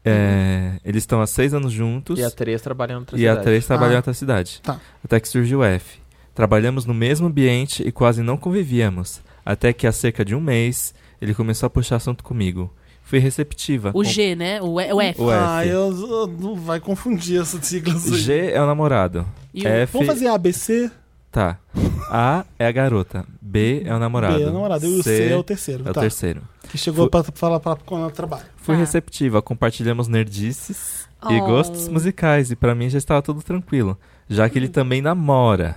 K: É, eles estão há 6 anos juntos.
G: Uhum. E a três trabalhando outra
K: E a
G: cidade.
K: 3 trabalhou
A: Ah.
K: em outra cidade.
A: Tá.
K: Até que surgiu o F. Trabalhamos no mesmo ambiente e quase não convivíamos. Até que há cerca de um mês, ele começou a puxar assunto comigo. Fui receptiva.
F: O G, né? O, E- o F.
K: O
A: ah,
K: F.
A: eu, eu- não vai confundir essas siglas. aí.
K: G é o namorado.
F: E o-
K: F.
A: Vamos fazer ABC?
K: Tá. A é a garota. B é o namorado.
A: B é o namorado. E o C, é o terceiro.
K: é o
A: tá.
K: terceiro.
A: Que chegou pra falar pra quando ela trabalha.
K: Fui
F: Tá.
K: receptiva, compartilhamos nerdices e
F: Oh.
K: gostos musicais, e pra mim já estava tudo tranquilo, já
F: Hum.
K: que ele também namora.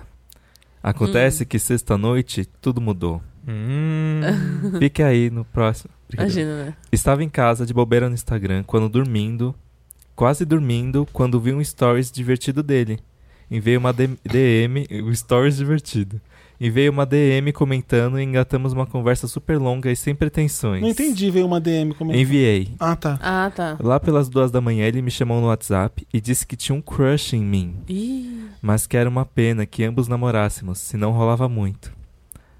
K: Acontece que sexta-noite tudo mudou.
G: Hum.
K: Fique aí no próximo. Brincadeira.
F: Imagina, né?
K: Estava em casa de bobeira no Instagram quando dormindo, quase dormindo, quando vi um stories divertido dele. Enviei uma D- DM, um stories divertido. Enviei uma DM comentando e engatamos uma conversa super longa e sem pretensões.
A: Não entendi, veio uma DM como
K: Enviei.
A: Ah, tá.
F: Ah, tá.
K: Lá pelas duas da manhã ele me chamou no WhatsApp e disse que tinha um crush em mim,
F: Ih,
K: mas que era uma pena que ambos namorássemos, senão rolava muito.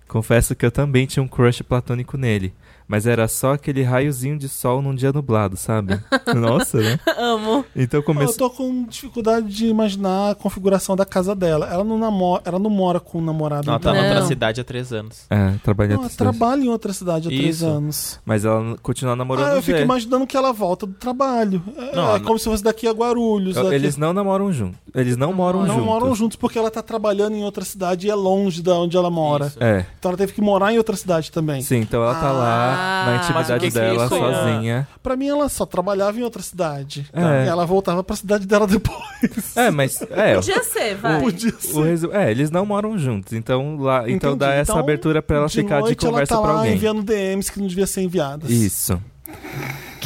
K: Confesso que eu também tinha um crush platônico nele, mas era só aquele raiozinho de sol num dia nublado, sabe? Nossa, né?
F: amo.
K: Então
A: Eu
K: começou.
A: tô com dificuldade de imaginar a configuração da casa dela. Ela não, namora, ela não mora com o namorado.
K: Ah,
G: Ela tá
A: dela.
G: na outra
F: Não.
G: cidade há três anos.
K: É, trabalhar
A: Não, ela trabalha em outra cidade há três
G: Isso.
A: anos.
K: Mas ela n- continua namorando
A: ah, eu
K: o G.
A: fico imaginando que ela volta do trabalho. É,
G: Não,
A: é como se fosse daqui a Guarulhos.
K: Eu-
A: daqui-
K: Eles não namoram juntos. Eles não moram
A: não
K: juntos.
A: moram juntos porque ela tá trabalhando em outra cidade e é longe da onde ela mora.
G: Isso.
K: É,
A: Então ela teve que morar em outra cidade também.
K: sim, então ela tá lá na
F: Ah.
G: Mas o
K: intimidade
G: que que
K: dela,
G: isso é?
K: sozinha.
A: Pra mim, ela só trabalhava em outra cidade.
K: É.
A: E ela voltava pra cidade dela depois.
K: É, mas. É,
F: Podia ser, vai.
A: Podia
K: O
A: ser.
K: resu- É, eles não moram juntos, então lá, então
A: Entendi.
K: dá essa
A: Então,
K: abertura pra ela ficar
A: noite,
K: de conversa
A: ela tá
K: pra
A: lá
K: alguém.
A: enviando DMs que não devia ser enviadas.
K: Isso.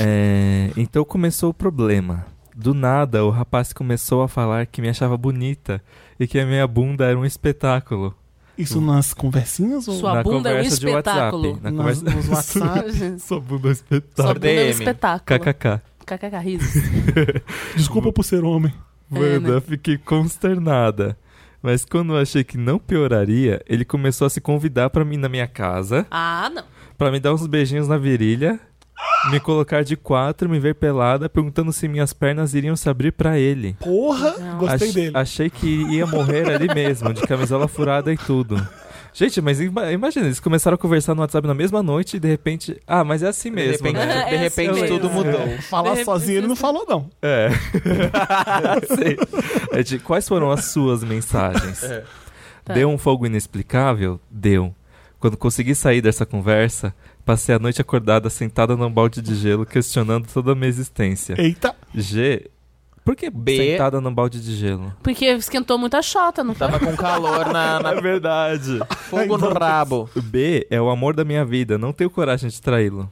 K: É, então começou o problema. Do nada, o rapaz começou a falar que me achava bonita e que a minha bunda era um espetáculo.
A: Isso nas conversinhas ou
F: Sua
K: Hum. na
F: bunda é um
K: conversa de
F: espetáculo.
K: WhatsApp. Na
A: nas,
K: conversa...
A: nos WhatsApp?
K: Sua bunda é um
F: Sua
K: espetáculo.
F: bunda é um
G: DM.
F: espetáculo.
K: KKK.
F: KKK, risos.
A: Desculpa por ser homem.
F: É,
K: Mano,
F: né?
K: eu fiquei consternada. Mas quando eu achei que não pioraria, ele começou a se convidar pra mim na minha casa.
F: Ah, não.
K: Pra me dar uns beijinhos na virilha, me colocar de quatro, me ver pelada, perguntando se minhas pernas iriam se abrir pra ele.
A: Porra, gostei
K: Ach-
A: dele.
K: Achei que ia morrer ali mesmo, de camisola furada e tudo. Gente, mas ima- imagina, eles começaram a conversar no WhatsApp na mesma noite e de repente. Ah, mas é assim
G: de
K: mesmo,
G: repente,
K: né?
F: né?
G: de
F: É
G: repente
F: assim
G: tudo
F: mesmo.
G: mudou.
A: Falar sozinho ele não falou, não.
K: É. Sei. É de- quais foram as suas mensagens?
G: É.
F: Tá.
K: Deu um fogo inexplicável? Deu. Quando consegui sair dessa conversa, passei a noite acordada sentada num balde de gelo, questionando toda a minha existência.
A: Eita.
K: G. Por que
G: B.
K: sentada num balde de gelo?
F: Porque esquentou muito a xota, não foi?
G: Tava com calor na,
A: É
G: na
K: verdade.
G: fogo
A: Então-
G: no rabo.
K: O Então, B é o amor da minha vida, não tenho coragem de traí-lo.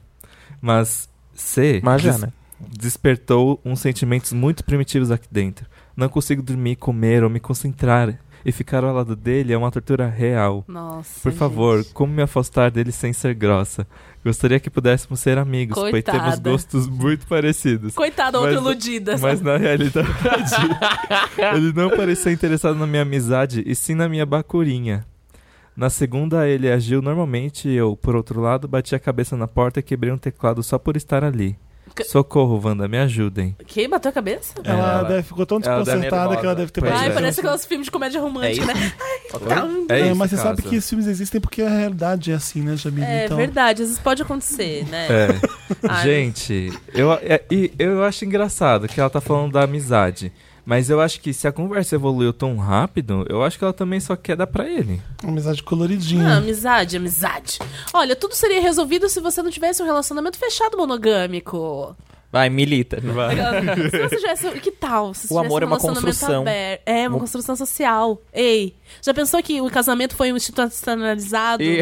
K: Mas C des- despertou uns sentimentos muito primitivos aqui dentro. Não consigo dormir, comer ou me concentrar. E ficar ao lado dele é uma tortura real.
F: Nossa.
K: Por favor,
F: gente.
K: como me afastar dele sem ser grossa? Gostaria que pudéssemos ser amigos, pois
F: Coitada.
K: temos gostos muito parecidos.
F: Coitada, outra
K: Mas-
F: iludida.
K: Mas
F: sabe?
K: na realidade, ele não parecia interessado na minha amizade e sim na minha bacurinha. Na segunda, ele agiu normalmente e eu, por outro lado, bati a cabeça na porta e quebrei um teclado só por estar ali.
F: Que-
K: Socorro, Wanda, me ajudem.
F: Quem bateu a cabeça?
G: É,
A: Ela,
K: ela-
A: deve- É, ficou tão
K: ela deve
A: desconcertada que ela
G: nervosa.
A: deve ter
K: é Pois
F: Ai,
K: é.
F: parece aqueles filmes de comédia romântica, né?
K: É
A: É,
K: esse
A: mas você
K: caso.
A: sabe que esses filmes existem porque a realidade é assim, né, Jamila?
F: É
A: então,
F: verdade, às vezes pode acontecer, né?
K: É.
F: Ai.
K: Gente, eu, é- e eu acho engraçado que ela tá falando da amizade. Mas eu acho que se a conversa evoluiu tão rápido, eu acho que ela também só quer dar pra ele.
A: Amizade
F: Ah,
A: coloridinha.
F: amizade, amizade. Olha, tudo seria resolvido se você não tivesse um relacionamento fechado monogâmico.
G: Vai, milita. Vai.
F: se você tivesse. um, Que tal? Se você
G: O amor
F: tivesse um
G: é uma
F: relacionamento
G: construção.
F: aberto. É, uma
G: Mo-
F: construção social. Ei, já pensou que o casamento foi um institucionalizado?
G: E-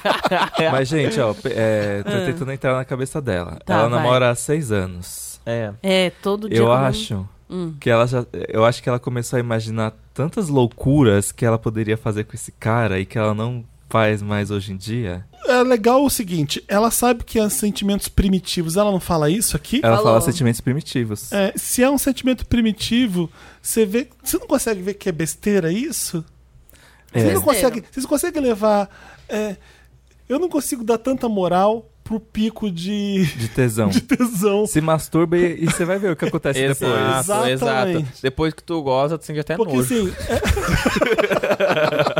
K: Mas, gente, ó, pe- é, tô tentando entrar na cabeça dela.
F: Ah. Tá,
K: ela
F: vai.
K: namora há seis anos.
G: É.
F: É, todo dia.
K: Eu
F: com-
K: acho
F: Hum.
K: que ela já. Eu acho que ela começou a imaginar tantas loucuras que ela poderia fazer com esse cara e que ela não faz mais hoje em dia.
A: É legal o seguinte, ela sabe que é sentimentos primitivos, ela não fala isso aqui?
K: Ela
F: Falou.
K: fala sentimentos primitivos.
A: É, se é um sentimento primitivo, você vê. Você não consegue ver que é besteira isso?
K: É.
A: Você não consegue. Vocês conseguem levar. é, eu não consigo dar tanta moral pro pico de,
K: De tesão.
A: de tesão.
K: Se masturba e, e você vai ver o que acontece depois.
G: Exato, exato.
A: Exatamente.
G: Depois que tu gosta, tu sente até
A: Porque
G: nojo.
A: assim. é-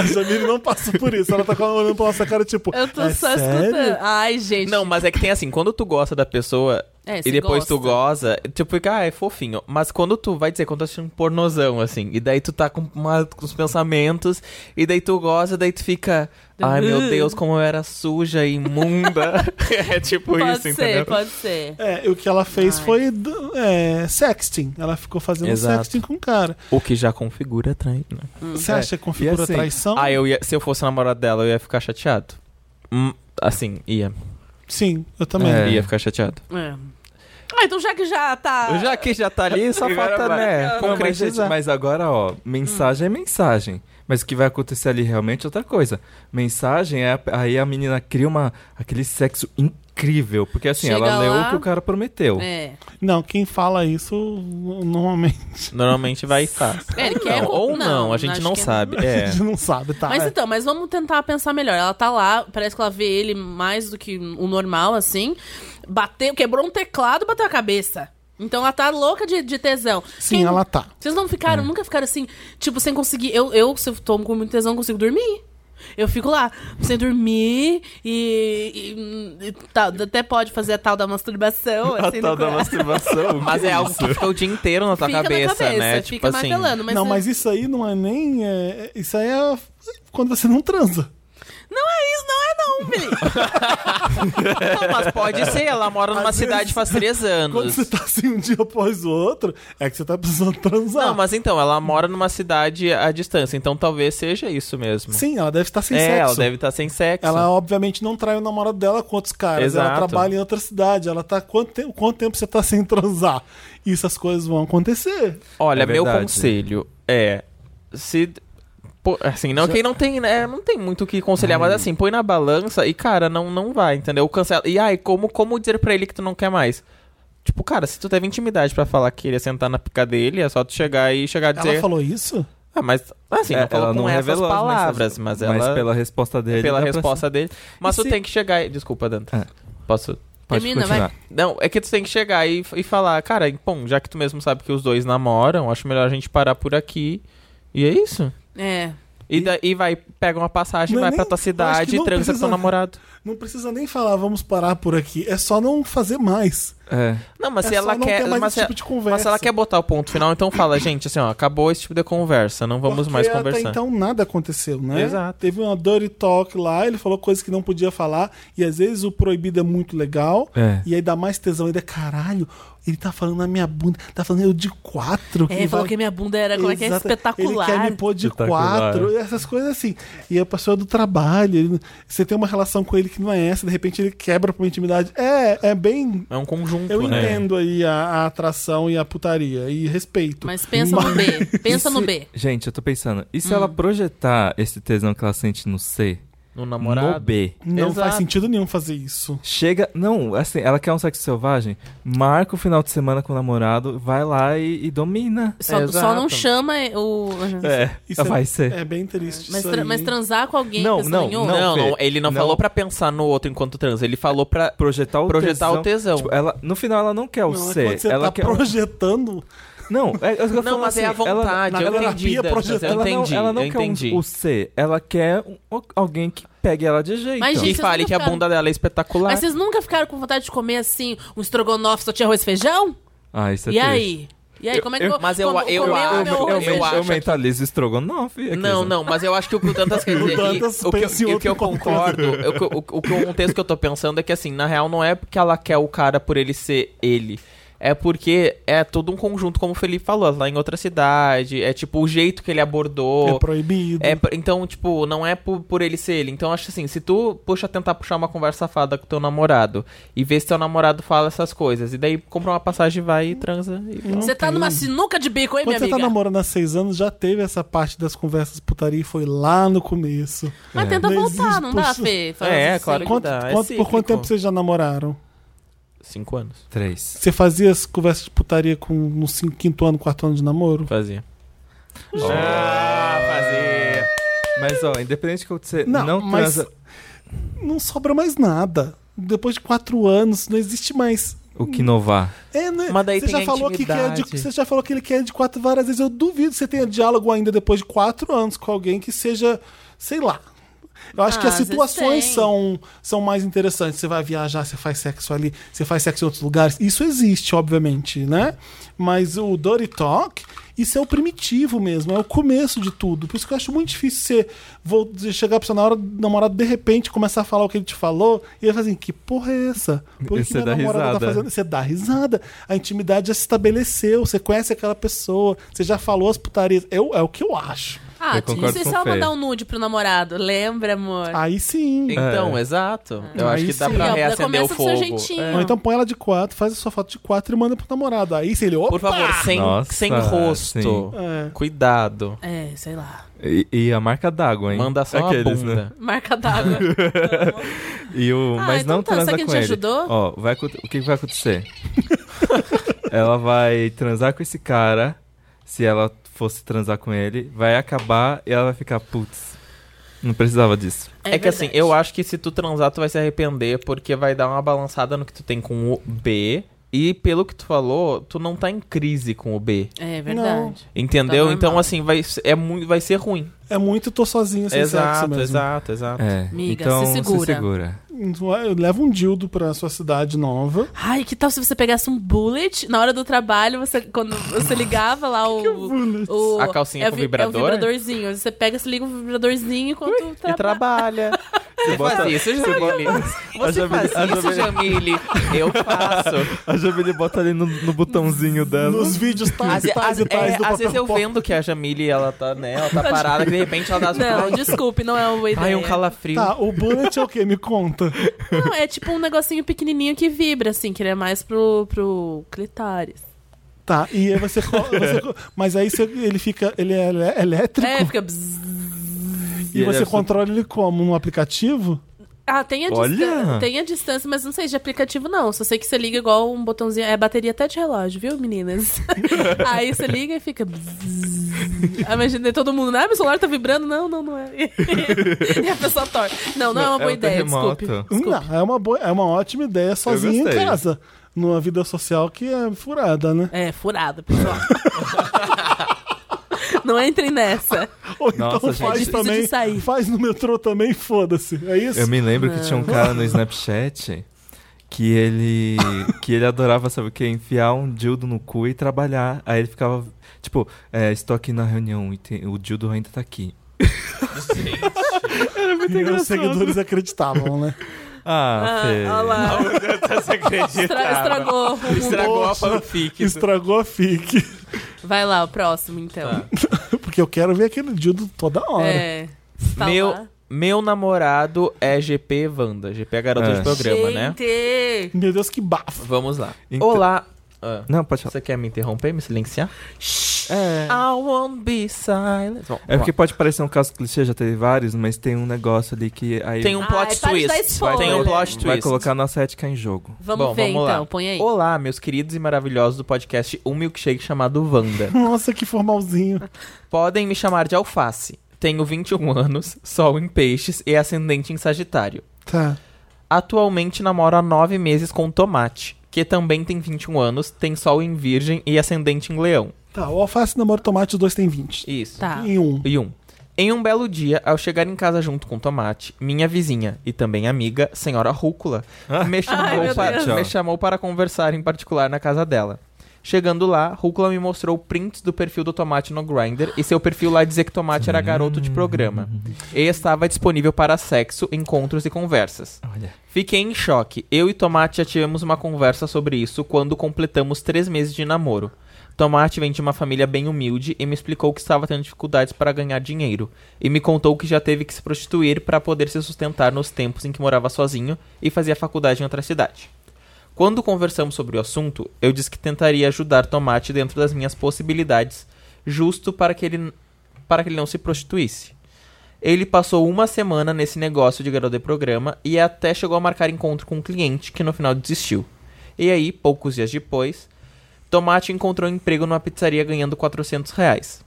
A: a Jamile não passa por isso. Ela tá com- olhando pra nossa cara, tipo.
F: Eu tô
A: "É
F: só
A: sério?
F: escutando. Ai, gente.
G: Não, mas é que tem assim, quando tu gosta da pessoa
F: É, se
G: e depois tu
F: gosta.
G: goza, tipo, fica, ah, é fofinho. Mas quando tu vai dizer, quando tu assiste um pornozão, assim, e daí tu tá com, uma, com os pensamentos, e daí tu goza, daí tu fica, ai meu
F: Uhum.
G: Deus, como eu era suja e imunda. é tipo
F: Pode
G: isso,
F: ser,
G: entendeu?
F: pode ser.
A: É, o que ela fez foi do- é, sexting. Ela ficou fazendo
G: Exato.
A: sexting com o cara.
G: O que já configura trai, né?
F: Hum.
A: Você
K: É,
A: acha que configura
K: e assim,
A: traição?
G: Ah, eu ia, se eu fosse namorado dela, eu ia ficar chateado. Hum, assim, ia.
A: Sim, eu também.
K: É.
G: Ia ficar chateado.
F: É. Ah, então já que já tá.
G: Já que já tá ali, só
K: Agora
G: falta,
K: vai.
G: né?
K: Não, mas, gente,
G: Concretizar.
K: mas agora, ó, mensagem é mensagem. Mas o que vai acontecer ali realmente é outra coisa. Mensagem é. a- Aí a menina cria uma, aquele sexo incrível. Porque assim,
F: Chega
K: ela leu
F: lá-
K: o que o cara prometeu.
F: É.
A: Não, quem fala isso normalmente
G: Normalmente vai estar.
F: É, ele
G: Ou
F: quer-
G: não, ou não, a gente
F: acho
G: não
F: que-
G: sabe.
A: a
G: É.
A: gente não sabe, tá?
F: Mas
A: É.
F: então, mas vamos tentar pensar melhor. Ela tá lá, parece que ela vê ele mais do que o normal, assim. Bateu, quebrou um teclado, bateu a cabeça. Então ela tá louca de, de tesão.
A: Sim,
F: Quem-
A: ela tá.
F: Vocês não ficaram, nunca ficaram assim, tipo, sem conseguir. Eu, eu, se eu tô com muito tesão, não consigo dormir. Eu fico lá, sem dormir e. e- e tal. até pode fazer a tal da masturbação. assim,
A: tá
F: no cor-
K: masturbação.
G: Mas é algo que fica o dia inteiro na tua
F: Fica
G: cabeça,
F: na cabeça,
G: né?
F: fica martelando. Mas
A: não, mas isso aí não é nem. é, isso aí é quando você não transa.
F: Não é isso, não é não, Felipe.
G: Não, mas pode ser, ela mora numa
A: Às
G: cidade
A: vezes-
G: faz três
A: Quando
G: anos.
A: você tá assim um dia após o outro, é que você tá precisando transar.
G: Não, mas então, ela mora numa cidade à distância, então talvez seja isso mesmo.
A: Sim, ela deve estar sem
G: é,
A: sexo.
G: ela deve estar sem sexo.
A: Ela, obviamente não trai o namorado dela com outros caras. Ela
G: Exato.
A: trabalha em outra cidade. Ela tá. Quanto tempo, quanto tempo você tá sem transar? E essas coisas vão acontecer.
G: Olha,
K: É
G: meu
K: verdade.
G: conselho é. Se. pô, assim, não, quem não tem, né? Não tem muito o que conselhar, mas assim, põe na balança e, cara, não, não vai, entendeu? Cancela. E ai, como, como dizer pra ele que tu não quer mais? Tipo, cara, se tu teve intimidade pra falar que ele ia sentar na pica dele, é só tu chegar e chegar a dizer.
A: Ela falou isso?
G: Ah, mas assim,
K: É,
G: não falou
K: ela
G: com
K: não
G: essas
K: revelou as
G: palavras, mas
K: mensagens,
G: ela
K: pela resposta dele.
G: pela
K: dá pra-
G: resposta dele. Mas
K: E
G: tu
K: se-
G: tem que chegar. e- Desculpa, Danta.
K: É.
G: Posso.
K: Pode
F: Termina,
K: continuar.
G: Não, é que tu tem que chegar e, e falar, cara, bom, já que tu mesmo sabe que os dois namoram, acho melhor a gente parar por aqui. E é isso.
F: É.
G: E daí vai, pega uma passagem,
A: Não é
G: vai
A: nem-
G: pra tua
A: eu acho que
G: cidade
A: não
G: e transa com
A: precisa-
G: teu namorado.
A: Não precisa nem falar, vamos parar por aqui. É só não fazer mais.
K: É.
G: Não, mas
A: É
G: se
A: só
G: ela
A: não
G: quer.
A: ter mais
G: Mas
A: esse
G: se,
A: tipo de conversa.
G: mas se ela quer botar o ponto final, então fala, gente, assim, ó, acabou esse tipo de conversa, não vamos mais
A: Porque Até
G: conversar.
A: então nada aconteceu, né?
G: Exato.
A: Teve uma dirty talk lá, ele falou coisas que não podia falar, e às vezes o proibido é muito legal,
K: É.
A: e aí dá mais tesão ainda. Caralho, ele tá falando na minha bunda, tá falando eu de quatro.
F: É, falou que minha bunda era como é que é
A: Exato.
F: espetacular.
A: Ele quer me pôr de
K: Espetacular.
A: quatro, essas coisas assim. E a pessoa do trabalho, ele- você tem uma relação com ele que não é essa, de repente ele quebra pra uma intimidade. É, é bem.
G: É um conjunto,
A: Eu
G: né?
A: entendo aí a, a atração e a putaria, e respeito.
F: Mas pensa no B. Pensa no B.
K: Gente, eu tô pensando, e
F: Hum.
K: se ela projetar esse tesão que ela sente no C,
G: No namorado.
K: no B?
A: Não faz
G: Exato.
A: sentido nenhum fazer isso.
K: Chega, não, assim, ela quer um sexo selvagem, marca o final de semana com o namorado, vai lá e, e domina.
F: Só,
G: Exato.
F: só não chama o.
A: Isso
K: Ah, vai ser.
A: É bem triste.
F: Mas,
A: isso
F: tra-
A: aí,
F: mas
A: hein?
F: transar com alguém
K: Não,
F: pensando
K: não,
F: em
K: não.
F: um.
G: Não, não,
K: Fê,
G: ele não,
K: não.
G: falou pra pensar no outro enquanto transa, ele falou pra
K: Projetar o
G: projetar
K: tesão.
G: o tesão.
K: Tipo, ela, no final ela não quer o
A: Não, é
K: C.
A: quando você
K: ela
A: tá
K: quer.
A: projetando.
K: Não, é, eu tô
G: Não,
K: falando
G: mas é
K: assim,
G: a vontade,
A: na
G: eu
A: terapia
G: entendi. Dantas,
A: projetada,
K: Ela,
G: eu
K: ela
G: entendi,
K: não, ela não
G: eu
K: quer um-
G: entendi.
K: o C. Ela quer um- alguém que pegue ela de jeito.
G: Que
F: Mas, gente, vocês
G: fale
F: nunca
G: que a
F: ficaram-
G: bunda dela é espetacular.
F: Mas vocês nunca ficaram com vontade de comer assim, um estrogonofe só tinha arroz e feijão?
K: Ah, isso é
F: e
K: triste.
F: aí? E aí, como é que
K: eu-
F: vou
G: mas eu-
F: como-
G: eu-
F: como é o
G: eu-
F: meu
K: eu,
F: remédio?
G: eu acho
K: eu
G: que-
K: mentalizo estrogonofe. aqueles,
G: Não,
K: né?
G: não, mas eu acho que o que o Dantas quer dizer.
A: O Dantas
G: e, o que,
A: pensa em
G: eu- e o
A: outra
G: que eu
A: coisa.
G: concordo, eu- o, o, o, que- o contexto que eu tô pensando é que, assim, na real, não é porque ela quer o cara por ele ser ele. É porque é todo um conjunto, como o Felipe falou, lá em outra cidade. É tipo o jeito que ele abordou.
A: É proibido.
G: É, pr- então, tipo, não é por, por ele ser ele. Então, acho assim, se tu puxa tentar puxar uma conversa safada com teu namorado e vê se teu namorado fala essas coisas, e daí compra uma passagem, vai e transa. E...
F: Você tá numa sinuca de bico, hein,
A: Quando você
F: minha
A: tá
F: amiga?
A: namorando há seis anos, já teve essa parte das conversas putaria e foi lá no começo.
K: É.
F: Mas tenta
A: Não
F: voltar, não dá,
A: existe
F: Fê? Fala
G: É,
F: assim.
G: claro que
A: Quanto-
G: dá. é
A: quanto- por
G: cíclico.
A: quanto tempo vocês já namoraram?
G: Cinco anos.
K: Três.
A: Você fazia as conversas de putaria com no cinco- quinto ano, quarto ano de namoro?
G: Fazia. Ah, fazia.
K: Mas, ó, independente que você
A: Não,
K: não,
A: mas-
K: transa...
A: Não sobra mais nada. Depois de quatro anos, não existe mais.
K: O que inovar?
A: É, né?
G: Mas daí
A: você
G: tem
A: já
G: a
A: falou que quer de,
G: intimidade.
A: Você já falou que ele quer de quatro várias vezes. Eu duvido que você tenha diálogo ainda depois de quatro anos com alguém que seja, sei lá. Eu acho
F: Ah,
A: que as
F: às vezes
A: situações
F: tem.
A: são, são mais interessantes. Você vai viajar, ah, você faz sexo ali, você faz sexo em outros lugares. Isso existe, obviamente, né? Mas o Dirty Talk, isso é o primitivo mesmo, é o começo de tudo. Por isso que eu acho muito difícil você vou dizer, chegar pra sua na hora do namorado, de repente, começar a falar o que ele te falou, e ele fala assim, que porra é essa? Por
K: E
A: que
K: você
A: minha
K: dá
A: namorada tá
K: risada.
A: fazendo você dá risada. A intimidade já se estabeleceu. Você conhece aquela pessoa. Você já falou as putarias. Eu, é o que eu acho.
F: Ah,
K: Eu concordo
F: se
K: com o
F: só
K: Fê.
F: mandar um nude pro namorado, lembra, amor?
A: Aí sim. É.
G: Então, exato. Eu
A: Aí
G: acho que dá
A: sim.
G: pra
F: Ó,
G: reacender o
F: começa do seu
G: fogo.
F: jeitinho.
A: Ou então põe ela de quatro, faz a sua foto de quatro e manda pro namorado. Aí se ele. Opa!
G: Por favor, sem,
K: Nossa,
G: sem rosto.
A: É.
G: Cuidado.
F: É, sei lá.
K: E, e a marca d'água, hein?
G: Manda só a
K: Aqueles, né?
G: bunda.
F: Marca d'água.
K: E o,
F: Ah,
K: mas
F: então
K: não
F: tá,
K: transa
F: será que a
K: com
F: gente
K: ele.
F: ajudou?
K: Ó, vai, acon- o que que vai acontecer? ela vai transar com esse cara. Se ela fosse transar com ele, vai acabar e ela vai ficar, putz, não precisava disso.
G: É, que assim, eu acho que se tu transar, tu vai se arrepender, porque vai dar uma balançada no que tu tem com o B. E pelo que tu falou, tu não tá em crise com o B.
F: É verdade.
G: Entendeu?
F: Tá normal.
G: então, assim, vai, se- é muito, vai ser ruim.
A: É muito, tô sozinha sem sexo
G: Exato,
A: mesmo.
G: exato, exato.
K: É,
F: Miga,
K: então
F: se segura.
K: segura.
A: Eu levo um dildo pra sua cidade nova.
F: Ai, que tal se você pegasse um bullet na hora do trabalho, você quando você ligava lá o, o-
G: A calcinha
F: é
G: com
F: vi- É
G: vibrador?
F: o vibradorzinho. Você pega, se liga o vibradorzinho enquanto
G: E
F: trabalha.
G: trabalha. Você
K: bota-
G: faz isso, Jamile. Você faz isso, Jamile. Eu faço.
K: A Jamile bota ali no, no botãozinho dela. tá,
A: Nos vídeos
F: tá,
A: tais,
G: Às, ve-
A: tais
G: às-
A: e tais
G: é,
A: do
G: às vezes eu
A: papel pop.
G: vendo que a Jamile, ela tá, né, ela tá parada, que de repente ela dá as
F: Não, desculpe, não é uma boa ideia.
G: Ai, um calafrio.
A: Tá, o bullet é o quê? Me conta.
F: Não, é tipo um negocinho pequenininho que vibra, assim, que ele é mais pro, pro clitóris.
A: Tá, e aí você. co- você co- mas aí você- ele fica. Ele é ele é elétrico.
F: É, fica... bzzz.
A: e
K: ele
A: você
K: é-
A: controla ele como? Num aplicativo?
F: Ah, tem a,
K: Olha!
F: distan- tem a distância, mas não sei de aplicativo, não. Só sei que você liga igual um botãozinho... É bateria até de relógio, viu, meninas? Aí você liga e fica... bzzz. Aí Imagina todo mundo... Ah, meu celular tá vibrando. Não, não, não é. e a pessoa torce. Não, não é uma boa
K: um
F: ideia,
K: terremoto.
F: desculpe. desculpe.
A: Não, é uma, boa, é uma ótima ideia sozinho em
K: gostei.
A: casa. Numa vida social que é furada, né?
F: É, furada, pessoal. não é entrem nessa.
A: Ou então
K: Nossa, gente. É
A: faz
F: difícil de
A: também.
F: sair.
A: Faz no metrô também, foda-se. É isso?
K: Eu me lembro que tinha um cara no Snapchat que ele que ele adorava, sabe o quê? Enfiar um dildo no cu e trabalhar. Aí ele ficava, tipo, é, estou aqui na reunião e tem- o dildo ainda tá aqui.
A: Meus seguidores acreditavam, né?
K: Ah, Fê.
F: olha lá. Estra- estragou. o mundo.
G: Estragou a
A: Poxa,
G: fanfic.
A: Estragou a fic.
F: Vai lá, o próximo, então.
A: Porque eu quero ver aquele dildo toda hora.
F: É. Tá
G: Meu,
F: lá.
G: meu namorado é GP Wanda. GP é garota
K: É.
G: de programa, né?
F: Gente!
A: Meu Deus, que bafo.
G: Vamos lá.
K: Então-
G: Olá. Ah,
K: Não, pode falar.
G: você quer me interromper, me silenciar? É. I won't be silent. Bom,
K: É
G: vamos
K: porque
G: lá.
K: pode parecer um caso clichê, já teve vários, mas tem um negócio ali que aí
G: tem um
F: Ah,
G: plot
F: para de dar
G: twist.
F: spoiler.
G: Tem um plot twist.
K: vai colocar nossa ética em jogo.
F: Vamos
G: Bom,
F: ver
G: vamos lá.
F: então, põe aí.
G: Olá, meus queridos e maravilhosos do podcast Um Milkshake chamado Wanda.
A: Nossa, que formalzinho.
G: Podem me chamar de Alface. Tenho 21 anos, sol em peixes e ascendente em Sagitário.
A: Tá.
G: Atualmente namoro há nove meses com Tomate, que também tem 21 anos, tem sol em Virgem e ascendente em Leão.
A: Tá, o alface, namoro, tomate, os dois têm 20.
G: Isso.
F: Tá.
A: Em um.
G: E um. Em um belo dia, ao chegar em casa junto com Tomate, minha vizinha e também amiga,
A: Ah.
G: senhora Rúcula, me chamou,
F: meu
G: para,
K: Deus.
G: me chamou para conversar em particular na casa dela. Chegando lá, Rúcula me mostrou prints do perfil do Tomate no Grindr e seu perfil lá dizia que Tomate era garoto de programa.
A: Hum.
G: E estava disponível para sexo, encontros e conversas.
K: Olha.
G: Fiquei em choque. Eu e Tomate já tivemos uma conversa sobre isso quando completamos três meses de namoro. Tomate vem de uma família bem humilde e me explicou que estava tendo dificuldades para ganhar dinheiro. E me contou que já teve que se prostituir para poder se sustentar nos tempos em que morava sozinho e fazia faculdade em outra cidade. Quando conversamos sobre o assunto, eu disse que tentaria ajudar Tomate dentro das minhas possibilidades, justo para que ele, para que ele não se prostituísse. Ele passou uma semana nesse negócio de garoto de programa e até chegou a marcar encontro com um cliente que no final desistiu. E aí, poucos dias depois, Tomate encontrou um emprego numa pizzaria ganhando 400 reais.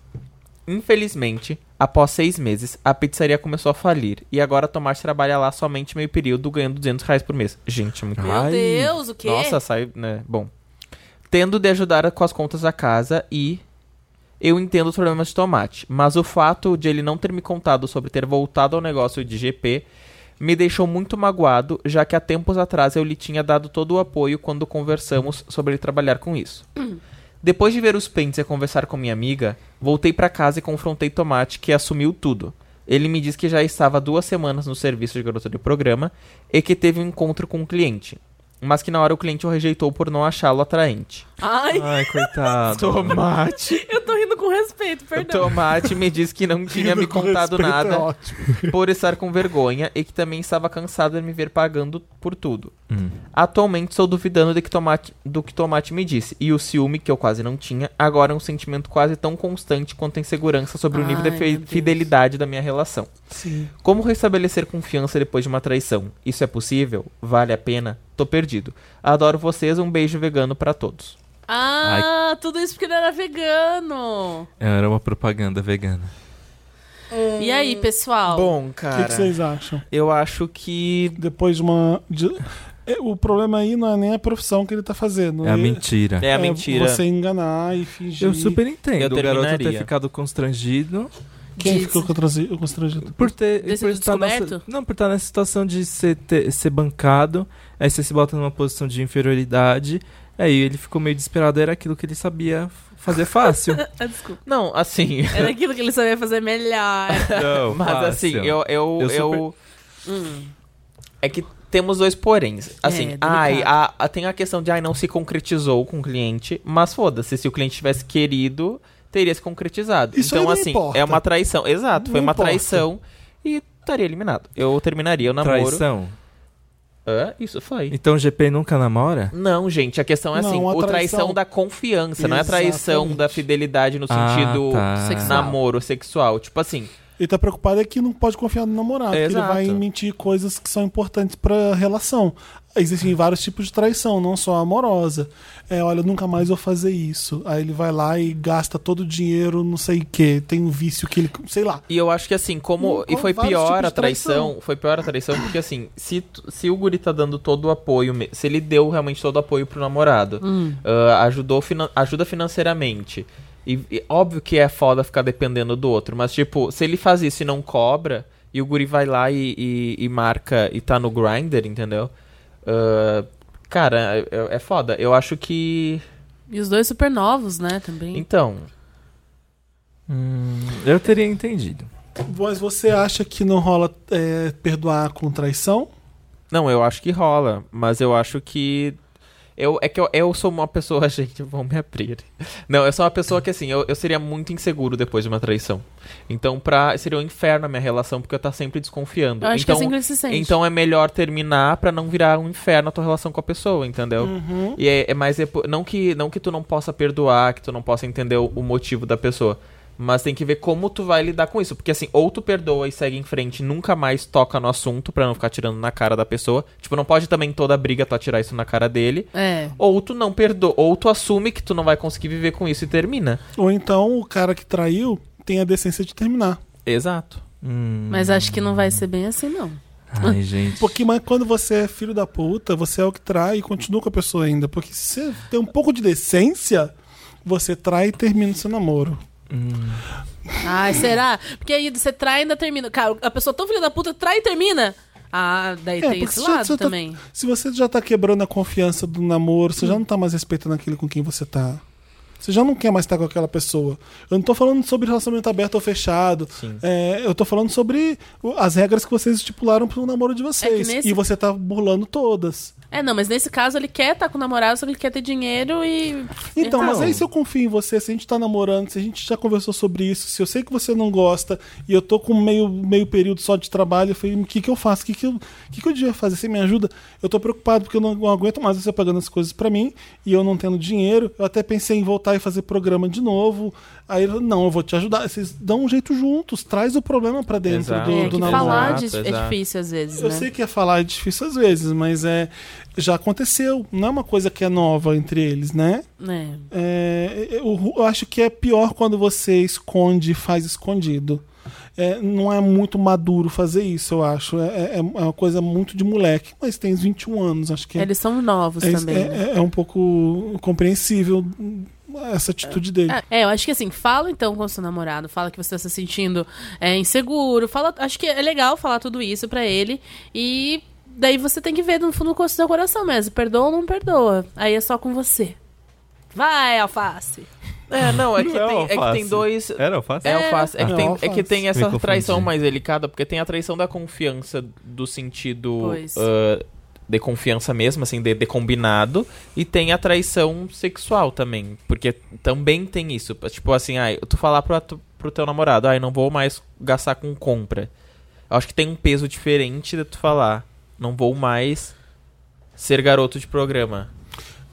G: Infelizmente, após seis meses, a pizzaria começou a falir e agora Tomate trabalha lá somente meio período ganhando 200 reais por mês. Gente, é muito
F: Meu
K: Ai.
F: Deus, o quê?
G: nossa, sai, né? Bom. Tendo de ajudar com as contas da casa e. Eu entendo os problemas de tomate, mas o fato de ele não ter me contado sobre ter voltado ao negócio de GP me deixou muito magoado, já que há tempos atrás eu lhe tinha dado todo o apoio quando conversamos sobre ele trabalhar com isso. Hum. Depois de ver os prints e conversar com minha amiga, voltei pra casa e confrontei Tomate, que assumiu tudo. Ele me disse que já estava há duas semanas no serviço de garota de programa e que teve um encontro com um cliente, mas que na hora o cliente o rejeitou por não achá-lo atraente.
F: Ai,
K: Ai, coitado.
G: Tomate.
F: eu tô rindo com respeito, perdão.
G: Tomate me disse que não tinha me
A: Com
G: contado
A: respeito, é
G: nada
A: ótimo.
G: por estar com vergonha e que também estava cansado de me ver pagando por tudo.
K: Hum.
G: Atualmente estou duvidando de que tomate, do que Tomate me disse, e o ciúme, que eu quase não tinha, agora é um sentimento quase tão constante quanto a insegurança sobre o nível
F: Ai,
G: de fi-
F: meu Deus.
G: fidelidade da minha relação.
A: Sim.
G: Como restabelecer confiança depois de uma traição? Isso é possível? Vale a pena? Tô perdido. Adoro vocês, um beijo vegano pra todos.
F: Ah, tudo isso porque ele era vegano.
K: Era uma propaganda vegana.
F: E
A: Hum.
F: aí, pessoal?
G: Bom,
A: O que
G: cara,
A: que vocês acham?
G: eu acho que
A: Depois de uma. de- é, O problema aí não é nem a profissão que ele tá fazendo.
K: É a
A: E-
K: mentira.
G: é a mentira.
A: Você enganar e fingir.
K: Eu super entendo
G: Eu
K: o garoto ter
G: terminaria.
K: ficado constrangido
A: Quem
F: Diz.
A: ficou constrangi- constrangido?
K: por ter.
F: Ter
K: por
F: sido
K: estar nessa,
F: descoberto?
K: não, por estar nessa situação de ser, ter- ser bancado, aí você se bota numa posição de inferioridade, aí ele ficou meio desesperado, era aquilo que ele sabia f- fazer fácil.
F: Ah, desculpa.
G: Não, assim.
F: Era aquilo que ele sabia fazer melhor.
K: não,
G: Mas assim, eu. Eu.
K: Eu super-
G: eu-
F: hum.
G: É que temos dois poréns. Assim,
F: É, delicado.
G: ai, a, a- tem a questão de ai, não se concretizou com o cliente, mas foda-se, se o cliente tivesse querido, teria se concretizado.
A: Isso aí
G: então,
A: não
G: assim,
A: importa.
G: é uma traição. Exato, foi
A: Não
G: uma
A: importa.
G: traição e estaria eliminado. Eu terminaria o namoro.
K: Traição.
G: Hã? isso foi.
K: Então o GP nunca namora?
G: Não, gente, a questão é
A: Não,
G: assim,
A: a
G: o traição,
A: traição-
G: da confiança, não é a traição
A: Exatamente.
G: da fidelidade no sentido
K: ah, tá.
F: sexual.
G: namoro sexual. Tipo assim,
A: Ele tá preocupado é que não pode confiar no namorado,
G: É,
A: que ele
G: exato.
A: vai mentir coisas que são importantes pra relação. Existem vários tipos de traição, não só a amorosa. É, olha, nunca mais vou fazer isso. Aí ele vai lá e gasta todo o dinheiro, não sei o quê. Tem um vício que ele. sei lá.
G: E eu acho que assim, como.
A: Hum,
G: e foi
A: vários tipos
G: pior a
A: de traição.
G: traição. Foi pior a traição, porque assim, se, tu- se o Guri tá dando todo o apoio, me- se ele deu realmente todo o apoio pro namorado, ah, ajudou finan- ajuda financeiramente. E, e óbvio que é foda ficar dependendo do outro, mas tipo, se ele faz isso e não cobra, e o Guri vai lá e, e- e marca e tá no grinder, entendeu? Ah, cara, é, é foda. Eu acho que.
F: E os dois super novos, né, também.
G: Então.
K: Hum, Eu teria entendido.
A: Mas você acha que não rola é, perdoar com traição?
G: Não, eu acho que rola, mas eu acho que. Eu, é que eu, eu sou uma pessoa, gente, vão me abrir. Não, eu sou uma pessoa que, assim, eu, eu seria muito inseguro depois de uma traição. Então, pra, seria um inferno a minha relação, porque eu tá sempre desconfiando.
F: Eu acho que é
G: então,
F: assim que ele se sente.
G: então é melhor terminar pra não virar um inferno a tua relação com a pessoa, entendeu? E é, é mais. depo- Não que, não que tu não possa perdoar, que tu não possa entender o, o motivo da pessoa. Mas tem que ver como tu vai lidar com isso. Porque assim, ou tu perdoa e segue em frente, nunca mais toca no assunto pra não ficar tirando na cara da pessoa. Tipo, não pode também toda briga tu atirar isso na cara dele.
F: É.
G: Ou tu não perdoa, ou tu assume que tu não vai conseguir viver com isso e termina.
A: Ou então o cara que traiu tem a decência de terminar.
G: Exato.
K: Hum,
F: Mas acho que não vai ser bem assim, não.
K: Ai, gente.
A: Porque mas Um quando você é filho da puta, você é o que trai e continua com a pessoa ainda. Porque se você tem um pouco de decência, você trai e termina o seu namoro.
F: Ai, será? Porque aí você trai e ainda termina. Cara, a pessoa tão filha da puta trai e termina. Ah, daí tem esse lado
A: você tá-
F: também. Hum.
A: se você já tá quebrando a confiança do namoro, você já não tá mais respeitando aquele com quem você tá. Você já não quer mais estar com aquela pessoa. Eu não tô falando sobre relacionamento aberto ou fechado. É, eu tô falando sobre o- as regras que vocês estipularam pro namoro de vocês.
F: É nesse-
A: E você tá burlando todas.
F: É, não, mas nesse caso ele quer estar com o namorado, só que ele quer ter dinheiro e.
A: Então, mas
F: Errado.
A: aí se eu confio em você, se a gente tá namorando, se a gente já conversou sobre isso, se eu sei que você não gosta e eu tô com meio, meio período só de trabalho, eu falei, o que que eu faço? O que que eu, o que que eu devia fazer? Você me ajuda? Eu tô preocupado porque eu não aguento mais você pagando as coisas pra mim e eu não tendo dinheiro. Eu até pensei em voltar e fazer programa de novo. Aí, eu, não, eu vou te ajudar. Vocês dão um jeito juntos, traz o problema pra dentro
G: Exato.
A: do,
F: É,
A: do
F: que
A: namoro.
F: falar
G: Exato,
F: de- é
G: exato.
F: difícil às vezes,
A: Eu
F: né?
A: sei que é falar é difícil às vezes, mas é já aconteceu. Não é uma coisa que é nova entre eles, né?
F: É.
A: É, eu, eu acho que é pior quando você esconde e faz escondido. É, não é muito maduro fazer isso, eu acho. É, é- é uma coisa muito de moleque. Mas tem uns 21 anos, acho que é-
F: Eles são novos
A: é,
F: também.
A: é-
F: né?
A: é- é um pouco compreensível essa atitude dele.
F: É, é, eu acho que assim, fala então com o seu namorado, fala que você tá se sentindo é, inseguro, fala, acho que é legal falar tudo isso pra ele e daí você tem que ver no fundo do seu coração mesmo, perdoa ou não perdoa. Aí é só com você. Vai, alface.
G: É, não, é que,
K: Não é
G: tem, é que
K: alface.
G: tem dois.
K: Era alface?
G: É alface. É que,
A: Não,
G: tem,
A: alface.
G: é que tem
K: Me
G: essa
K: confundi.
G: traição mais delicada, porque tem a traição da confiança do sentido
F: Pois.
G: ah, de confiança mesmo, assim, de, de combinado. E tem a traição sexual também. Porque também tem isso. Tipo assim, ai, tu falar pro, atu- pro teu namorado, ai, não vou mais gastar com compra. Eu acho que tem um peso diferente de tu falar. Não vou mais ser garoto de programa.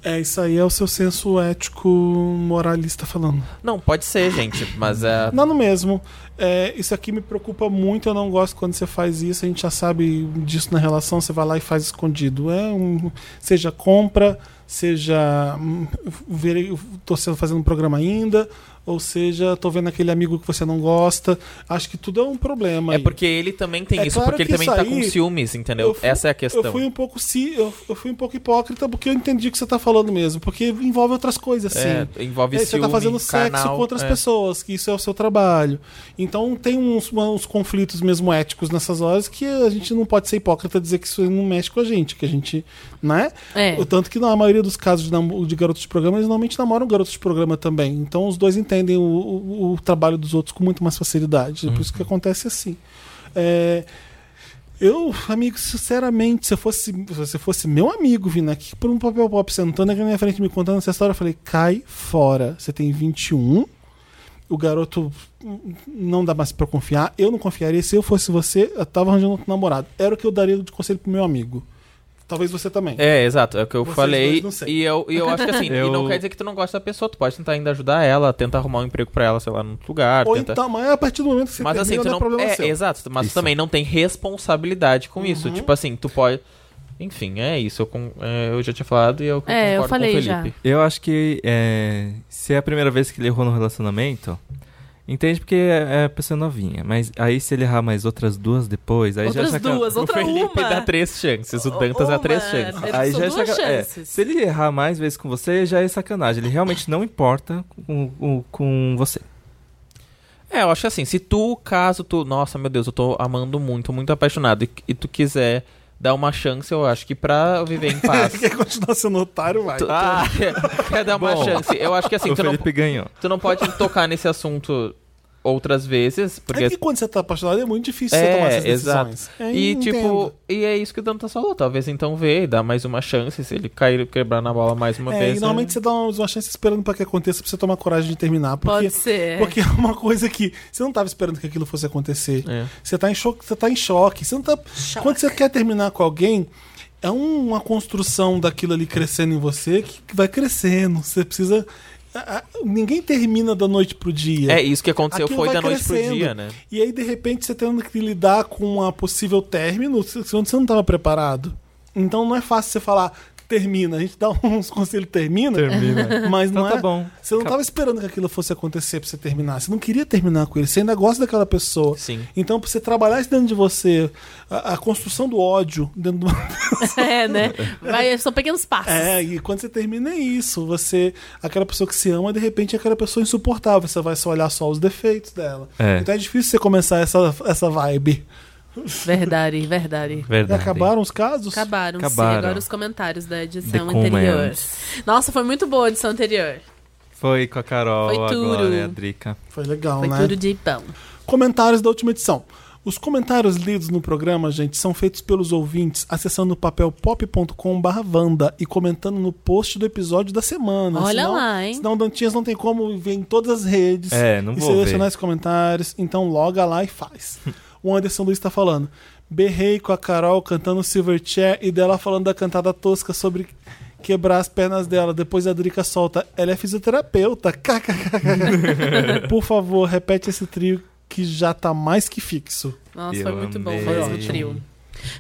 A: É, isso aí é o seu senso ético moralista falando.
G: Não, pode ser, gente, mas é.
A: Não, no mesmo. É, isso aqui me preocupa muito, eu não gosto quando você faz isso, a gente já sabe disso na relação, você vai lá e faz escondido. É um, seja compra, seja hum, ver, tô sendo- fazendo um programa ainda, ou seja, tô vendo aquele amigo que você não gosta. Acho que tudo é um problema.
G: É
A: aí.
G: porque ele também tem
A: É
G: isso,
A: claro
G: porque ele
A: que
G: também
A: isso
G: tá
A: aí-
G: com ciúmes, entendeu?
A: eu fui-
G: Essa é a questão.
A: Eu fui um pouco si, eu, eu fui um pouco hipócrita porque eu entendi o que você tá falando mesmo, porque envolve outras coisas, sim.
G: É, envolve
A: É,
G: ciúmes,
A: você tá fazendo sexo
G: carnal,
A: com outras
G: é.
A: pessoas, que isso é o seu trabalho. Então tem uns, uns conflitos mesmo éticos nessas horas que a gente não pode ser hipócrita e dizer que isso não mexe com a gente, que a gente, né?
F: É.
A: O tanto que na maioria dos casos de, namo- de garotos de programa, eles normalmente namoram garotos de programa também. Então os dois entendem o, o- o trabalho dos outros com muito mais facilidade. É por isso que acontece assim. É, eu, amigo, sinceramente, se eu fosse, se você fosse meu amigo vindo aqui por um papel pop sentando aqui na minha frente me contando essa história, eu falei: cai fora. Você tem 21, o garoto hum, não dá mais pra confiar. Eu não confiaria. Se eu fosse você, eu tava arranjando outro namorado. Era o que eu daria de conselho pro meu amigo. Talvez você também.
G: É, exato, é o que eu
A: um Vocês
G: falei.
A: dois, não sei.
G: E eu, e eu acho que assim, e não
K: Eu-
G: quer dizer que tu não gosta da pessoa, tu pode tentar ainda ajudar ela, tentar arrumar um emprego pra ela, sei lá, num outro lugar,
A: Ou
G: tenta.
A: então, mas a partir do momento que você
G: mas assim,
A: termina,
G: tu
A: não é
G: não.
A: problema
G: é,
A: seu. Uhum.
G: exato, mas
K: Isso.
G: tu também não tem responsabilidade com isso. Tipo assim, tu pode. Enfim, é isso. Eu, con- é, eu já tinha falado e eu
F: É, eu
G: concordo
F: falei
G: com o
F: já.
G: Felipe.
K: Eu acho que é, se é a primeira vez que ele errou no relacionamento, entende porque é, é pessoa novinha. Mas aí se ele errar mais outras duas depois, aí
F: Outras
K: já já
F: duas,
G: O
F: outra
G: Felipe
F: uma.
G: dá três chances, o Dantas
K: é
G: dá três
F: Uma.
G: chances.
F: Ele
K: Aí
F: são
K: já é
F: duas
K: saca- é,
F: chances.
K: se ele errar mais vezes com você, já é sacanagem. Ele realmente não importa com, com, com você.
G: É, eu acho que assim, se tu, caso tu, nossa, meu Deus, eu tô amando muito, muito apaixonado, e, e tu quiser dar uma chance, eu acho que pra viver em paz.
A: Quer continuar sendo otário, vai.
G: tu, Ah, é. tu quer dar uma
K: Bom,
G: chance. Eu acho que assim,
K: o
G: tu não,
K: Felipe ganhou.
G: tu não pode tocar nesse assunto outras vezes,
A: É
G: porque.
A: que quando você tá apaixonado é muito difícil
G: É,
A: você tomar essas
G: exato.
A: decisões. É,
G: E
A: entendo.
G: tipo, e é isso que o Dantas falou, talvez então vê e dá mais uma chance, se ele cair quebrar na bola mais uma
A: É,
G: vez.
A: e normalmente
G: né?
A: você dá uma uma chance esperando pra que aconteça pra você tomar coragem de terminar. Porque,
F: Pode ser.
A: Porque é uma coisa que você não tava esperando que aquilo fosse acontecer.
G: É.
A: Você tá em choque, você tá em choque. Você não tá... Quando você quer terminar com alguém, é um- uma construção daquilo ali crescendo em você que que vai crescendo. Você precisa. a- a- Ninguém termina da noite pro dia.
G: É, isso que aconteceu
A: Aquilo
G: foi
A: vai
G: da noite pro
A: crescendo.
G: dia, né?
A: E aí, de repente, você tendo que lidar com a possível término, se se você não estava preparado. Então não é fácil você falar, termina. A gente dá uns conselhos, termina.
K: Termina.
A: Mas não
K: Então tá
A: é-
K: bom.
A: Você não estava esperando que aquilo fosse acontecer pra você terminar. Você não queria terminar com ele. Você ainda gosta daquela pessoa.
G: Sim.
A: Então, pra você trabalhar isso dentro de você, a, a construção do ódio dentro do.
F: É, né? Vai, são pequenos passos.
A: É, e quando você termina é isso. Você, aquela pessoa que se ama, de repente é aquela pessoa insuportável. Você vai só olhar só os defeitos dela.
K: É.
A: Então é difícil você começar essa, essa vibe.
F: Verdade, verdade.
A: E
K: Verdade.
A: acabaram os casos?
F: Acabaram, sim.
K: Acabaram.
F: Agora os comentários da edição
K: The
F: anterior.
K: comments.
F: Nossa, foi muito boa a edição anterior.
K: Foi com a Carol,
F: Foi
K: a
F: tudo.
K: Glória, a Drica.
A: Foi legal,
F: Foi
A: né?
F: tudo de bom.
A: Comentários da última edição. Os comentários lidos no programa, gente, são feitos pelos ouvintes acessando o papel pop.com/vanda e comentando no post do episódio da semana.
F: Olha
A: Senão-
F: lá, hein?
A: Senão o Dantinhas não tem como ver em todas as redes
K: É, não
A: e
K: vou
A: selecionar
K: ver.
A: esses comentários. Então loga lá e faz. o Anderson Luiz tá falando. Berrei com a Carol cantando Silverchair e dela falando da cantada tosca sobre quebrar as pernas dela. Depois a Drica solta. Ela é fisioterapeuta. KKKK. Por favor, repete esse trio que já tá mais que fixo.
F: Nossa,
K: Eu
F: foi muito bom
K: amei.
F: mesmo o trio.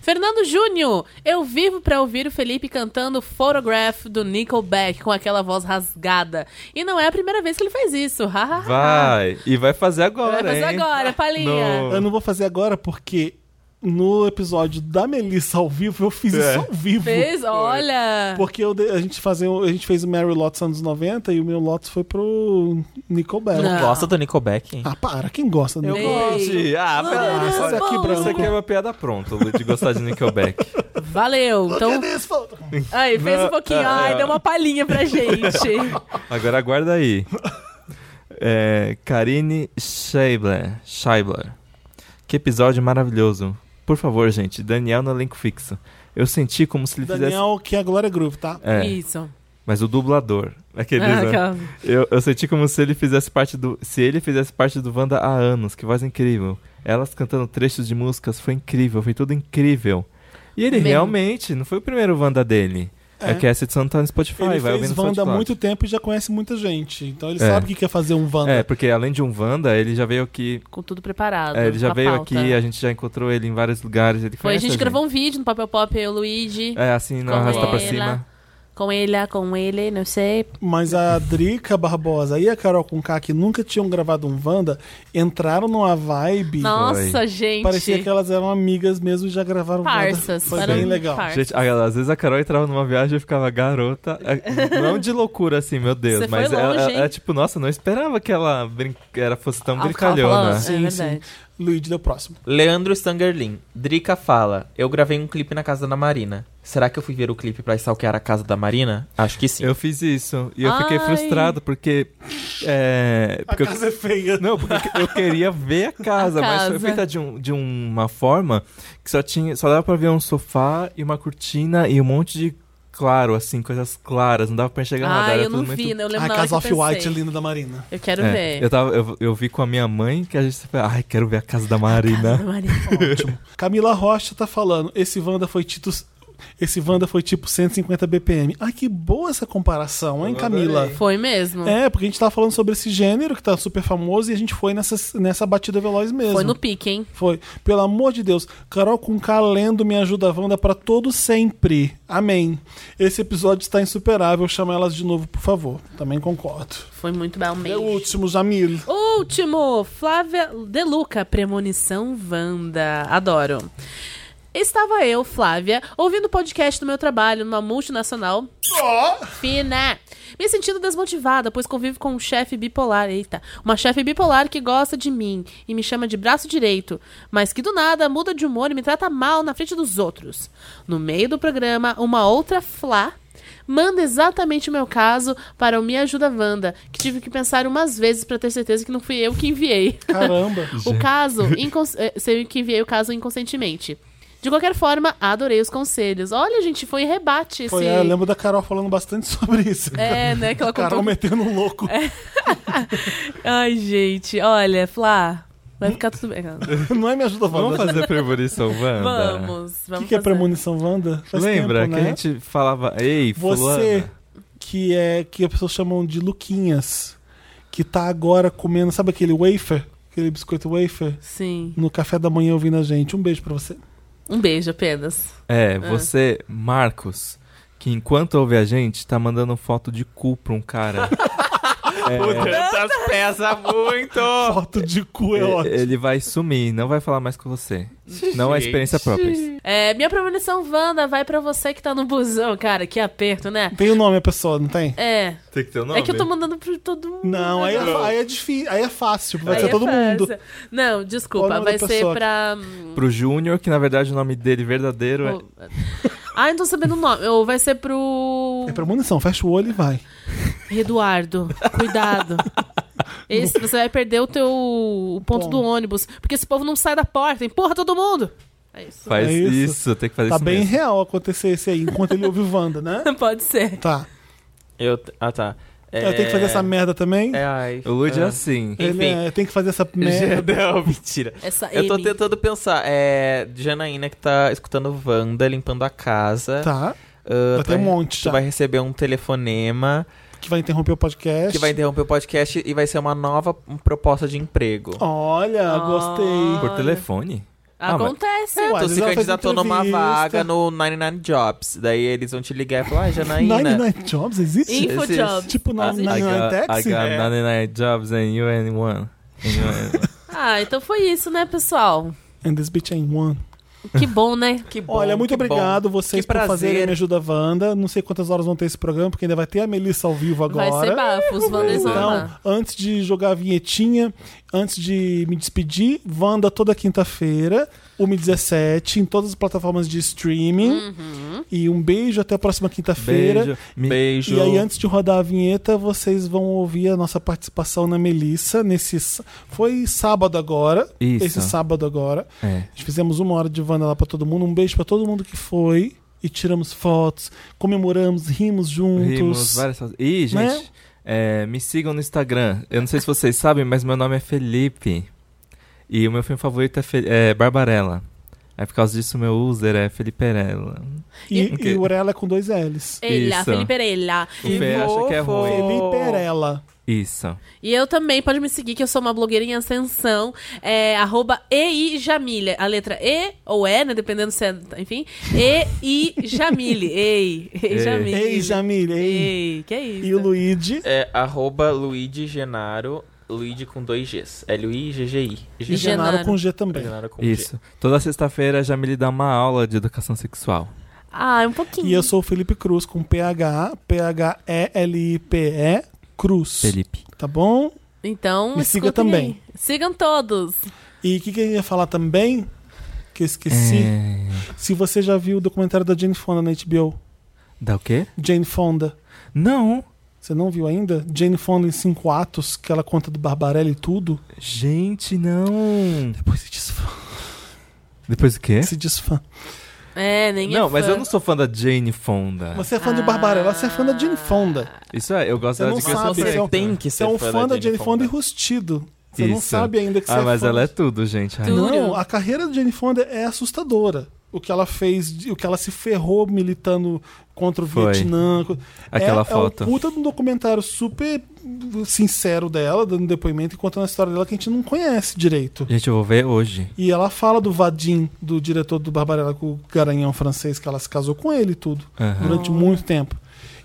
F: Fernando Júnior, eu vivo pra ouvir o Felipe cantando Photograph do Nickelback com aquela voz rasgada. E não é a primeira vez que ele faz isso. Ha,
K: É.
F: ha, ha.
K: Vai! E vai fazer agora,
F: Ah. Vai fazer
K: hein?
F: agora, palhinha.
K: No-
A: Eu não vou fazer agora porque no episódio da Melissa ao vivo eu fiz
K: É.
A: isso ao vivo.
F: Fez, olha.
A: Porque eu dei- a, gente fazia, um, a gente fez o Mary Lotus anos 90 e o meu Lotus foi pro Nickelback.
F: Não.
G: Gosta do Nickelback, hein?
A: Ah, para, quem gosta do
K: Eu
F: Ei.
A: Nickelback?
K: gosto. de- Ah, pera.
A: Deus,
K: Olha,
A: bom.
K: Isso aqui é uma piada pronta, Lu, de gostar de Nickelback.
F: Valeu. Então, aí, fez um pouquinho.
K: Não,
F: Ai,
K: é.
F: deu uma palhinha pra gente.
K: Agora aguarda aí. É, Karine Scheibler. Scheibler. Que episódio maravilhoso. Por favor, gente, Daniel no elenco fixo. Eu senti como se ele
A: Daniel, que é a Glória Groove, tá?
K: fizesse. É,
F: Isso.
K: mas o dublador. Aqueles,
F: Ah,
K: né?
F: aquela-
K: eu, eu senti como se ele fizesse parte do. Se ele fizesse parte do Wanda há anos. Que voz incrível. Elas cantando trechos de músicas foi incrível, foi tudo incrível. E ele
F: Mesmo.
K: realmente não foi o primeiro Wanda dele. É,
A: É.
K: que essa edição tá no Spotify,
A: Ele
K: vai
A: fez
K: ouvindo no
A: Wanda há
K: SoundCloud.
A: muito tempo e já conhece muita gente. Então ele
K: É.
A: sabe o que quer fazer um Wanda.
K: É, porque além de um Wanda, ele já veio aqui.
F: Com tudo preparado.
K: é, ele já
F: com a
K: veio
F: pauta.
K: aqui, a gente já encontrou ele em vários lugares. Ele
F: Foi, a
K: conhece
F: gente gravou um vídeo no Papel Pop, eu, Luigi.
K: É, assim, não
F: com
K: arrasta pra
F: ela.
K: cima.
F: Com ele, com ele, não sei.
A: Mas a Drica Barbosa e a Carol Conká, que nunca tinham gravado um Wanda, entraram numa vibe.
F: Nossa, gente.
A: Parecia que elas eram amigas mesmo e já gravaram
F: Farsas.
A: Wanda. Foi
F: eram
A: bem legal.
F: farsas.
K: Gente, a- às vezes a Carol entrava numa viagem e ficava garota. É, Não de loucura, assim, meu Deus.
F: Você foi
K: mas ela,
F: longe, hein?
K: ela- tipo, nossa, não esperava que ela brin... era, fosse tão
F: Ela ficava
K: brincalhona.
F: falando,
A: Sim,
F: Ah, é verdade.
A: Luigi deu próximo.
G: Leandro Stangerlin. Drica fala: Eu gravei um clipe na casa da Marina. Será que eu fui ver o clipe pra stalkear a casa da Marina? Acho que sim.
K: Eu fiz isso. E eu fiquei
F: Ai.
K: frustrado porque. É, porque eu-
A: Casa é feia.
K: Não, porque eu queria ver a casa,
F: A
K: mas foi
F: casa.
K: feita de, um- de uma forma que só tinha, só dava pra ver um sofá e uma cortina e um monte de claro, assim, coisas claras, não dava pra enxergar nada.
F: Ah,
K: era
F: eu não
K: tudo muito...
F: vi, né? Eu lembro
A: A
F: na hora
A: Casa
F: que eu
A: Off-White
F: pensei.
A: linda da Marina.
F: Eu quero
K: É,
F: ver.
K: eu, tava, eu, eu vi com a minha mãe que a gente foi, ai, quero ver a casa da Marina.
F: Casa Maria.
A: Ótimo. Camila Rocha tá falando, esse Wanda foi tito... Esse Wanda foi tipo 150 BPM. Ai, que boa essa comparação, hein, Camila?
F: Foi mesmo.
A: É, porque a gente tava falando sobre esse gênero que tá super famoso e a gente foi nessa, nessa batida veloz mesmo.
F: Foi no pique, hein?
A: Foi. Pelo amor de Deus, Carol com K lendo Me Ajuda Wanda pra todo sempre. Amém. Esse episódio está insuperável, chama elas de novo, por favor. Também concordo.
F: Foi muito bom
A: É o
F: mesmo.
A: último, Jamil.
F: Último, Flávia De Luca, Premonição Wanda. Adoro. Estava eu, Flávia, ouvindo o podcast do meu trabalho numa multinacional. Fina! Me sentindo desmotivada, pois convivo com um chefe bipolar. Eita, uma chefe bipolar que gosta de mim e me chama de braço direito, mas que do nada muda de humor e me trata mal na frente dos outros. No meio do programa, uma outra Flá manda exatamente o meu caso para o Me Ajuda Wanda, que tive que pensar umas vezes para ter certeza que não fui eu que enviei.
A: Caramba.
F: O caso, incons... eh, sei que enviei o caso inconscientemente. De qualquer forma, adorei os conselhos. Olha, gente, foi rebate esse.
A: Foi, é, eu lembro da Carol falando bastante sobre isso.
F: É, né, que ela
A: Carol
F: contou.
A: metendo um louco.
F: É. Ai, gente, olha, Flá, vai ficar tudo bem.
A: Não é Me Ajuda
K: Vamos
A: Wanda.
K: fazer premonição, Wanda?
F: Vamos, vamos.
A: O que, que é
F: fazer.
A: premonição Wanda? Faz
K: Lembra
A: tempo,
K: que a
A: né?
K: gente falava, ei,
A: Você
K: fulana.
A: que é que as pessoas chamam de Luquinhas, que tá agora comendo, sabe aquele wafer, aquele biscoito wafer
F: Sim.
A: no café da manhã ouvindo a gente. Um beijo pra você.
F: Um beijo apenas. Ah.
K: É, você, Marcos, que enquanto ouve a gente, tá mandando foto de cu pra um cara.
A: É.
G: O
F: É.
G: Dantas pesa muito.
A: Foto de cu é
K: E-
A: ótimo.
K: Ele vai sumir, não vai falar mais com você. Não é experiência própria. isso.
F: É, minha premonição Wanda vai pra você que tá no busão, cara. Que aperto, né?
A: Tem o nome a pessoa, não tem?
F: É.
K: Tem que ter o
F: É que eu tô mandando pra todo mundo.
A: Não, aí é,
F: né?
A: fa- aí é difícil, aí é fácil, vai
F: Aí
A: ser
F: é
A: todo
F: fácil.
A: mundo.
F: Não,
A: Qual é o
F: desculpa.
A: nome
F: Vai
A: da
F: ser
A: pessoa?
F: pra.
K: Pro Júnior, que na verdade o nome dele verdadeiro é.
F: Ah, não tô sabendo o nome. Ou vai ser pro.
A: É premonição, fecha o olho e vai.
F: Eduardo, cuidado. Esse, você vai perder o teu o ponto do ônibus. Porque esse povo não sai da porta, empurra todo mundo. É isso.
K: Faz
A: É
K: isso.
A: isso.
K: tem que fazer
A: Tá
K: isso
A: bem
K: mesmo.
A: real acontecer esse aí, enquanto ele ouve Wanda, né?
F: Pode ser.
A: Tá.
G: Eu, t- ah, tá. É...
A: Eu tenho que fazer essa merda também?
G: É, ai.
K: O Luigi é
G: Ah.
K: assim.
A: Ele
G: Enfim.
A: é, eu tenho que fazer essa merda.
G: Não, mentira.
F: Essa
G: Eu tô
F: M.
G: tentando pensar. É. Janaína que tá escutando Wanda, limpando a casa.
A: Tá,
G: Ah,
A: vai
G: tu
A: ter um
G: vai-
A: monte
G: Tu
A: já,
G: vai receber um telefonema
A: que vai interromper o podcast.
G: que vai interromper o podcast e vai ser uma nova um, proposta de emprego.
A: Olha, gostei.
K: Por telefone? Ah, mas-
F: Acontece.
A: Ué, É, às
G: tu
A: vezes
G: se
A: ela faz
G: candidatou numa
A: entrevista.
G: vaga no 99 Jobs. Daí eles vão te ligar e falar, ah, Janaína.
A: 99 Jobs existe?
F: Infojob.
A: Tipo na-
G: Ah,
A: na-
K: I
A: na
K: got, I
A: Taxi?
K: got 99 jobs and you ain't one. And you ain't one.
F: Ah, então foi isso, né, pessoal?
A: And this bitch ain't one.
F: Que bom, né?
G: Que bom,
A: Olha, muito
G: que bom.
A: obrigado vocês
G: Que
A: por
G: prazer.
A: fazerem Me Ajuda Wanda. Não sei quantas horas vão ter esse programa, porque ainda vai ter a Melissa ao vivo agora.
F: Vai ser bafo, os Wanders vão
A: Então,
F: amar.
A: antes de jogar a vinhetinha, antes de me despedir, Wanda toda quinta-feira, 1h17, em todas as plataformas de streaming.
F: Uhum.
A: E um beijo, até a próxima quinta-feira.
K: Beijo. Me-
G: Beijo.
A: E aí, antes de rodar a vinheta, vocês vão ouvir a nossa participação na Melissa. Nesse... s- Foi sábado agora.
K: Isso.
A: Esse sábado agora.
K: É.
A: Nós fizemos uma hora de Wanda lá pra todo mundo. Um beijo pra todo mundo que foi. E tiramos fotos, comemoramos, rimos juntos. Né?
K: Rimos, várias coisas. Ih, gente, é, me sigam no Instagram. Eu não sei se vocês sabem, mas meu nome é Felipe. E o meu filme favorito é, Fe- é Barbarella. Aí por causa disso, meu user é Feliperella.
A: E,
K: Ok.
A: e o Orelha com dois L's.
F: Ela,
K: Isso.
F: Felipe Ela.
K: O Fê acha que é
G: fofo.
K: ruim.
A: Felipe Orelha.
K: Isso.
F: E eu também, pode me seguir, que eu sou uma blogueira em ascensão. É arroba EIJamilha. A letra E ou E, né? Dependendo se é. Enfim. EIJamile. Ei. Ei, Jamile.
A: Ei, Jamile. Ei. é
F: Ei, que isso?
A: E o Luigi.
G: É arroba Luigi Genaro, Luigi com dois Gs. É L-U-I-G-G-I.
A: E Genaro
F: Genaro.
A: com G também.
G: Genaro com G.
K: Isso. Toda sexta-feira já me dá uma aula de educação sexual.
F: Ah, um pouquinho.
A: E eu sou o Felipe Cruz com PH, P-H-E-L-I-P-E, Cruz.
K: Felipe.
A: Tá bom?
F: Então,
A: Me siga
F: escutem
A: também.
F: aí. Sigam todos.
A: E o que, que eu ia falar também? Que eu esqueci.
K: É,
A: Se você já viu o documentário da Jane Fonda na HBO.
K: Dá o quê?
A: Jane Fonda.
K: Não.
A: Você não viu ainda? Jane Fonda em cinco atos, que ela conta do Barbarella e tudo.
K: Gente, não.
A: Depois se desfã.
K: Depois o quê?
A: Se desfã.
F: É, nem é
K: Não,
F: fã.
K: mas eu não sou fã da Jane Fonda.
A: Você é fã de Barbarella, você é fã da Jane Fonda.
K: Isso é, eu gosto
A: Você
K: dela
A: não
K: de criança
A: sabe, você é um-
K: pequena.
G: Tem que
A: Você
G: ser
A: é um fã da Jane Fonda e
G: Fonda.
A: rustido. Você não
K: Isso.
A: sabe ainda que você
K: Ah,
A: é
K: mas
A: fã
K: ela é
A: de-
K: tudo, gente. Ai,
F: Tu-
A: Não, a carreira da Jane Fonda é assustadora. O que ela fez, o que ela se ferrou militando contra o
K: Foi.
A: Vietnã.
K: Aquela
A: é,
K: foto.
A: É um puta de um documentário super sincero dela, dando depoimento e contando a história dela que a gente não conhece direito.
K: Gente, eu vou ver hoje.
A: E ela fala do Vadim, do diretor do Barbarella com o Garanhão francês, que ela se casou com ele e tudo,
K: Aham.
A: durante muito tempo.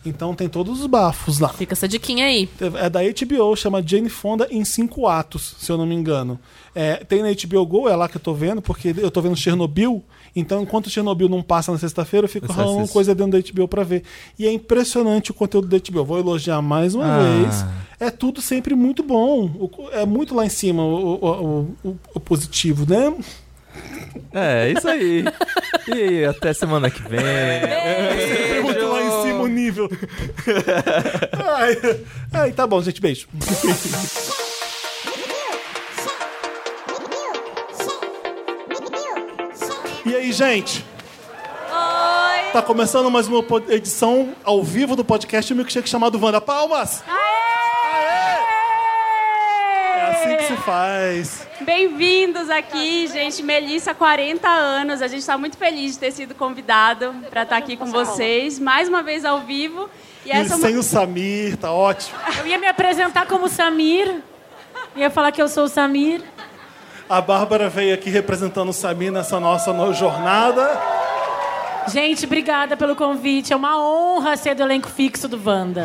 A: Então tem todos os bafos lá.
F: Fica essa diquinha aí.
A: É da HBO, chama Jane Fonda em cinco atos, se eu não me engano. É, tem na HBO Go, é lá que eu tô vendo, porque eu tô vendo Chernobyl, então enquanto Chernobyl não passa na sexta-feira, eu fico
K: Você
A: ralando
K: assiste.
A: coisa dentro da HBO pra ver. E é impressionante o conteúdo da HBO. Vou elogiar mais uma
K: Ah.
A: vez. É tudo sempre muito bom. O- É muito lá em cima o- o- o- o- o positivo, né?
K: É, isso aí. e até semana que vem.
A: Sempre muito lá em cima o nível. Ai, ai, tá bom, gente. Beijo. E aí, gente? Oi! Tá começando mais uma po- edição ao vivo do podcast Milkshake chamado Wanda Palmas! É assim que se faz.
L: Bem-vindos aqui, gente. Melissa, 40 anos. A gente está muito feliz de ter sido convidado para estar aqui com vocês, mais uma vez ao vivo. E
A: E
L: essa é uma-
A: sem o Samir, tá ótimo.
L: Eu ia me apresentar como Samir. Ia falar que eu sou o Samir.
A: A Bárbara veio aqui representando o Samir nessa nossa no- jornada.
L: Gente, obrigada pelo convite. É uma honra ser do elenco fixo do Wanda.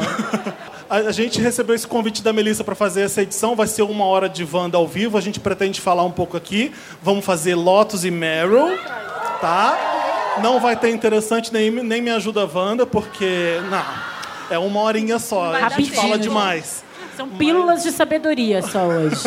A: A, a gente recebeu esse convite da Melissa para fazer essa edição. Vai ser uma hora de Wanda ao vivo. A gente pretende falar um pouco aqui. Vamos fazer Lotus e Meryl, tá? Não vai ter interessante nem, nem Me Ajuda Wanda, porque. Não. É uma horinha só. A gente
M: Rapidinho.
A: fala demais.
M: São pílulas de sabedoria só hoje.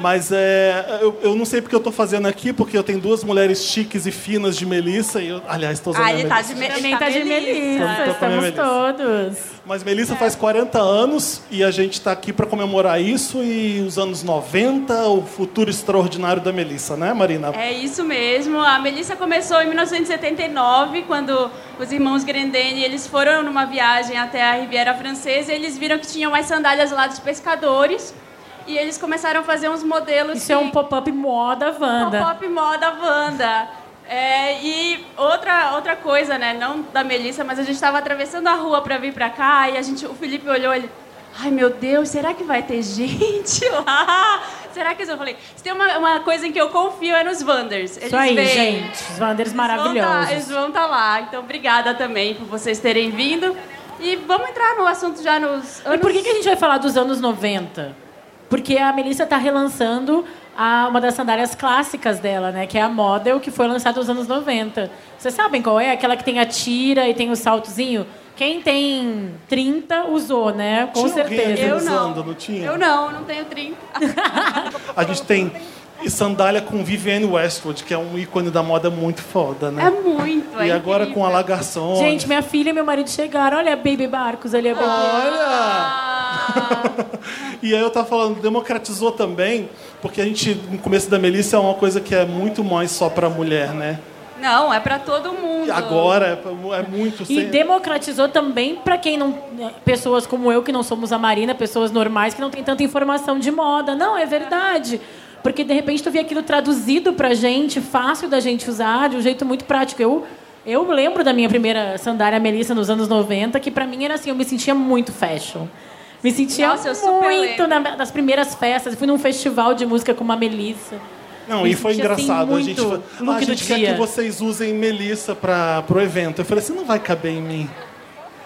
A: Mas é, eu, eu não sei porque eu tô fazendo aqui, porque eu tenho duas mulheres chiques e finas de Melissa. E eu, aliás, tô usando
L: Ah,
A: a
L: ele
A: né, Melissa.
L: tá de, me...
M: Também tá de Melissa,
A: Então, tá com a minha
M: estamos
A: Melissa.
M: todos.
A: Mas Melissa faz 40 anos e a gente está aqui para comemorar isso e os anos 90, o futuro extraordinário da Melissa, né, Marina?
L: É isso mesmo. A Melissa começou em 1979, quando os irmãos Grendene eles foram numa viagem até a Riviera Francesa e eles viram que tinham mais sandálias lá dos pescadores. E eles começaram a fazer uns modelos.
M: Isso é um
L: que-
M: pop-up moda, Wanda.
L: Pop moda Wanda. É, e outra, outra coisa, né? Não da Melissa, mas a gente estava atravessando a rua para vir para cá e a gente, o Felipe olhou ele. Ai meu Deus, será que vai ter gente lá? Será que eles vão? Eu falei, se tem uma, uma coisa em que eu confio é nos Wanders. Eles
M: Isso aí,
L: vêm.
M: gente. Os Wanders
L: Vão tá- Eles
M: maravilhosos.
L: vão estar lá. Então, obrigada também por vocês terem vindo. E vamos entrar no assunto já nos anos...
M: E por que, que a gente vai falar dos anos 90? Porque a Melissa tá relançando a- uma das sandálias clássicas dela, né? Que é a Model, que foi lançada nos anos 90. Vocês sabem qual é? Aquela que tem a tira e tem o saltozinho? Quem tem 30 usou, né? Com
A: Tinha alguém
M: certeza.
A: aqui
L: Eu
A: usando, assim?
L: não.
A: não tinha?
L: Eu não, não tenho 30.
A: A gente tem sandália com Vivienne Westwood, que é um ícone da moda muito foda, né?
L: É muito, é
A: e agora
L: incrível.
A: com a Lagarçon.
M: Gente, minha filha e meu marido chegaram. Olha a Baby Barcos ali, a Baby.
A: Olha!
L: Ah.
A: E aí eu tava falando, democratizou também, porque a gente, no começo da Melissa, é uma coisa que é muito mais só pra mulher, né?
L: Não, é pra todo mundo.
A: E agora é, pra- é muito...
M: E
A: sem-
M: democratizou também para quem não. né, Pessoas como eu, que não somos a Marina, pessoas normais que não têm tanta informação de moda. Não, é verdade. Porque de repente tu vê aquilo traduzido pra gente, fácil da gente usar, de um jeito muito prático. Eu, eu lembro da minha primeira sandália Melissa nos anos 90, que pra mim era assim, eu me sentia muito fashion. Me sentia
L: Nossa, eu super
M: muito
L: lembro.
M: na, nas primeiras festas. Fui num festival de música com uma Melissa.
A: Não,
M: Me
A: e foi
M: senti, assim,
A: engraçado. a
M: muito
A: gente, fa-
M: look
A: "Ah, a
M: do
A: gente quer
M: dia."
A: que vocês usem Melissa para pro evento. Eu falei assim, não vai caber em mim.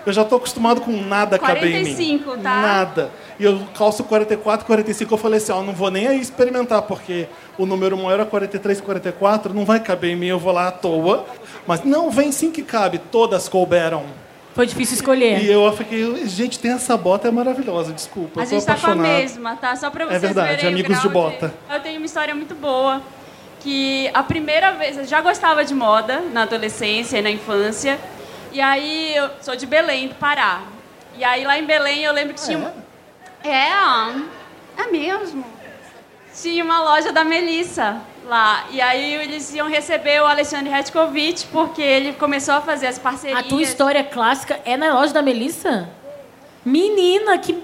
A: Eu já tô acostumado com nada caber em mim.
L: 45, tá?
A: Nada. E eu calço 44, 45. Eu falei assim, ó, não vou nem aí experimentar, porque o número maior é era 43, 44. Não vai caber em mim, eu vou lá à toa. Mas não, vem sim que cabe. Todas couberam.
M: Foi difícil escolher.
A: E eu fiquei, gente, tem essa bota, é maravilhosa, desculpa.
L: A
A: eu tô
L: gente tá com a
A: apaixonado. É
L: mesma, tá? Só pra vocês
A: verdade,
L: verem o
A: amigos de
L: grau
A: bota.
L: Eu tenho uma história muito boa. Que a primeira vez... Eu já gostava de moda na adolescência e na infância. E aí, eu sou de Belém, do Pará. E aí, lá em Belém, eu lembro que tinha... um- É, é mesmo. Tinha uma loja da Melissa lá. E aí, eles iam receber o Alexandre Retkovich, porque ele começou a fazer as parcerias.
M: A tua história clássica é na loja da Melissa? Menina, que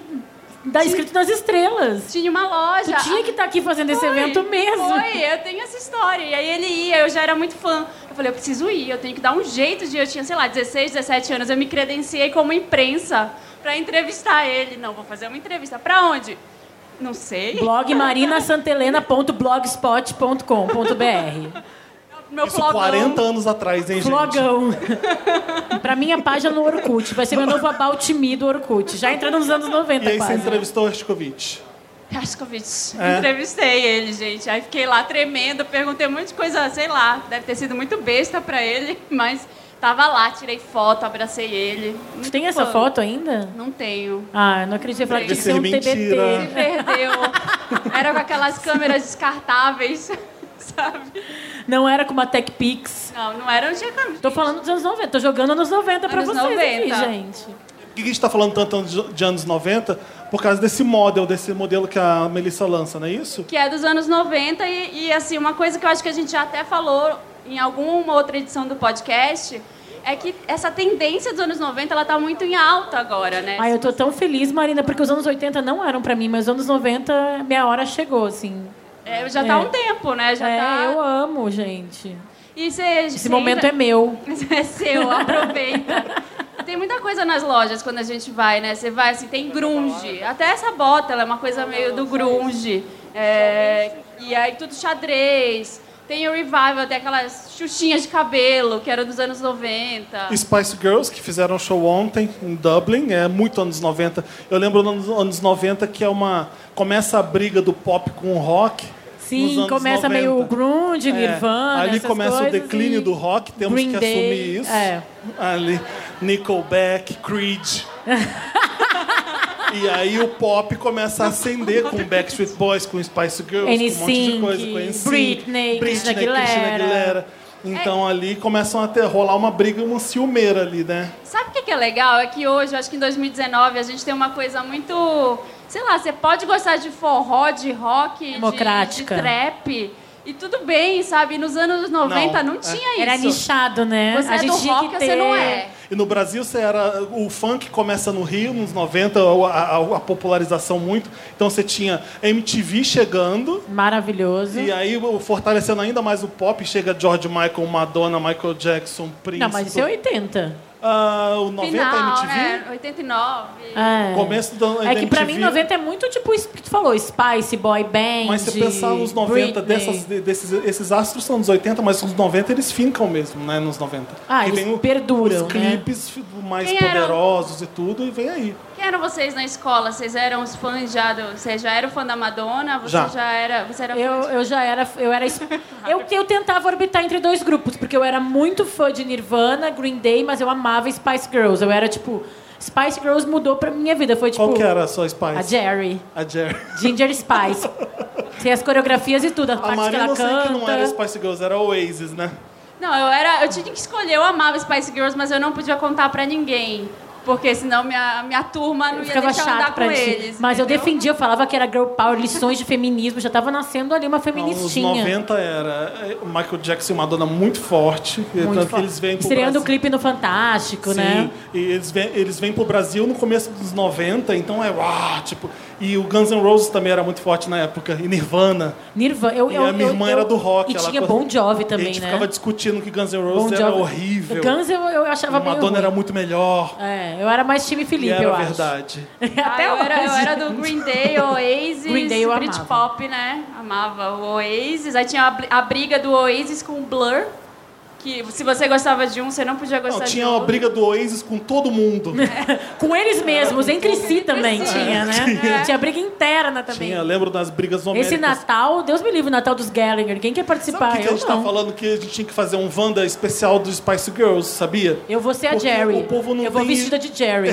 M: dá escrito nas estrelas.
L: Tinha uma loja.
M: Tu tinha que estar aqui fazendo esse
L: Foi,
M: evento mesmo.
L: Foi, eu tenho essa história. E aí ele ia, eu já era muito fã. Eu falei, eu preciso ir, eu tenho que dar um jeito de. Eu tinha, sei lá, 16, 17 anos. Eu me credenciei como imprensa pra entrevistar ele. Não, vou fazer uma entrevista. Pra onde? Não sei.
M: Blog marinasantelena.blogspot.com.br
L: Meu
A: Isso
L: flogão.
A: 40 anos atrás, hein, gente?
M: Flogão. pra minha página no Orkut. Vai ser meu novo About Me do Orkut. Já entrando nos anos
A: E
M: 90
A: aí você
M: quase.
A: entrevistou o Hershkovich.
L: Raskovic.
A: É?
L: Entrevistei ele, gente. Aí fiquei lá tremendo, perguntei um monte de coisa, sei lá. Deve ter sido muito besta pra ele, mas tava lá, tirei foto, abracei ele.
M: Tu
L: Muito
M: tem essa
L: fã.
M: foto ainda?
L: Não tenho.
M: Ah, eu não acredito. Eu falei que
A: Deve
M: tinha
A: ser
M: que ser um
A: mentira.
M: TBT.
L: perdeu. Era com aquelas câmeras descartáveis, sabe?
M: Não era com uma Tech Pix.
L: Não, não era, não tinha câmera.
M: Tô falando dos anos 90, tô jogando anos 90 pra
L: Anos
M: vocês aqui,
L: 90.
M: gente.
A: Por que a gente está falando tanto de- de anos 90? Por causa desse model, desse modelo que a Melissa lança, não é isso?
L: Que é dos anos 90 e, e, assim, uma coisa que eu acho que a gente já até falou em alguma outra edição do podcast é que essa tendência dos anos 90, ela tá muito em alta agora, né?
M: Ai, eu tô tão feliz, Marina, porque os anos 80 não eram pra mim, mas os anos 90, minha hora chegou, assim.
L: É, já tá há
M: É.
L: um tempo, né? Já
M: é,
L: tá...
M: eu amo, gente.
L: E cê,
M: Esse momento é meu.
L: É seu, aproveita. Tem muita coisa nas lojas quando a gente vai, né? Você vai assim, tem grunge. Até essa bota, ela é uma coisa meio do grunge. É, e aí tudo xadrez. Tem o Revival, tem aquelas xuxinhas de cabelo, que era dos anos
M: Ah.
L: 90.
A: Spice Girls, que fizeram um show ontem em Dublin, é muito anos 90. Eu lembro nos anos 90 que é uma. Começa a briga do pop com o rock.
M: Sim, começa 90. meio grunge, Nirvana.
A: É, ali
M: essas
A: começa
M: coisas,
A: o declínio
M: e...
A: do rock, temos
M: Green
A: que
M: Day,
A: assumir isso.
M: é.
A: Ali, Nickelback, Creed. e aí o pop começa a acender com Backstreet Boys, com Spice Girls, com um monte de coisa, com
M: NSYNC,
A: NSYNC,
M: Britney, Christina Aguilera. É.
A: Então ali começam a ter, rolar uma briga, uma ciumeira ali, né?
L: Sabe o que que é legal? É que hoje, eu acho que em 2019, a gente tem uma coisa muito. Sei lá, você pode gostar de forró, de rock, de-
M: Democrática.
L: De, trap. E tudo bem, sabe? Nos anos 90 não,
A: Não, é.
L: tinha isso.
M: Era nichado, né?
L: Você
M: a
L: é
M: gente
L: do
M: tinha
L: rock,
M: que ter...
L: você não é.
A: E no Brasil você era. O funk começa no Rio, nos 90, a, a- a popularização muito. Então você tinha MTV chegando.
M: Maravilhoso.
A: E aí, o- fortalecendo ainda mais o pop, chega George Michael, Madonna, Michael Jackson, Prince.
M: Não, mas isso é 80.
A: Ah, o 90
L: Final,
A: MTV?
L: né? 89.
M: É.
A: Começo do
M: É que pra
A: MTV.
M: mim 90 é muito tipo isso que tu falou, Spice, Boy Band.
A: Mas se pensar nos 90,
M: Britney.
A: dessas, de- desses, esses astros são dos 80, mas os 90 eles fincam mesmo, né? Nos 90.
M: Ah,
A: que um
M: eles
A: vem o-
M: perduram,
A: Os
M: né?
A: clipes mais
L: Quem era o-
A: poderosos e tudo, e vem aí.
L: Quem eram vocês na escola? Vocês eram os fãs já do. Você já era fã da Madonna? Você
A: Já.
L: já, era. Você era
M: Eu,
L: fã de-
M: eu já era. Eu, era es- eu, eu tentava orbitar entre dois grupos, porque eu era muito fã de Nirvana, Green Day, mas eu amava Spice Girls. Eu era tipo. Spice Girls mudou pra minha vida. Foi tipo.
A: Qual que era a sua Spice?
M: A Jerry.
A: A Jerry.
M: Ginger Spice. Tem as coreografias e tudo, a
A: A
M: parte que
A: Marina
M: ela
A: eu sei
M: canta.
A: que não é. era Spice Girls, era Oasis, né?
L: Não, eu era. Eu tinha que escolher. Eu amava Spice Girls, mas eu não podia contar pra ninguém. Porque senão minha, minha turma não
M: Eu
L: ia
M: ficava
L: deixar eu
M: chato
L: andar com
M: pra ti.
L: eles.
M: Mas eu
L: entendeu?
M: defendia, eu falava que era girl power, lições de feminismo. Já tava nascendo ali uma
A: Não, Nos
M: feministinha.
A: 90 era é, o Michael Jackson e Madonna muito forte. e
M: Muito
A: tanto que
M: foda.
A: eles vêm pro
M: Estreando
A: Brasil.
M: o clipe no Fantástico,
A: Sim,
M: né?
A: e eles vêm, eles vêm pro Brasil no começo dos 90, então é uau, tipo... E o Guns N' Roses também era muito forte na época, e Nirvana.
M: Nirvana. Eu,
A: E
M: eu-
A: a minha
M: eu-
A: irmã
M: eu-
A: era do rock.
M: E
A: ela
M: tinha
A: gosta-
M: Bon Jovi
A: E a
M: também,
A: gente
M: né?
A: ficava discutindo que Guns N'
M: Bon
A: Roses era
M: Jovi.
A: horrível.
M: Guns eu, eu achava meio
A: Madonna era
M: ruim.
A: muito melhor.
M: É, eu era mais time
A: E
M: Felipe,
A: era
M: eu
A: verdade.
M: acho.
L: Ah,
M: Até
L: eu, era, eu
M: hoje.
L: era do Green Day, Oasis,
M: Green Day eu amava.
L: Britpop, né? Amava o Oasis. Aí tinha a, bri- a briga do Oasis com o Blur. Que se você gostava de um, você não podia gostar
A: Não,
L: de É,
A: tinha
L: outro.
A: uma briga do Oasis com todo mundo.
M: Com eles mesmos, entre si também
L: si.
M: tinha, né?
A: Tinha.
M: Tinha briga interna também.
A: tinha, lembro das brigas homéricas.
M: Esse Natal, Deus me livre, o Natal dos Gallagher. Quem
A: Sabe o
M: quer participar?
A: que, que a
M: Ah, eu
A: gente
M: não.
A: tá falando que a gente tinha que fazer um Wanda especial do Spice Girls, sabia?
M: Eu vou ser a
A: Porque
M: Jerry.
A: o povo não
M: eu vou
A: tem-
M: vestida de Jerry.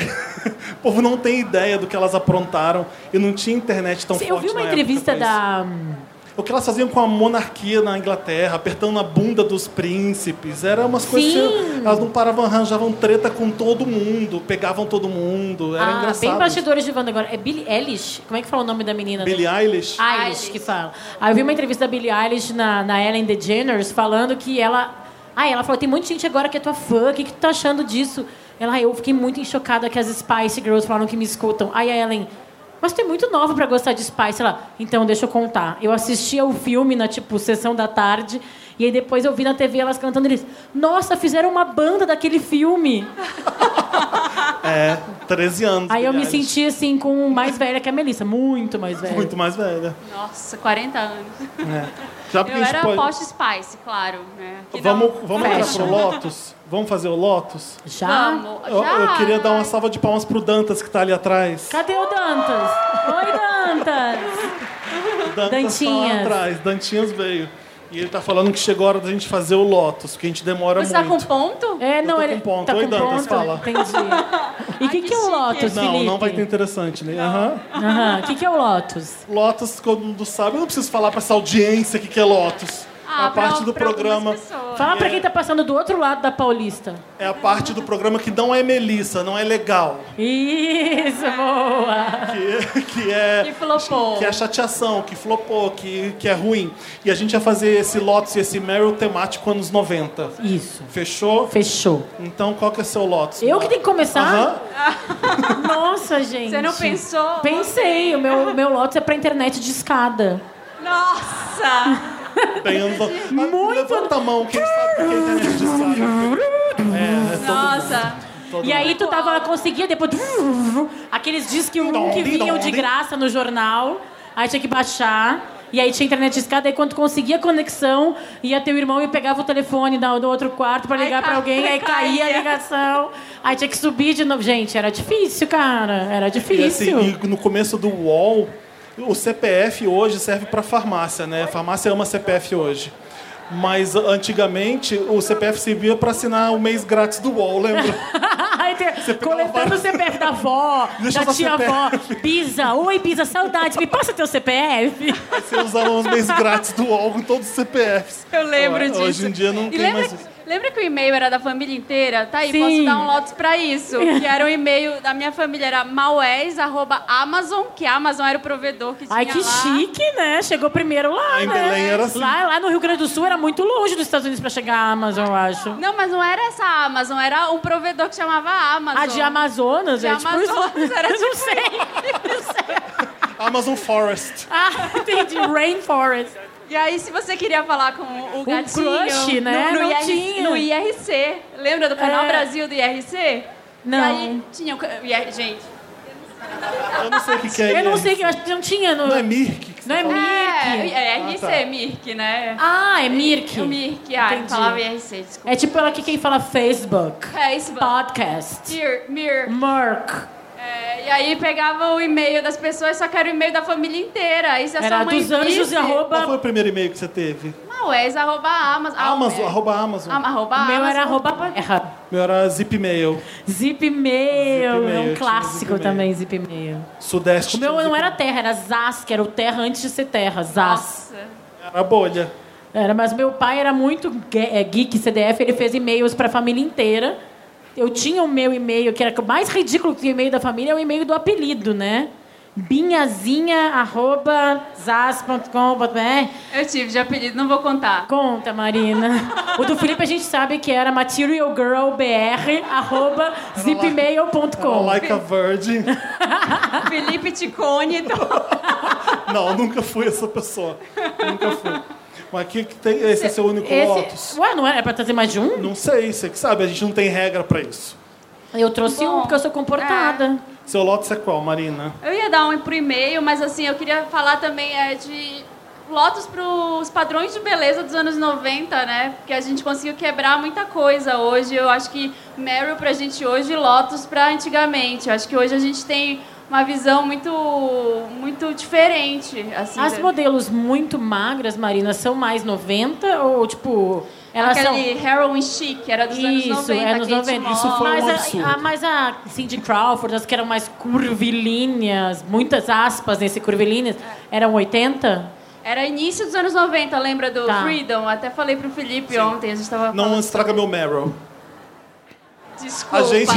A: O povo não tem ideia do que elas aprontaram e não tinha internet tão
M: eu
A: forte
M: vi uma
A: na época pra
M: entrevista
A: isso.
M: da.
A: O que elas faziam com a monarquia na Inglaterra, apertando a bunda dos príncipes. Era umas coisas
M: Sim.
A: que elas não paravam, arranjavam treta com todo mundo, pegavam todo mundo. Era
M: ah,
A: engraçado.
M: bem bastidores de Wanda agora. É Billie Eilish? Como é que fala o nome da menina?
A: Billie Eilish.
M: Eilish que fala. Aí eu vi uma entrevista da Billie Eilish na, na Ellen DeGeneres falando que ela. Ah, ela falou: tem muita gente agora que é tua fã, o que, que tu tá achando disso? Ela, "Ah, eu fiquei muito chocada que as Spice Girls falaram que me escutam. Aí a Ellen, mas tu é muito nova pra gostar de Spice. Ela, então deixa eu contar. Eu assistia o filme na, tipo, sessão da tarde. E aí depois eu vi na TV elas cantando eles. Nossa, fizeram uma banda daquele filme.
A: É, 13 anos.
M: Aí eu
A: Billie
M: me
A: Eilish.
M: senti assim com mais velha que a Melissa, muito mais velha.
A: Muito mais velha.
L: Nossa, 40 anos.
A: É. Já porque
L: Eu
A: a gente
L: era
A: pode-
L: post Spice, claro. Né? Que
A: Vamos,
L: não-
A: vamos entrar
M: Fashion.
A: pro Lotus? Vamos fazer o Lotus?
M: Já?
L: Vamos.
A: Eu,
L: Já.
A: eu queria dar uma salva de palmas pro Dantas que tá ali atrás.
M: Cadê o Dantas? Oi, Dantas!
A: O Dantas tá lá
M: Dantinhas.
A: atrás. Dantinhas veio. E ele tá falando que chegou a hora da gente fazer o Lotus, porque a gente demora
L: Você tá
A: muito.
L: com ponto?
M: É,
A: tô
M: não,
A: com
M: ele
A: ponto.
M: tá
A: Oi,
M: com
A: Dantas,
M: ponto.
A: fala.
M: Entendi. E o que, que é o Lotus,
A: Não,
M: Felipe?
A: não vai ter interessante, né? Aham.
M: Aham, O que, que é o Lotus?
A: Lotus, todo mundo sabe. Eu não preciso falar pra essa audiência o que que é Lotus.
L: Ah,
A: a parte
L: pra-
A: do
L: pra algumas
A: programa.
L: pessoas.
M: Fala pra quem tá passando do outro lado da Paulista.
A: É a parte do programa que não é Melissa, não é legal.
M: Isso, boa!
A: Que, que é.
L: Que flopou.
A: que é a chateação, que flopou, que, que é ruim. E a gente ia fazer esse Lotus e esse Meryl temático anos 90.
M: Isso.
A: Fechou?
M: Fechou.
A: Então qual que é seu Lotus?
M: Eu que tenho que começar?
A: Aham.
M: Nossa, gente.
L: Você não pensou?
M: Pensei. O meu, o meu Lotus é pra internet de escada.
L: Nossa!
A: Bem, anos... Muito... Levanta a mão, quem sabe quem tá nesse sabe. É, é todo
L: Nossa!
A: mundo, todo
M: E aí
A: mundo.
M: tu tava, conseguia depois... Aqueles discos que vinham de graça no jornal. Aí tinha que baixar. E aí tinha internet de escada, aí quando conseguia conexão, ia teu irmão e pegava o telefone da- do outro quarto pra ligar pra alguém, aí caía a ligação, aí tinha que subir de novo. Gente, era difícil, cara. Era
A: E,
M: difícil.
A: assim, e no começo do UOL, o CPF hoje serve para farmácia, né? Farmácia ama CPF hoje. Mas antigamente o CPF servia para assinar o mês grátis do UOL, lembra?
M: Aí tem- coletando o CPF da avó,
A: Deixa eu
M: da
A: usar
M: tia avó. Bisa, oi, Bisa, saudade, me passa teu CPF.
A: Você usava os meses grátis do UOL com todos os CPFs.
L: Eu lembro
A: Hoje
L: disso.
A: Hoje em dia não
L: E
A: tem
L: lembra,
A: mais isso.
L: lembra que o e-mail era da família inteira? Tá aí,
M: Sim.
L: posso dar um lotus pra isso. Que era o e-mail da minha família, era maués.amazon, que a Amazon era o provedor que tinha
M: Ai, que
L: lá.
M: chique, né? Chegou primeiro lá,
A: Em
M: né?
A: Belém era assim.
M: Lá, lá no Rio Grande do Sul era muito longe dos Estados Unidos pra chegar a Amazon, eu acho.
L: Não, mas não era essa Amazon, era um provedor que chamava Amazon.
M: A de Amazonas,
L: De
M: é tipo
L: Amazonas, era
M: Eu não
L: tipo
M: sei.
A: Amazon Forest.
M: Ah, entendi. Rainforest.
L: E aí, se você queria falar com o gatinho...
M: crush, né?
L: No, no
M: Não
L: IR
M: tinha.
L: no IRC. Lembra do Canal
M: É.
L: Brasil do IRC?
M: Não.
L: E aí, tinha... o ca- o IR Gente...
A: Eu não sei o que, que é
M: Eu não
A: isso.
M: sei, que eu acho que não tinha no...
A: Não é Mirk?
M: Não é Mirk.
L: É, IRC,
A: Ah, tá.
L: Mirk, né?
M: Ah, é Mirk.
L: O Mirk, ah, eu
M: Entendi.
L: falava IRC, desculpa.
M: É tipo ela que quem fala Facebook.
L: Facebook.
M: Podcast.
L: Mir, Mir.
M: Merc.
L: É, e aí pegava o e-mail das pessoas, só que era o e-mail da família inteira. Aí se a
M: Era
L: sua mãe
M: dos anjos
L: visse,
M: e
A: Qual foi
M: arroba...
A: o primeiro e-mail que você teve?
L: Maués, arroba Amazon.
A: Amazon,
L: Ah,
A: arroba
L: é.
A: Amazon.
L: Am- arroba
M: O meu era
L: Amazon.
M: arroba terra.
A: Meu era Zipmail.
M: Zipmail,
A: Zipmail,
M: é
A: tinha
M: um
A: o
M: clássico
A: Zipmail.
M: também, Zipmail.
A: Sudeste.
M: O meu
A: tinha
M: não
A: Zip-
M: era terra, era Zaz, que era o terra antes de ser terra, Zaz.
L: Nossa.
A: Era bolha.
M: Era, mas meu pai era muito ge- é, geek CDF, ele fez e-mails para a família inteira. Eu tinha o meu e-mail, que era o mais ridículo que o e-mail da família, é o e-mail do apelido, né? binhazinha.zas.com.br
L: Eu tive de apelido, não vou contar.
M: Conta, Marina. O do Felipe a gente sabe que era
A: Era
M: materialgirlbr.zipmail.com.
A: like a virgin.
L: Felipe Ticone, então,
A: Não, nunca fui essa pessoa. Nunca fui. Mas aqui que tem. Esse é seu único Lotus?
M: Esse... Ué, não era? É pra trazer mais de um?
A: Não sei, você que sabe, a gente não tem regra pra isso.
M: Eu trouxe
L: Bom,
M: um porque eu sou comportada.
A: Seu Lotus é qual, Marina?
L: eu ia dar um pro e-mail, mas assim, eu queria falar também é, de lotos pros padrões de beleza dos anos 90, né? Porque a gente conseguiu quebrar muita coisa hoje. Eu acho que Meryl pra gente hoje, Lotus pra antigamente. Eu acho que hoje a gente tem uma visão muito, muito diferente, assim.
M: As
L: da-
M: modelos muito magras, Marina, são mais 90 ou tipo. Elas
L: Aquele
M: são.
L: heroin chic, era dos
M: Isso,
L: anos 90.
M: é nos
L: Kate
M: 90.
L: Moss.
A: Isso foi um
M: mas,
A: absurdo.
M: a, a, mas a Cindy Crawford, as que eram mais curvilíneas, muitas aspas nesse curvilíneas, eram 80?
L: Era início dos anos 90, lembra do
M: Tá.
L: Freedom? Até falei pro Felipe ontem, a gente tava
A: Não
L: falando
A: estraga meu Meryl.
L: Desculpa.
A: A gente-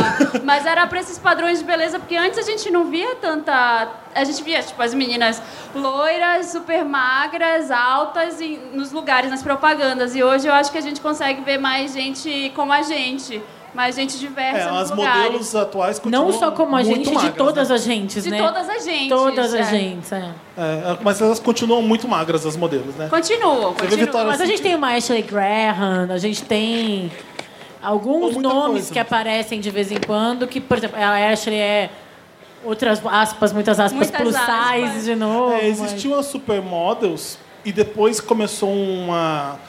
L: Mas era pra esses padrões de beleza, porque antes a gente não via tanta. A gente via, tipo, as meninas loiras, super magras, altas, e nos lugares, nas propagandas. E hoje eu acho que a gente consegue ver mais gente como a gente. Mais gente diversa.
A: É,
L: nos
A: as
L: lugares.
A: modelos atuais continuam.
M: Não só como a
A: muito
M: gente,
A: magras,
M: de todas
A: né?
M: as gentes,
L: De
M: né?
L: todas as gentes.
M: Todas
L: é.
M: as gentes, é.
A: É, mas elas continuam muito magras, as modelos, né?
L: Continuam,
A: vê
L: continuam.
A: Vitória-
M: Mas a gente tem uma Ashley Graham, a gente tem alguns
A: Muita
M: nomes
A: coisa.
M: que aparecem de vez em quando, que, por exemplo, a Ashley é outras aspas, muitas aspas,
L: Muitas
M: plus
L: aspas.
M: size de novo.
A: É, existiam as supermodels e depois começou uma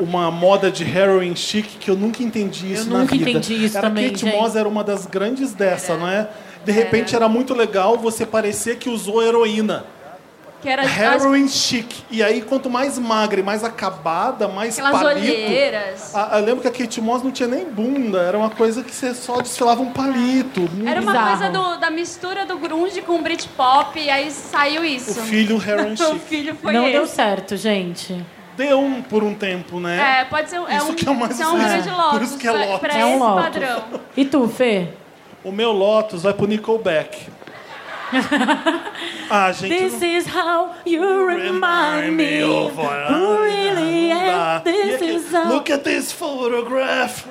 A: uma moda de heroin chic que eu nunca entendi isso na
M: nunca
A: vida.
M: entendi isso
A: era
M: também,
A: Kate
M: gente.
A: Moss era uma das grandes dessa, não é? De repente era muito legal você parecer que usou heroína.
L: Que era as
A: Heroin chic. E aí, quanto mais magra e mais acabada, mais
L: Aquelas
A: palito.
L: olheiras.
A: Ah, eu lembro que a Kate Moss não tinha nem bunda, era uma coisa que você só desfilava um palito.
L: Era uma
M: Bizarro.
L: coisa do- da mistura do grunge com o Britpop e aí saiu
A: O
L: isso.
A: filho heroin
L: O
A: chic.
L: filho foi
M: Não
L: esse.
M: deu certo, gente.
A: Deu um por um tempo, né?
L: É, pode ser um-
A: Isso
L: um,
A: que é o mais
L: isso é um
A: bizarro.
L: grande lotus.
A: Por isso que é
L: pra-
A: lotus.
L: Pra
M: É um
L: esse
M: lotus.
L: padrão.
M: E tu, Fê?
A: O meu Lotus vai pro Nickelback. ah, gente.
M: This is how you remind me who really
A: Ah,
M: am. This
A: e
M: is
A: aquele,
M: how...
A: Look at this photograph.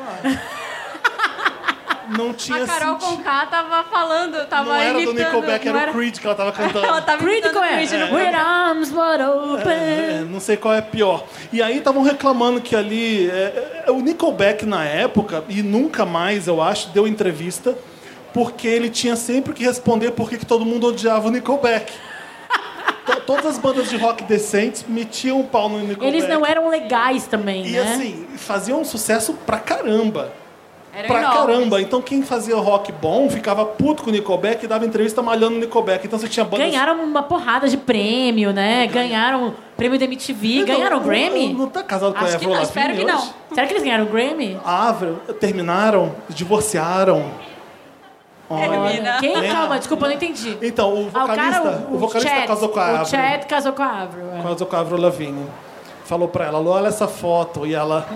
A: não tinha
L: A Carol
A: sentido.
L: Conká tava falando, tava
A: Assim, Não era do
L: imitando,
A: Nickelback,
L: não
A: era o Creed que ela tava cantando.
L: Ela tava imitando
M: Critical
L: o
M: é.
L: Creed no
M: With arms wide
A: É,
M: open.
A: não sei qual é pior. E aí estavam reclamando que ali. é, é, o Nickelback na época, e nunca mais, eu acho, deu entrevista, porque ele tinha sempre que responder por que que todo mundo odiava o Nickelback. T- todas as bandas de rock decentes metiam o pau no Nickelback.
M: Eles não eram legais também,
A: é. e,
M: né?
A: assim, faziam um sucesso pra caramba.
L: Era
A: pra
L: enorme.
A: caramba. Então quem fazia rock bom ficava puto com o Nickelback e dava entrevista malhando o Nickelback. Então você tinha bandas...
M: Ganharam uma porrada de prêmio, né? Ganharam prêmio da MTV,
A: Então,
M: ganharam o
A: não-
M: Grammy.
A: Não, não tá casado com a
M: Acho que
A: Avril
M: não,
A: Lavigne
M: espero que
A: hoje?
M: não. Será que eles ganharam o Grammy?
A: A Avril, Ah, terminaram, divorciaram.
M: É,
L: Termina.
M: Quem?
A: Lembra?
M: Calma, desculpa, eu não entendi.
A: Então, o
M: Ah,
A: vocalista, o, vocalista
M: Chad,
A: casou com a né?
M: O
A: Avril.
M: Chad casou com a Avril. é.
A: Casou com a Avril Lavigne. Falou pra ela, olha essa foto. E ela...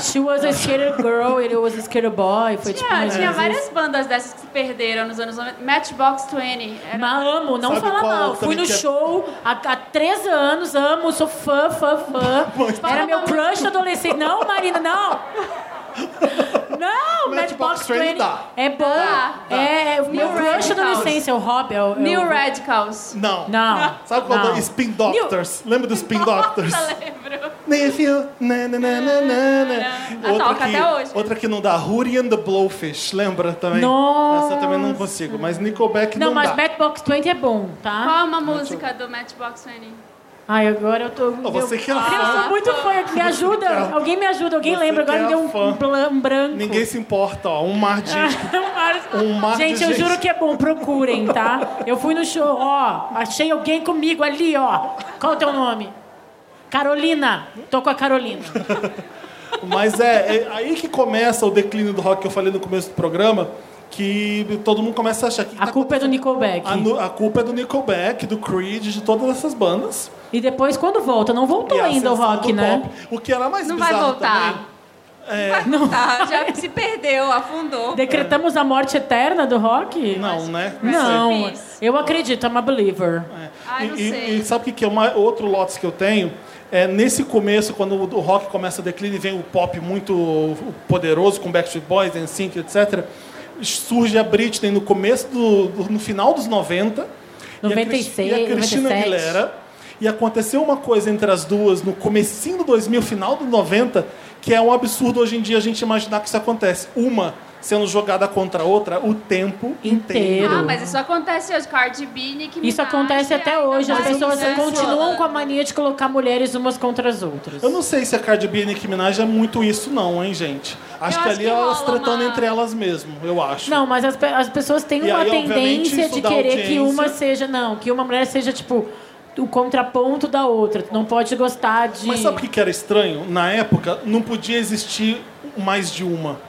M: She was a skater girl, ele was a skater boy. Foi tipo.
L: Tinha,
M: mais
L: Ah,
A: É.
L: tinha
M: ou menos
L: várias
M: isso.
L: bandas dessas que se perderam nos anos 90. Matchbox 20. Era...
M: Mas amo, não
A: Sabe
M: fala
A: qual
M: mal. Fui
A: também
M: no
A: que é-
M: show há, há 13 anos, amo, sou fã, fã, fã. Era meu crush adolescente. Não, Marina, não!
A: é
M: Não,
A: Matchbox
M: Matchbox
A: 20
M: 20
A: dá.
M: é bom.
A: Tá.
M: É, é o meu
L: New
M: crush
L: Radicals.
M: adolescência, é o Rob. É o, é o-
L: New Radicals.
A: Não.
M: Não.
A: Sabe qual
M: não.
A: é? Spin Doctors. Lembra do Spin Doctors?
L: Nossa, lembro.
A: If you... Na, na, na, na, na, na.
L: Ah, toca
A: que,
L: até hoje.
A: outra que não dá. Hootie and the Blowfish. Lembra também?
M: Nossa.
A: Essa eu também não consigo. Mas Nickelback não,
M: Não, mas
A: dá.
M: Matchbox 20 é bom, tá?
L: Qual é uma música do Matchbox 20?
M: Ai, agora eu tô.
A: Ó, você que é
M: Eu
A: fã, é
M: sou muito fã, me ajuda. Alguém me ajuda, alguém
A: Você
M: lembra. Agora
A: que
M: me
A: é
M: deu um,
A: fã.
M: blan- um branco.
A: ninguém se importa. Ó, um mar de gente que Um mar de
M: Então, gente, eu
A: gente.
M: juro que é bom, procurem, tá? Eu fui no show, ó, achei alguém comigo ali, ó. Qual é o teu nome? Carolina. Tô com a Carolina.
A: Mas é, é aí que começa o declínio do rock que eu falei no começo do programa, que todo mundo começa a achar que tá
M: A culpa é do Nickelback.
A: a, nu- a culpa é do Nickelback, do Creed, de todas essas bandas.
M: E depois, quando volta, não voltou
A: E a
M: ainda o
A: ascensão
M: Tá rock,
A: do
M: né?
A: pop. O que era mais
L: Não vai
A: bizarro
L: voltar.
A: também-
L: Não. Tá, já se perdeu, afundou.
M: Decretamos a morte eterna do rock?
A: Não, né?
M: Não.
L: Difícil.
M: Eu acredito, I'm a believer.
A: sei. É.
L: Ai, não
A: e, e-
L: Ah, sei.
A: e sabe o que que é uma, outro lotes que eu tenho? É, nesse começo, quando o, o rock começa a declínio e vem o pop muito poderoso com Backstreet Boys, NSYNC, etc., surge a Britney no começo do, do- no final dos 90. e a Cris-
M: 96,
A: e a Cristina
M: 97.
A: Aguilera. E aconteceu uma coisa entre as duas no comecinho do 2000, final do 90, que é um absurdo hoje em dia a gente imaginar que isso acontece. Uma sendo jogada contra a outra o tempo
M: Inteiro.
A: inteiro.
L: Ah, mas isso acontece hoje. Cardi B, Nicki Minaj,
M: Isso acontece até
L: ainda
M: hoje. As
L: mais
M: pessoas
L: isso.
M: continuam com a mania de colocar mulheres umas contra as outras.
A: Eu não sei se a Cardi B e a Nicki Minaj é muito isso não, hein, gente. Acho
L: Eu
A: que
L: acho
A: ali
L: que
A: elas
L: rola
A: tratando
L: uma-
A: entre elas mesmo, eu acho.
M: Não, mas as, pe- as pessoas têm
A: E
M: uma
A: aí, obviamente,
M: tendência
A: isso
M: de
A: dá
M: querer que
A: audiência.
M: uma seja. Não, que uma mulher seja, tipo, o contraponto da outra. Tu não pode gostar de.
A: Mas sabe o que que era estranho? Na época, não podia existir mais de uma.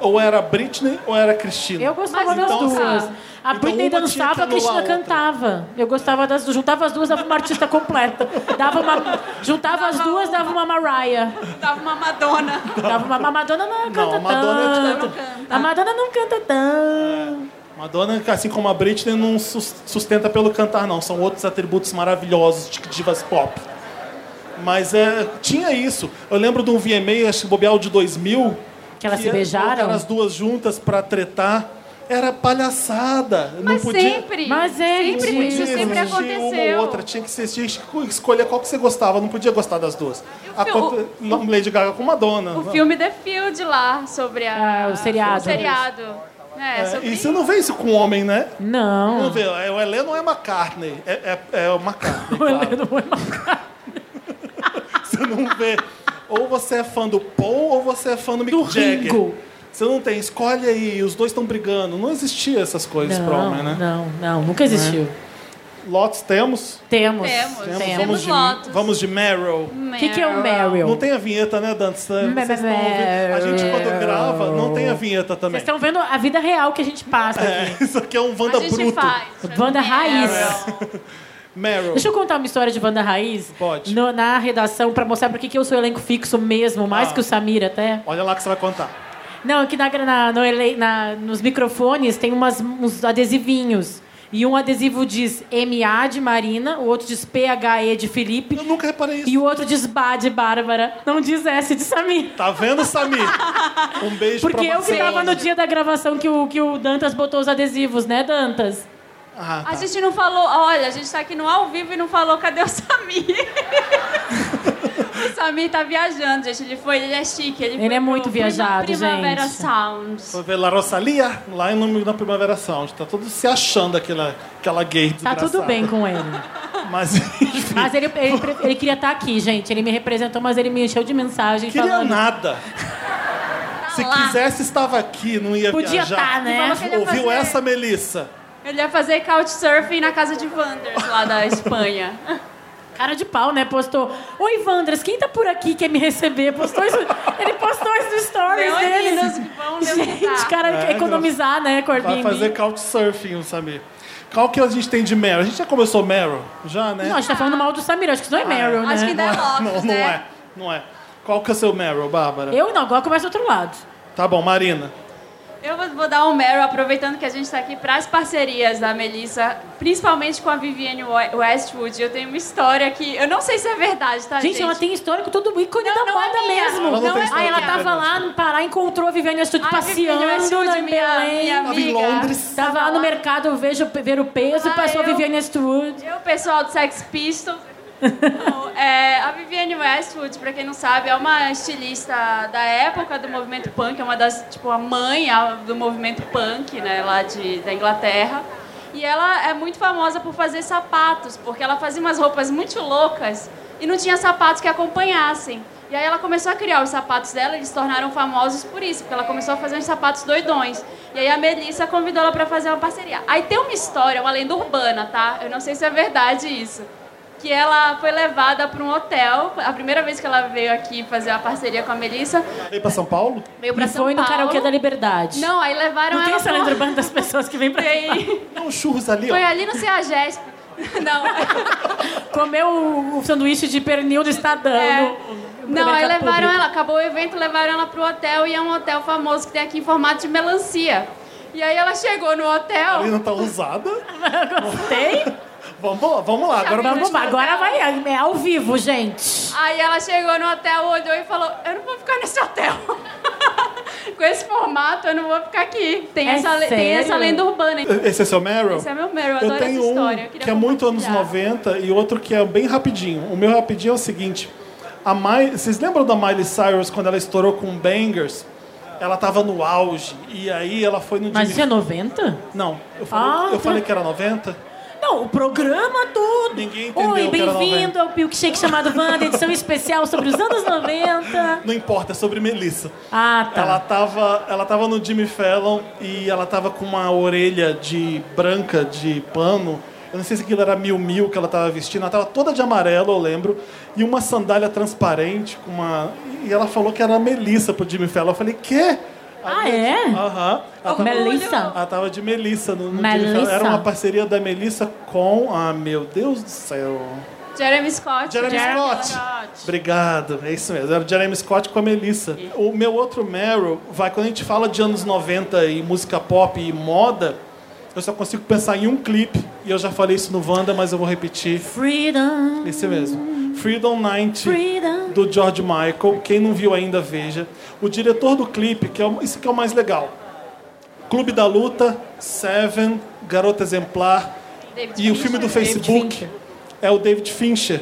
A: Ou era a Britney ou era a Cristina.
M: Eu gostava
A: Mas
M: das
A: então,
M: duas.
A: assim,
M: A
A: então
M: Britney
A: uma tinha que
M: dançava, a
A: anular
M: Cristina
A: a outra.
M: cantava. Eu gostava das duas. Juntava as duas, dava uma artista completa. Dava uma, juntava as duas, dava uma Mariah.
L: Tava uma Madonna.
M: Dava uma, a Madonna não canta
A: a Madonna
M: tanto.
A: não
M: A Madonna não canta tanto.
A: Madonna, assim como a Britney, não sus- sustenta pelo cantar, não. São outros atributos maravilhosos de divas pop. Mas é, tinha isso. Eu lembro de um VMA, acho que bobeal de 2000.
M: Que elas se beijaram?
A: colocaram as duas juntas pra tretar. Era palhaçada. não
L: Mas
A: podia...
L: sempre.
M: Mas é
L: sempre,
M: ridículo.
L: isso
A: Tinha
L: sempre
A: que existir Uma
L: aconteceu.
A: ou outra. Tinha que, ser, tinha que escolher qual que você gostava. Não podia gostar das duas.
L: o fi-
A: Aconte- Lady Gaga com Madonna.
L: O filme The Field lá, sobre a...
M: Ah, o seriado.
L: O seriado. É,
A: É,
L: sobre
A: e você não vê isso com homem, né? Vamos
M: Não.
A: ver, é, o Helena não é McCartney. É, é, é o McCartney,
M: Não,
A: claro. Você não vê. Ou você é fã do Paul ou você é fã do Mick
M: Do
A: Jagger.
M: Ringo.
A: Você não tem, escolhe aí, os dois estão brigando. Não existia essas coisas pra homem, né?
M: não, não, nunca existiu.
A: Lotus temos?
M: Temos.
L: Temos.
A: Vamos
L: Temos
A: de,
L: Lotus.
A: vamos de Meryl.
M: O que, que é o Meryl?
A: Não tem a vinheta, né, Dan? Vocês estão ouvindo? A gente quando grava, não tem a vinheta também.
M: Vocês estão vendo a vida real que a gente passa aqui.
A: É, isso aqui é um
L: A
A: Wanda
L: gente
A: Bruto.
L: faz. é,
M: Banda raiz.
A: Meryl.
M: Deixa eu contar uma história de Wanda Raiz.
A: Pode.
M: No- na redação, pra mostrar por que que eu sou um elenco fixo mesmo, mais
A: Ah.
M: que o Samir até.
A: Olha lá que você vai contar.
M: Não, aqui na, na- no ele- na- nos microfones tem umas, uns adesivinhos. E um adesivo diz MA de Marina, o outro diz PHE de Felipe.
A: Eu nunca reparei isso.
M: E o outro diz Bá de Bárbara. Não diz S de Samir.
A: Tá vendo, Samir? Um beijo
M: Porque
A: pra
M: eu que
A: você.
M: tava no dia da gravação que o, que o Dantas botou os adesivos, né, Dantas?
A: Ah, tá.
L: A gente não falou, olha, a gente tá aqui no ao vivo e não falou cadê o Samir. o Samir tá viajando, gente. Ele foi, ele é chique. Ele,
M: Ele
L: foi
M: é muito
L: pro
M: viajado,
L: Primavera
M: gente.
L: Sound.
A: Foi ver La Rosalia, lá em nome da Primavera Sound. Tá todo se achando aquela, aquela gay
M: Tá
A: desgraçada.
M: tudo bem com ele.
A: Mas, enfim.
M: Mas ele, ele, pre- ele queria estar aqui, gente. Ele me representou, mas ele me encheu de mensagem
A: Queria
M: falando. Tá
A: nada. Se
L: lá.
A: quisesse, estava aqui, não ia
M: Podia
A: viajar.
M: tá, né?
L: Falou que ele ia
A: Ouviu
L: fazer-
A: essa, Melissa?
L: Ele ia fazer couchsurfing na casa de Wander, lá da Espanha.
M: Cara de pau, né? Postou. Oi, Vandras, quem tá por aqui quer me receber? Postou isso. Ele postou isso no stories
L: Leoninas
M: dele.
L: vão
M: Gente,
L: levantar.
M: cara,
A: É,
M: economizar, né, com
A: Vai
M: Airbnb.
A: fazer couchsurfing, o Samir. Qual que a gente tem de Meryl? A gente já começou Meryl? Já, né?
M: Não, a gente tá falando mal do Samir, acho que isso não é Meryl, né?
L: Ah, Acho que ainda é Lopes,
A: não, não
L: né?
A: é. Não é. Qual que é o seu Meryl, Bárbara?
M: Eu não, agora começa do outro lado.
A: Tá bom, Marina.
L: Eu vou, vou dar um Meryl, aproveitando que a gente está aqui, para as parcerias da Melissa, principalmente com a Vivienne We- Westwood. Eu tenho uma história que eu não sei se é verdade, tá,
M: Gente,
L: gente?
M: ela tem história com todo ícone
L: Não,
M: da
L: não é
M: moda
L: minha.
M: mesmo.
A: Ela não tem história
M: Aí ela
A: com
M: tava
A: Viviane
M: lá no Pará, encontrou a Viviane Astúdio
L: a
M: passeando
L: Viviane
M: na
L: Westwood, minha,
M: Belém.
L: minha
A: Tava em
L: amiga.
A: Londres.
M: Tava lá no mercado, vejo ver o peso,
L: Ah,
M: passou a
L: eu-
M: Viviane Astúdio.
L: Eu, pessoal do Sex Pistols. Não, é, a Vivienne Westwood, pra quem não sabe, é uma estilista da época do movimento punk, é uma das, tipo, a mãe a- do movimento punk, né, lá de, da Inglaterra. E ela é muito famosa por fazer sapatos, porque ela fazia umas roupas muito loucas e não tinha sapatos que acompanhassem. E aí ela começou a criar os sapatos dela, eles se tornaram famosos por isso, porque ela começou a fazer uns sapatos doidões. E aí a Melissa convidou ela pra fazer uma parceria. Aí tem uma história, uma lenda urbana, tá? Eu não sei se é verdade isso que ela foi levada para um hotel. A primeira vez que ela veio aqui fazer uma parceria com a Melissa,
A: Veio pra São Paulo?
L: veio para
M: E
L: São
M: foi no
L: Paulo.
M: karaokê da Liberdade.
L: Não, aí levaram
M: Não tem
L: ela
M: essa
L: pra-
M: lenda urbana das pessoas que vêm pra
L: Tem.
A: Tem uns churros ali, ó.
L: Foi ali no CEAGESP. Não.
M: comer o, o sanduíche de pernil do Estadão.
L: É.
M: no- no
L: Não, aí
M: mercado
L: levaram
M: público.
L: ela, acabou o evento, levaram ela pro hotel e é um hotel famoso que tem aqui em formato de melancia. E aí ela chegou no hotel.
A: Marina tá usada.
M: Tem?
A: Vamos lá, vamos lá. Agora
M: Vamos, agora vai, é ao vivo, gente.
L: Aí ela chegou no hotel, olhou e falou: Eu não vou ficar nesse hotel. Com esse formato, eu não vou ficar aqui. Tem,
M: É
L: essa, le- tem essa
M: sério?
L: lenda urbana.
A: Esse é seu Meryl?
L: Esse é meu Meryl, eu
A: Eu
L: adoro
A: tenho
L: essa
A: um
L: história. eu queria
A: que é muito anos
L: compartilhar.
A: 90 e outro que é bem rapidinho. O meu rapidinho é o seguinte. A Miley, vocês lembram da Miley Cyrus quando ela estourou com Bangers? Ela tava no auge. E aí ela foi no
M: Mas
A: Jimmy-
M: isso é 90?
A: Não, eu falei,
M: Ah,
A: eu falei que era 90.
M: Não, o programa todo.
A: Ninguém entendeu
M: Oi,
A: que era
M: bem-vindo ao Milkshake chamado Wanda, edição especial sobre os anos 90.
A: Não importa, é sobre Melissa.
M: Ah, tá.
A: Ela tava, ela tava no Jimmy Fallon e ela tava com uma orelha de branca de pano. Eu não sei se aquilo era mil mil que ela tava vestindo. Ela tava toda de amarelo, eu lembro, e uma sandália transparente com uma. E ela falou que era a Melissa pro Jimmy Fallon. Eu falei quê?
M: Ah, é?
A: Aham. Ela tava-
M: Melissa?
A: Ela tava de Melissa no, no Jimmy
M: Melissa.
A: Fallon. Era uma parceria da Melissa com. Ah, meu Deus do céu.
L: Jeremy Scott.
A: Jeremy, Scott. Obrigado, é isso mesmo. Era o Jeremy Scott com a Melissa. O meu outro Meryl vai quando a gente fala de anos 90 e música pop e moda, eu só consigo pensar em um clipe e eu já falei isso no Wanda, mas eu vou repetir.
M: Freedom.
A: Esse mesmo. Freedom 90
M: Freedom.
A: do George Michael. Quem não viu ainda, veja. O diretor do clipe, que é o, isso que é o mais legal. Clube da Luta, Seven, Garota Exemplar.
L: David
A: e o filme do Facebook é o David Fincher.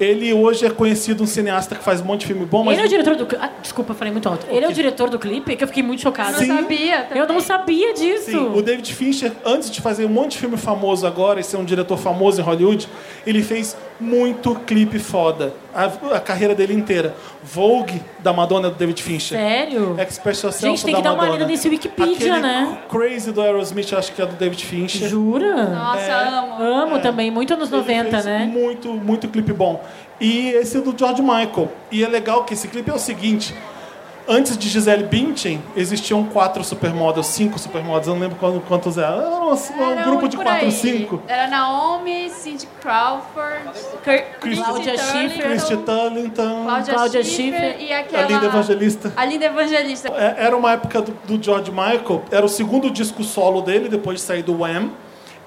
A: Ele hoje é conhecido um cineasta que faz um monte de filme bom, mas.
M: Ele é o diretor do clipe. Ah, desculpa, falei muito alto. Ele é o diretor do clipe, que eu fiquei muito chocada.
A: Sim.
L: Eu sabia.
M: Eu não
L: também.
M: sabia disso.
A: Sim, o David Fincher, antes de fazer um monte de filme famoso agora e ser um diretor famoso em Hollywood, ele fez muito clipe foda. A, a carreira dele inteira. Vogue, da Madonna, do David Fincher.
M: Sério?
A: Express Yourself,
M: Gente, tem que
A: da
M: dar uma
A: Madonna.
M: lida nesse Wikipedia,
A: Aquele
M: né?
A: Crazy do Aerosmith, eu acho que é do David Fincher. É.
M: Jura?
L: Nossa, amo.
M: Amo também, muito anos
A: Ele
M: 90,
A: fez
M: né?
A: Muito, muito clipe bom. E esse é do George Michael. E é legal que esse clipe é o seguinte. Antes de Gisele Bündchen, existiam quatro supermodels, cinco supermodels, eu não lembro quando- quantos eram. Era um, um
L: Era
A: grupo de
L: por
A: quatro,
L: aí.
A: cinco.
L: Era Naomi, Cindy Crawford, Kurt,
A: Christy-
M: Claudia Schiffer.
A: Christy Tullington,
L: Cláudia,
M: Claudia
L: Schiffer e aquela...
A: a Linda Evangelista.
L: A Linda Evangelista.
A: É, Era uma época do, do George Michael, era o segundo disco solo dele, depois de sair do Wham,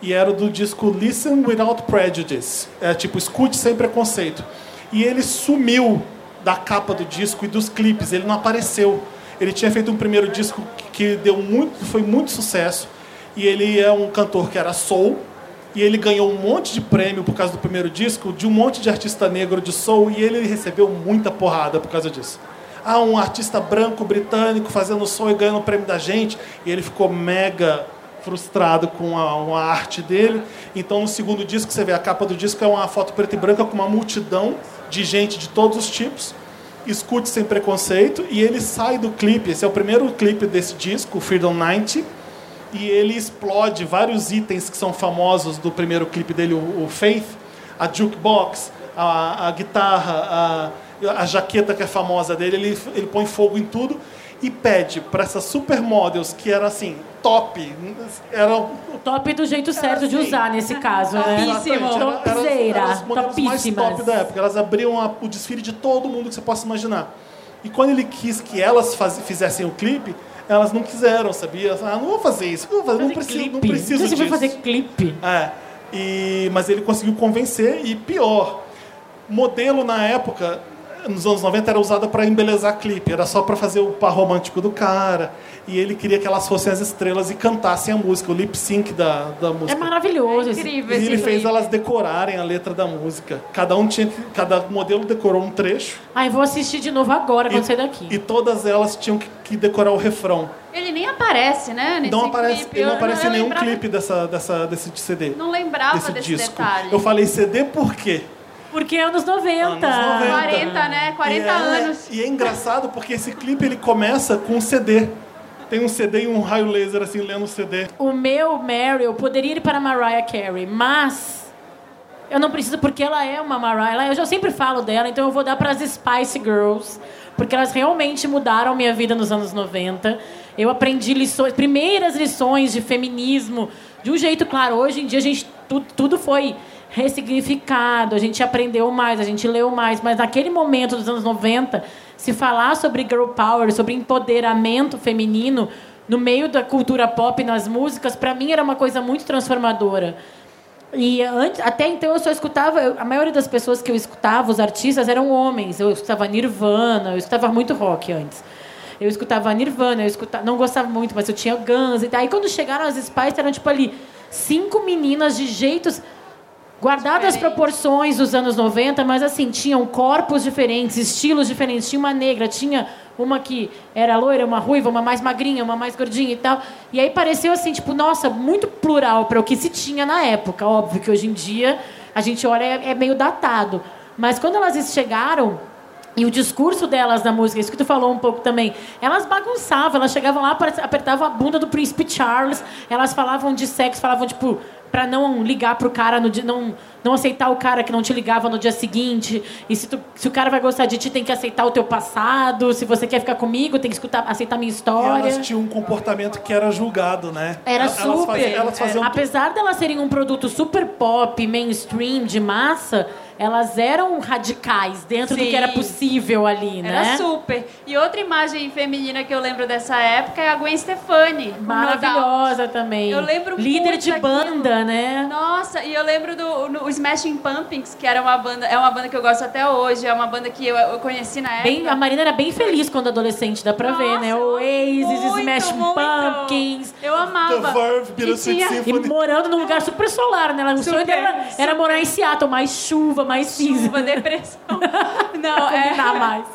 A: e era do disco Listen Without Prejudice. É tipo, escute sem preconceito. E ele sumiu da capa do disco e dos clipes, ele não apareceu. Ele tinha feito um primeiro disco que que deu muito, foi muito sucesso, e ele é um cantor que era soul, e ele ganhou um monte de prêmio por causa do primeiro disco, de um monte de artista negro de soul, e ele recebeu muita porrada por causa disso ah, um artista branco britânico fazendo som e ganhando o prêmio da gente. E ele ficou mega frustrado com a, a, arte dele. Então, no segundo disco, você vê a capa do disco é uma foto preta e branca com uma multidão de gente de todos os tipos. Escute sem preconceito e ele sai do clipe. Esse é o primeiro clipe desse disco, Freedom 90. E ele explode vários itens que são famosos do primeiro clipe dele, o, o Faith, a jukebox, a, a guitarra, a, a jaqueta que é famosa dele. Ele, ele põe fogo em tudo e pede para essas supermodels que eram assim, top. Era um- o
M: top do jeito certo assim, de usar nesse caso, né?
A: Topíssimo,
M: topzeira,
A: topíssimas. top da época. Elas abriam a, o desfile de todo mundo que você possa imaginar. E quando ele quis que elas faz, fizessem o clipe, elas não quiseram, sabia? Ah, não vou fazer isso, não, vou fazer, não preciso,
M: clipe.
A: não preciso
M: Você
A: disso.
M: fazer clipe?
A: É. E, mas ele conseguiu convencer e pior, modelo na época nos anos 90 era usada para embelezar clipe, era só para fazer o par romântico do cara. E ele queria que elas fossem as estrelas e cantassem a música, o lip sync da, da música.
M: É maravilhoso.
L: É
A: incrível.
L: Esse
A: e ele fez
L: clipe.
A: elas decorarem a letra da música. Cada um tinha, cada modelo decorou um trecho.
M: Ai, vou assistir de novo agora quando
A: E-
M: sair daqui.
A: E todas elas tinham que, que decorar o refrão.
L: Ele nem aparece, né? Nesse
A: não aparece,
L: clipe.
A: ele não
L: Eu-
A: aparece
L: eu
A: em nenhum
L: lembrava-
A: clipe dessa, dessa, desse CD.
L: Não lembrava
A: desse,
L: desse
A: disco.
L: detalhe.
A: Eu falei CD por quê?
M: Porque é anos 90.
A: Anos 90.
L: 40, né? 40
A: e é,
L: anos.
A: E é engraçado porque esse clipe ele começa com um CD. Tem um CD e um raio laser assim lendo o CD.
M: O meu Meryl poderia ir para Mariah Carey, mas eu não preciso porque ela é uma Mariah. Ela- Eu já sempre falo dela, então eu vou dar para as Spice Girls, porque elas realmente mudaram minha vida nos anos 90. Eu aprendi lições, primeiras lições de feminismo, de um jeito claro. Hoje em dia a gente tu- tudo foi ressignificado, a gente aprendeu mais, a gente leu mais, mas naquele momento dos anos 90, se falar sobre girl power, sobre empoderamento feminino no meio da cultura pop, nas músicas, para mim era uma coisa muito transformadora. E antes, até então eu só escutava, eu- a maioria das pessoas que eu escutava, os artistas, eram homens. Eu escutava Nirvana, eu escutava muito rock antes. Eu escutava Nirvana, eu escutava, não gostava muito, mas eu tinha Guns. E daí quando chegaram as Spice, eram tipo ali cinco meninas de jeitos Guardadas as proporções dos anos 90, mas assim, tinham corpos diferentes, estilos diferentes. Tinha uma negra, tinha uma que era loira, uma ruiva, uma mais magrinha, uma mais gordinha e tal. E aí pareceu assim, tipo, nossa, muito plural para o que se tinha na época. Óbvio que hoje em dia a gente olha é, é meio datado. Mas quando elas chegaram, e o discurso delas na música, isso que tu falou um pouco também, elas bagunçavam, elas chegavam lá, apre- apertavam a bunda do príncipe Charles, elas falavam de sexo, falavam, tipo, pra não ligar pro cara, no dia, não, não aceitar o cara que não te ligava no dia seguinte, e se, tu- se o cara vai gostar de ti, tem que aceitar o teu passado, se você quer ficar comigo, tem que escutar, aceitar a minha
A: E
M: história.
A: elas tinham um comportamento que era julgado, né?
M: Era
A: Elas
M: super.
A: faziam- elas faziam
M: Era- Apesar delas serem um produto super pop, mainstream, de massa, elas eram radicais dentro do
L: Sim.
M: que era possível ali, né?
L: Era super. E outra imagem feminina que eu lembro dessa época é a Gwen Stefani. com No Doubt.
M: Maravilhosa também.
L: Eu lembro
M: Líder
L: muito
M: de
L: daquilo.
M: banda, né?
L: Nossa, e eu lembro do no- o Smashing Pumpkins, que era uma banda, é uma banda que eu gosto até hoje, é uma banda que eu, eu conheci na época.
M: Bem, a Marina era bem feliz quando adolescente, dá pra ver, né?
L: Nossa,
M: Oasis,
L: muito,
M: Smash
L: muito.
M: Pumpkins.
L: Eu amava.
A: The Verve,
L: E
A: Bittersweet
L: tinha-
A: Symphony.
M: E morando num lugar super solar, né? O sonho
L: Super,
M: dela era
L: super.
M: morar em Seattle, mais chuva, mais cinza.
L: Chuva, depressão. Não,
M: pra combinar
L: é.
M: mais.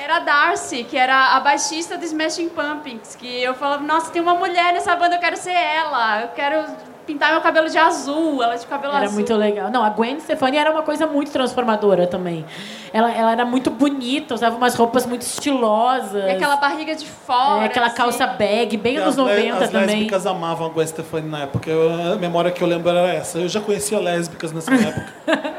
L: Era a Darcy, que era a baixista do Smashing Pumpkins, que eu falava, nossa, tem uma mulher nessa banda, eu quero ser ela, eu quero pintar meu cabelo de azul, ela de cabelo
M: Era
L: azul.
M: muito legal. Não, a Gwen Stefani era uma coisa muito transformadora também. Ela, ela era muito bonita, usava umas roupas muito estilosas.
L: E aquela barriga de fora.
M: É, aquela
L: assim.
M: calça bag, bem
A: E
M: anos
A: as le-
M: 90
A: as
M: também.
A: lésbicas amavam a Gwen Stefani na época. Eu- a memória que eu lembro era essa. Eu já conhecia lésbicas nessa época.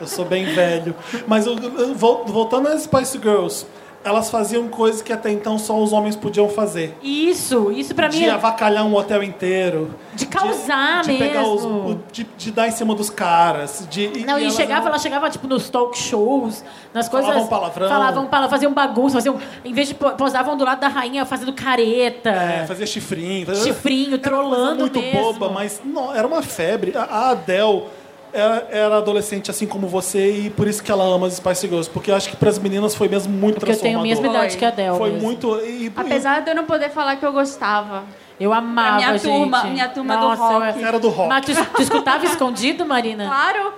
A: eu sou bem velho. Mas eu- eu- vol- voltando às Spice Girls, elas faziam coisas que até então só os homens podiam fazer.
M: Isso, isso pra mim
A: De
M: é
A: avacalhar um hotel inteiro.
M: de causar
A: de, de pegar os-
M: mesmo.
A: o- de, de dar em cima dos caras. De,
M: Não, e,
A: elas
M: chegava,
A: eram-
M: ela chegava, tipo, nos talk shows, nas coisas.
A: Falavam palavrão.
M: Falavam palavrão, faziam bagunça, faziam. Em vez de po- posavam do lado da rainha fazendo careta,
A: É, fazia chifrinho. Fazia...
M: chifrinho, trolando.
A: muito
M: mesmo.
A: boba, mas não, era uma febre. A- A Adele era, era adolescente assim como você e por isso que ela ama as Spice Girls, porque eu acho que para as meninas foi mesmo muito
M: Porque eu tenho é a
A: transformador.
M: mesma idade
L: Foi.
M: que a Adele.
A: foi
M: mesmo.
A: muito e, e-
L: Apesar de eu não poder falar que eu gostava. É
M: Eu amava,
L: minha
M: gente.
L: turma- minha turma do
M: Nossa, eu-
L: rock. Era do rock.
M: Mas tu, tu escutava escondido, Marina?
L: Claro!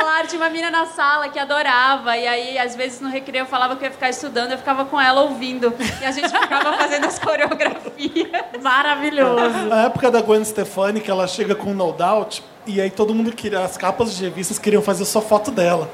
L: Claro, tinha uma menina na sala que adorava. E aí, às vezes, no recreio eu falava que eu ia ficar estudando, eu ficava com ela ouvindo. E a gente ficava fazendo as coreografias.
M: Maravilhoso!
A: Na época da Gwen Stefani, que ela chega com No Doubt, e aí todo mundo queria, as capas de revistas queriam fazer só foto dela.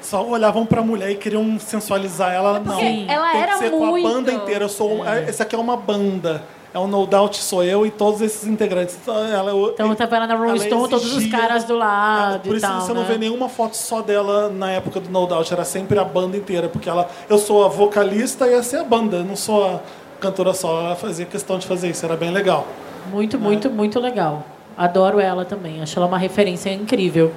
A: Só olhavam pra mulher e queriam sensualizar ela. Não,
L: Sim. ela
A: tem
L: era
A: que ser
L: muito.
A: com a banda inteira. Eu sou, um- é, Esse aqui é uma banda. É o No Doubt sou eu e todos esses integrantes. Então, ela,
M: Então tava ela na Rolling
A: Ela
M: Stone, todos os
A: exigia-
M: caras do lado
A: por
M: e
A: isso
M: tal,
A: você
M: né?
A: não vê nenhuma foto só dela na época do No Doubt. Era sempre a banda inteira, porque ela, eu sou a vocalista e essa é a banda. Eu não sou a cantora só. Ela fazia questão de fazer isso. Era bem legal. É.
M: Muito, muito, muito legal. Adoro ela também. Acho ela uma referência incrível.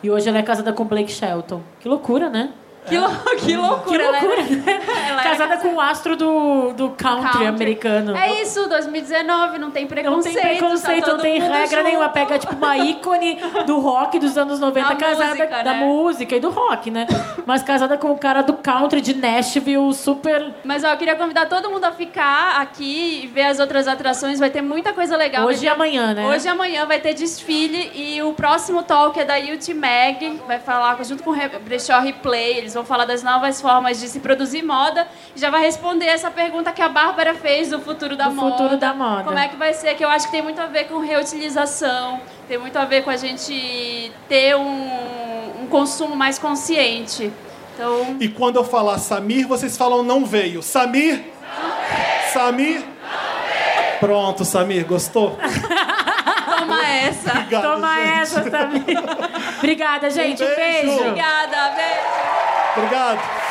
M: E hoje ela é casada com Blake Shelton. Que loucura, né?
L: Que, lou- que loucura! né?
M: Que loucura,
L: Ela era, ela era
M: casada com o astro do, do country,
L: country.
M: americano.
L: É isso, 2019, não tem preconceito.
M: Não tem preconceito,
L: tá
M: não
L: todo
M: tem
L: mundo
M: regra
L: junto.
M: nenhuma. Pega, tipo, uma ícone do rock dos anos 90,
L: Da
M: casada
L: música,
M: da
L: né?
M: música e do rock, né? Mas casada com o cara do country de Nashville, super.
L: Mas ó, eu queria convidar todo mundo a ficar aqui e ver as outras atrações. Vai ter muita coisa legal.
M: Hoje
L: Vai
M: e
L: ter-
M: amanhã, né?
L: Hoje e amanhã vai ter desfile e o próximo talk é da Yult Mag. Vai falar junto com o Re- Brechó Replay. Eles vão falar das novas formas de se produzir moda. E já vai responder essa pergunta que a Bárbara fez do futuro da
M: Do
L: moda.
M: futuro da moda.
L: Como é que vai ser? Que eu acho que tem muito a ver com reutilização. Tem muito a ver com a gente ter um, um consumo mais consciente. Então,
A: E quando eu falar Samir, vocês falam não veio. Samir? Samir? Pronto, Samir, gostou?
L: toma essa.
A: Obrigado,
M: Toma
A: gente.
M: essa também. Obrigada, gente. Um
A: beijo.
M: beijo.
L: Obrigada, beijo.
A: Obrigado.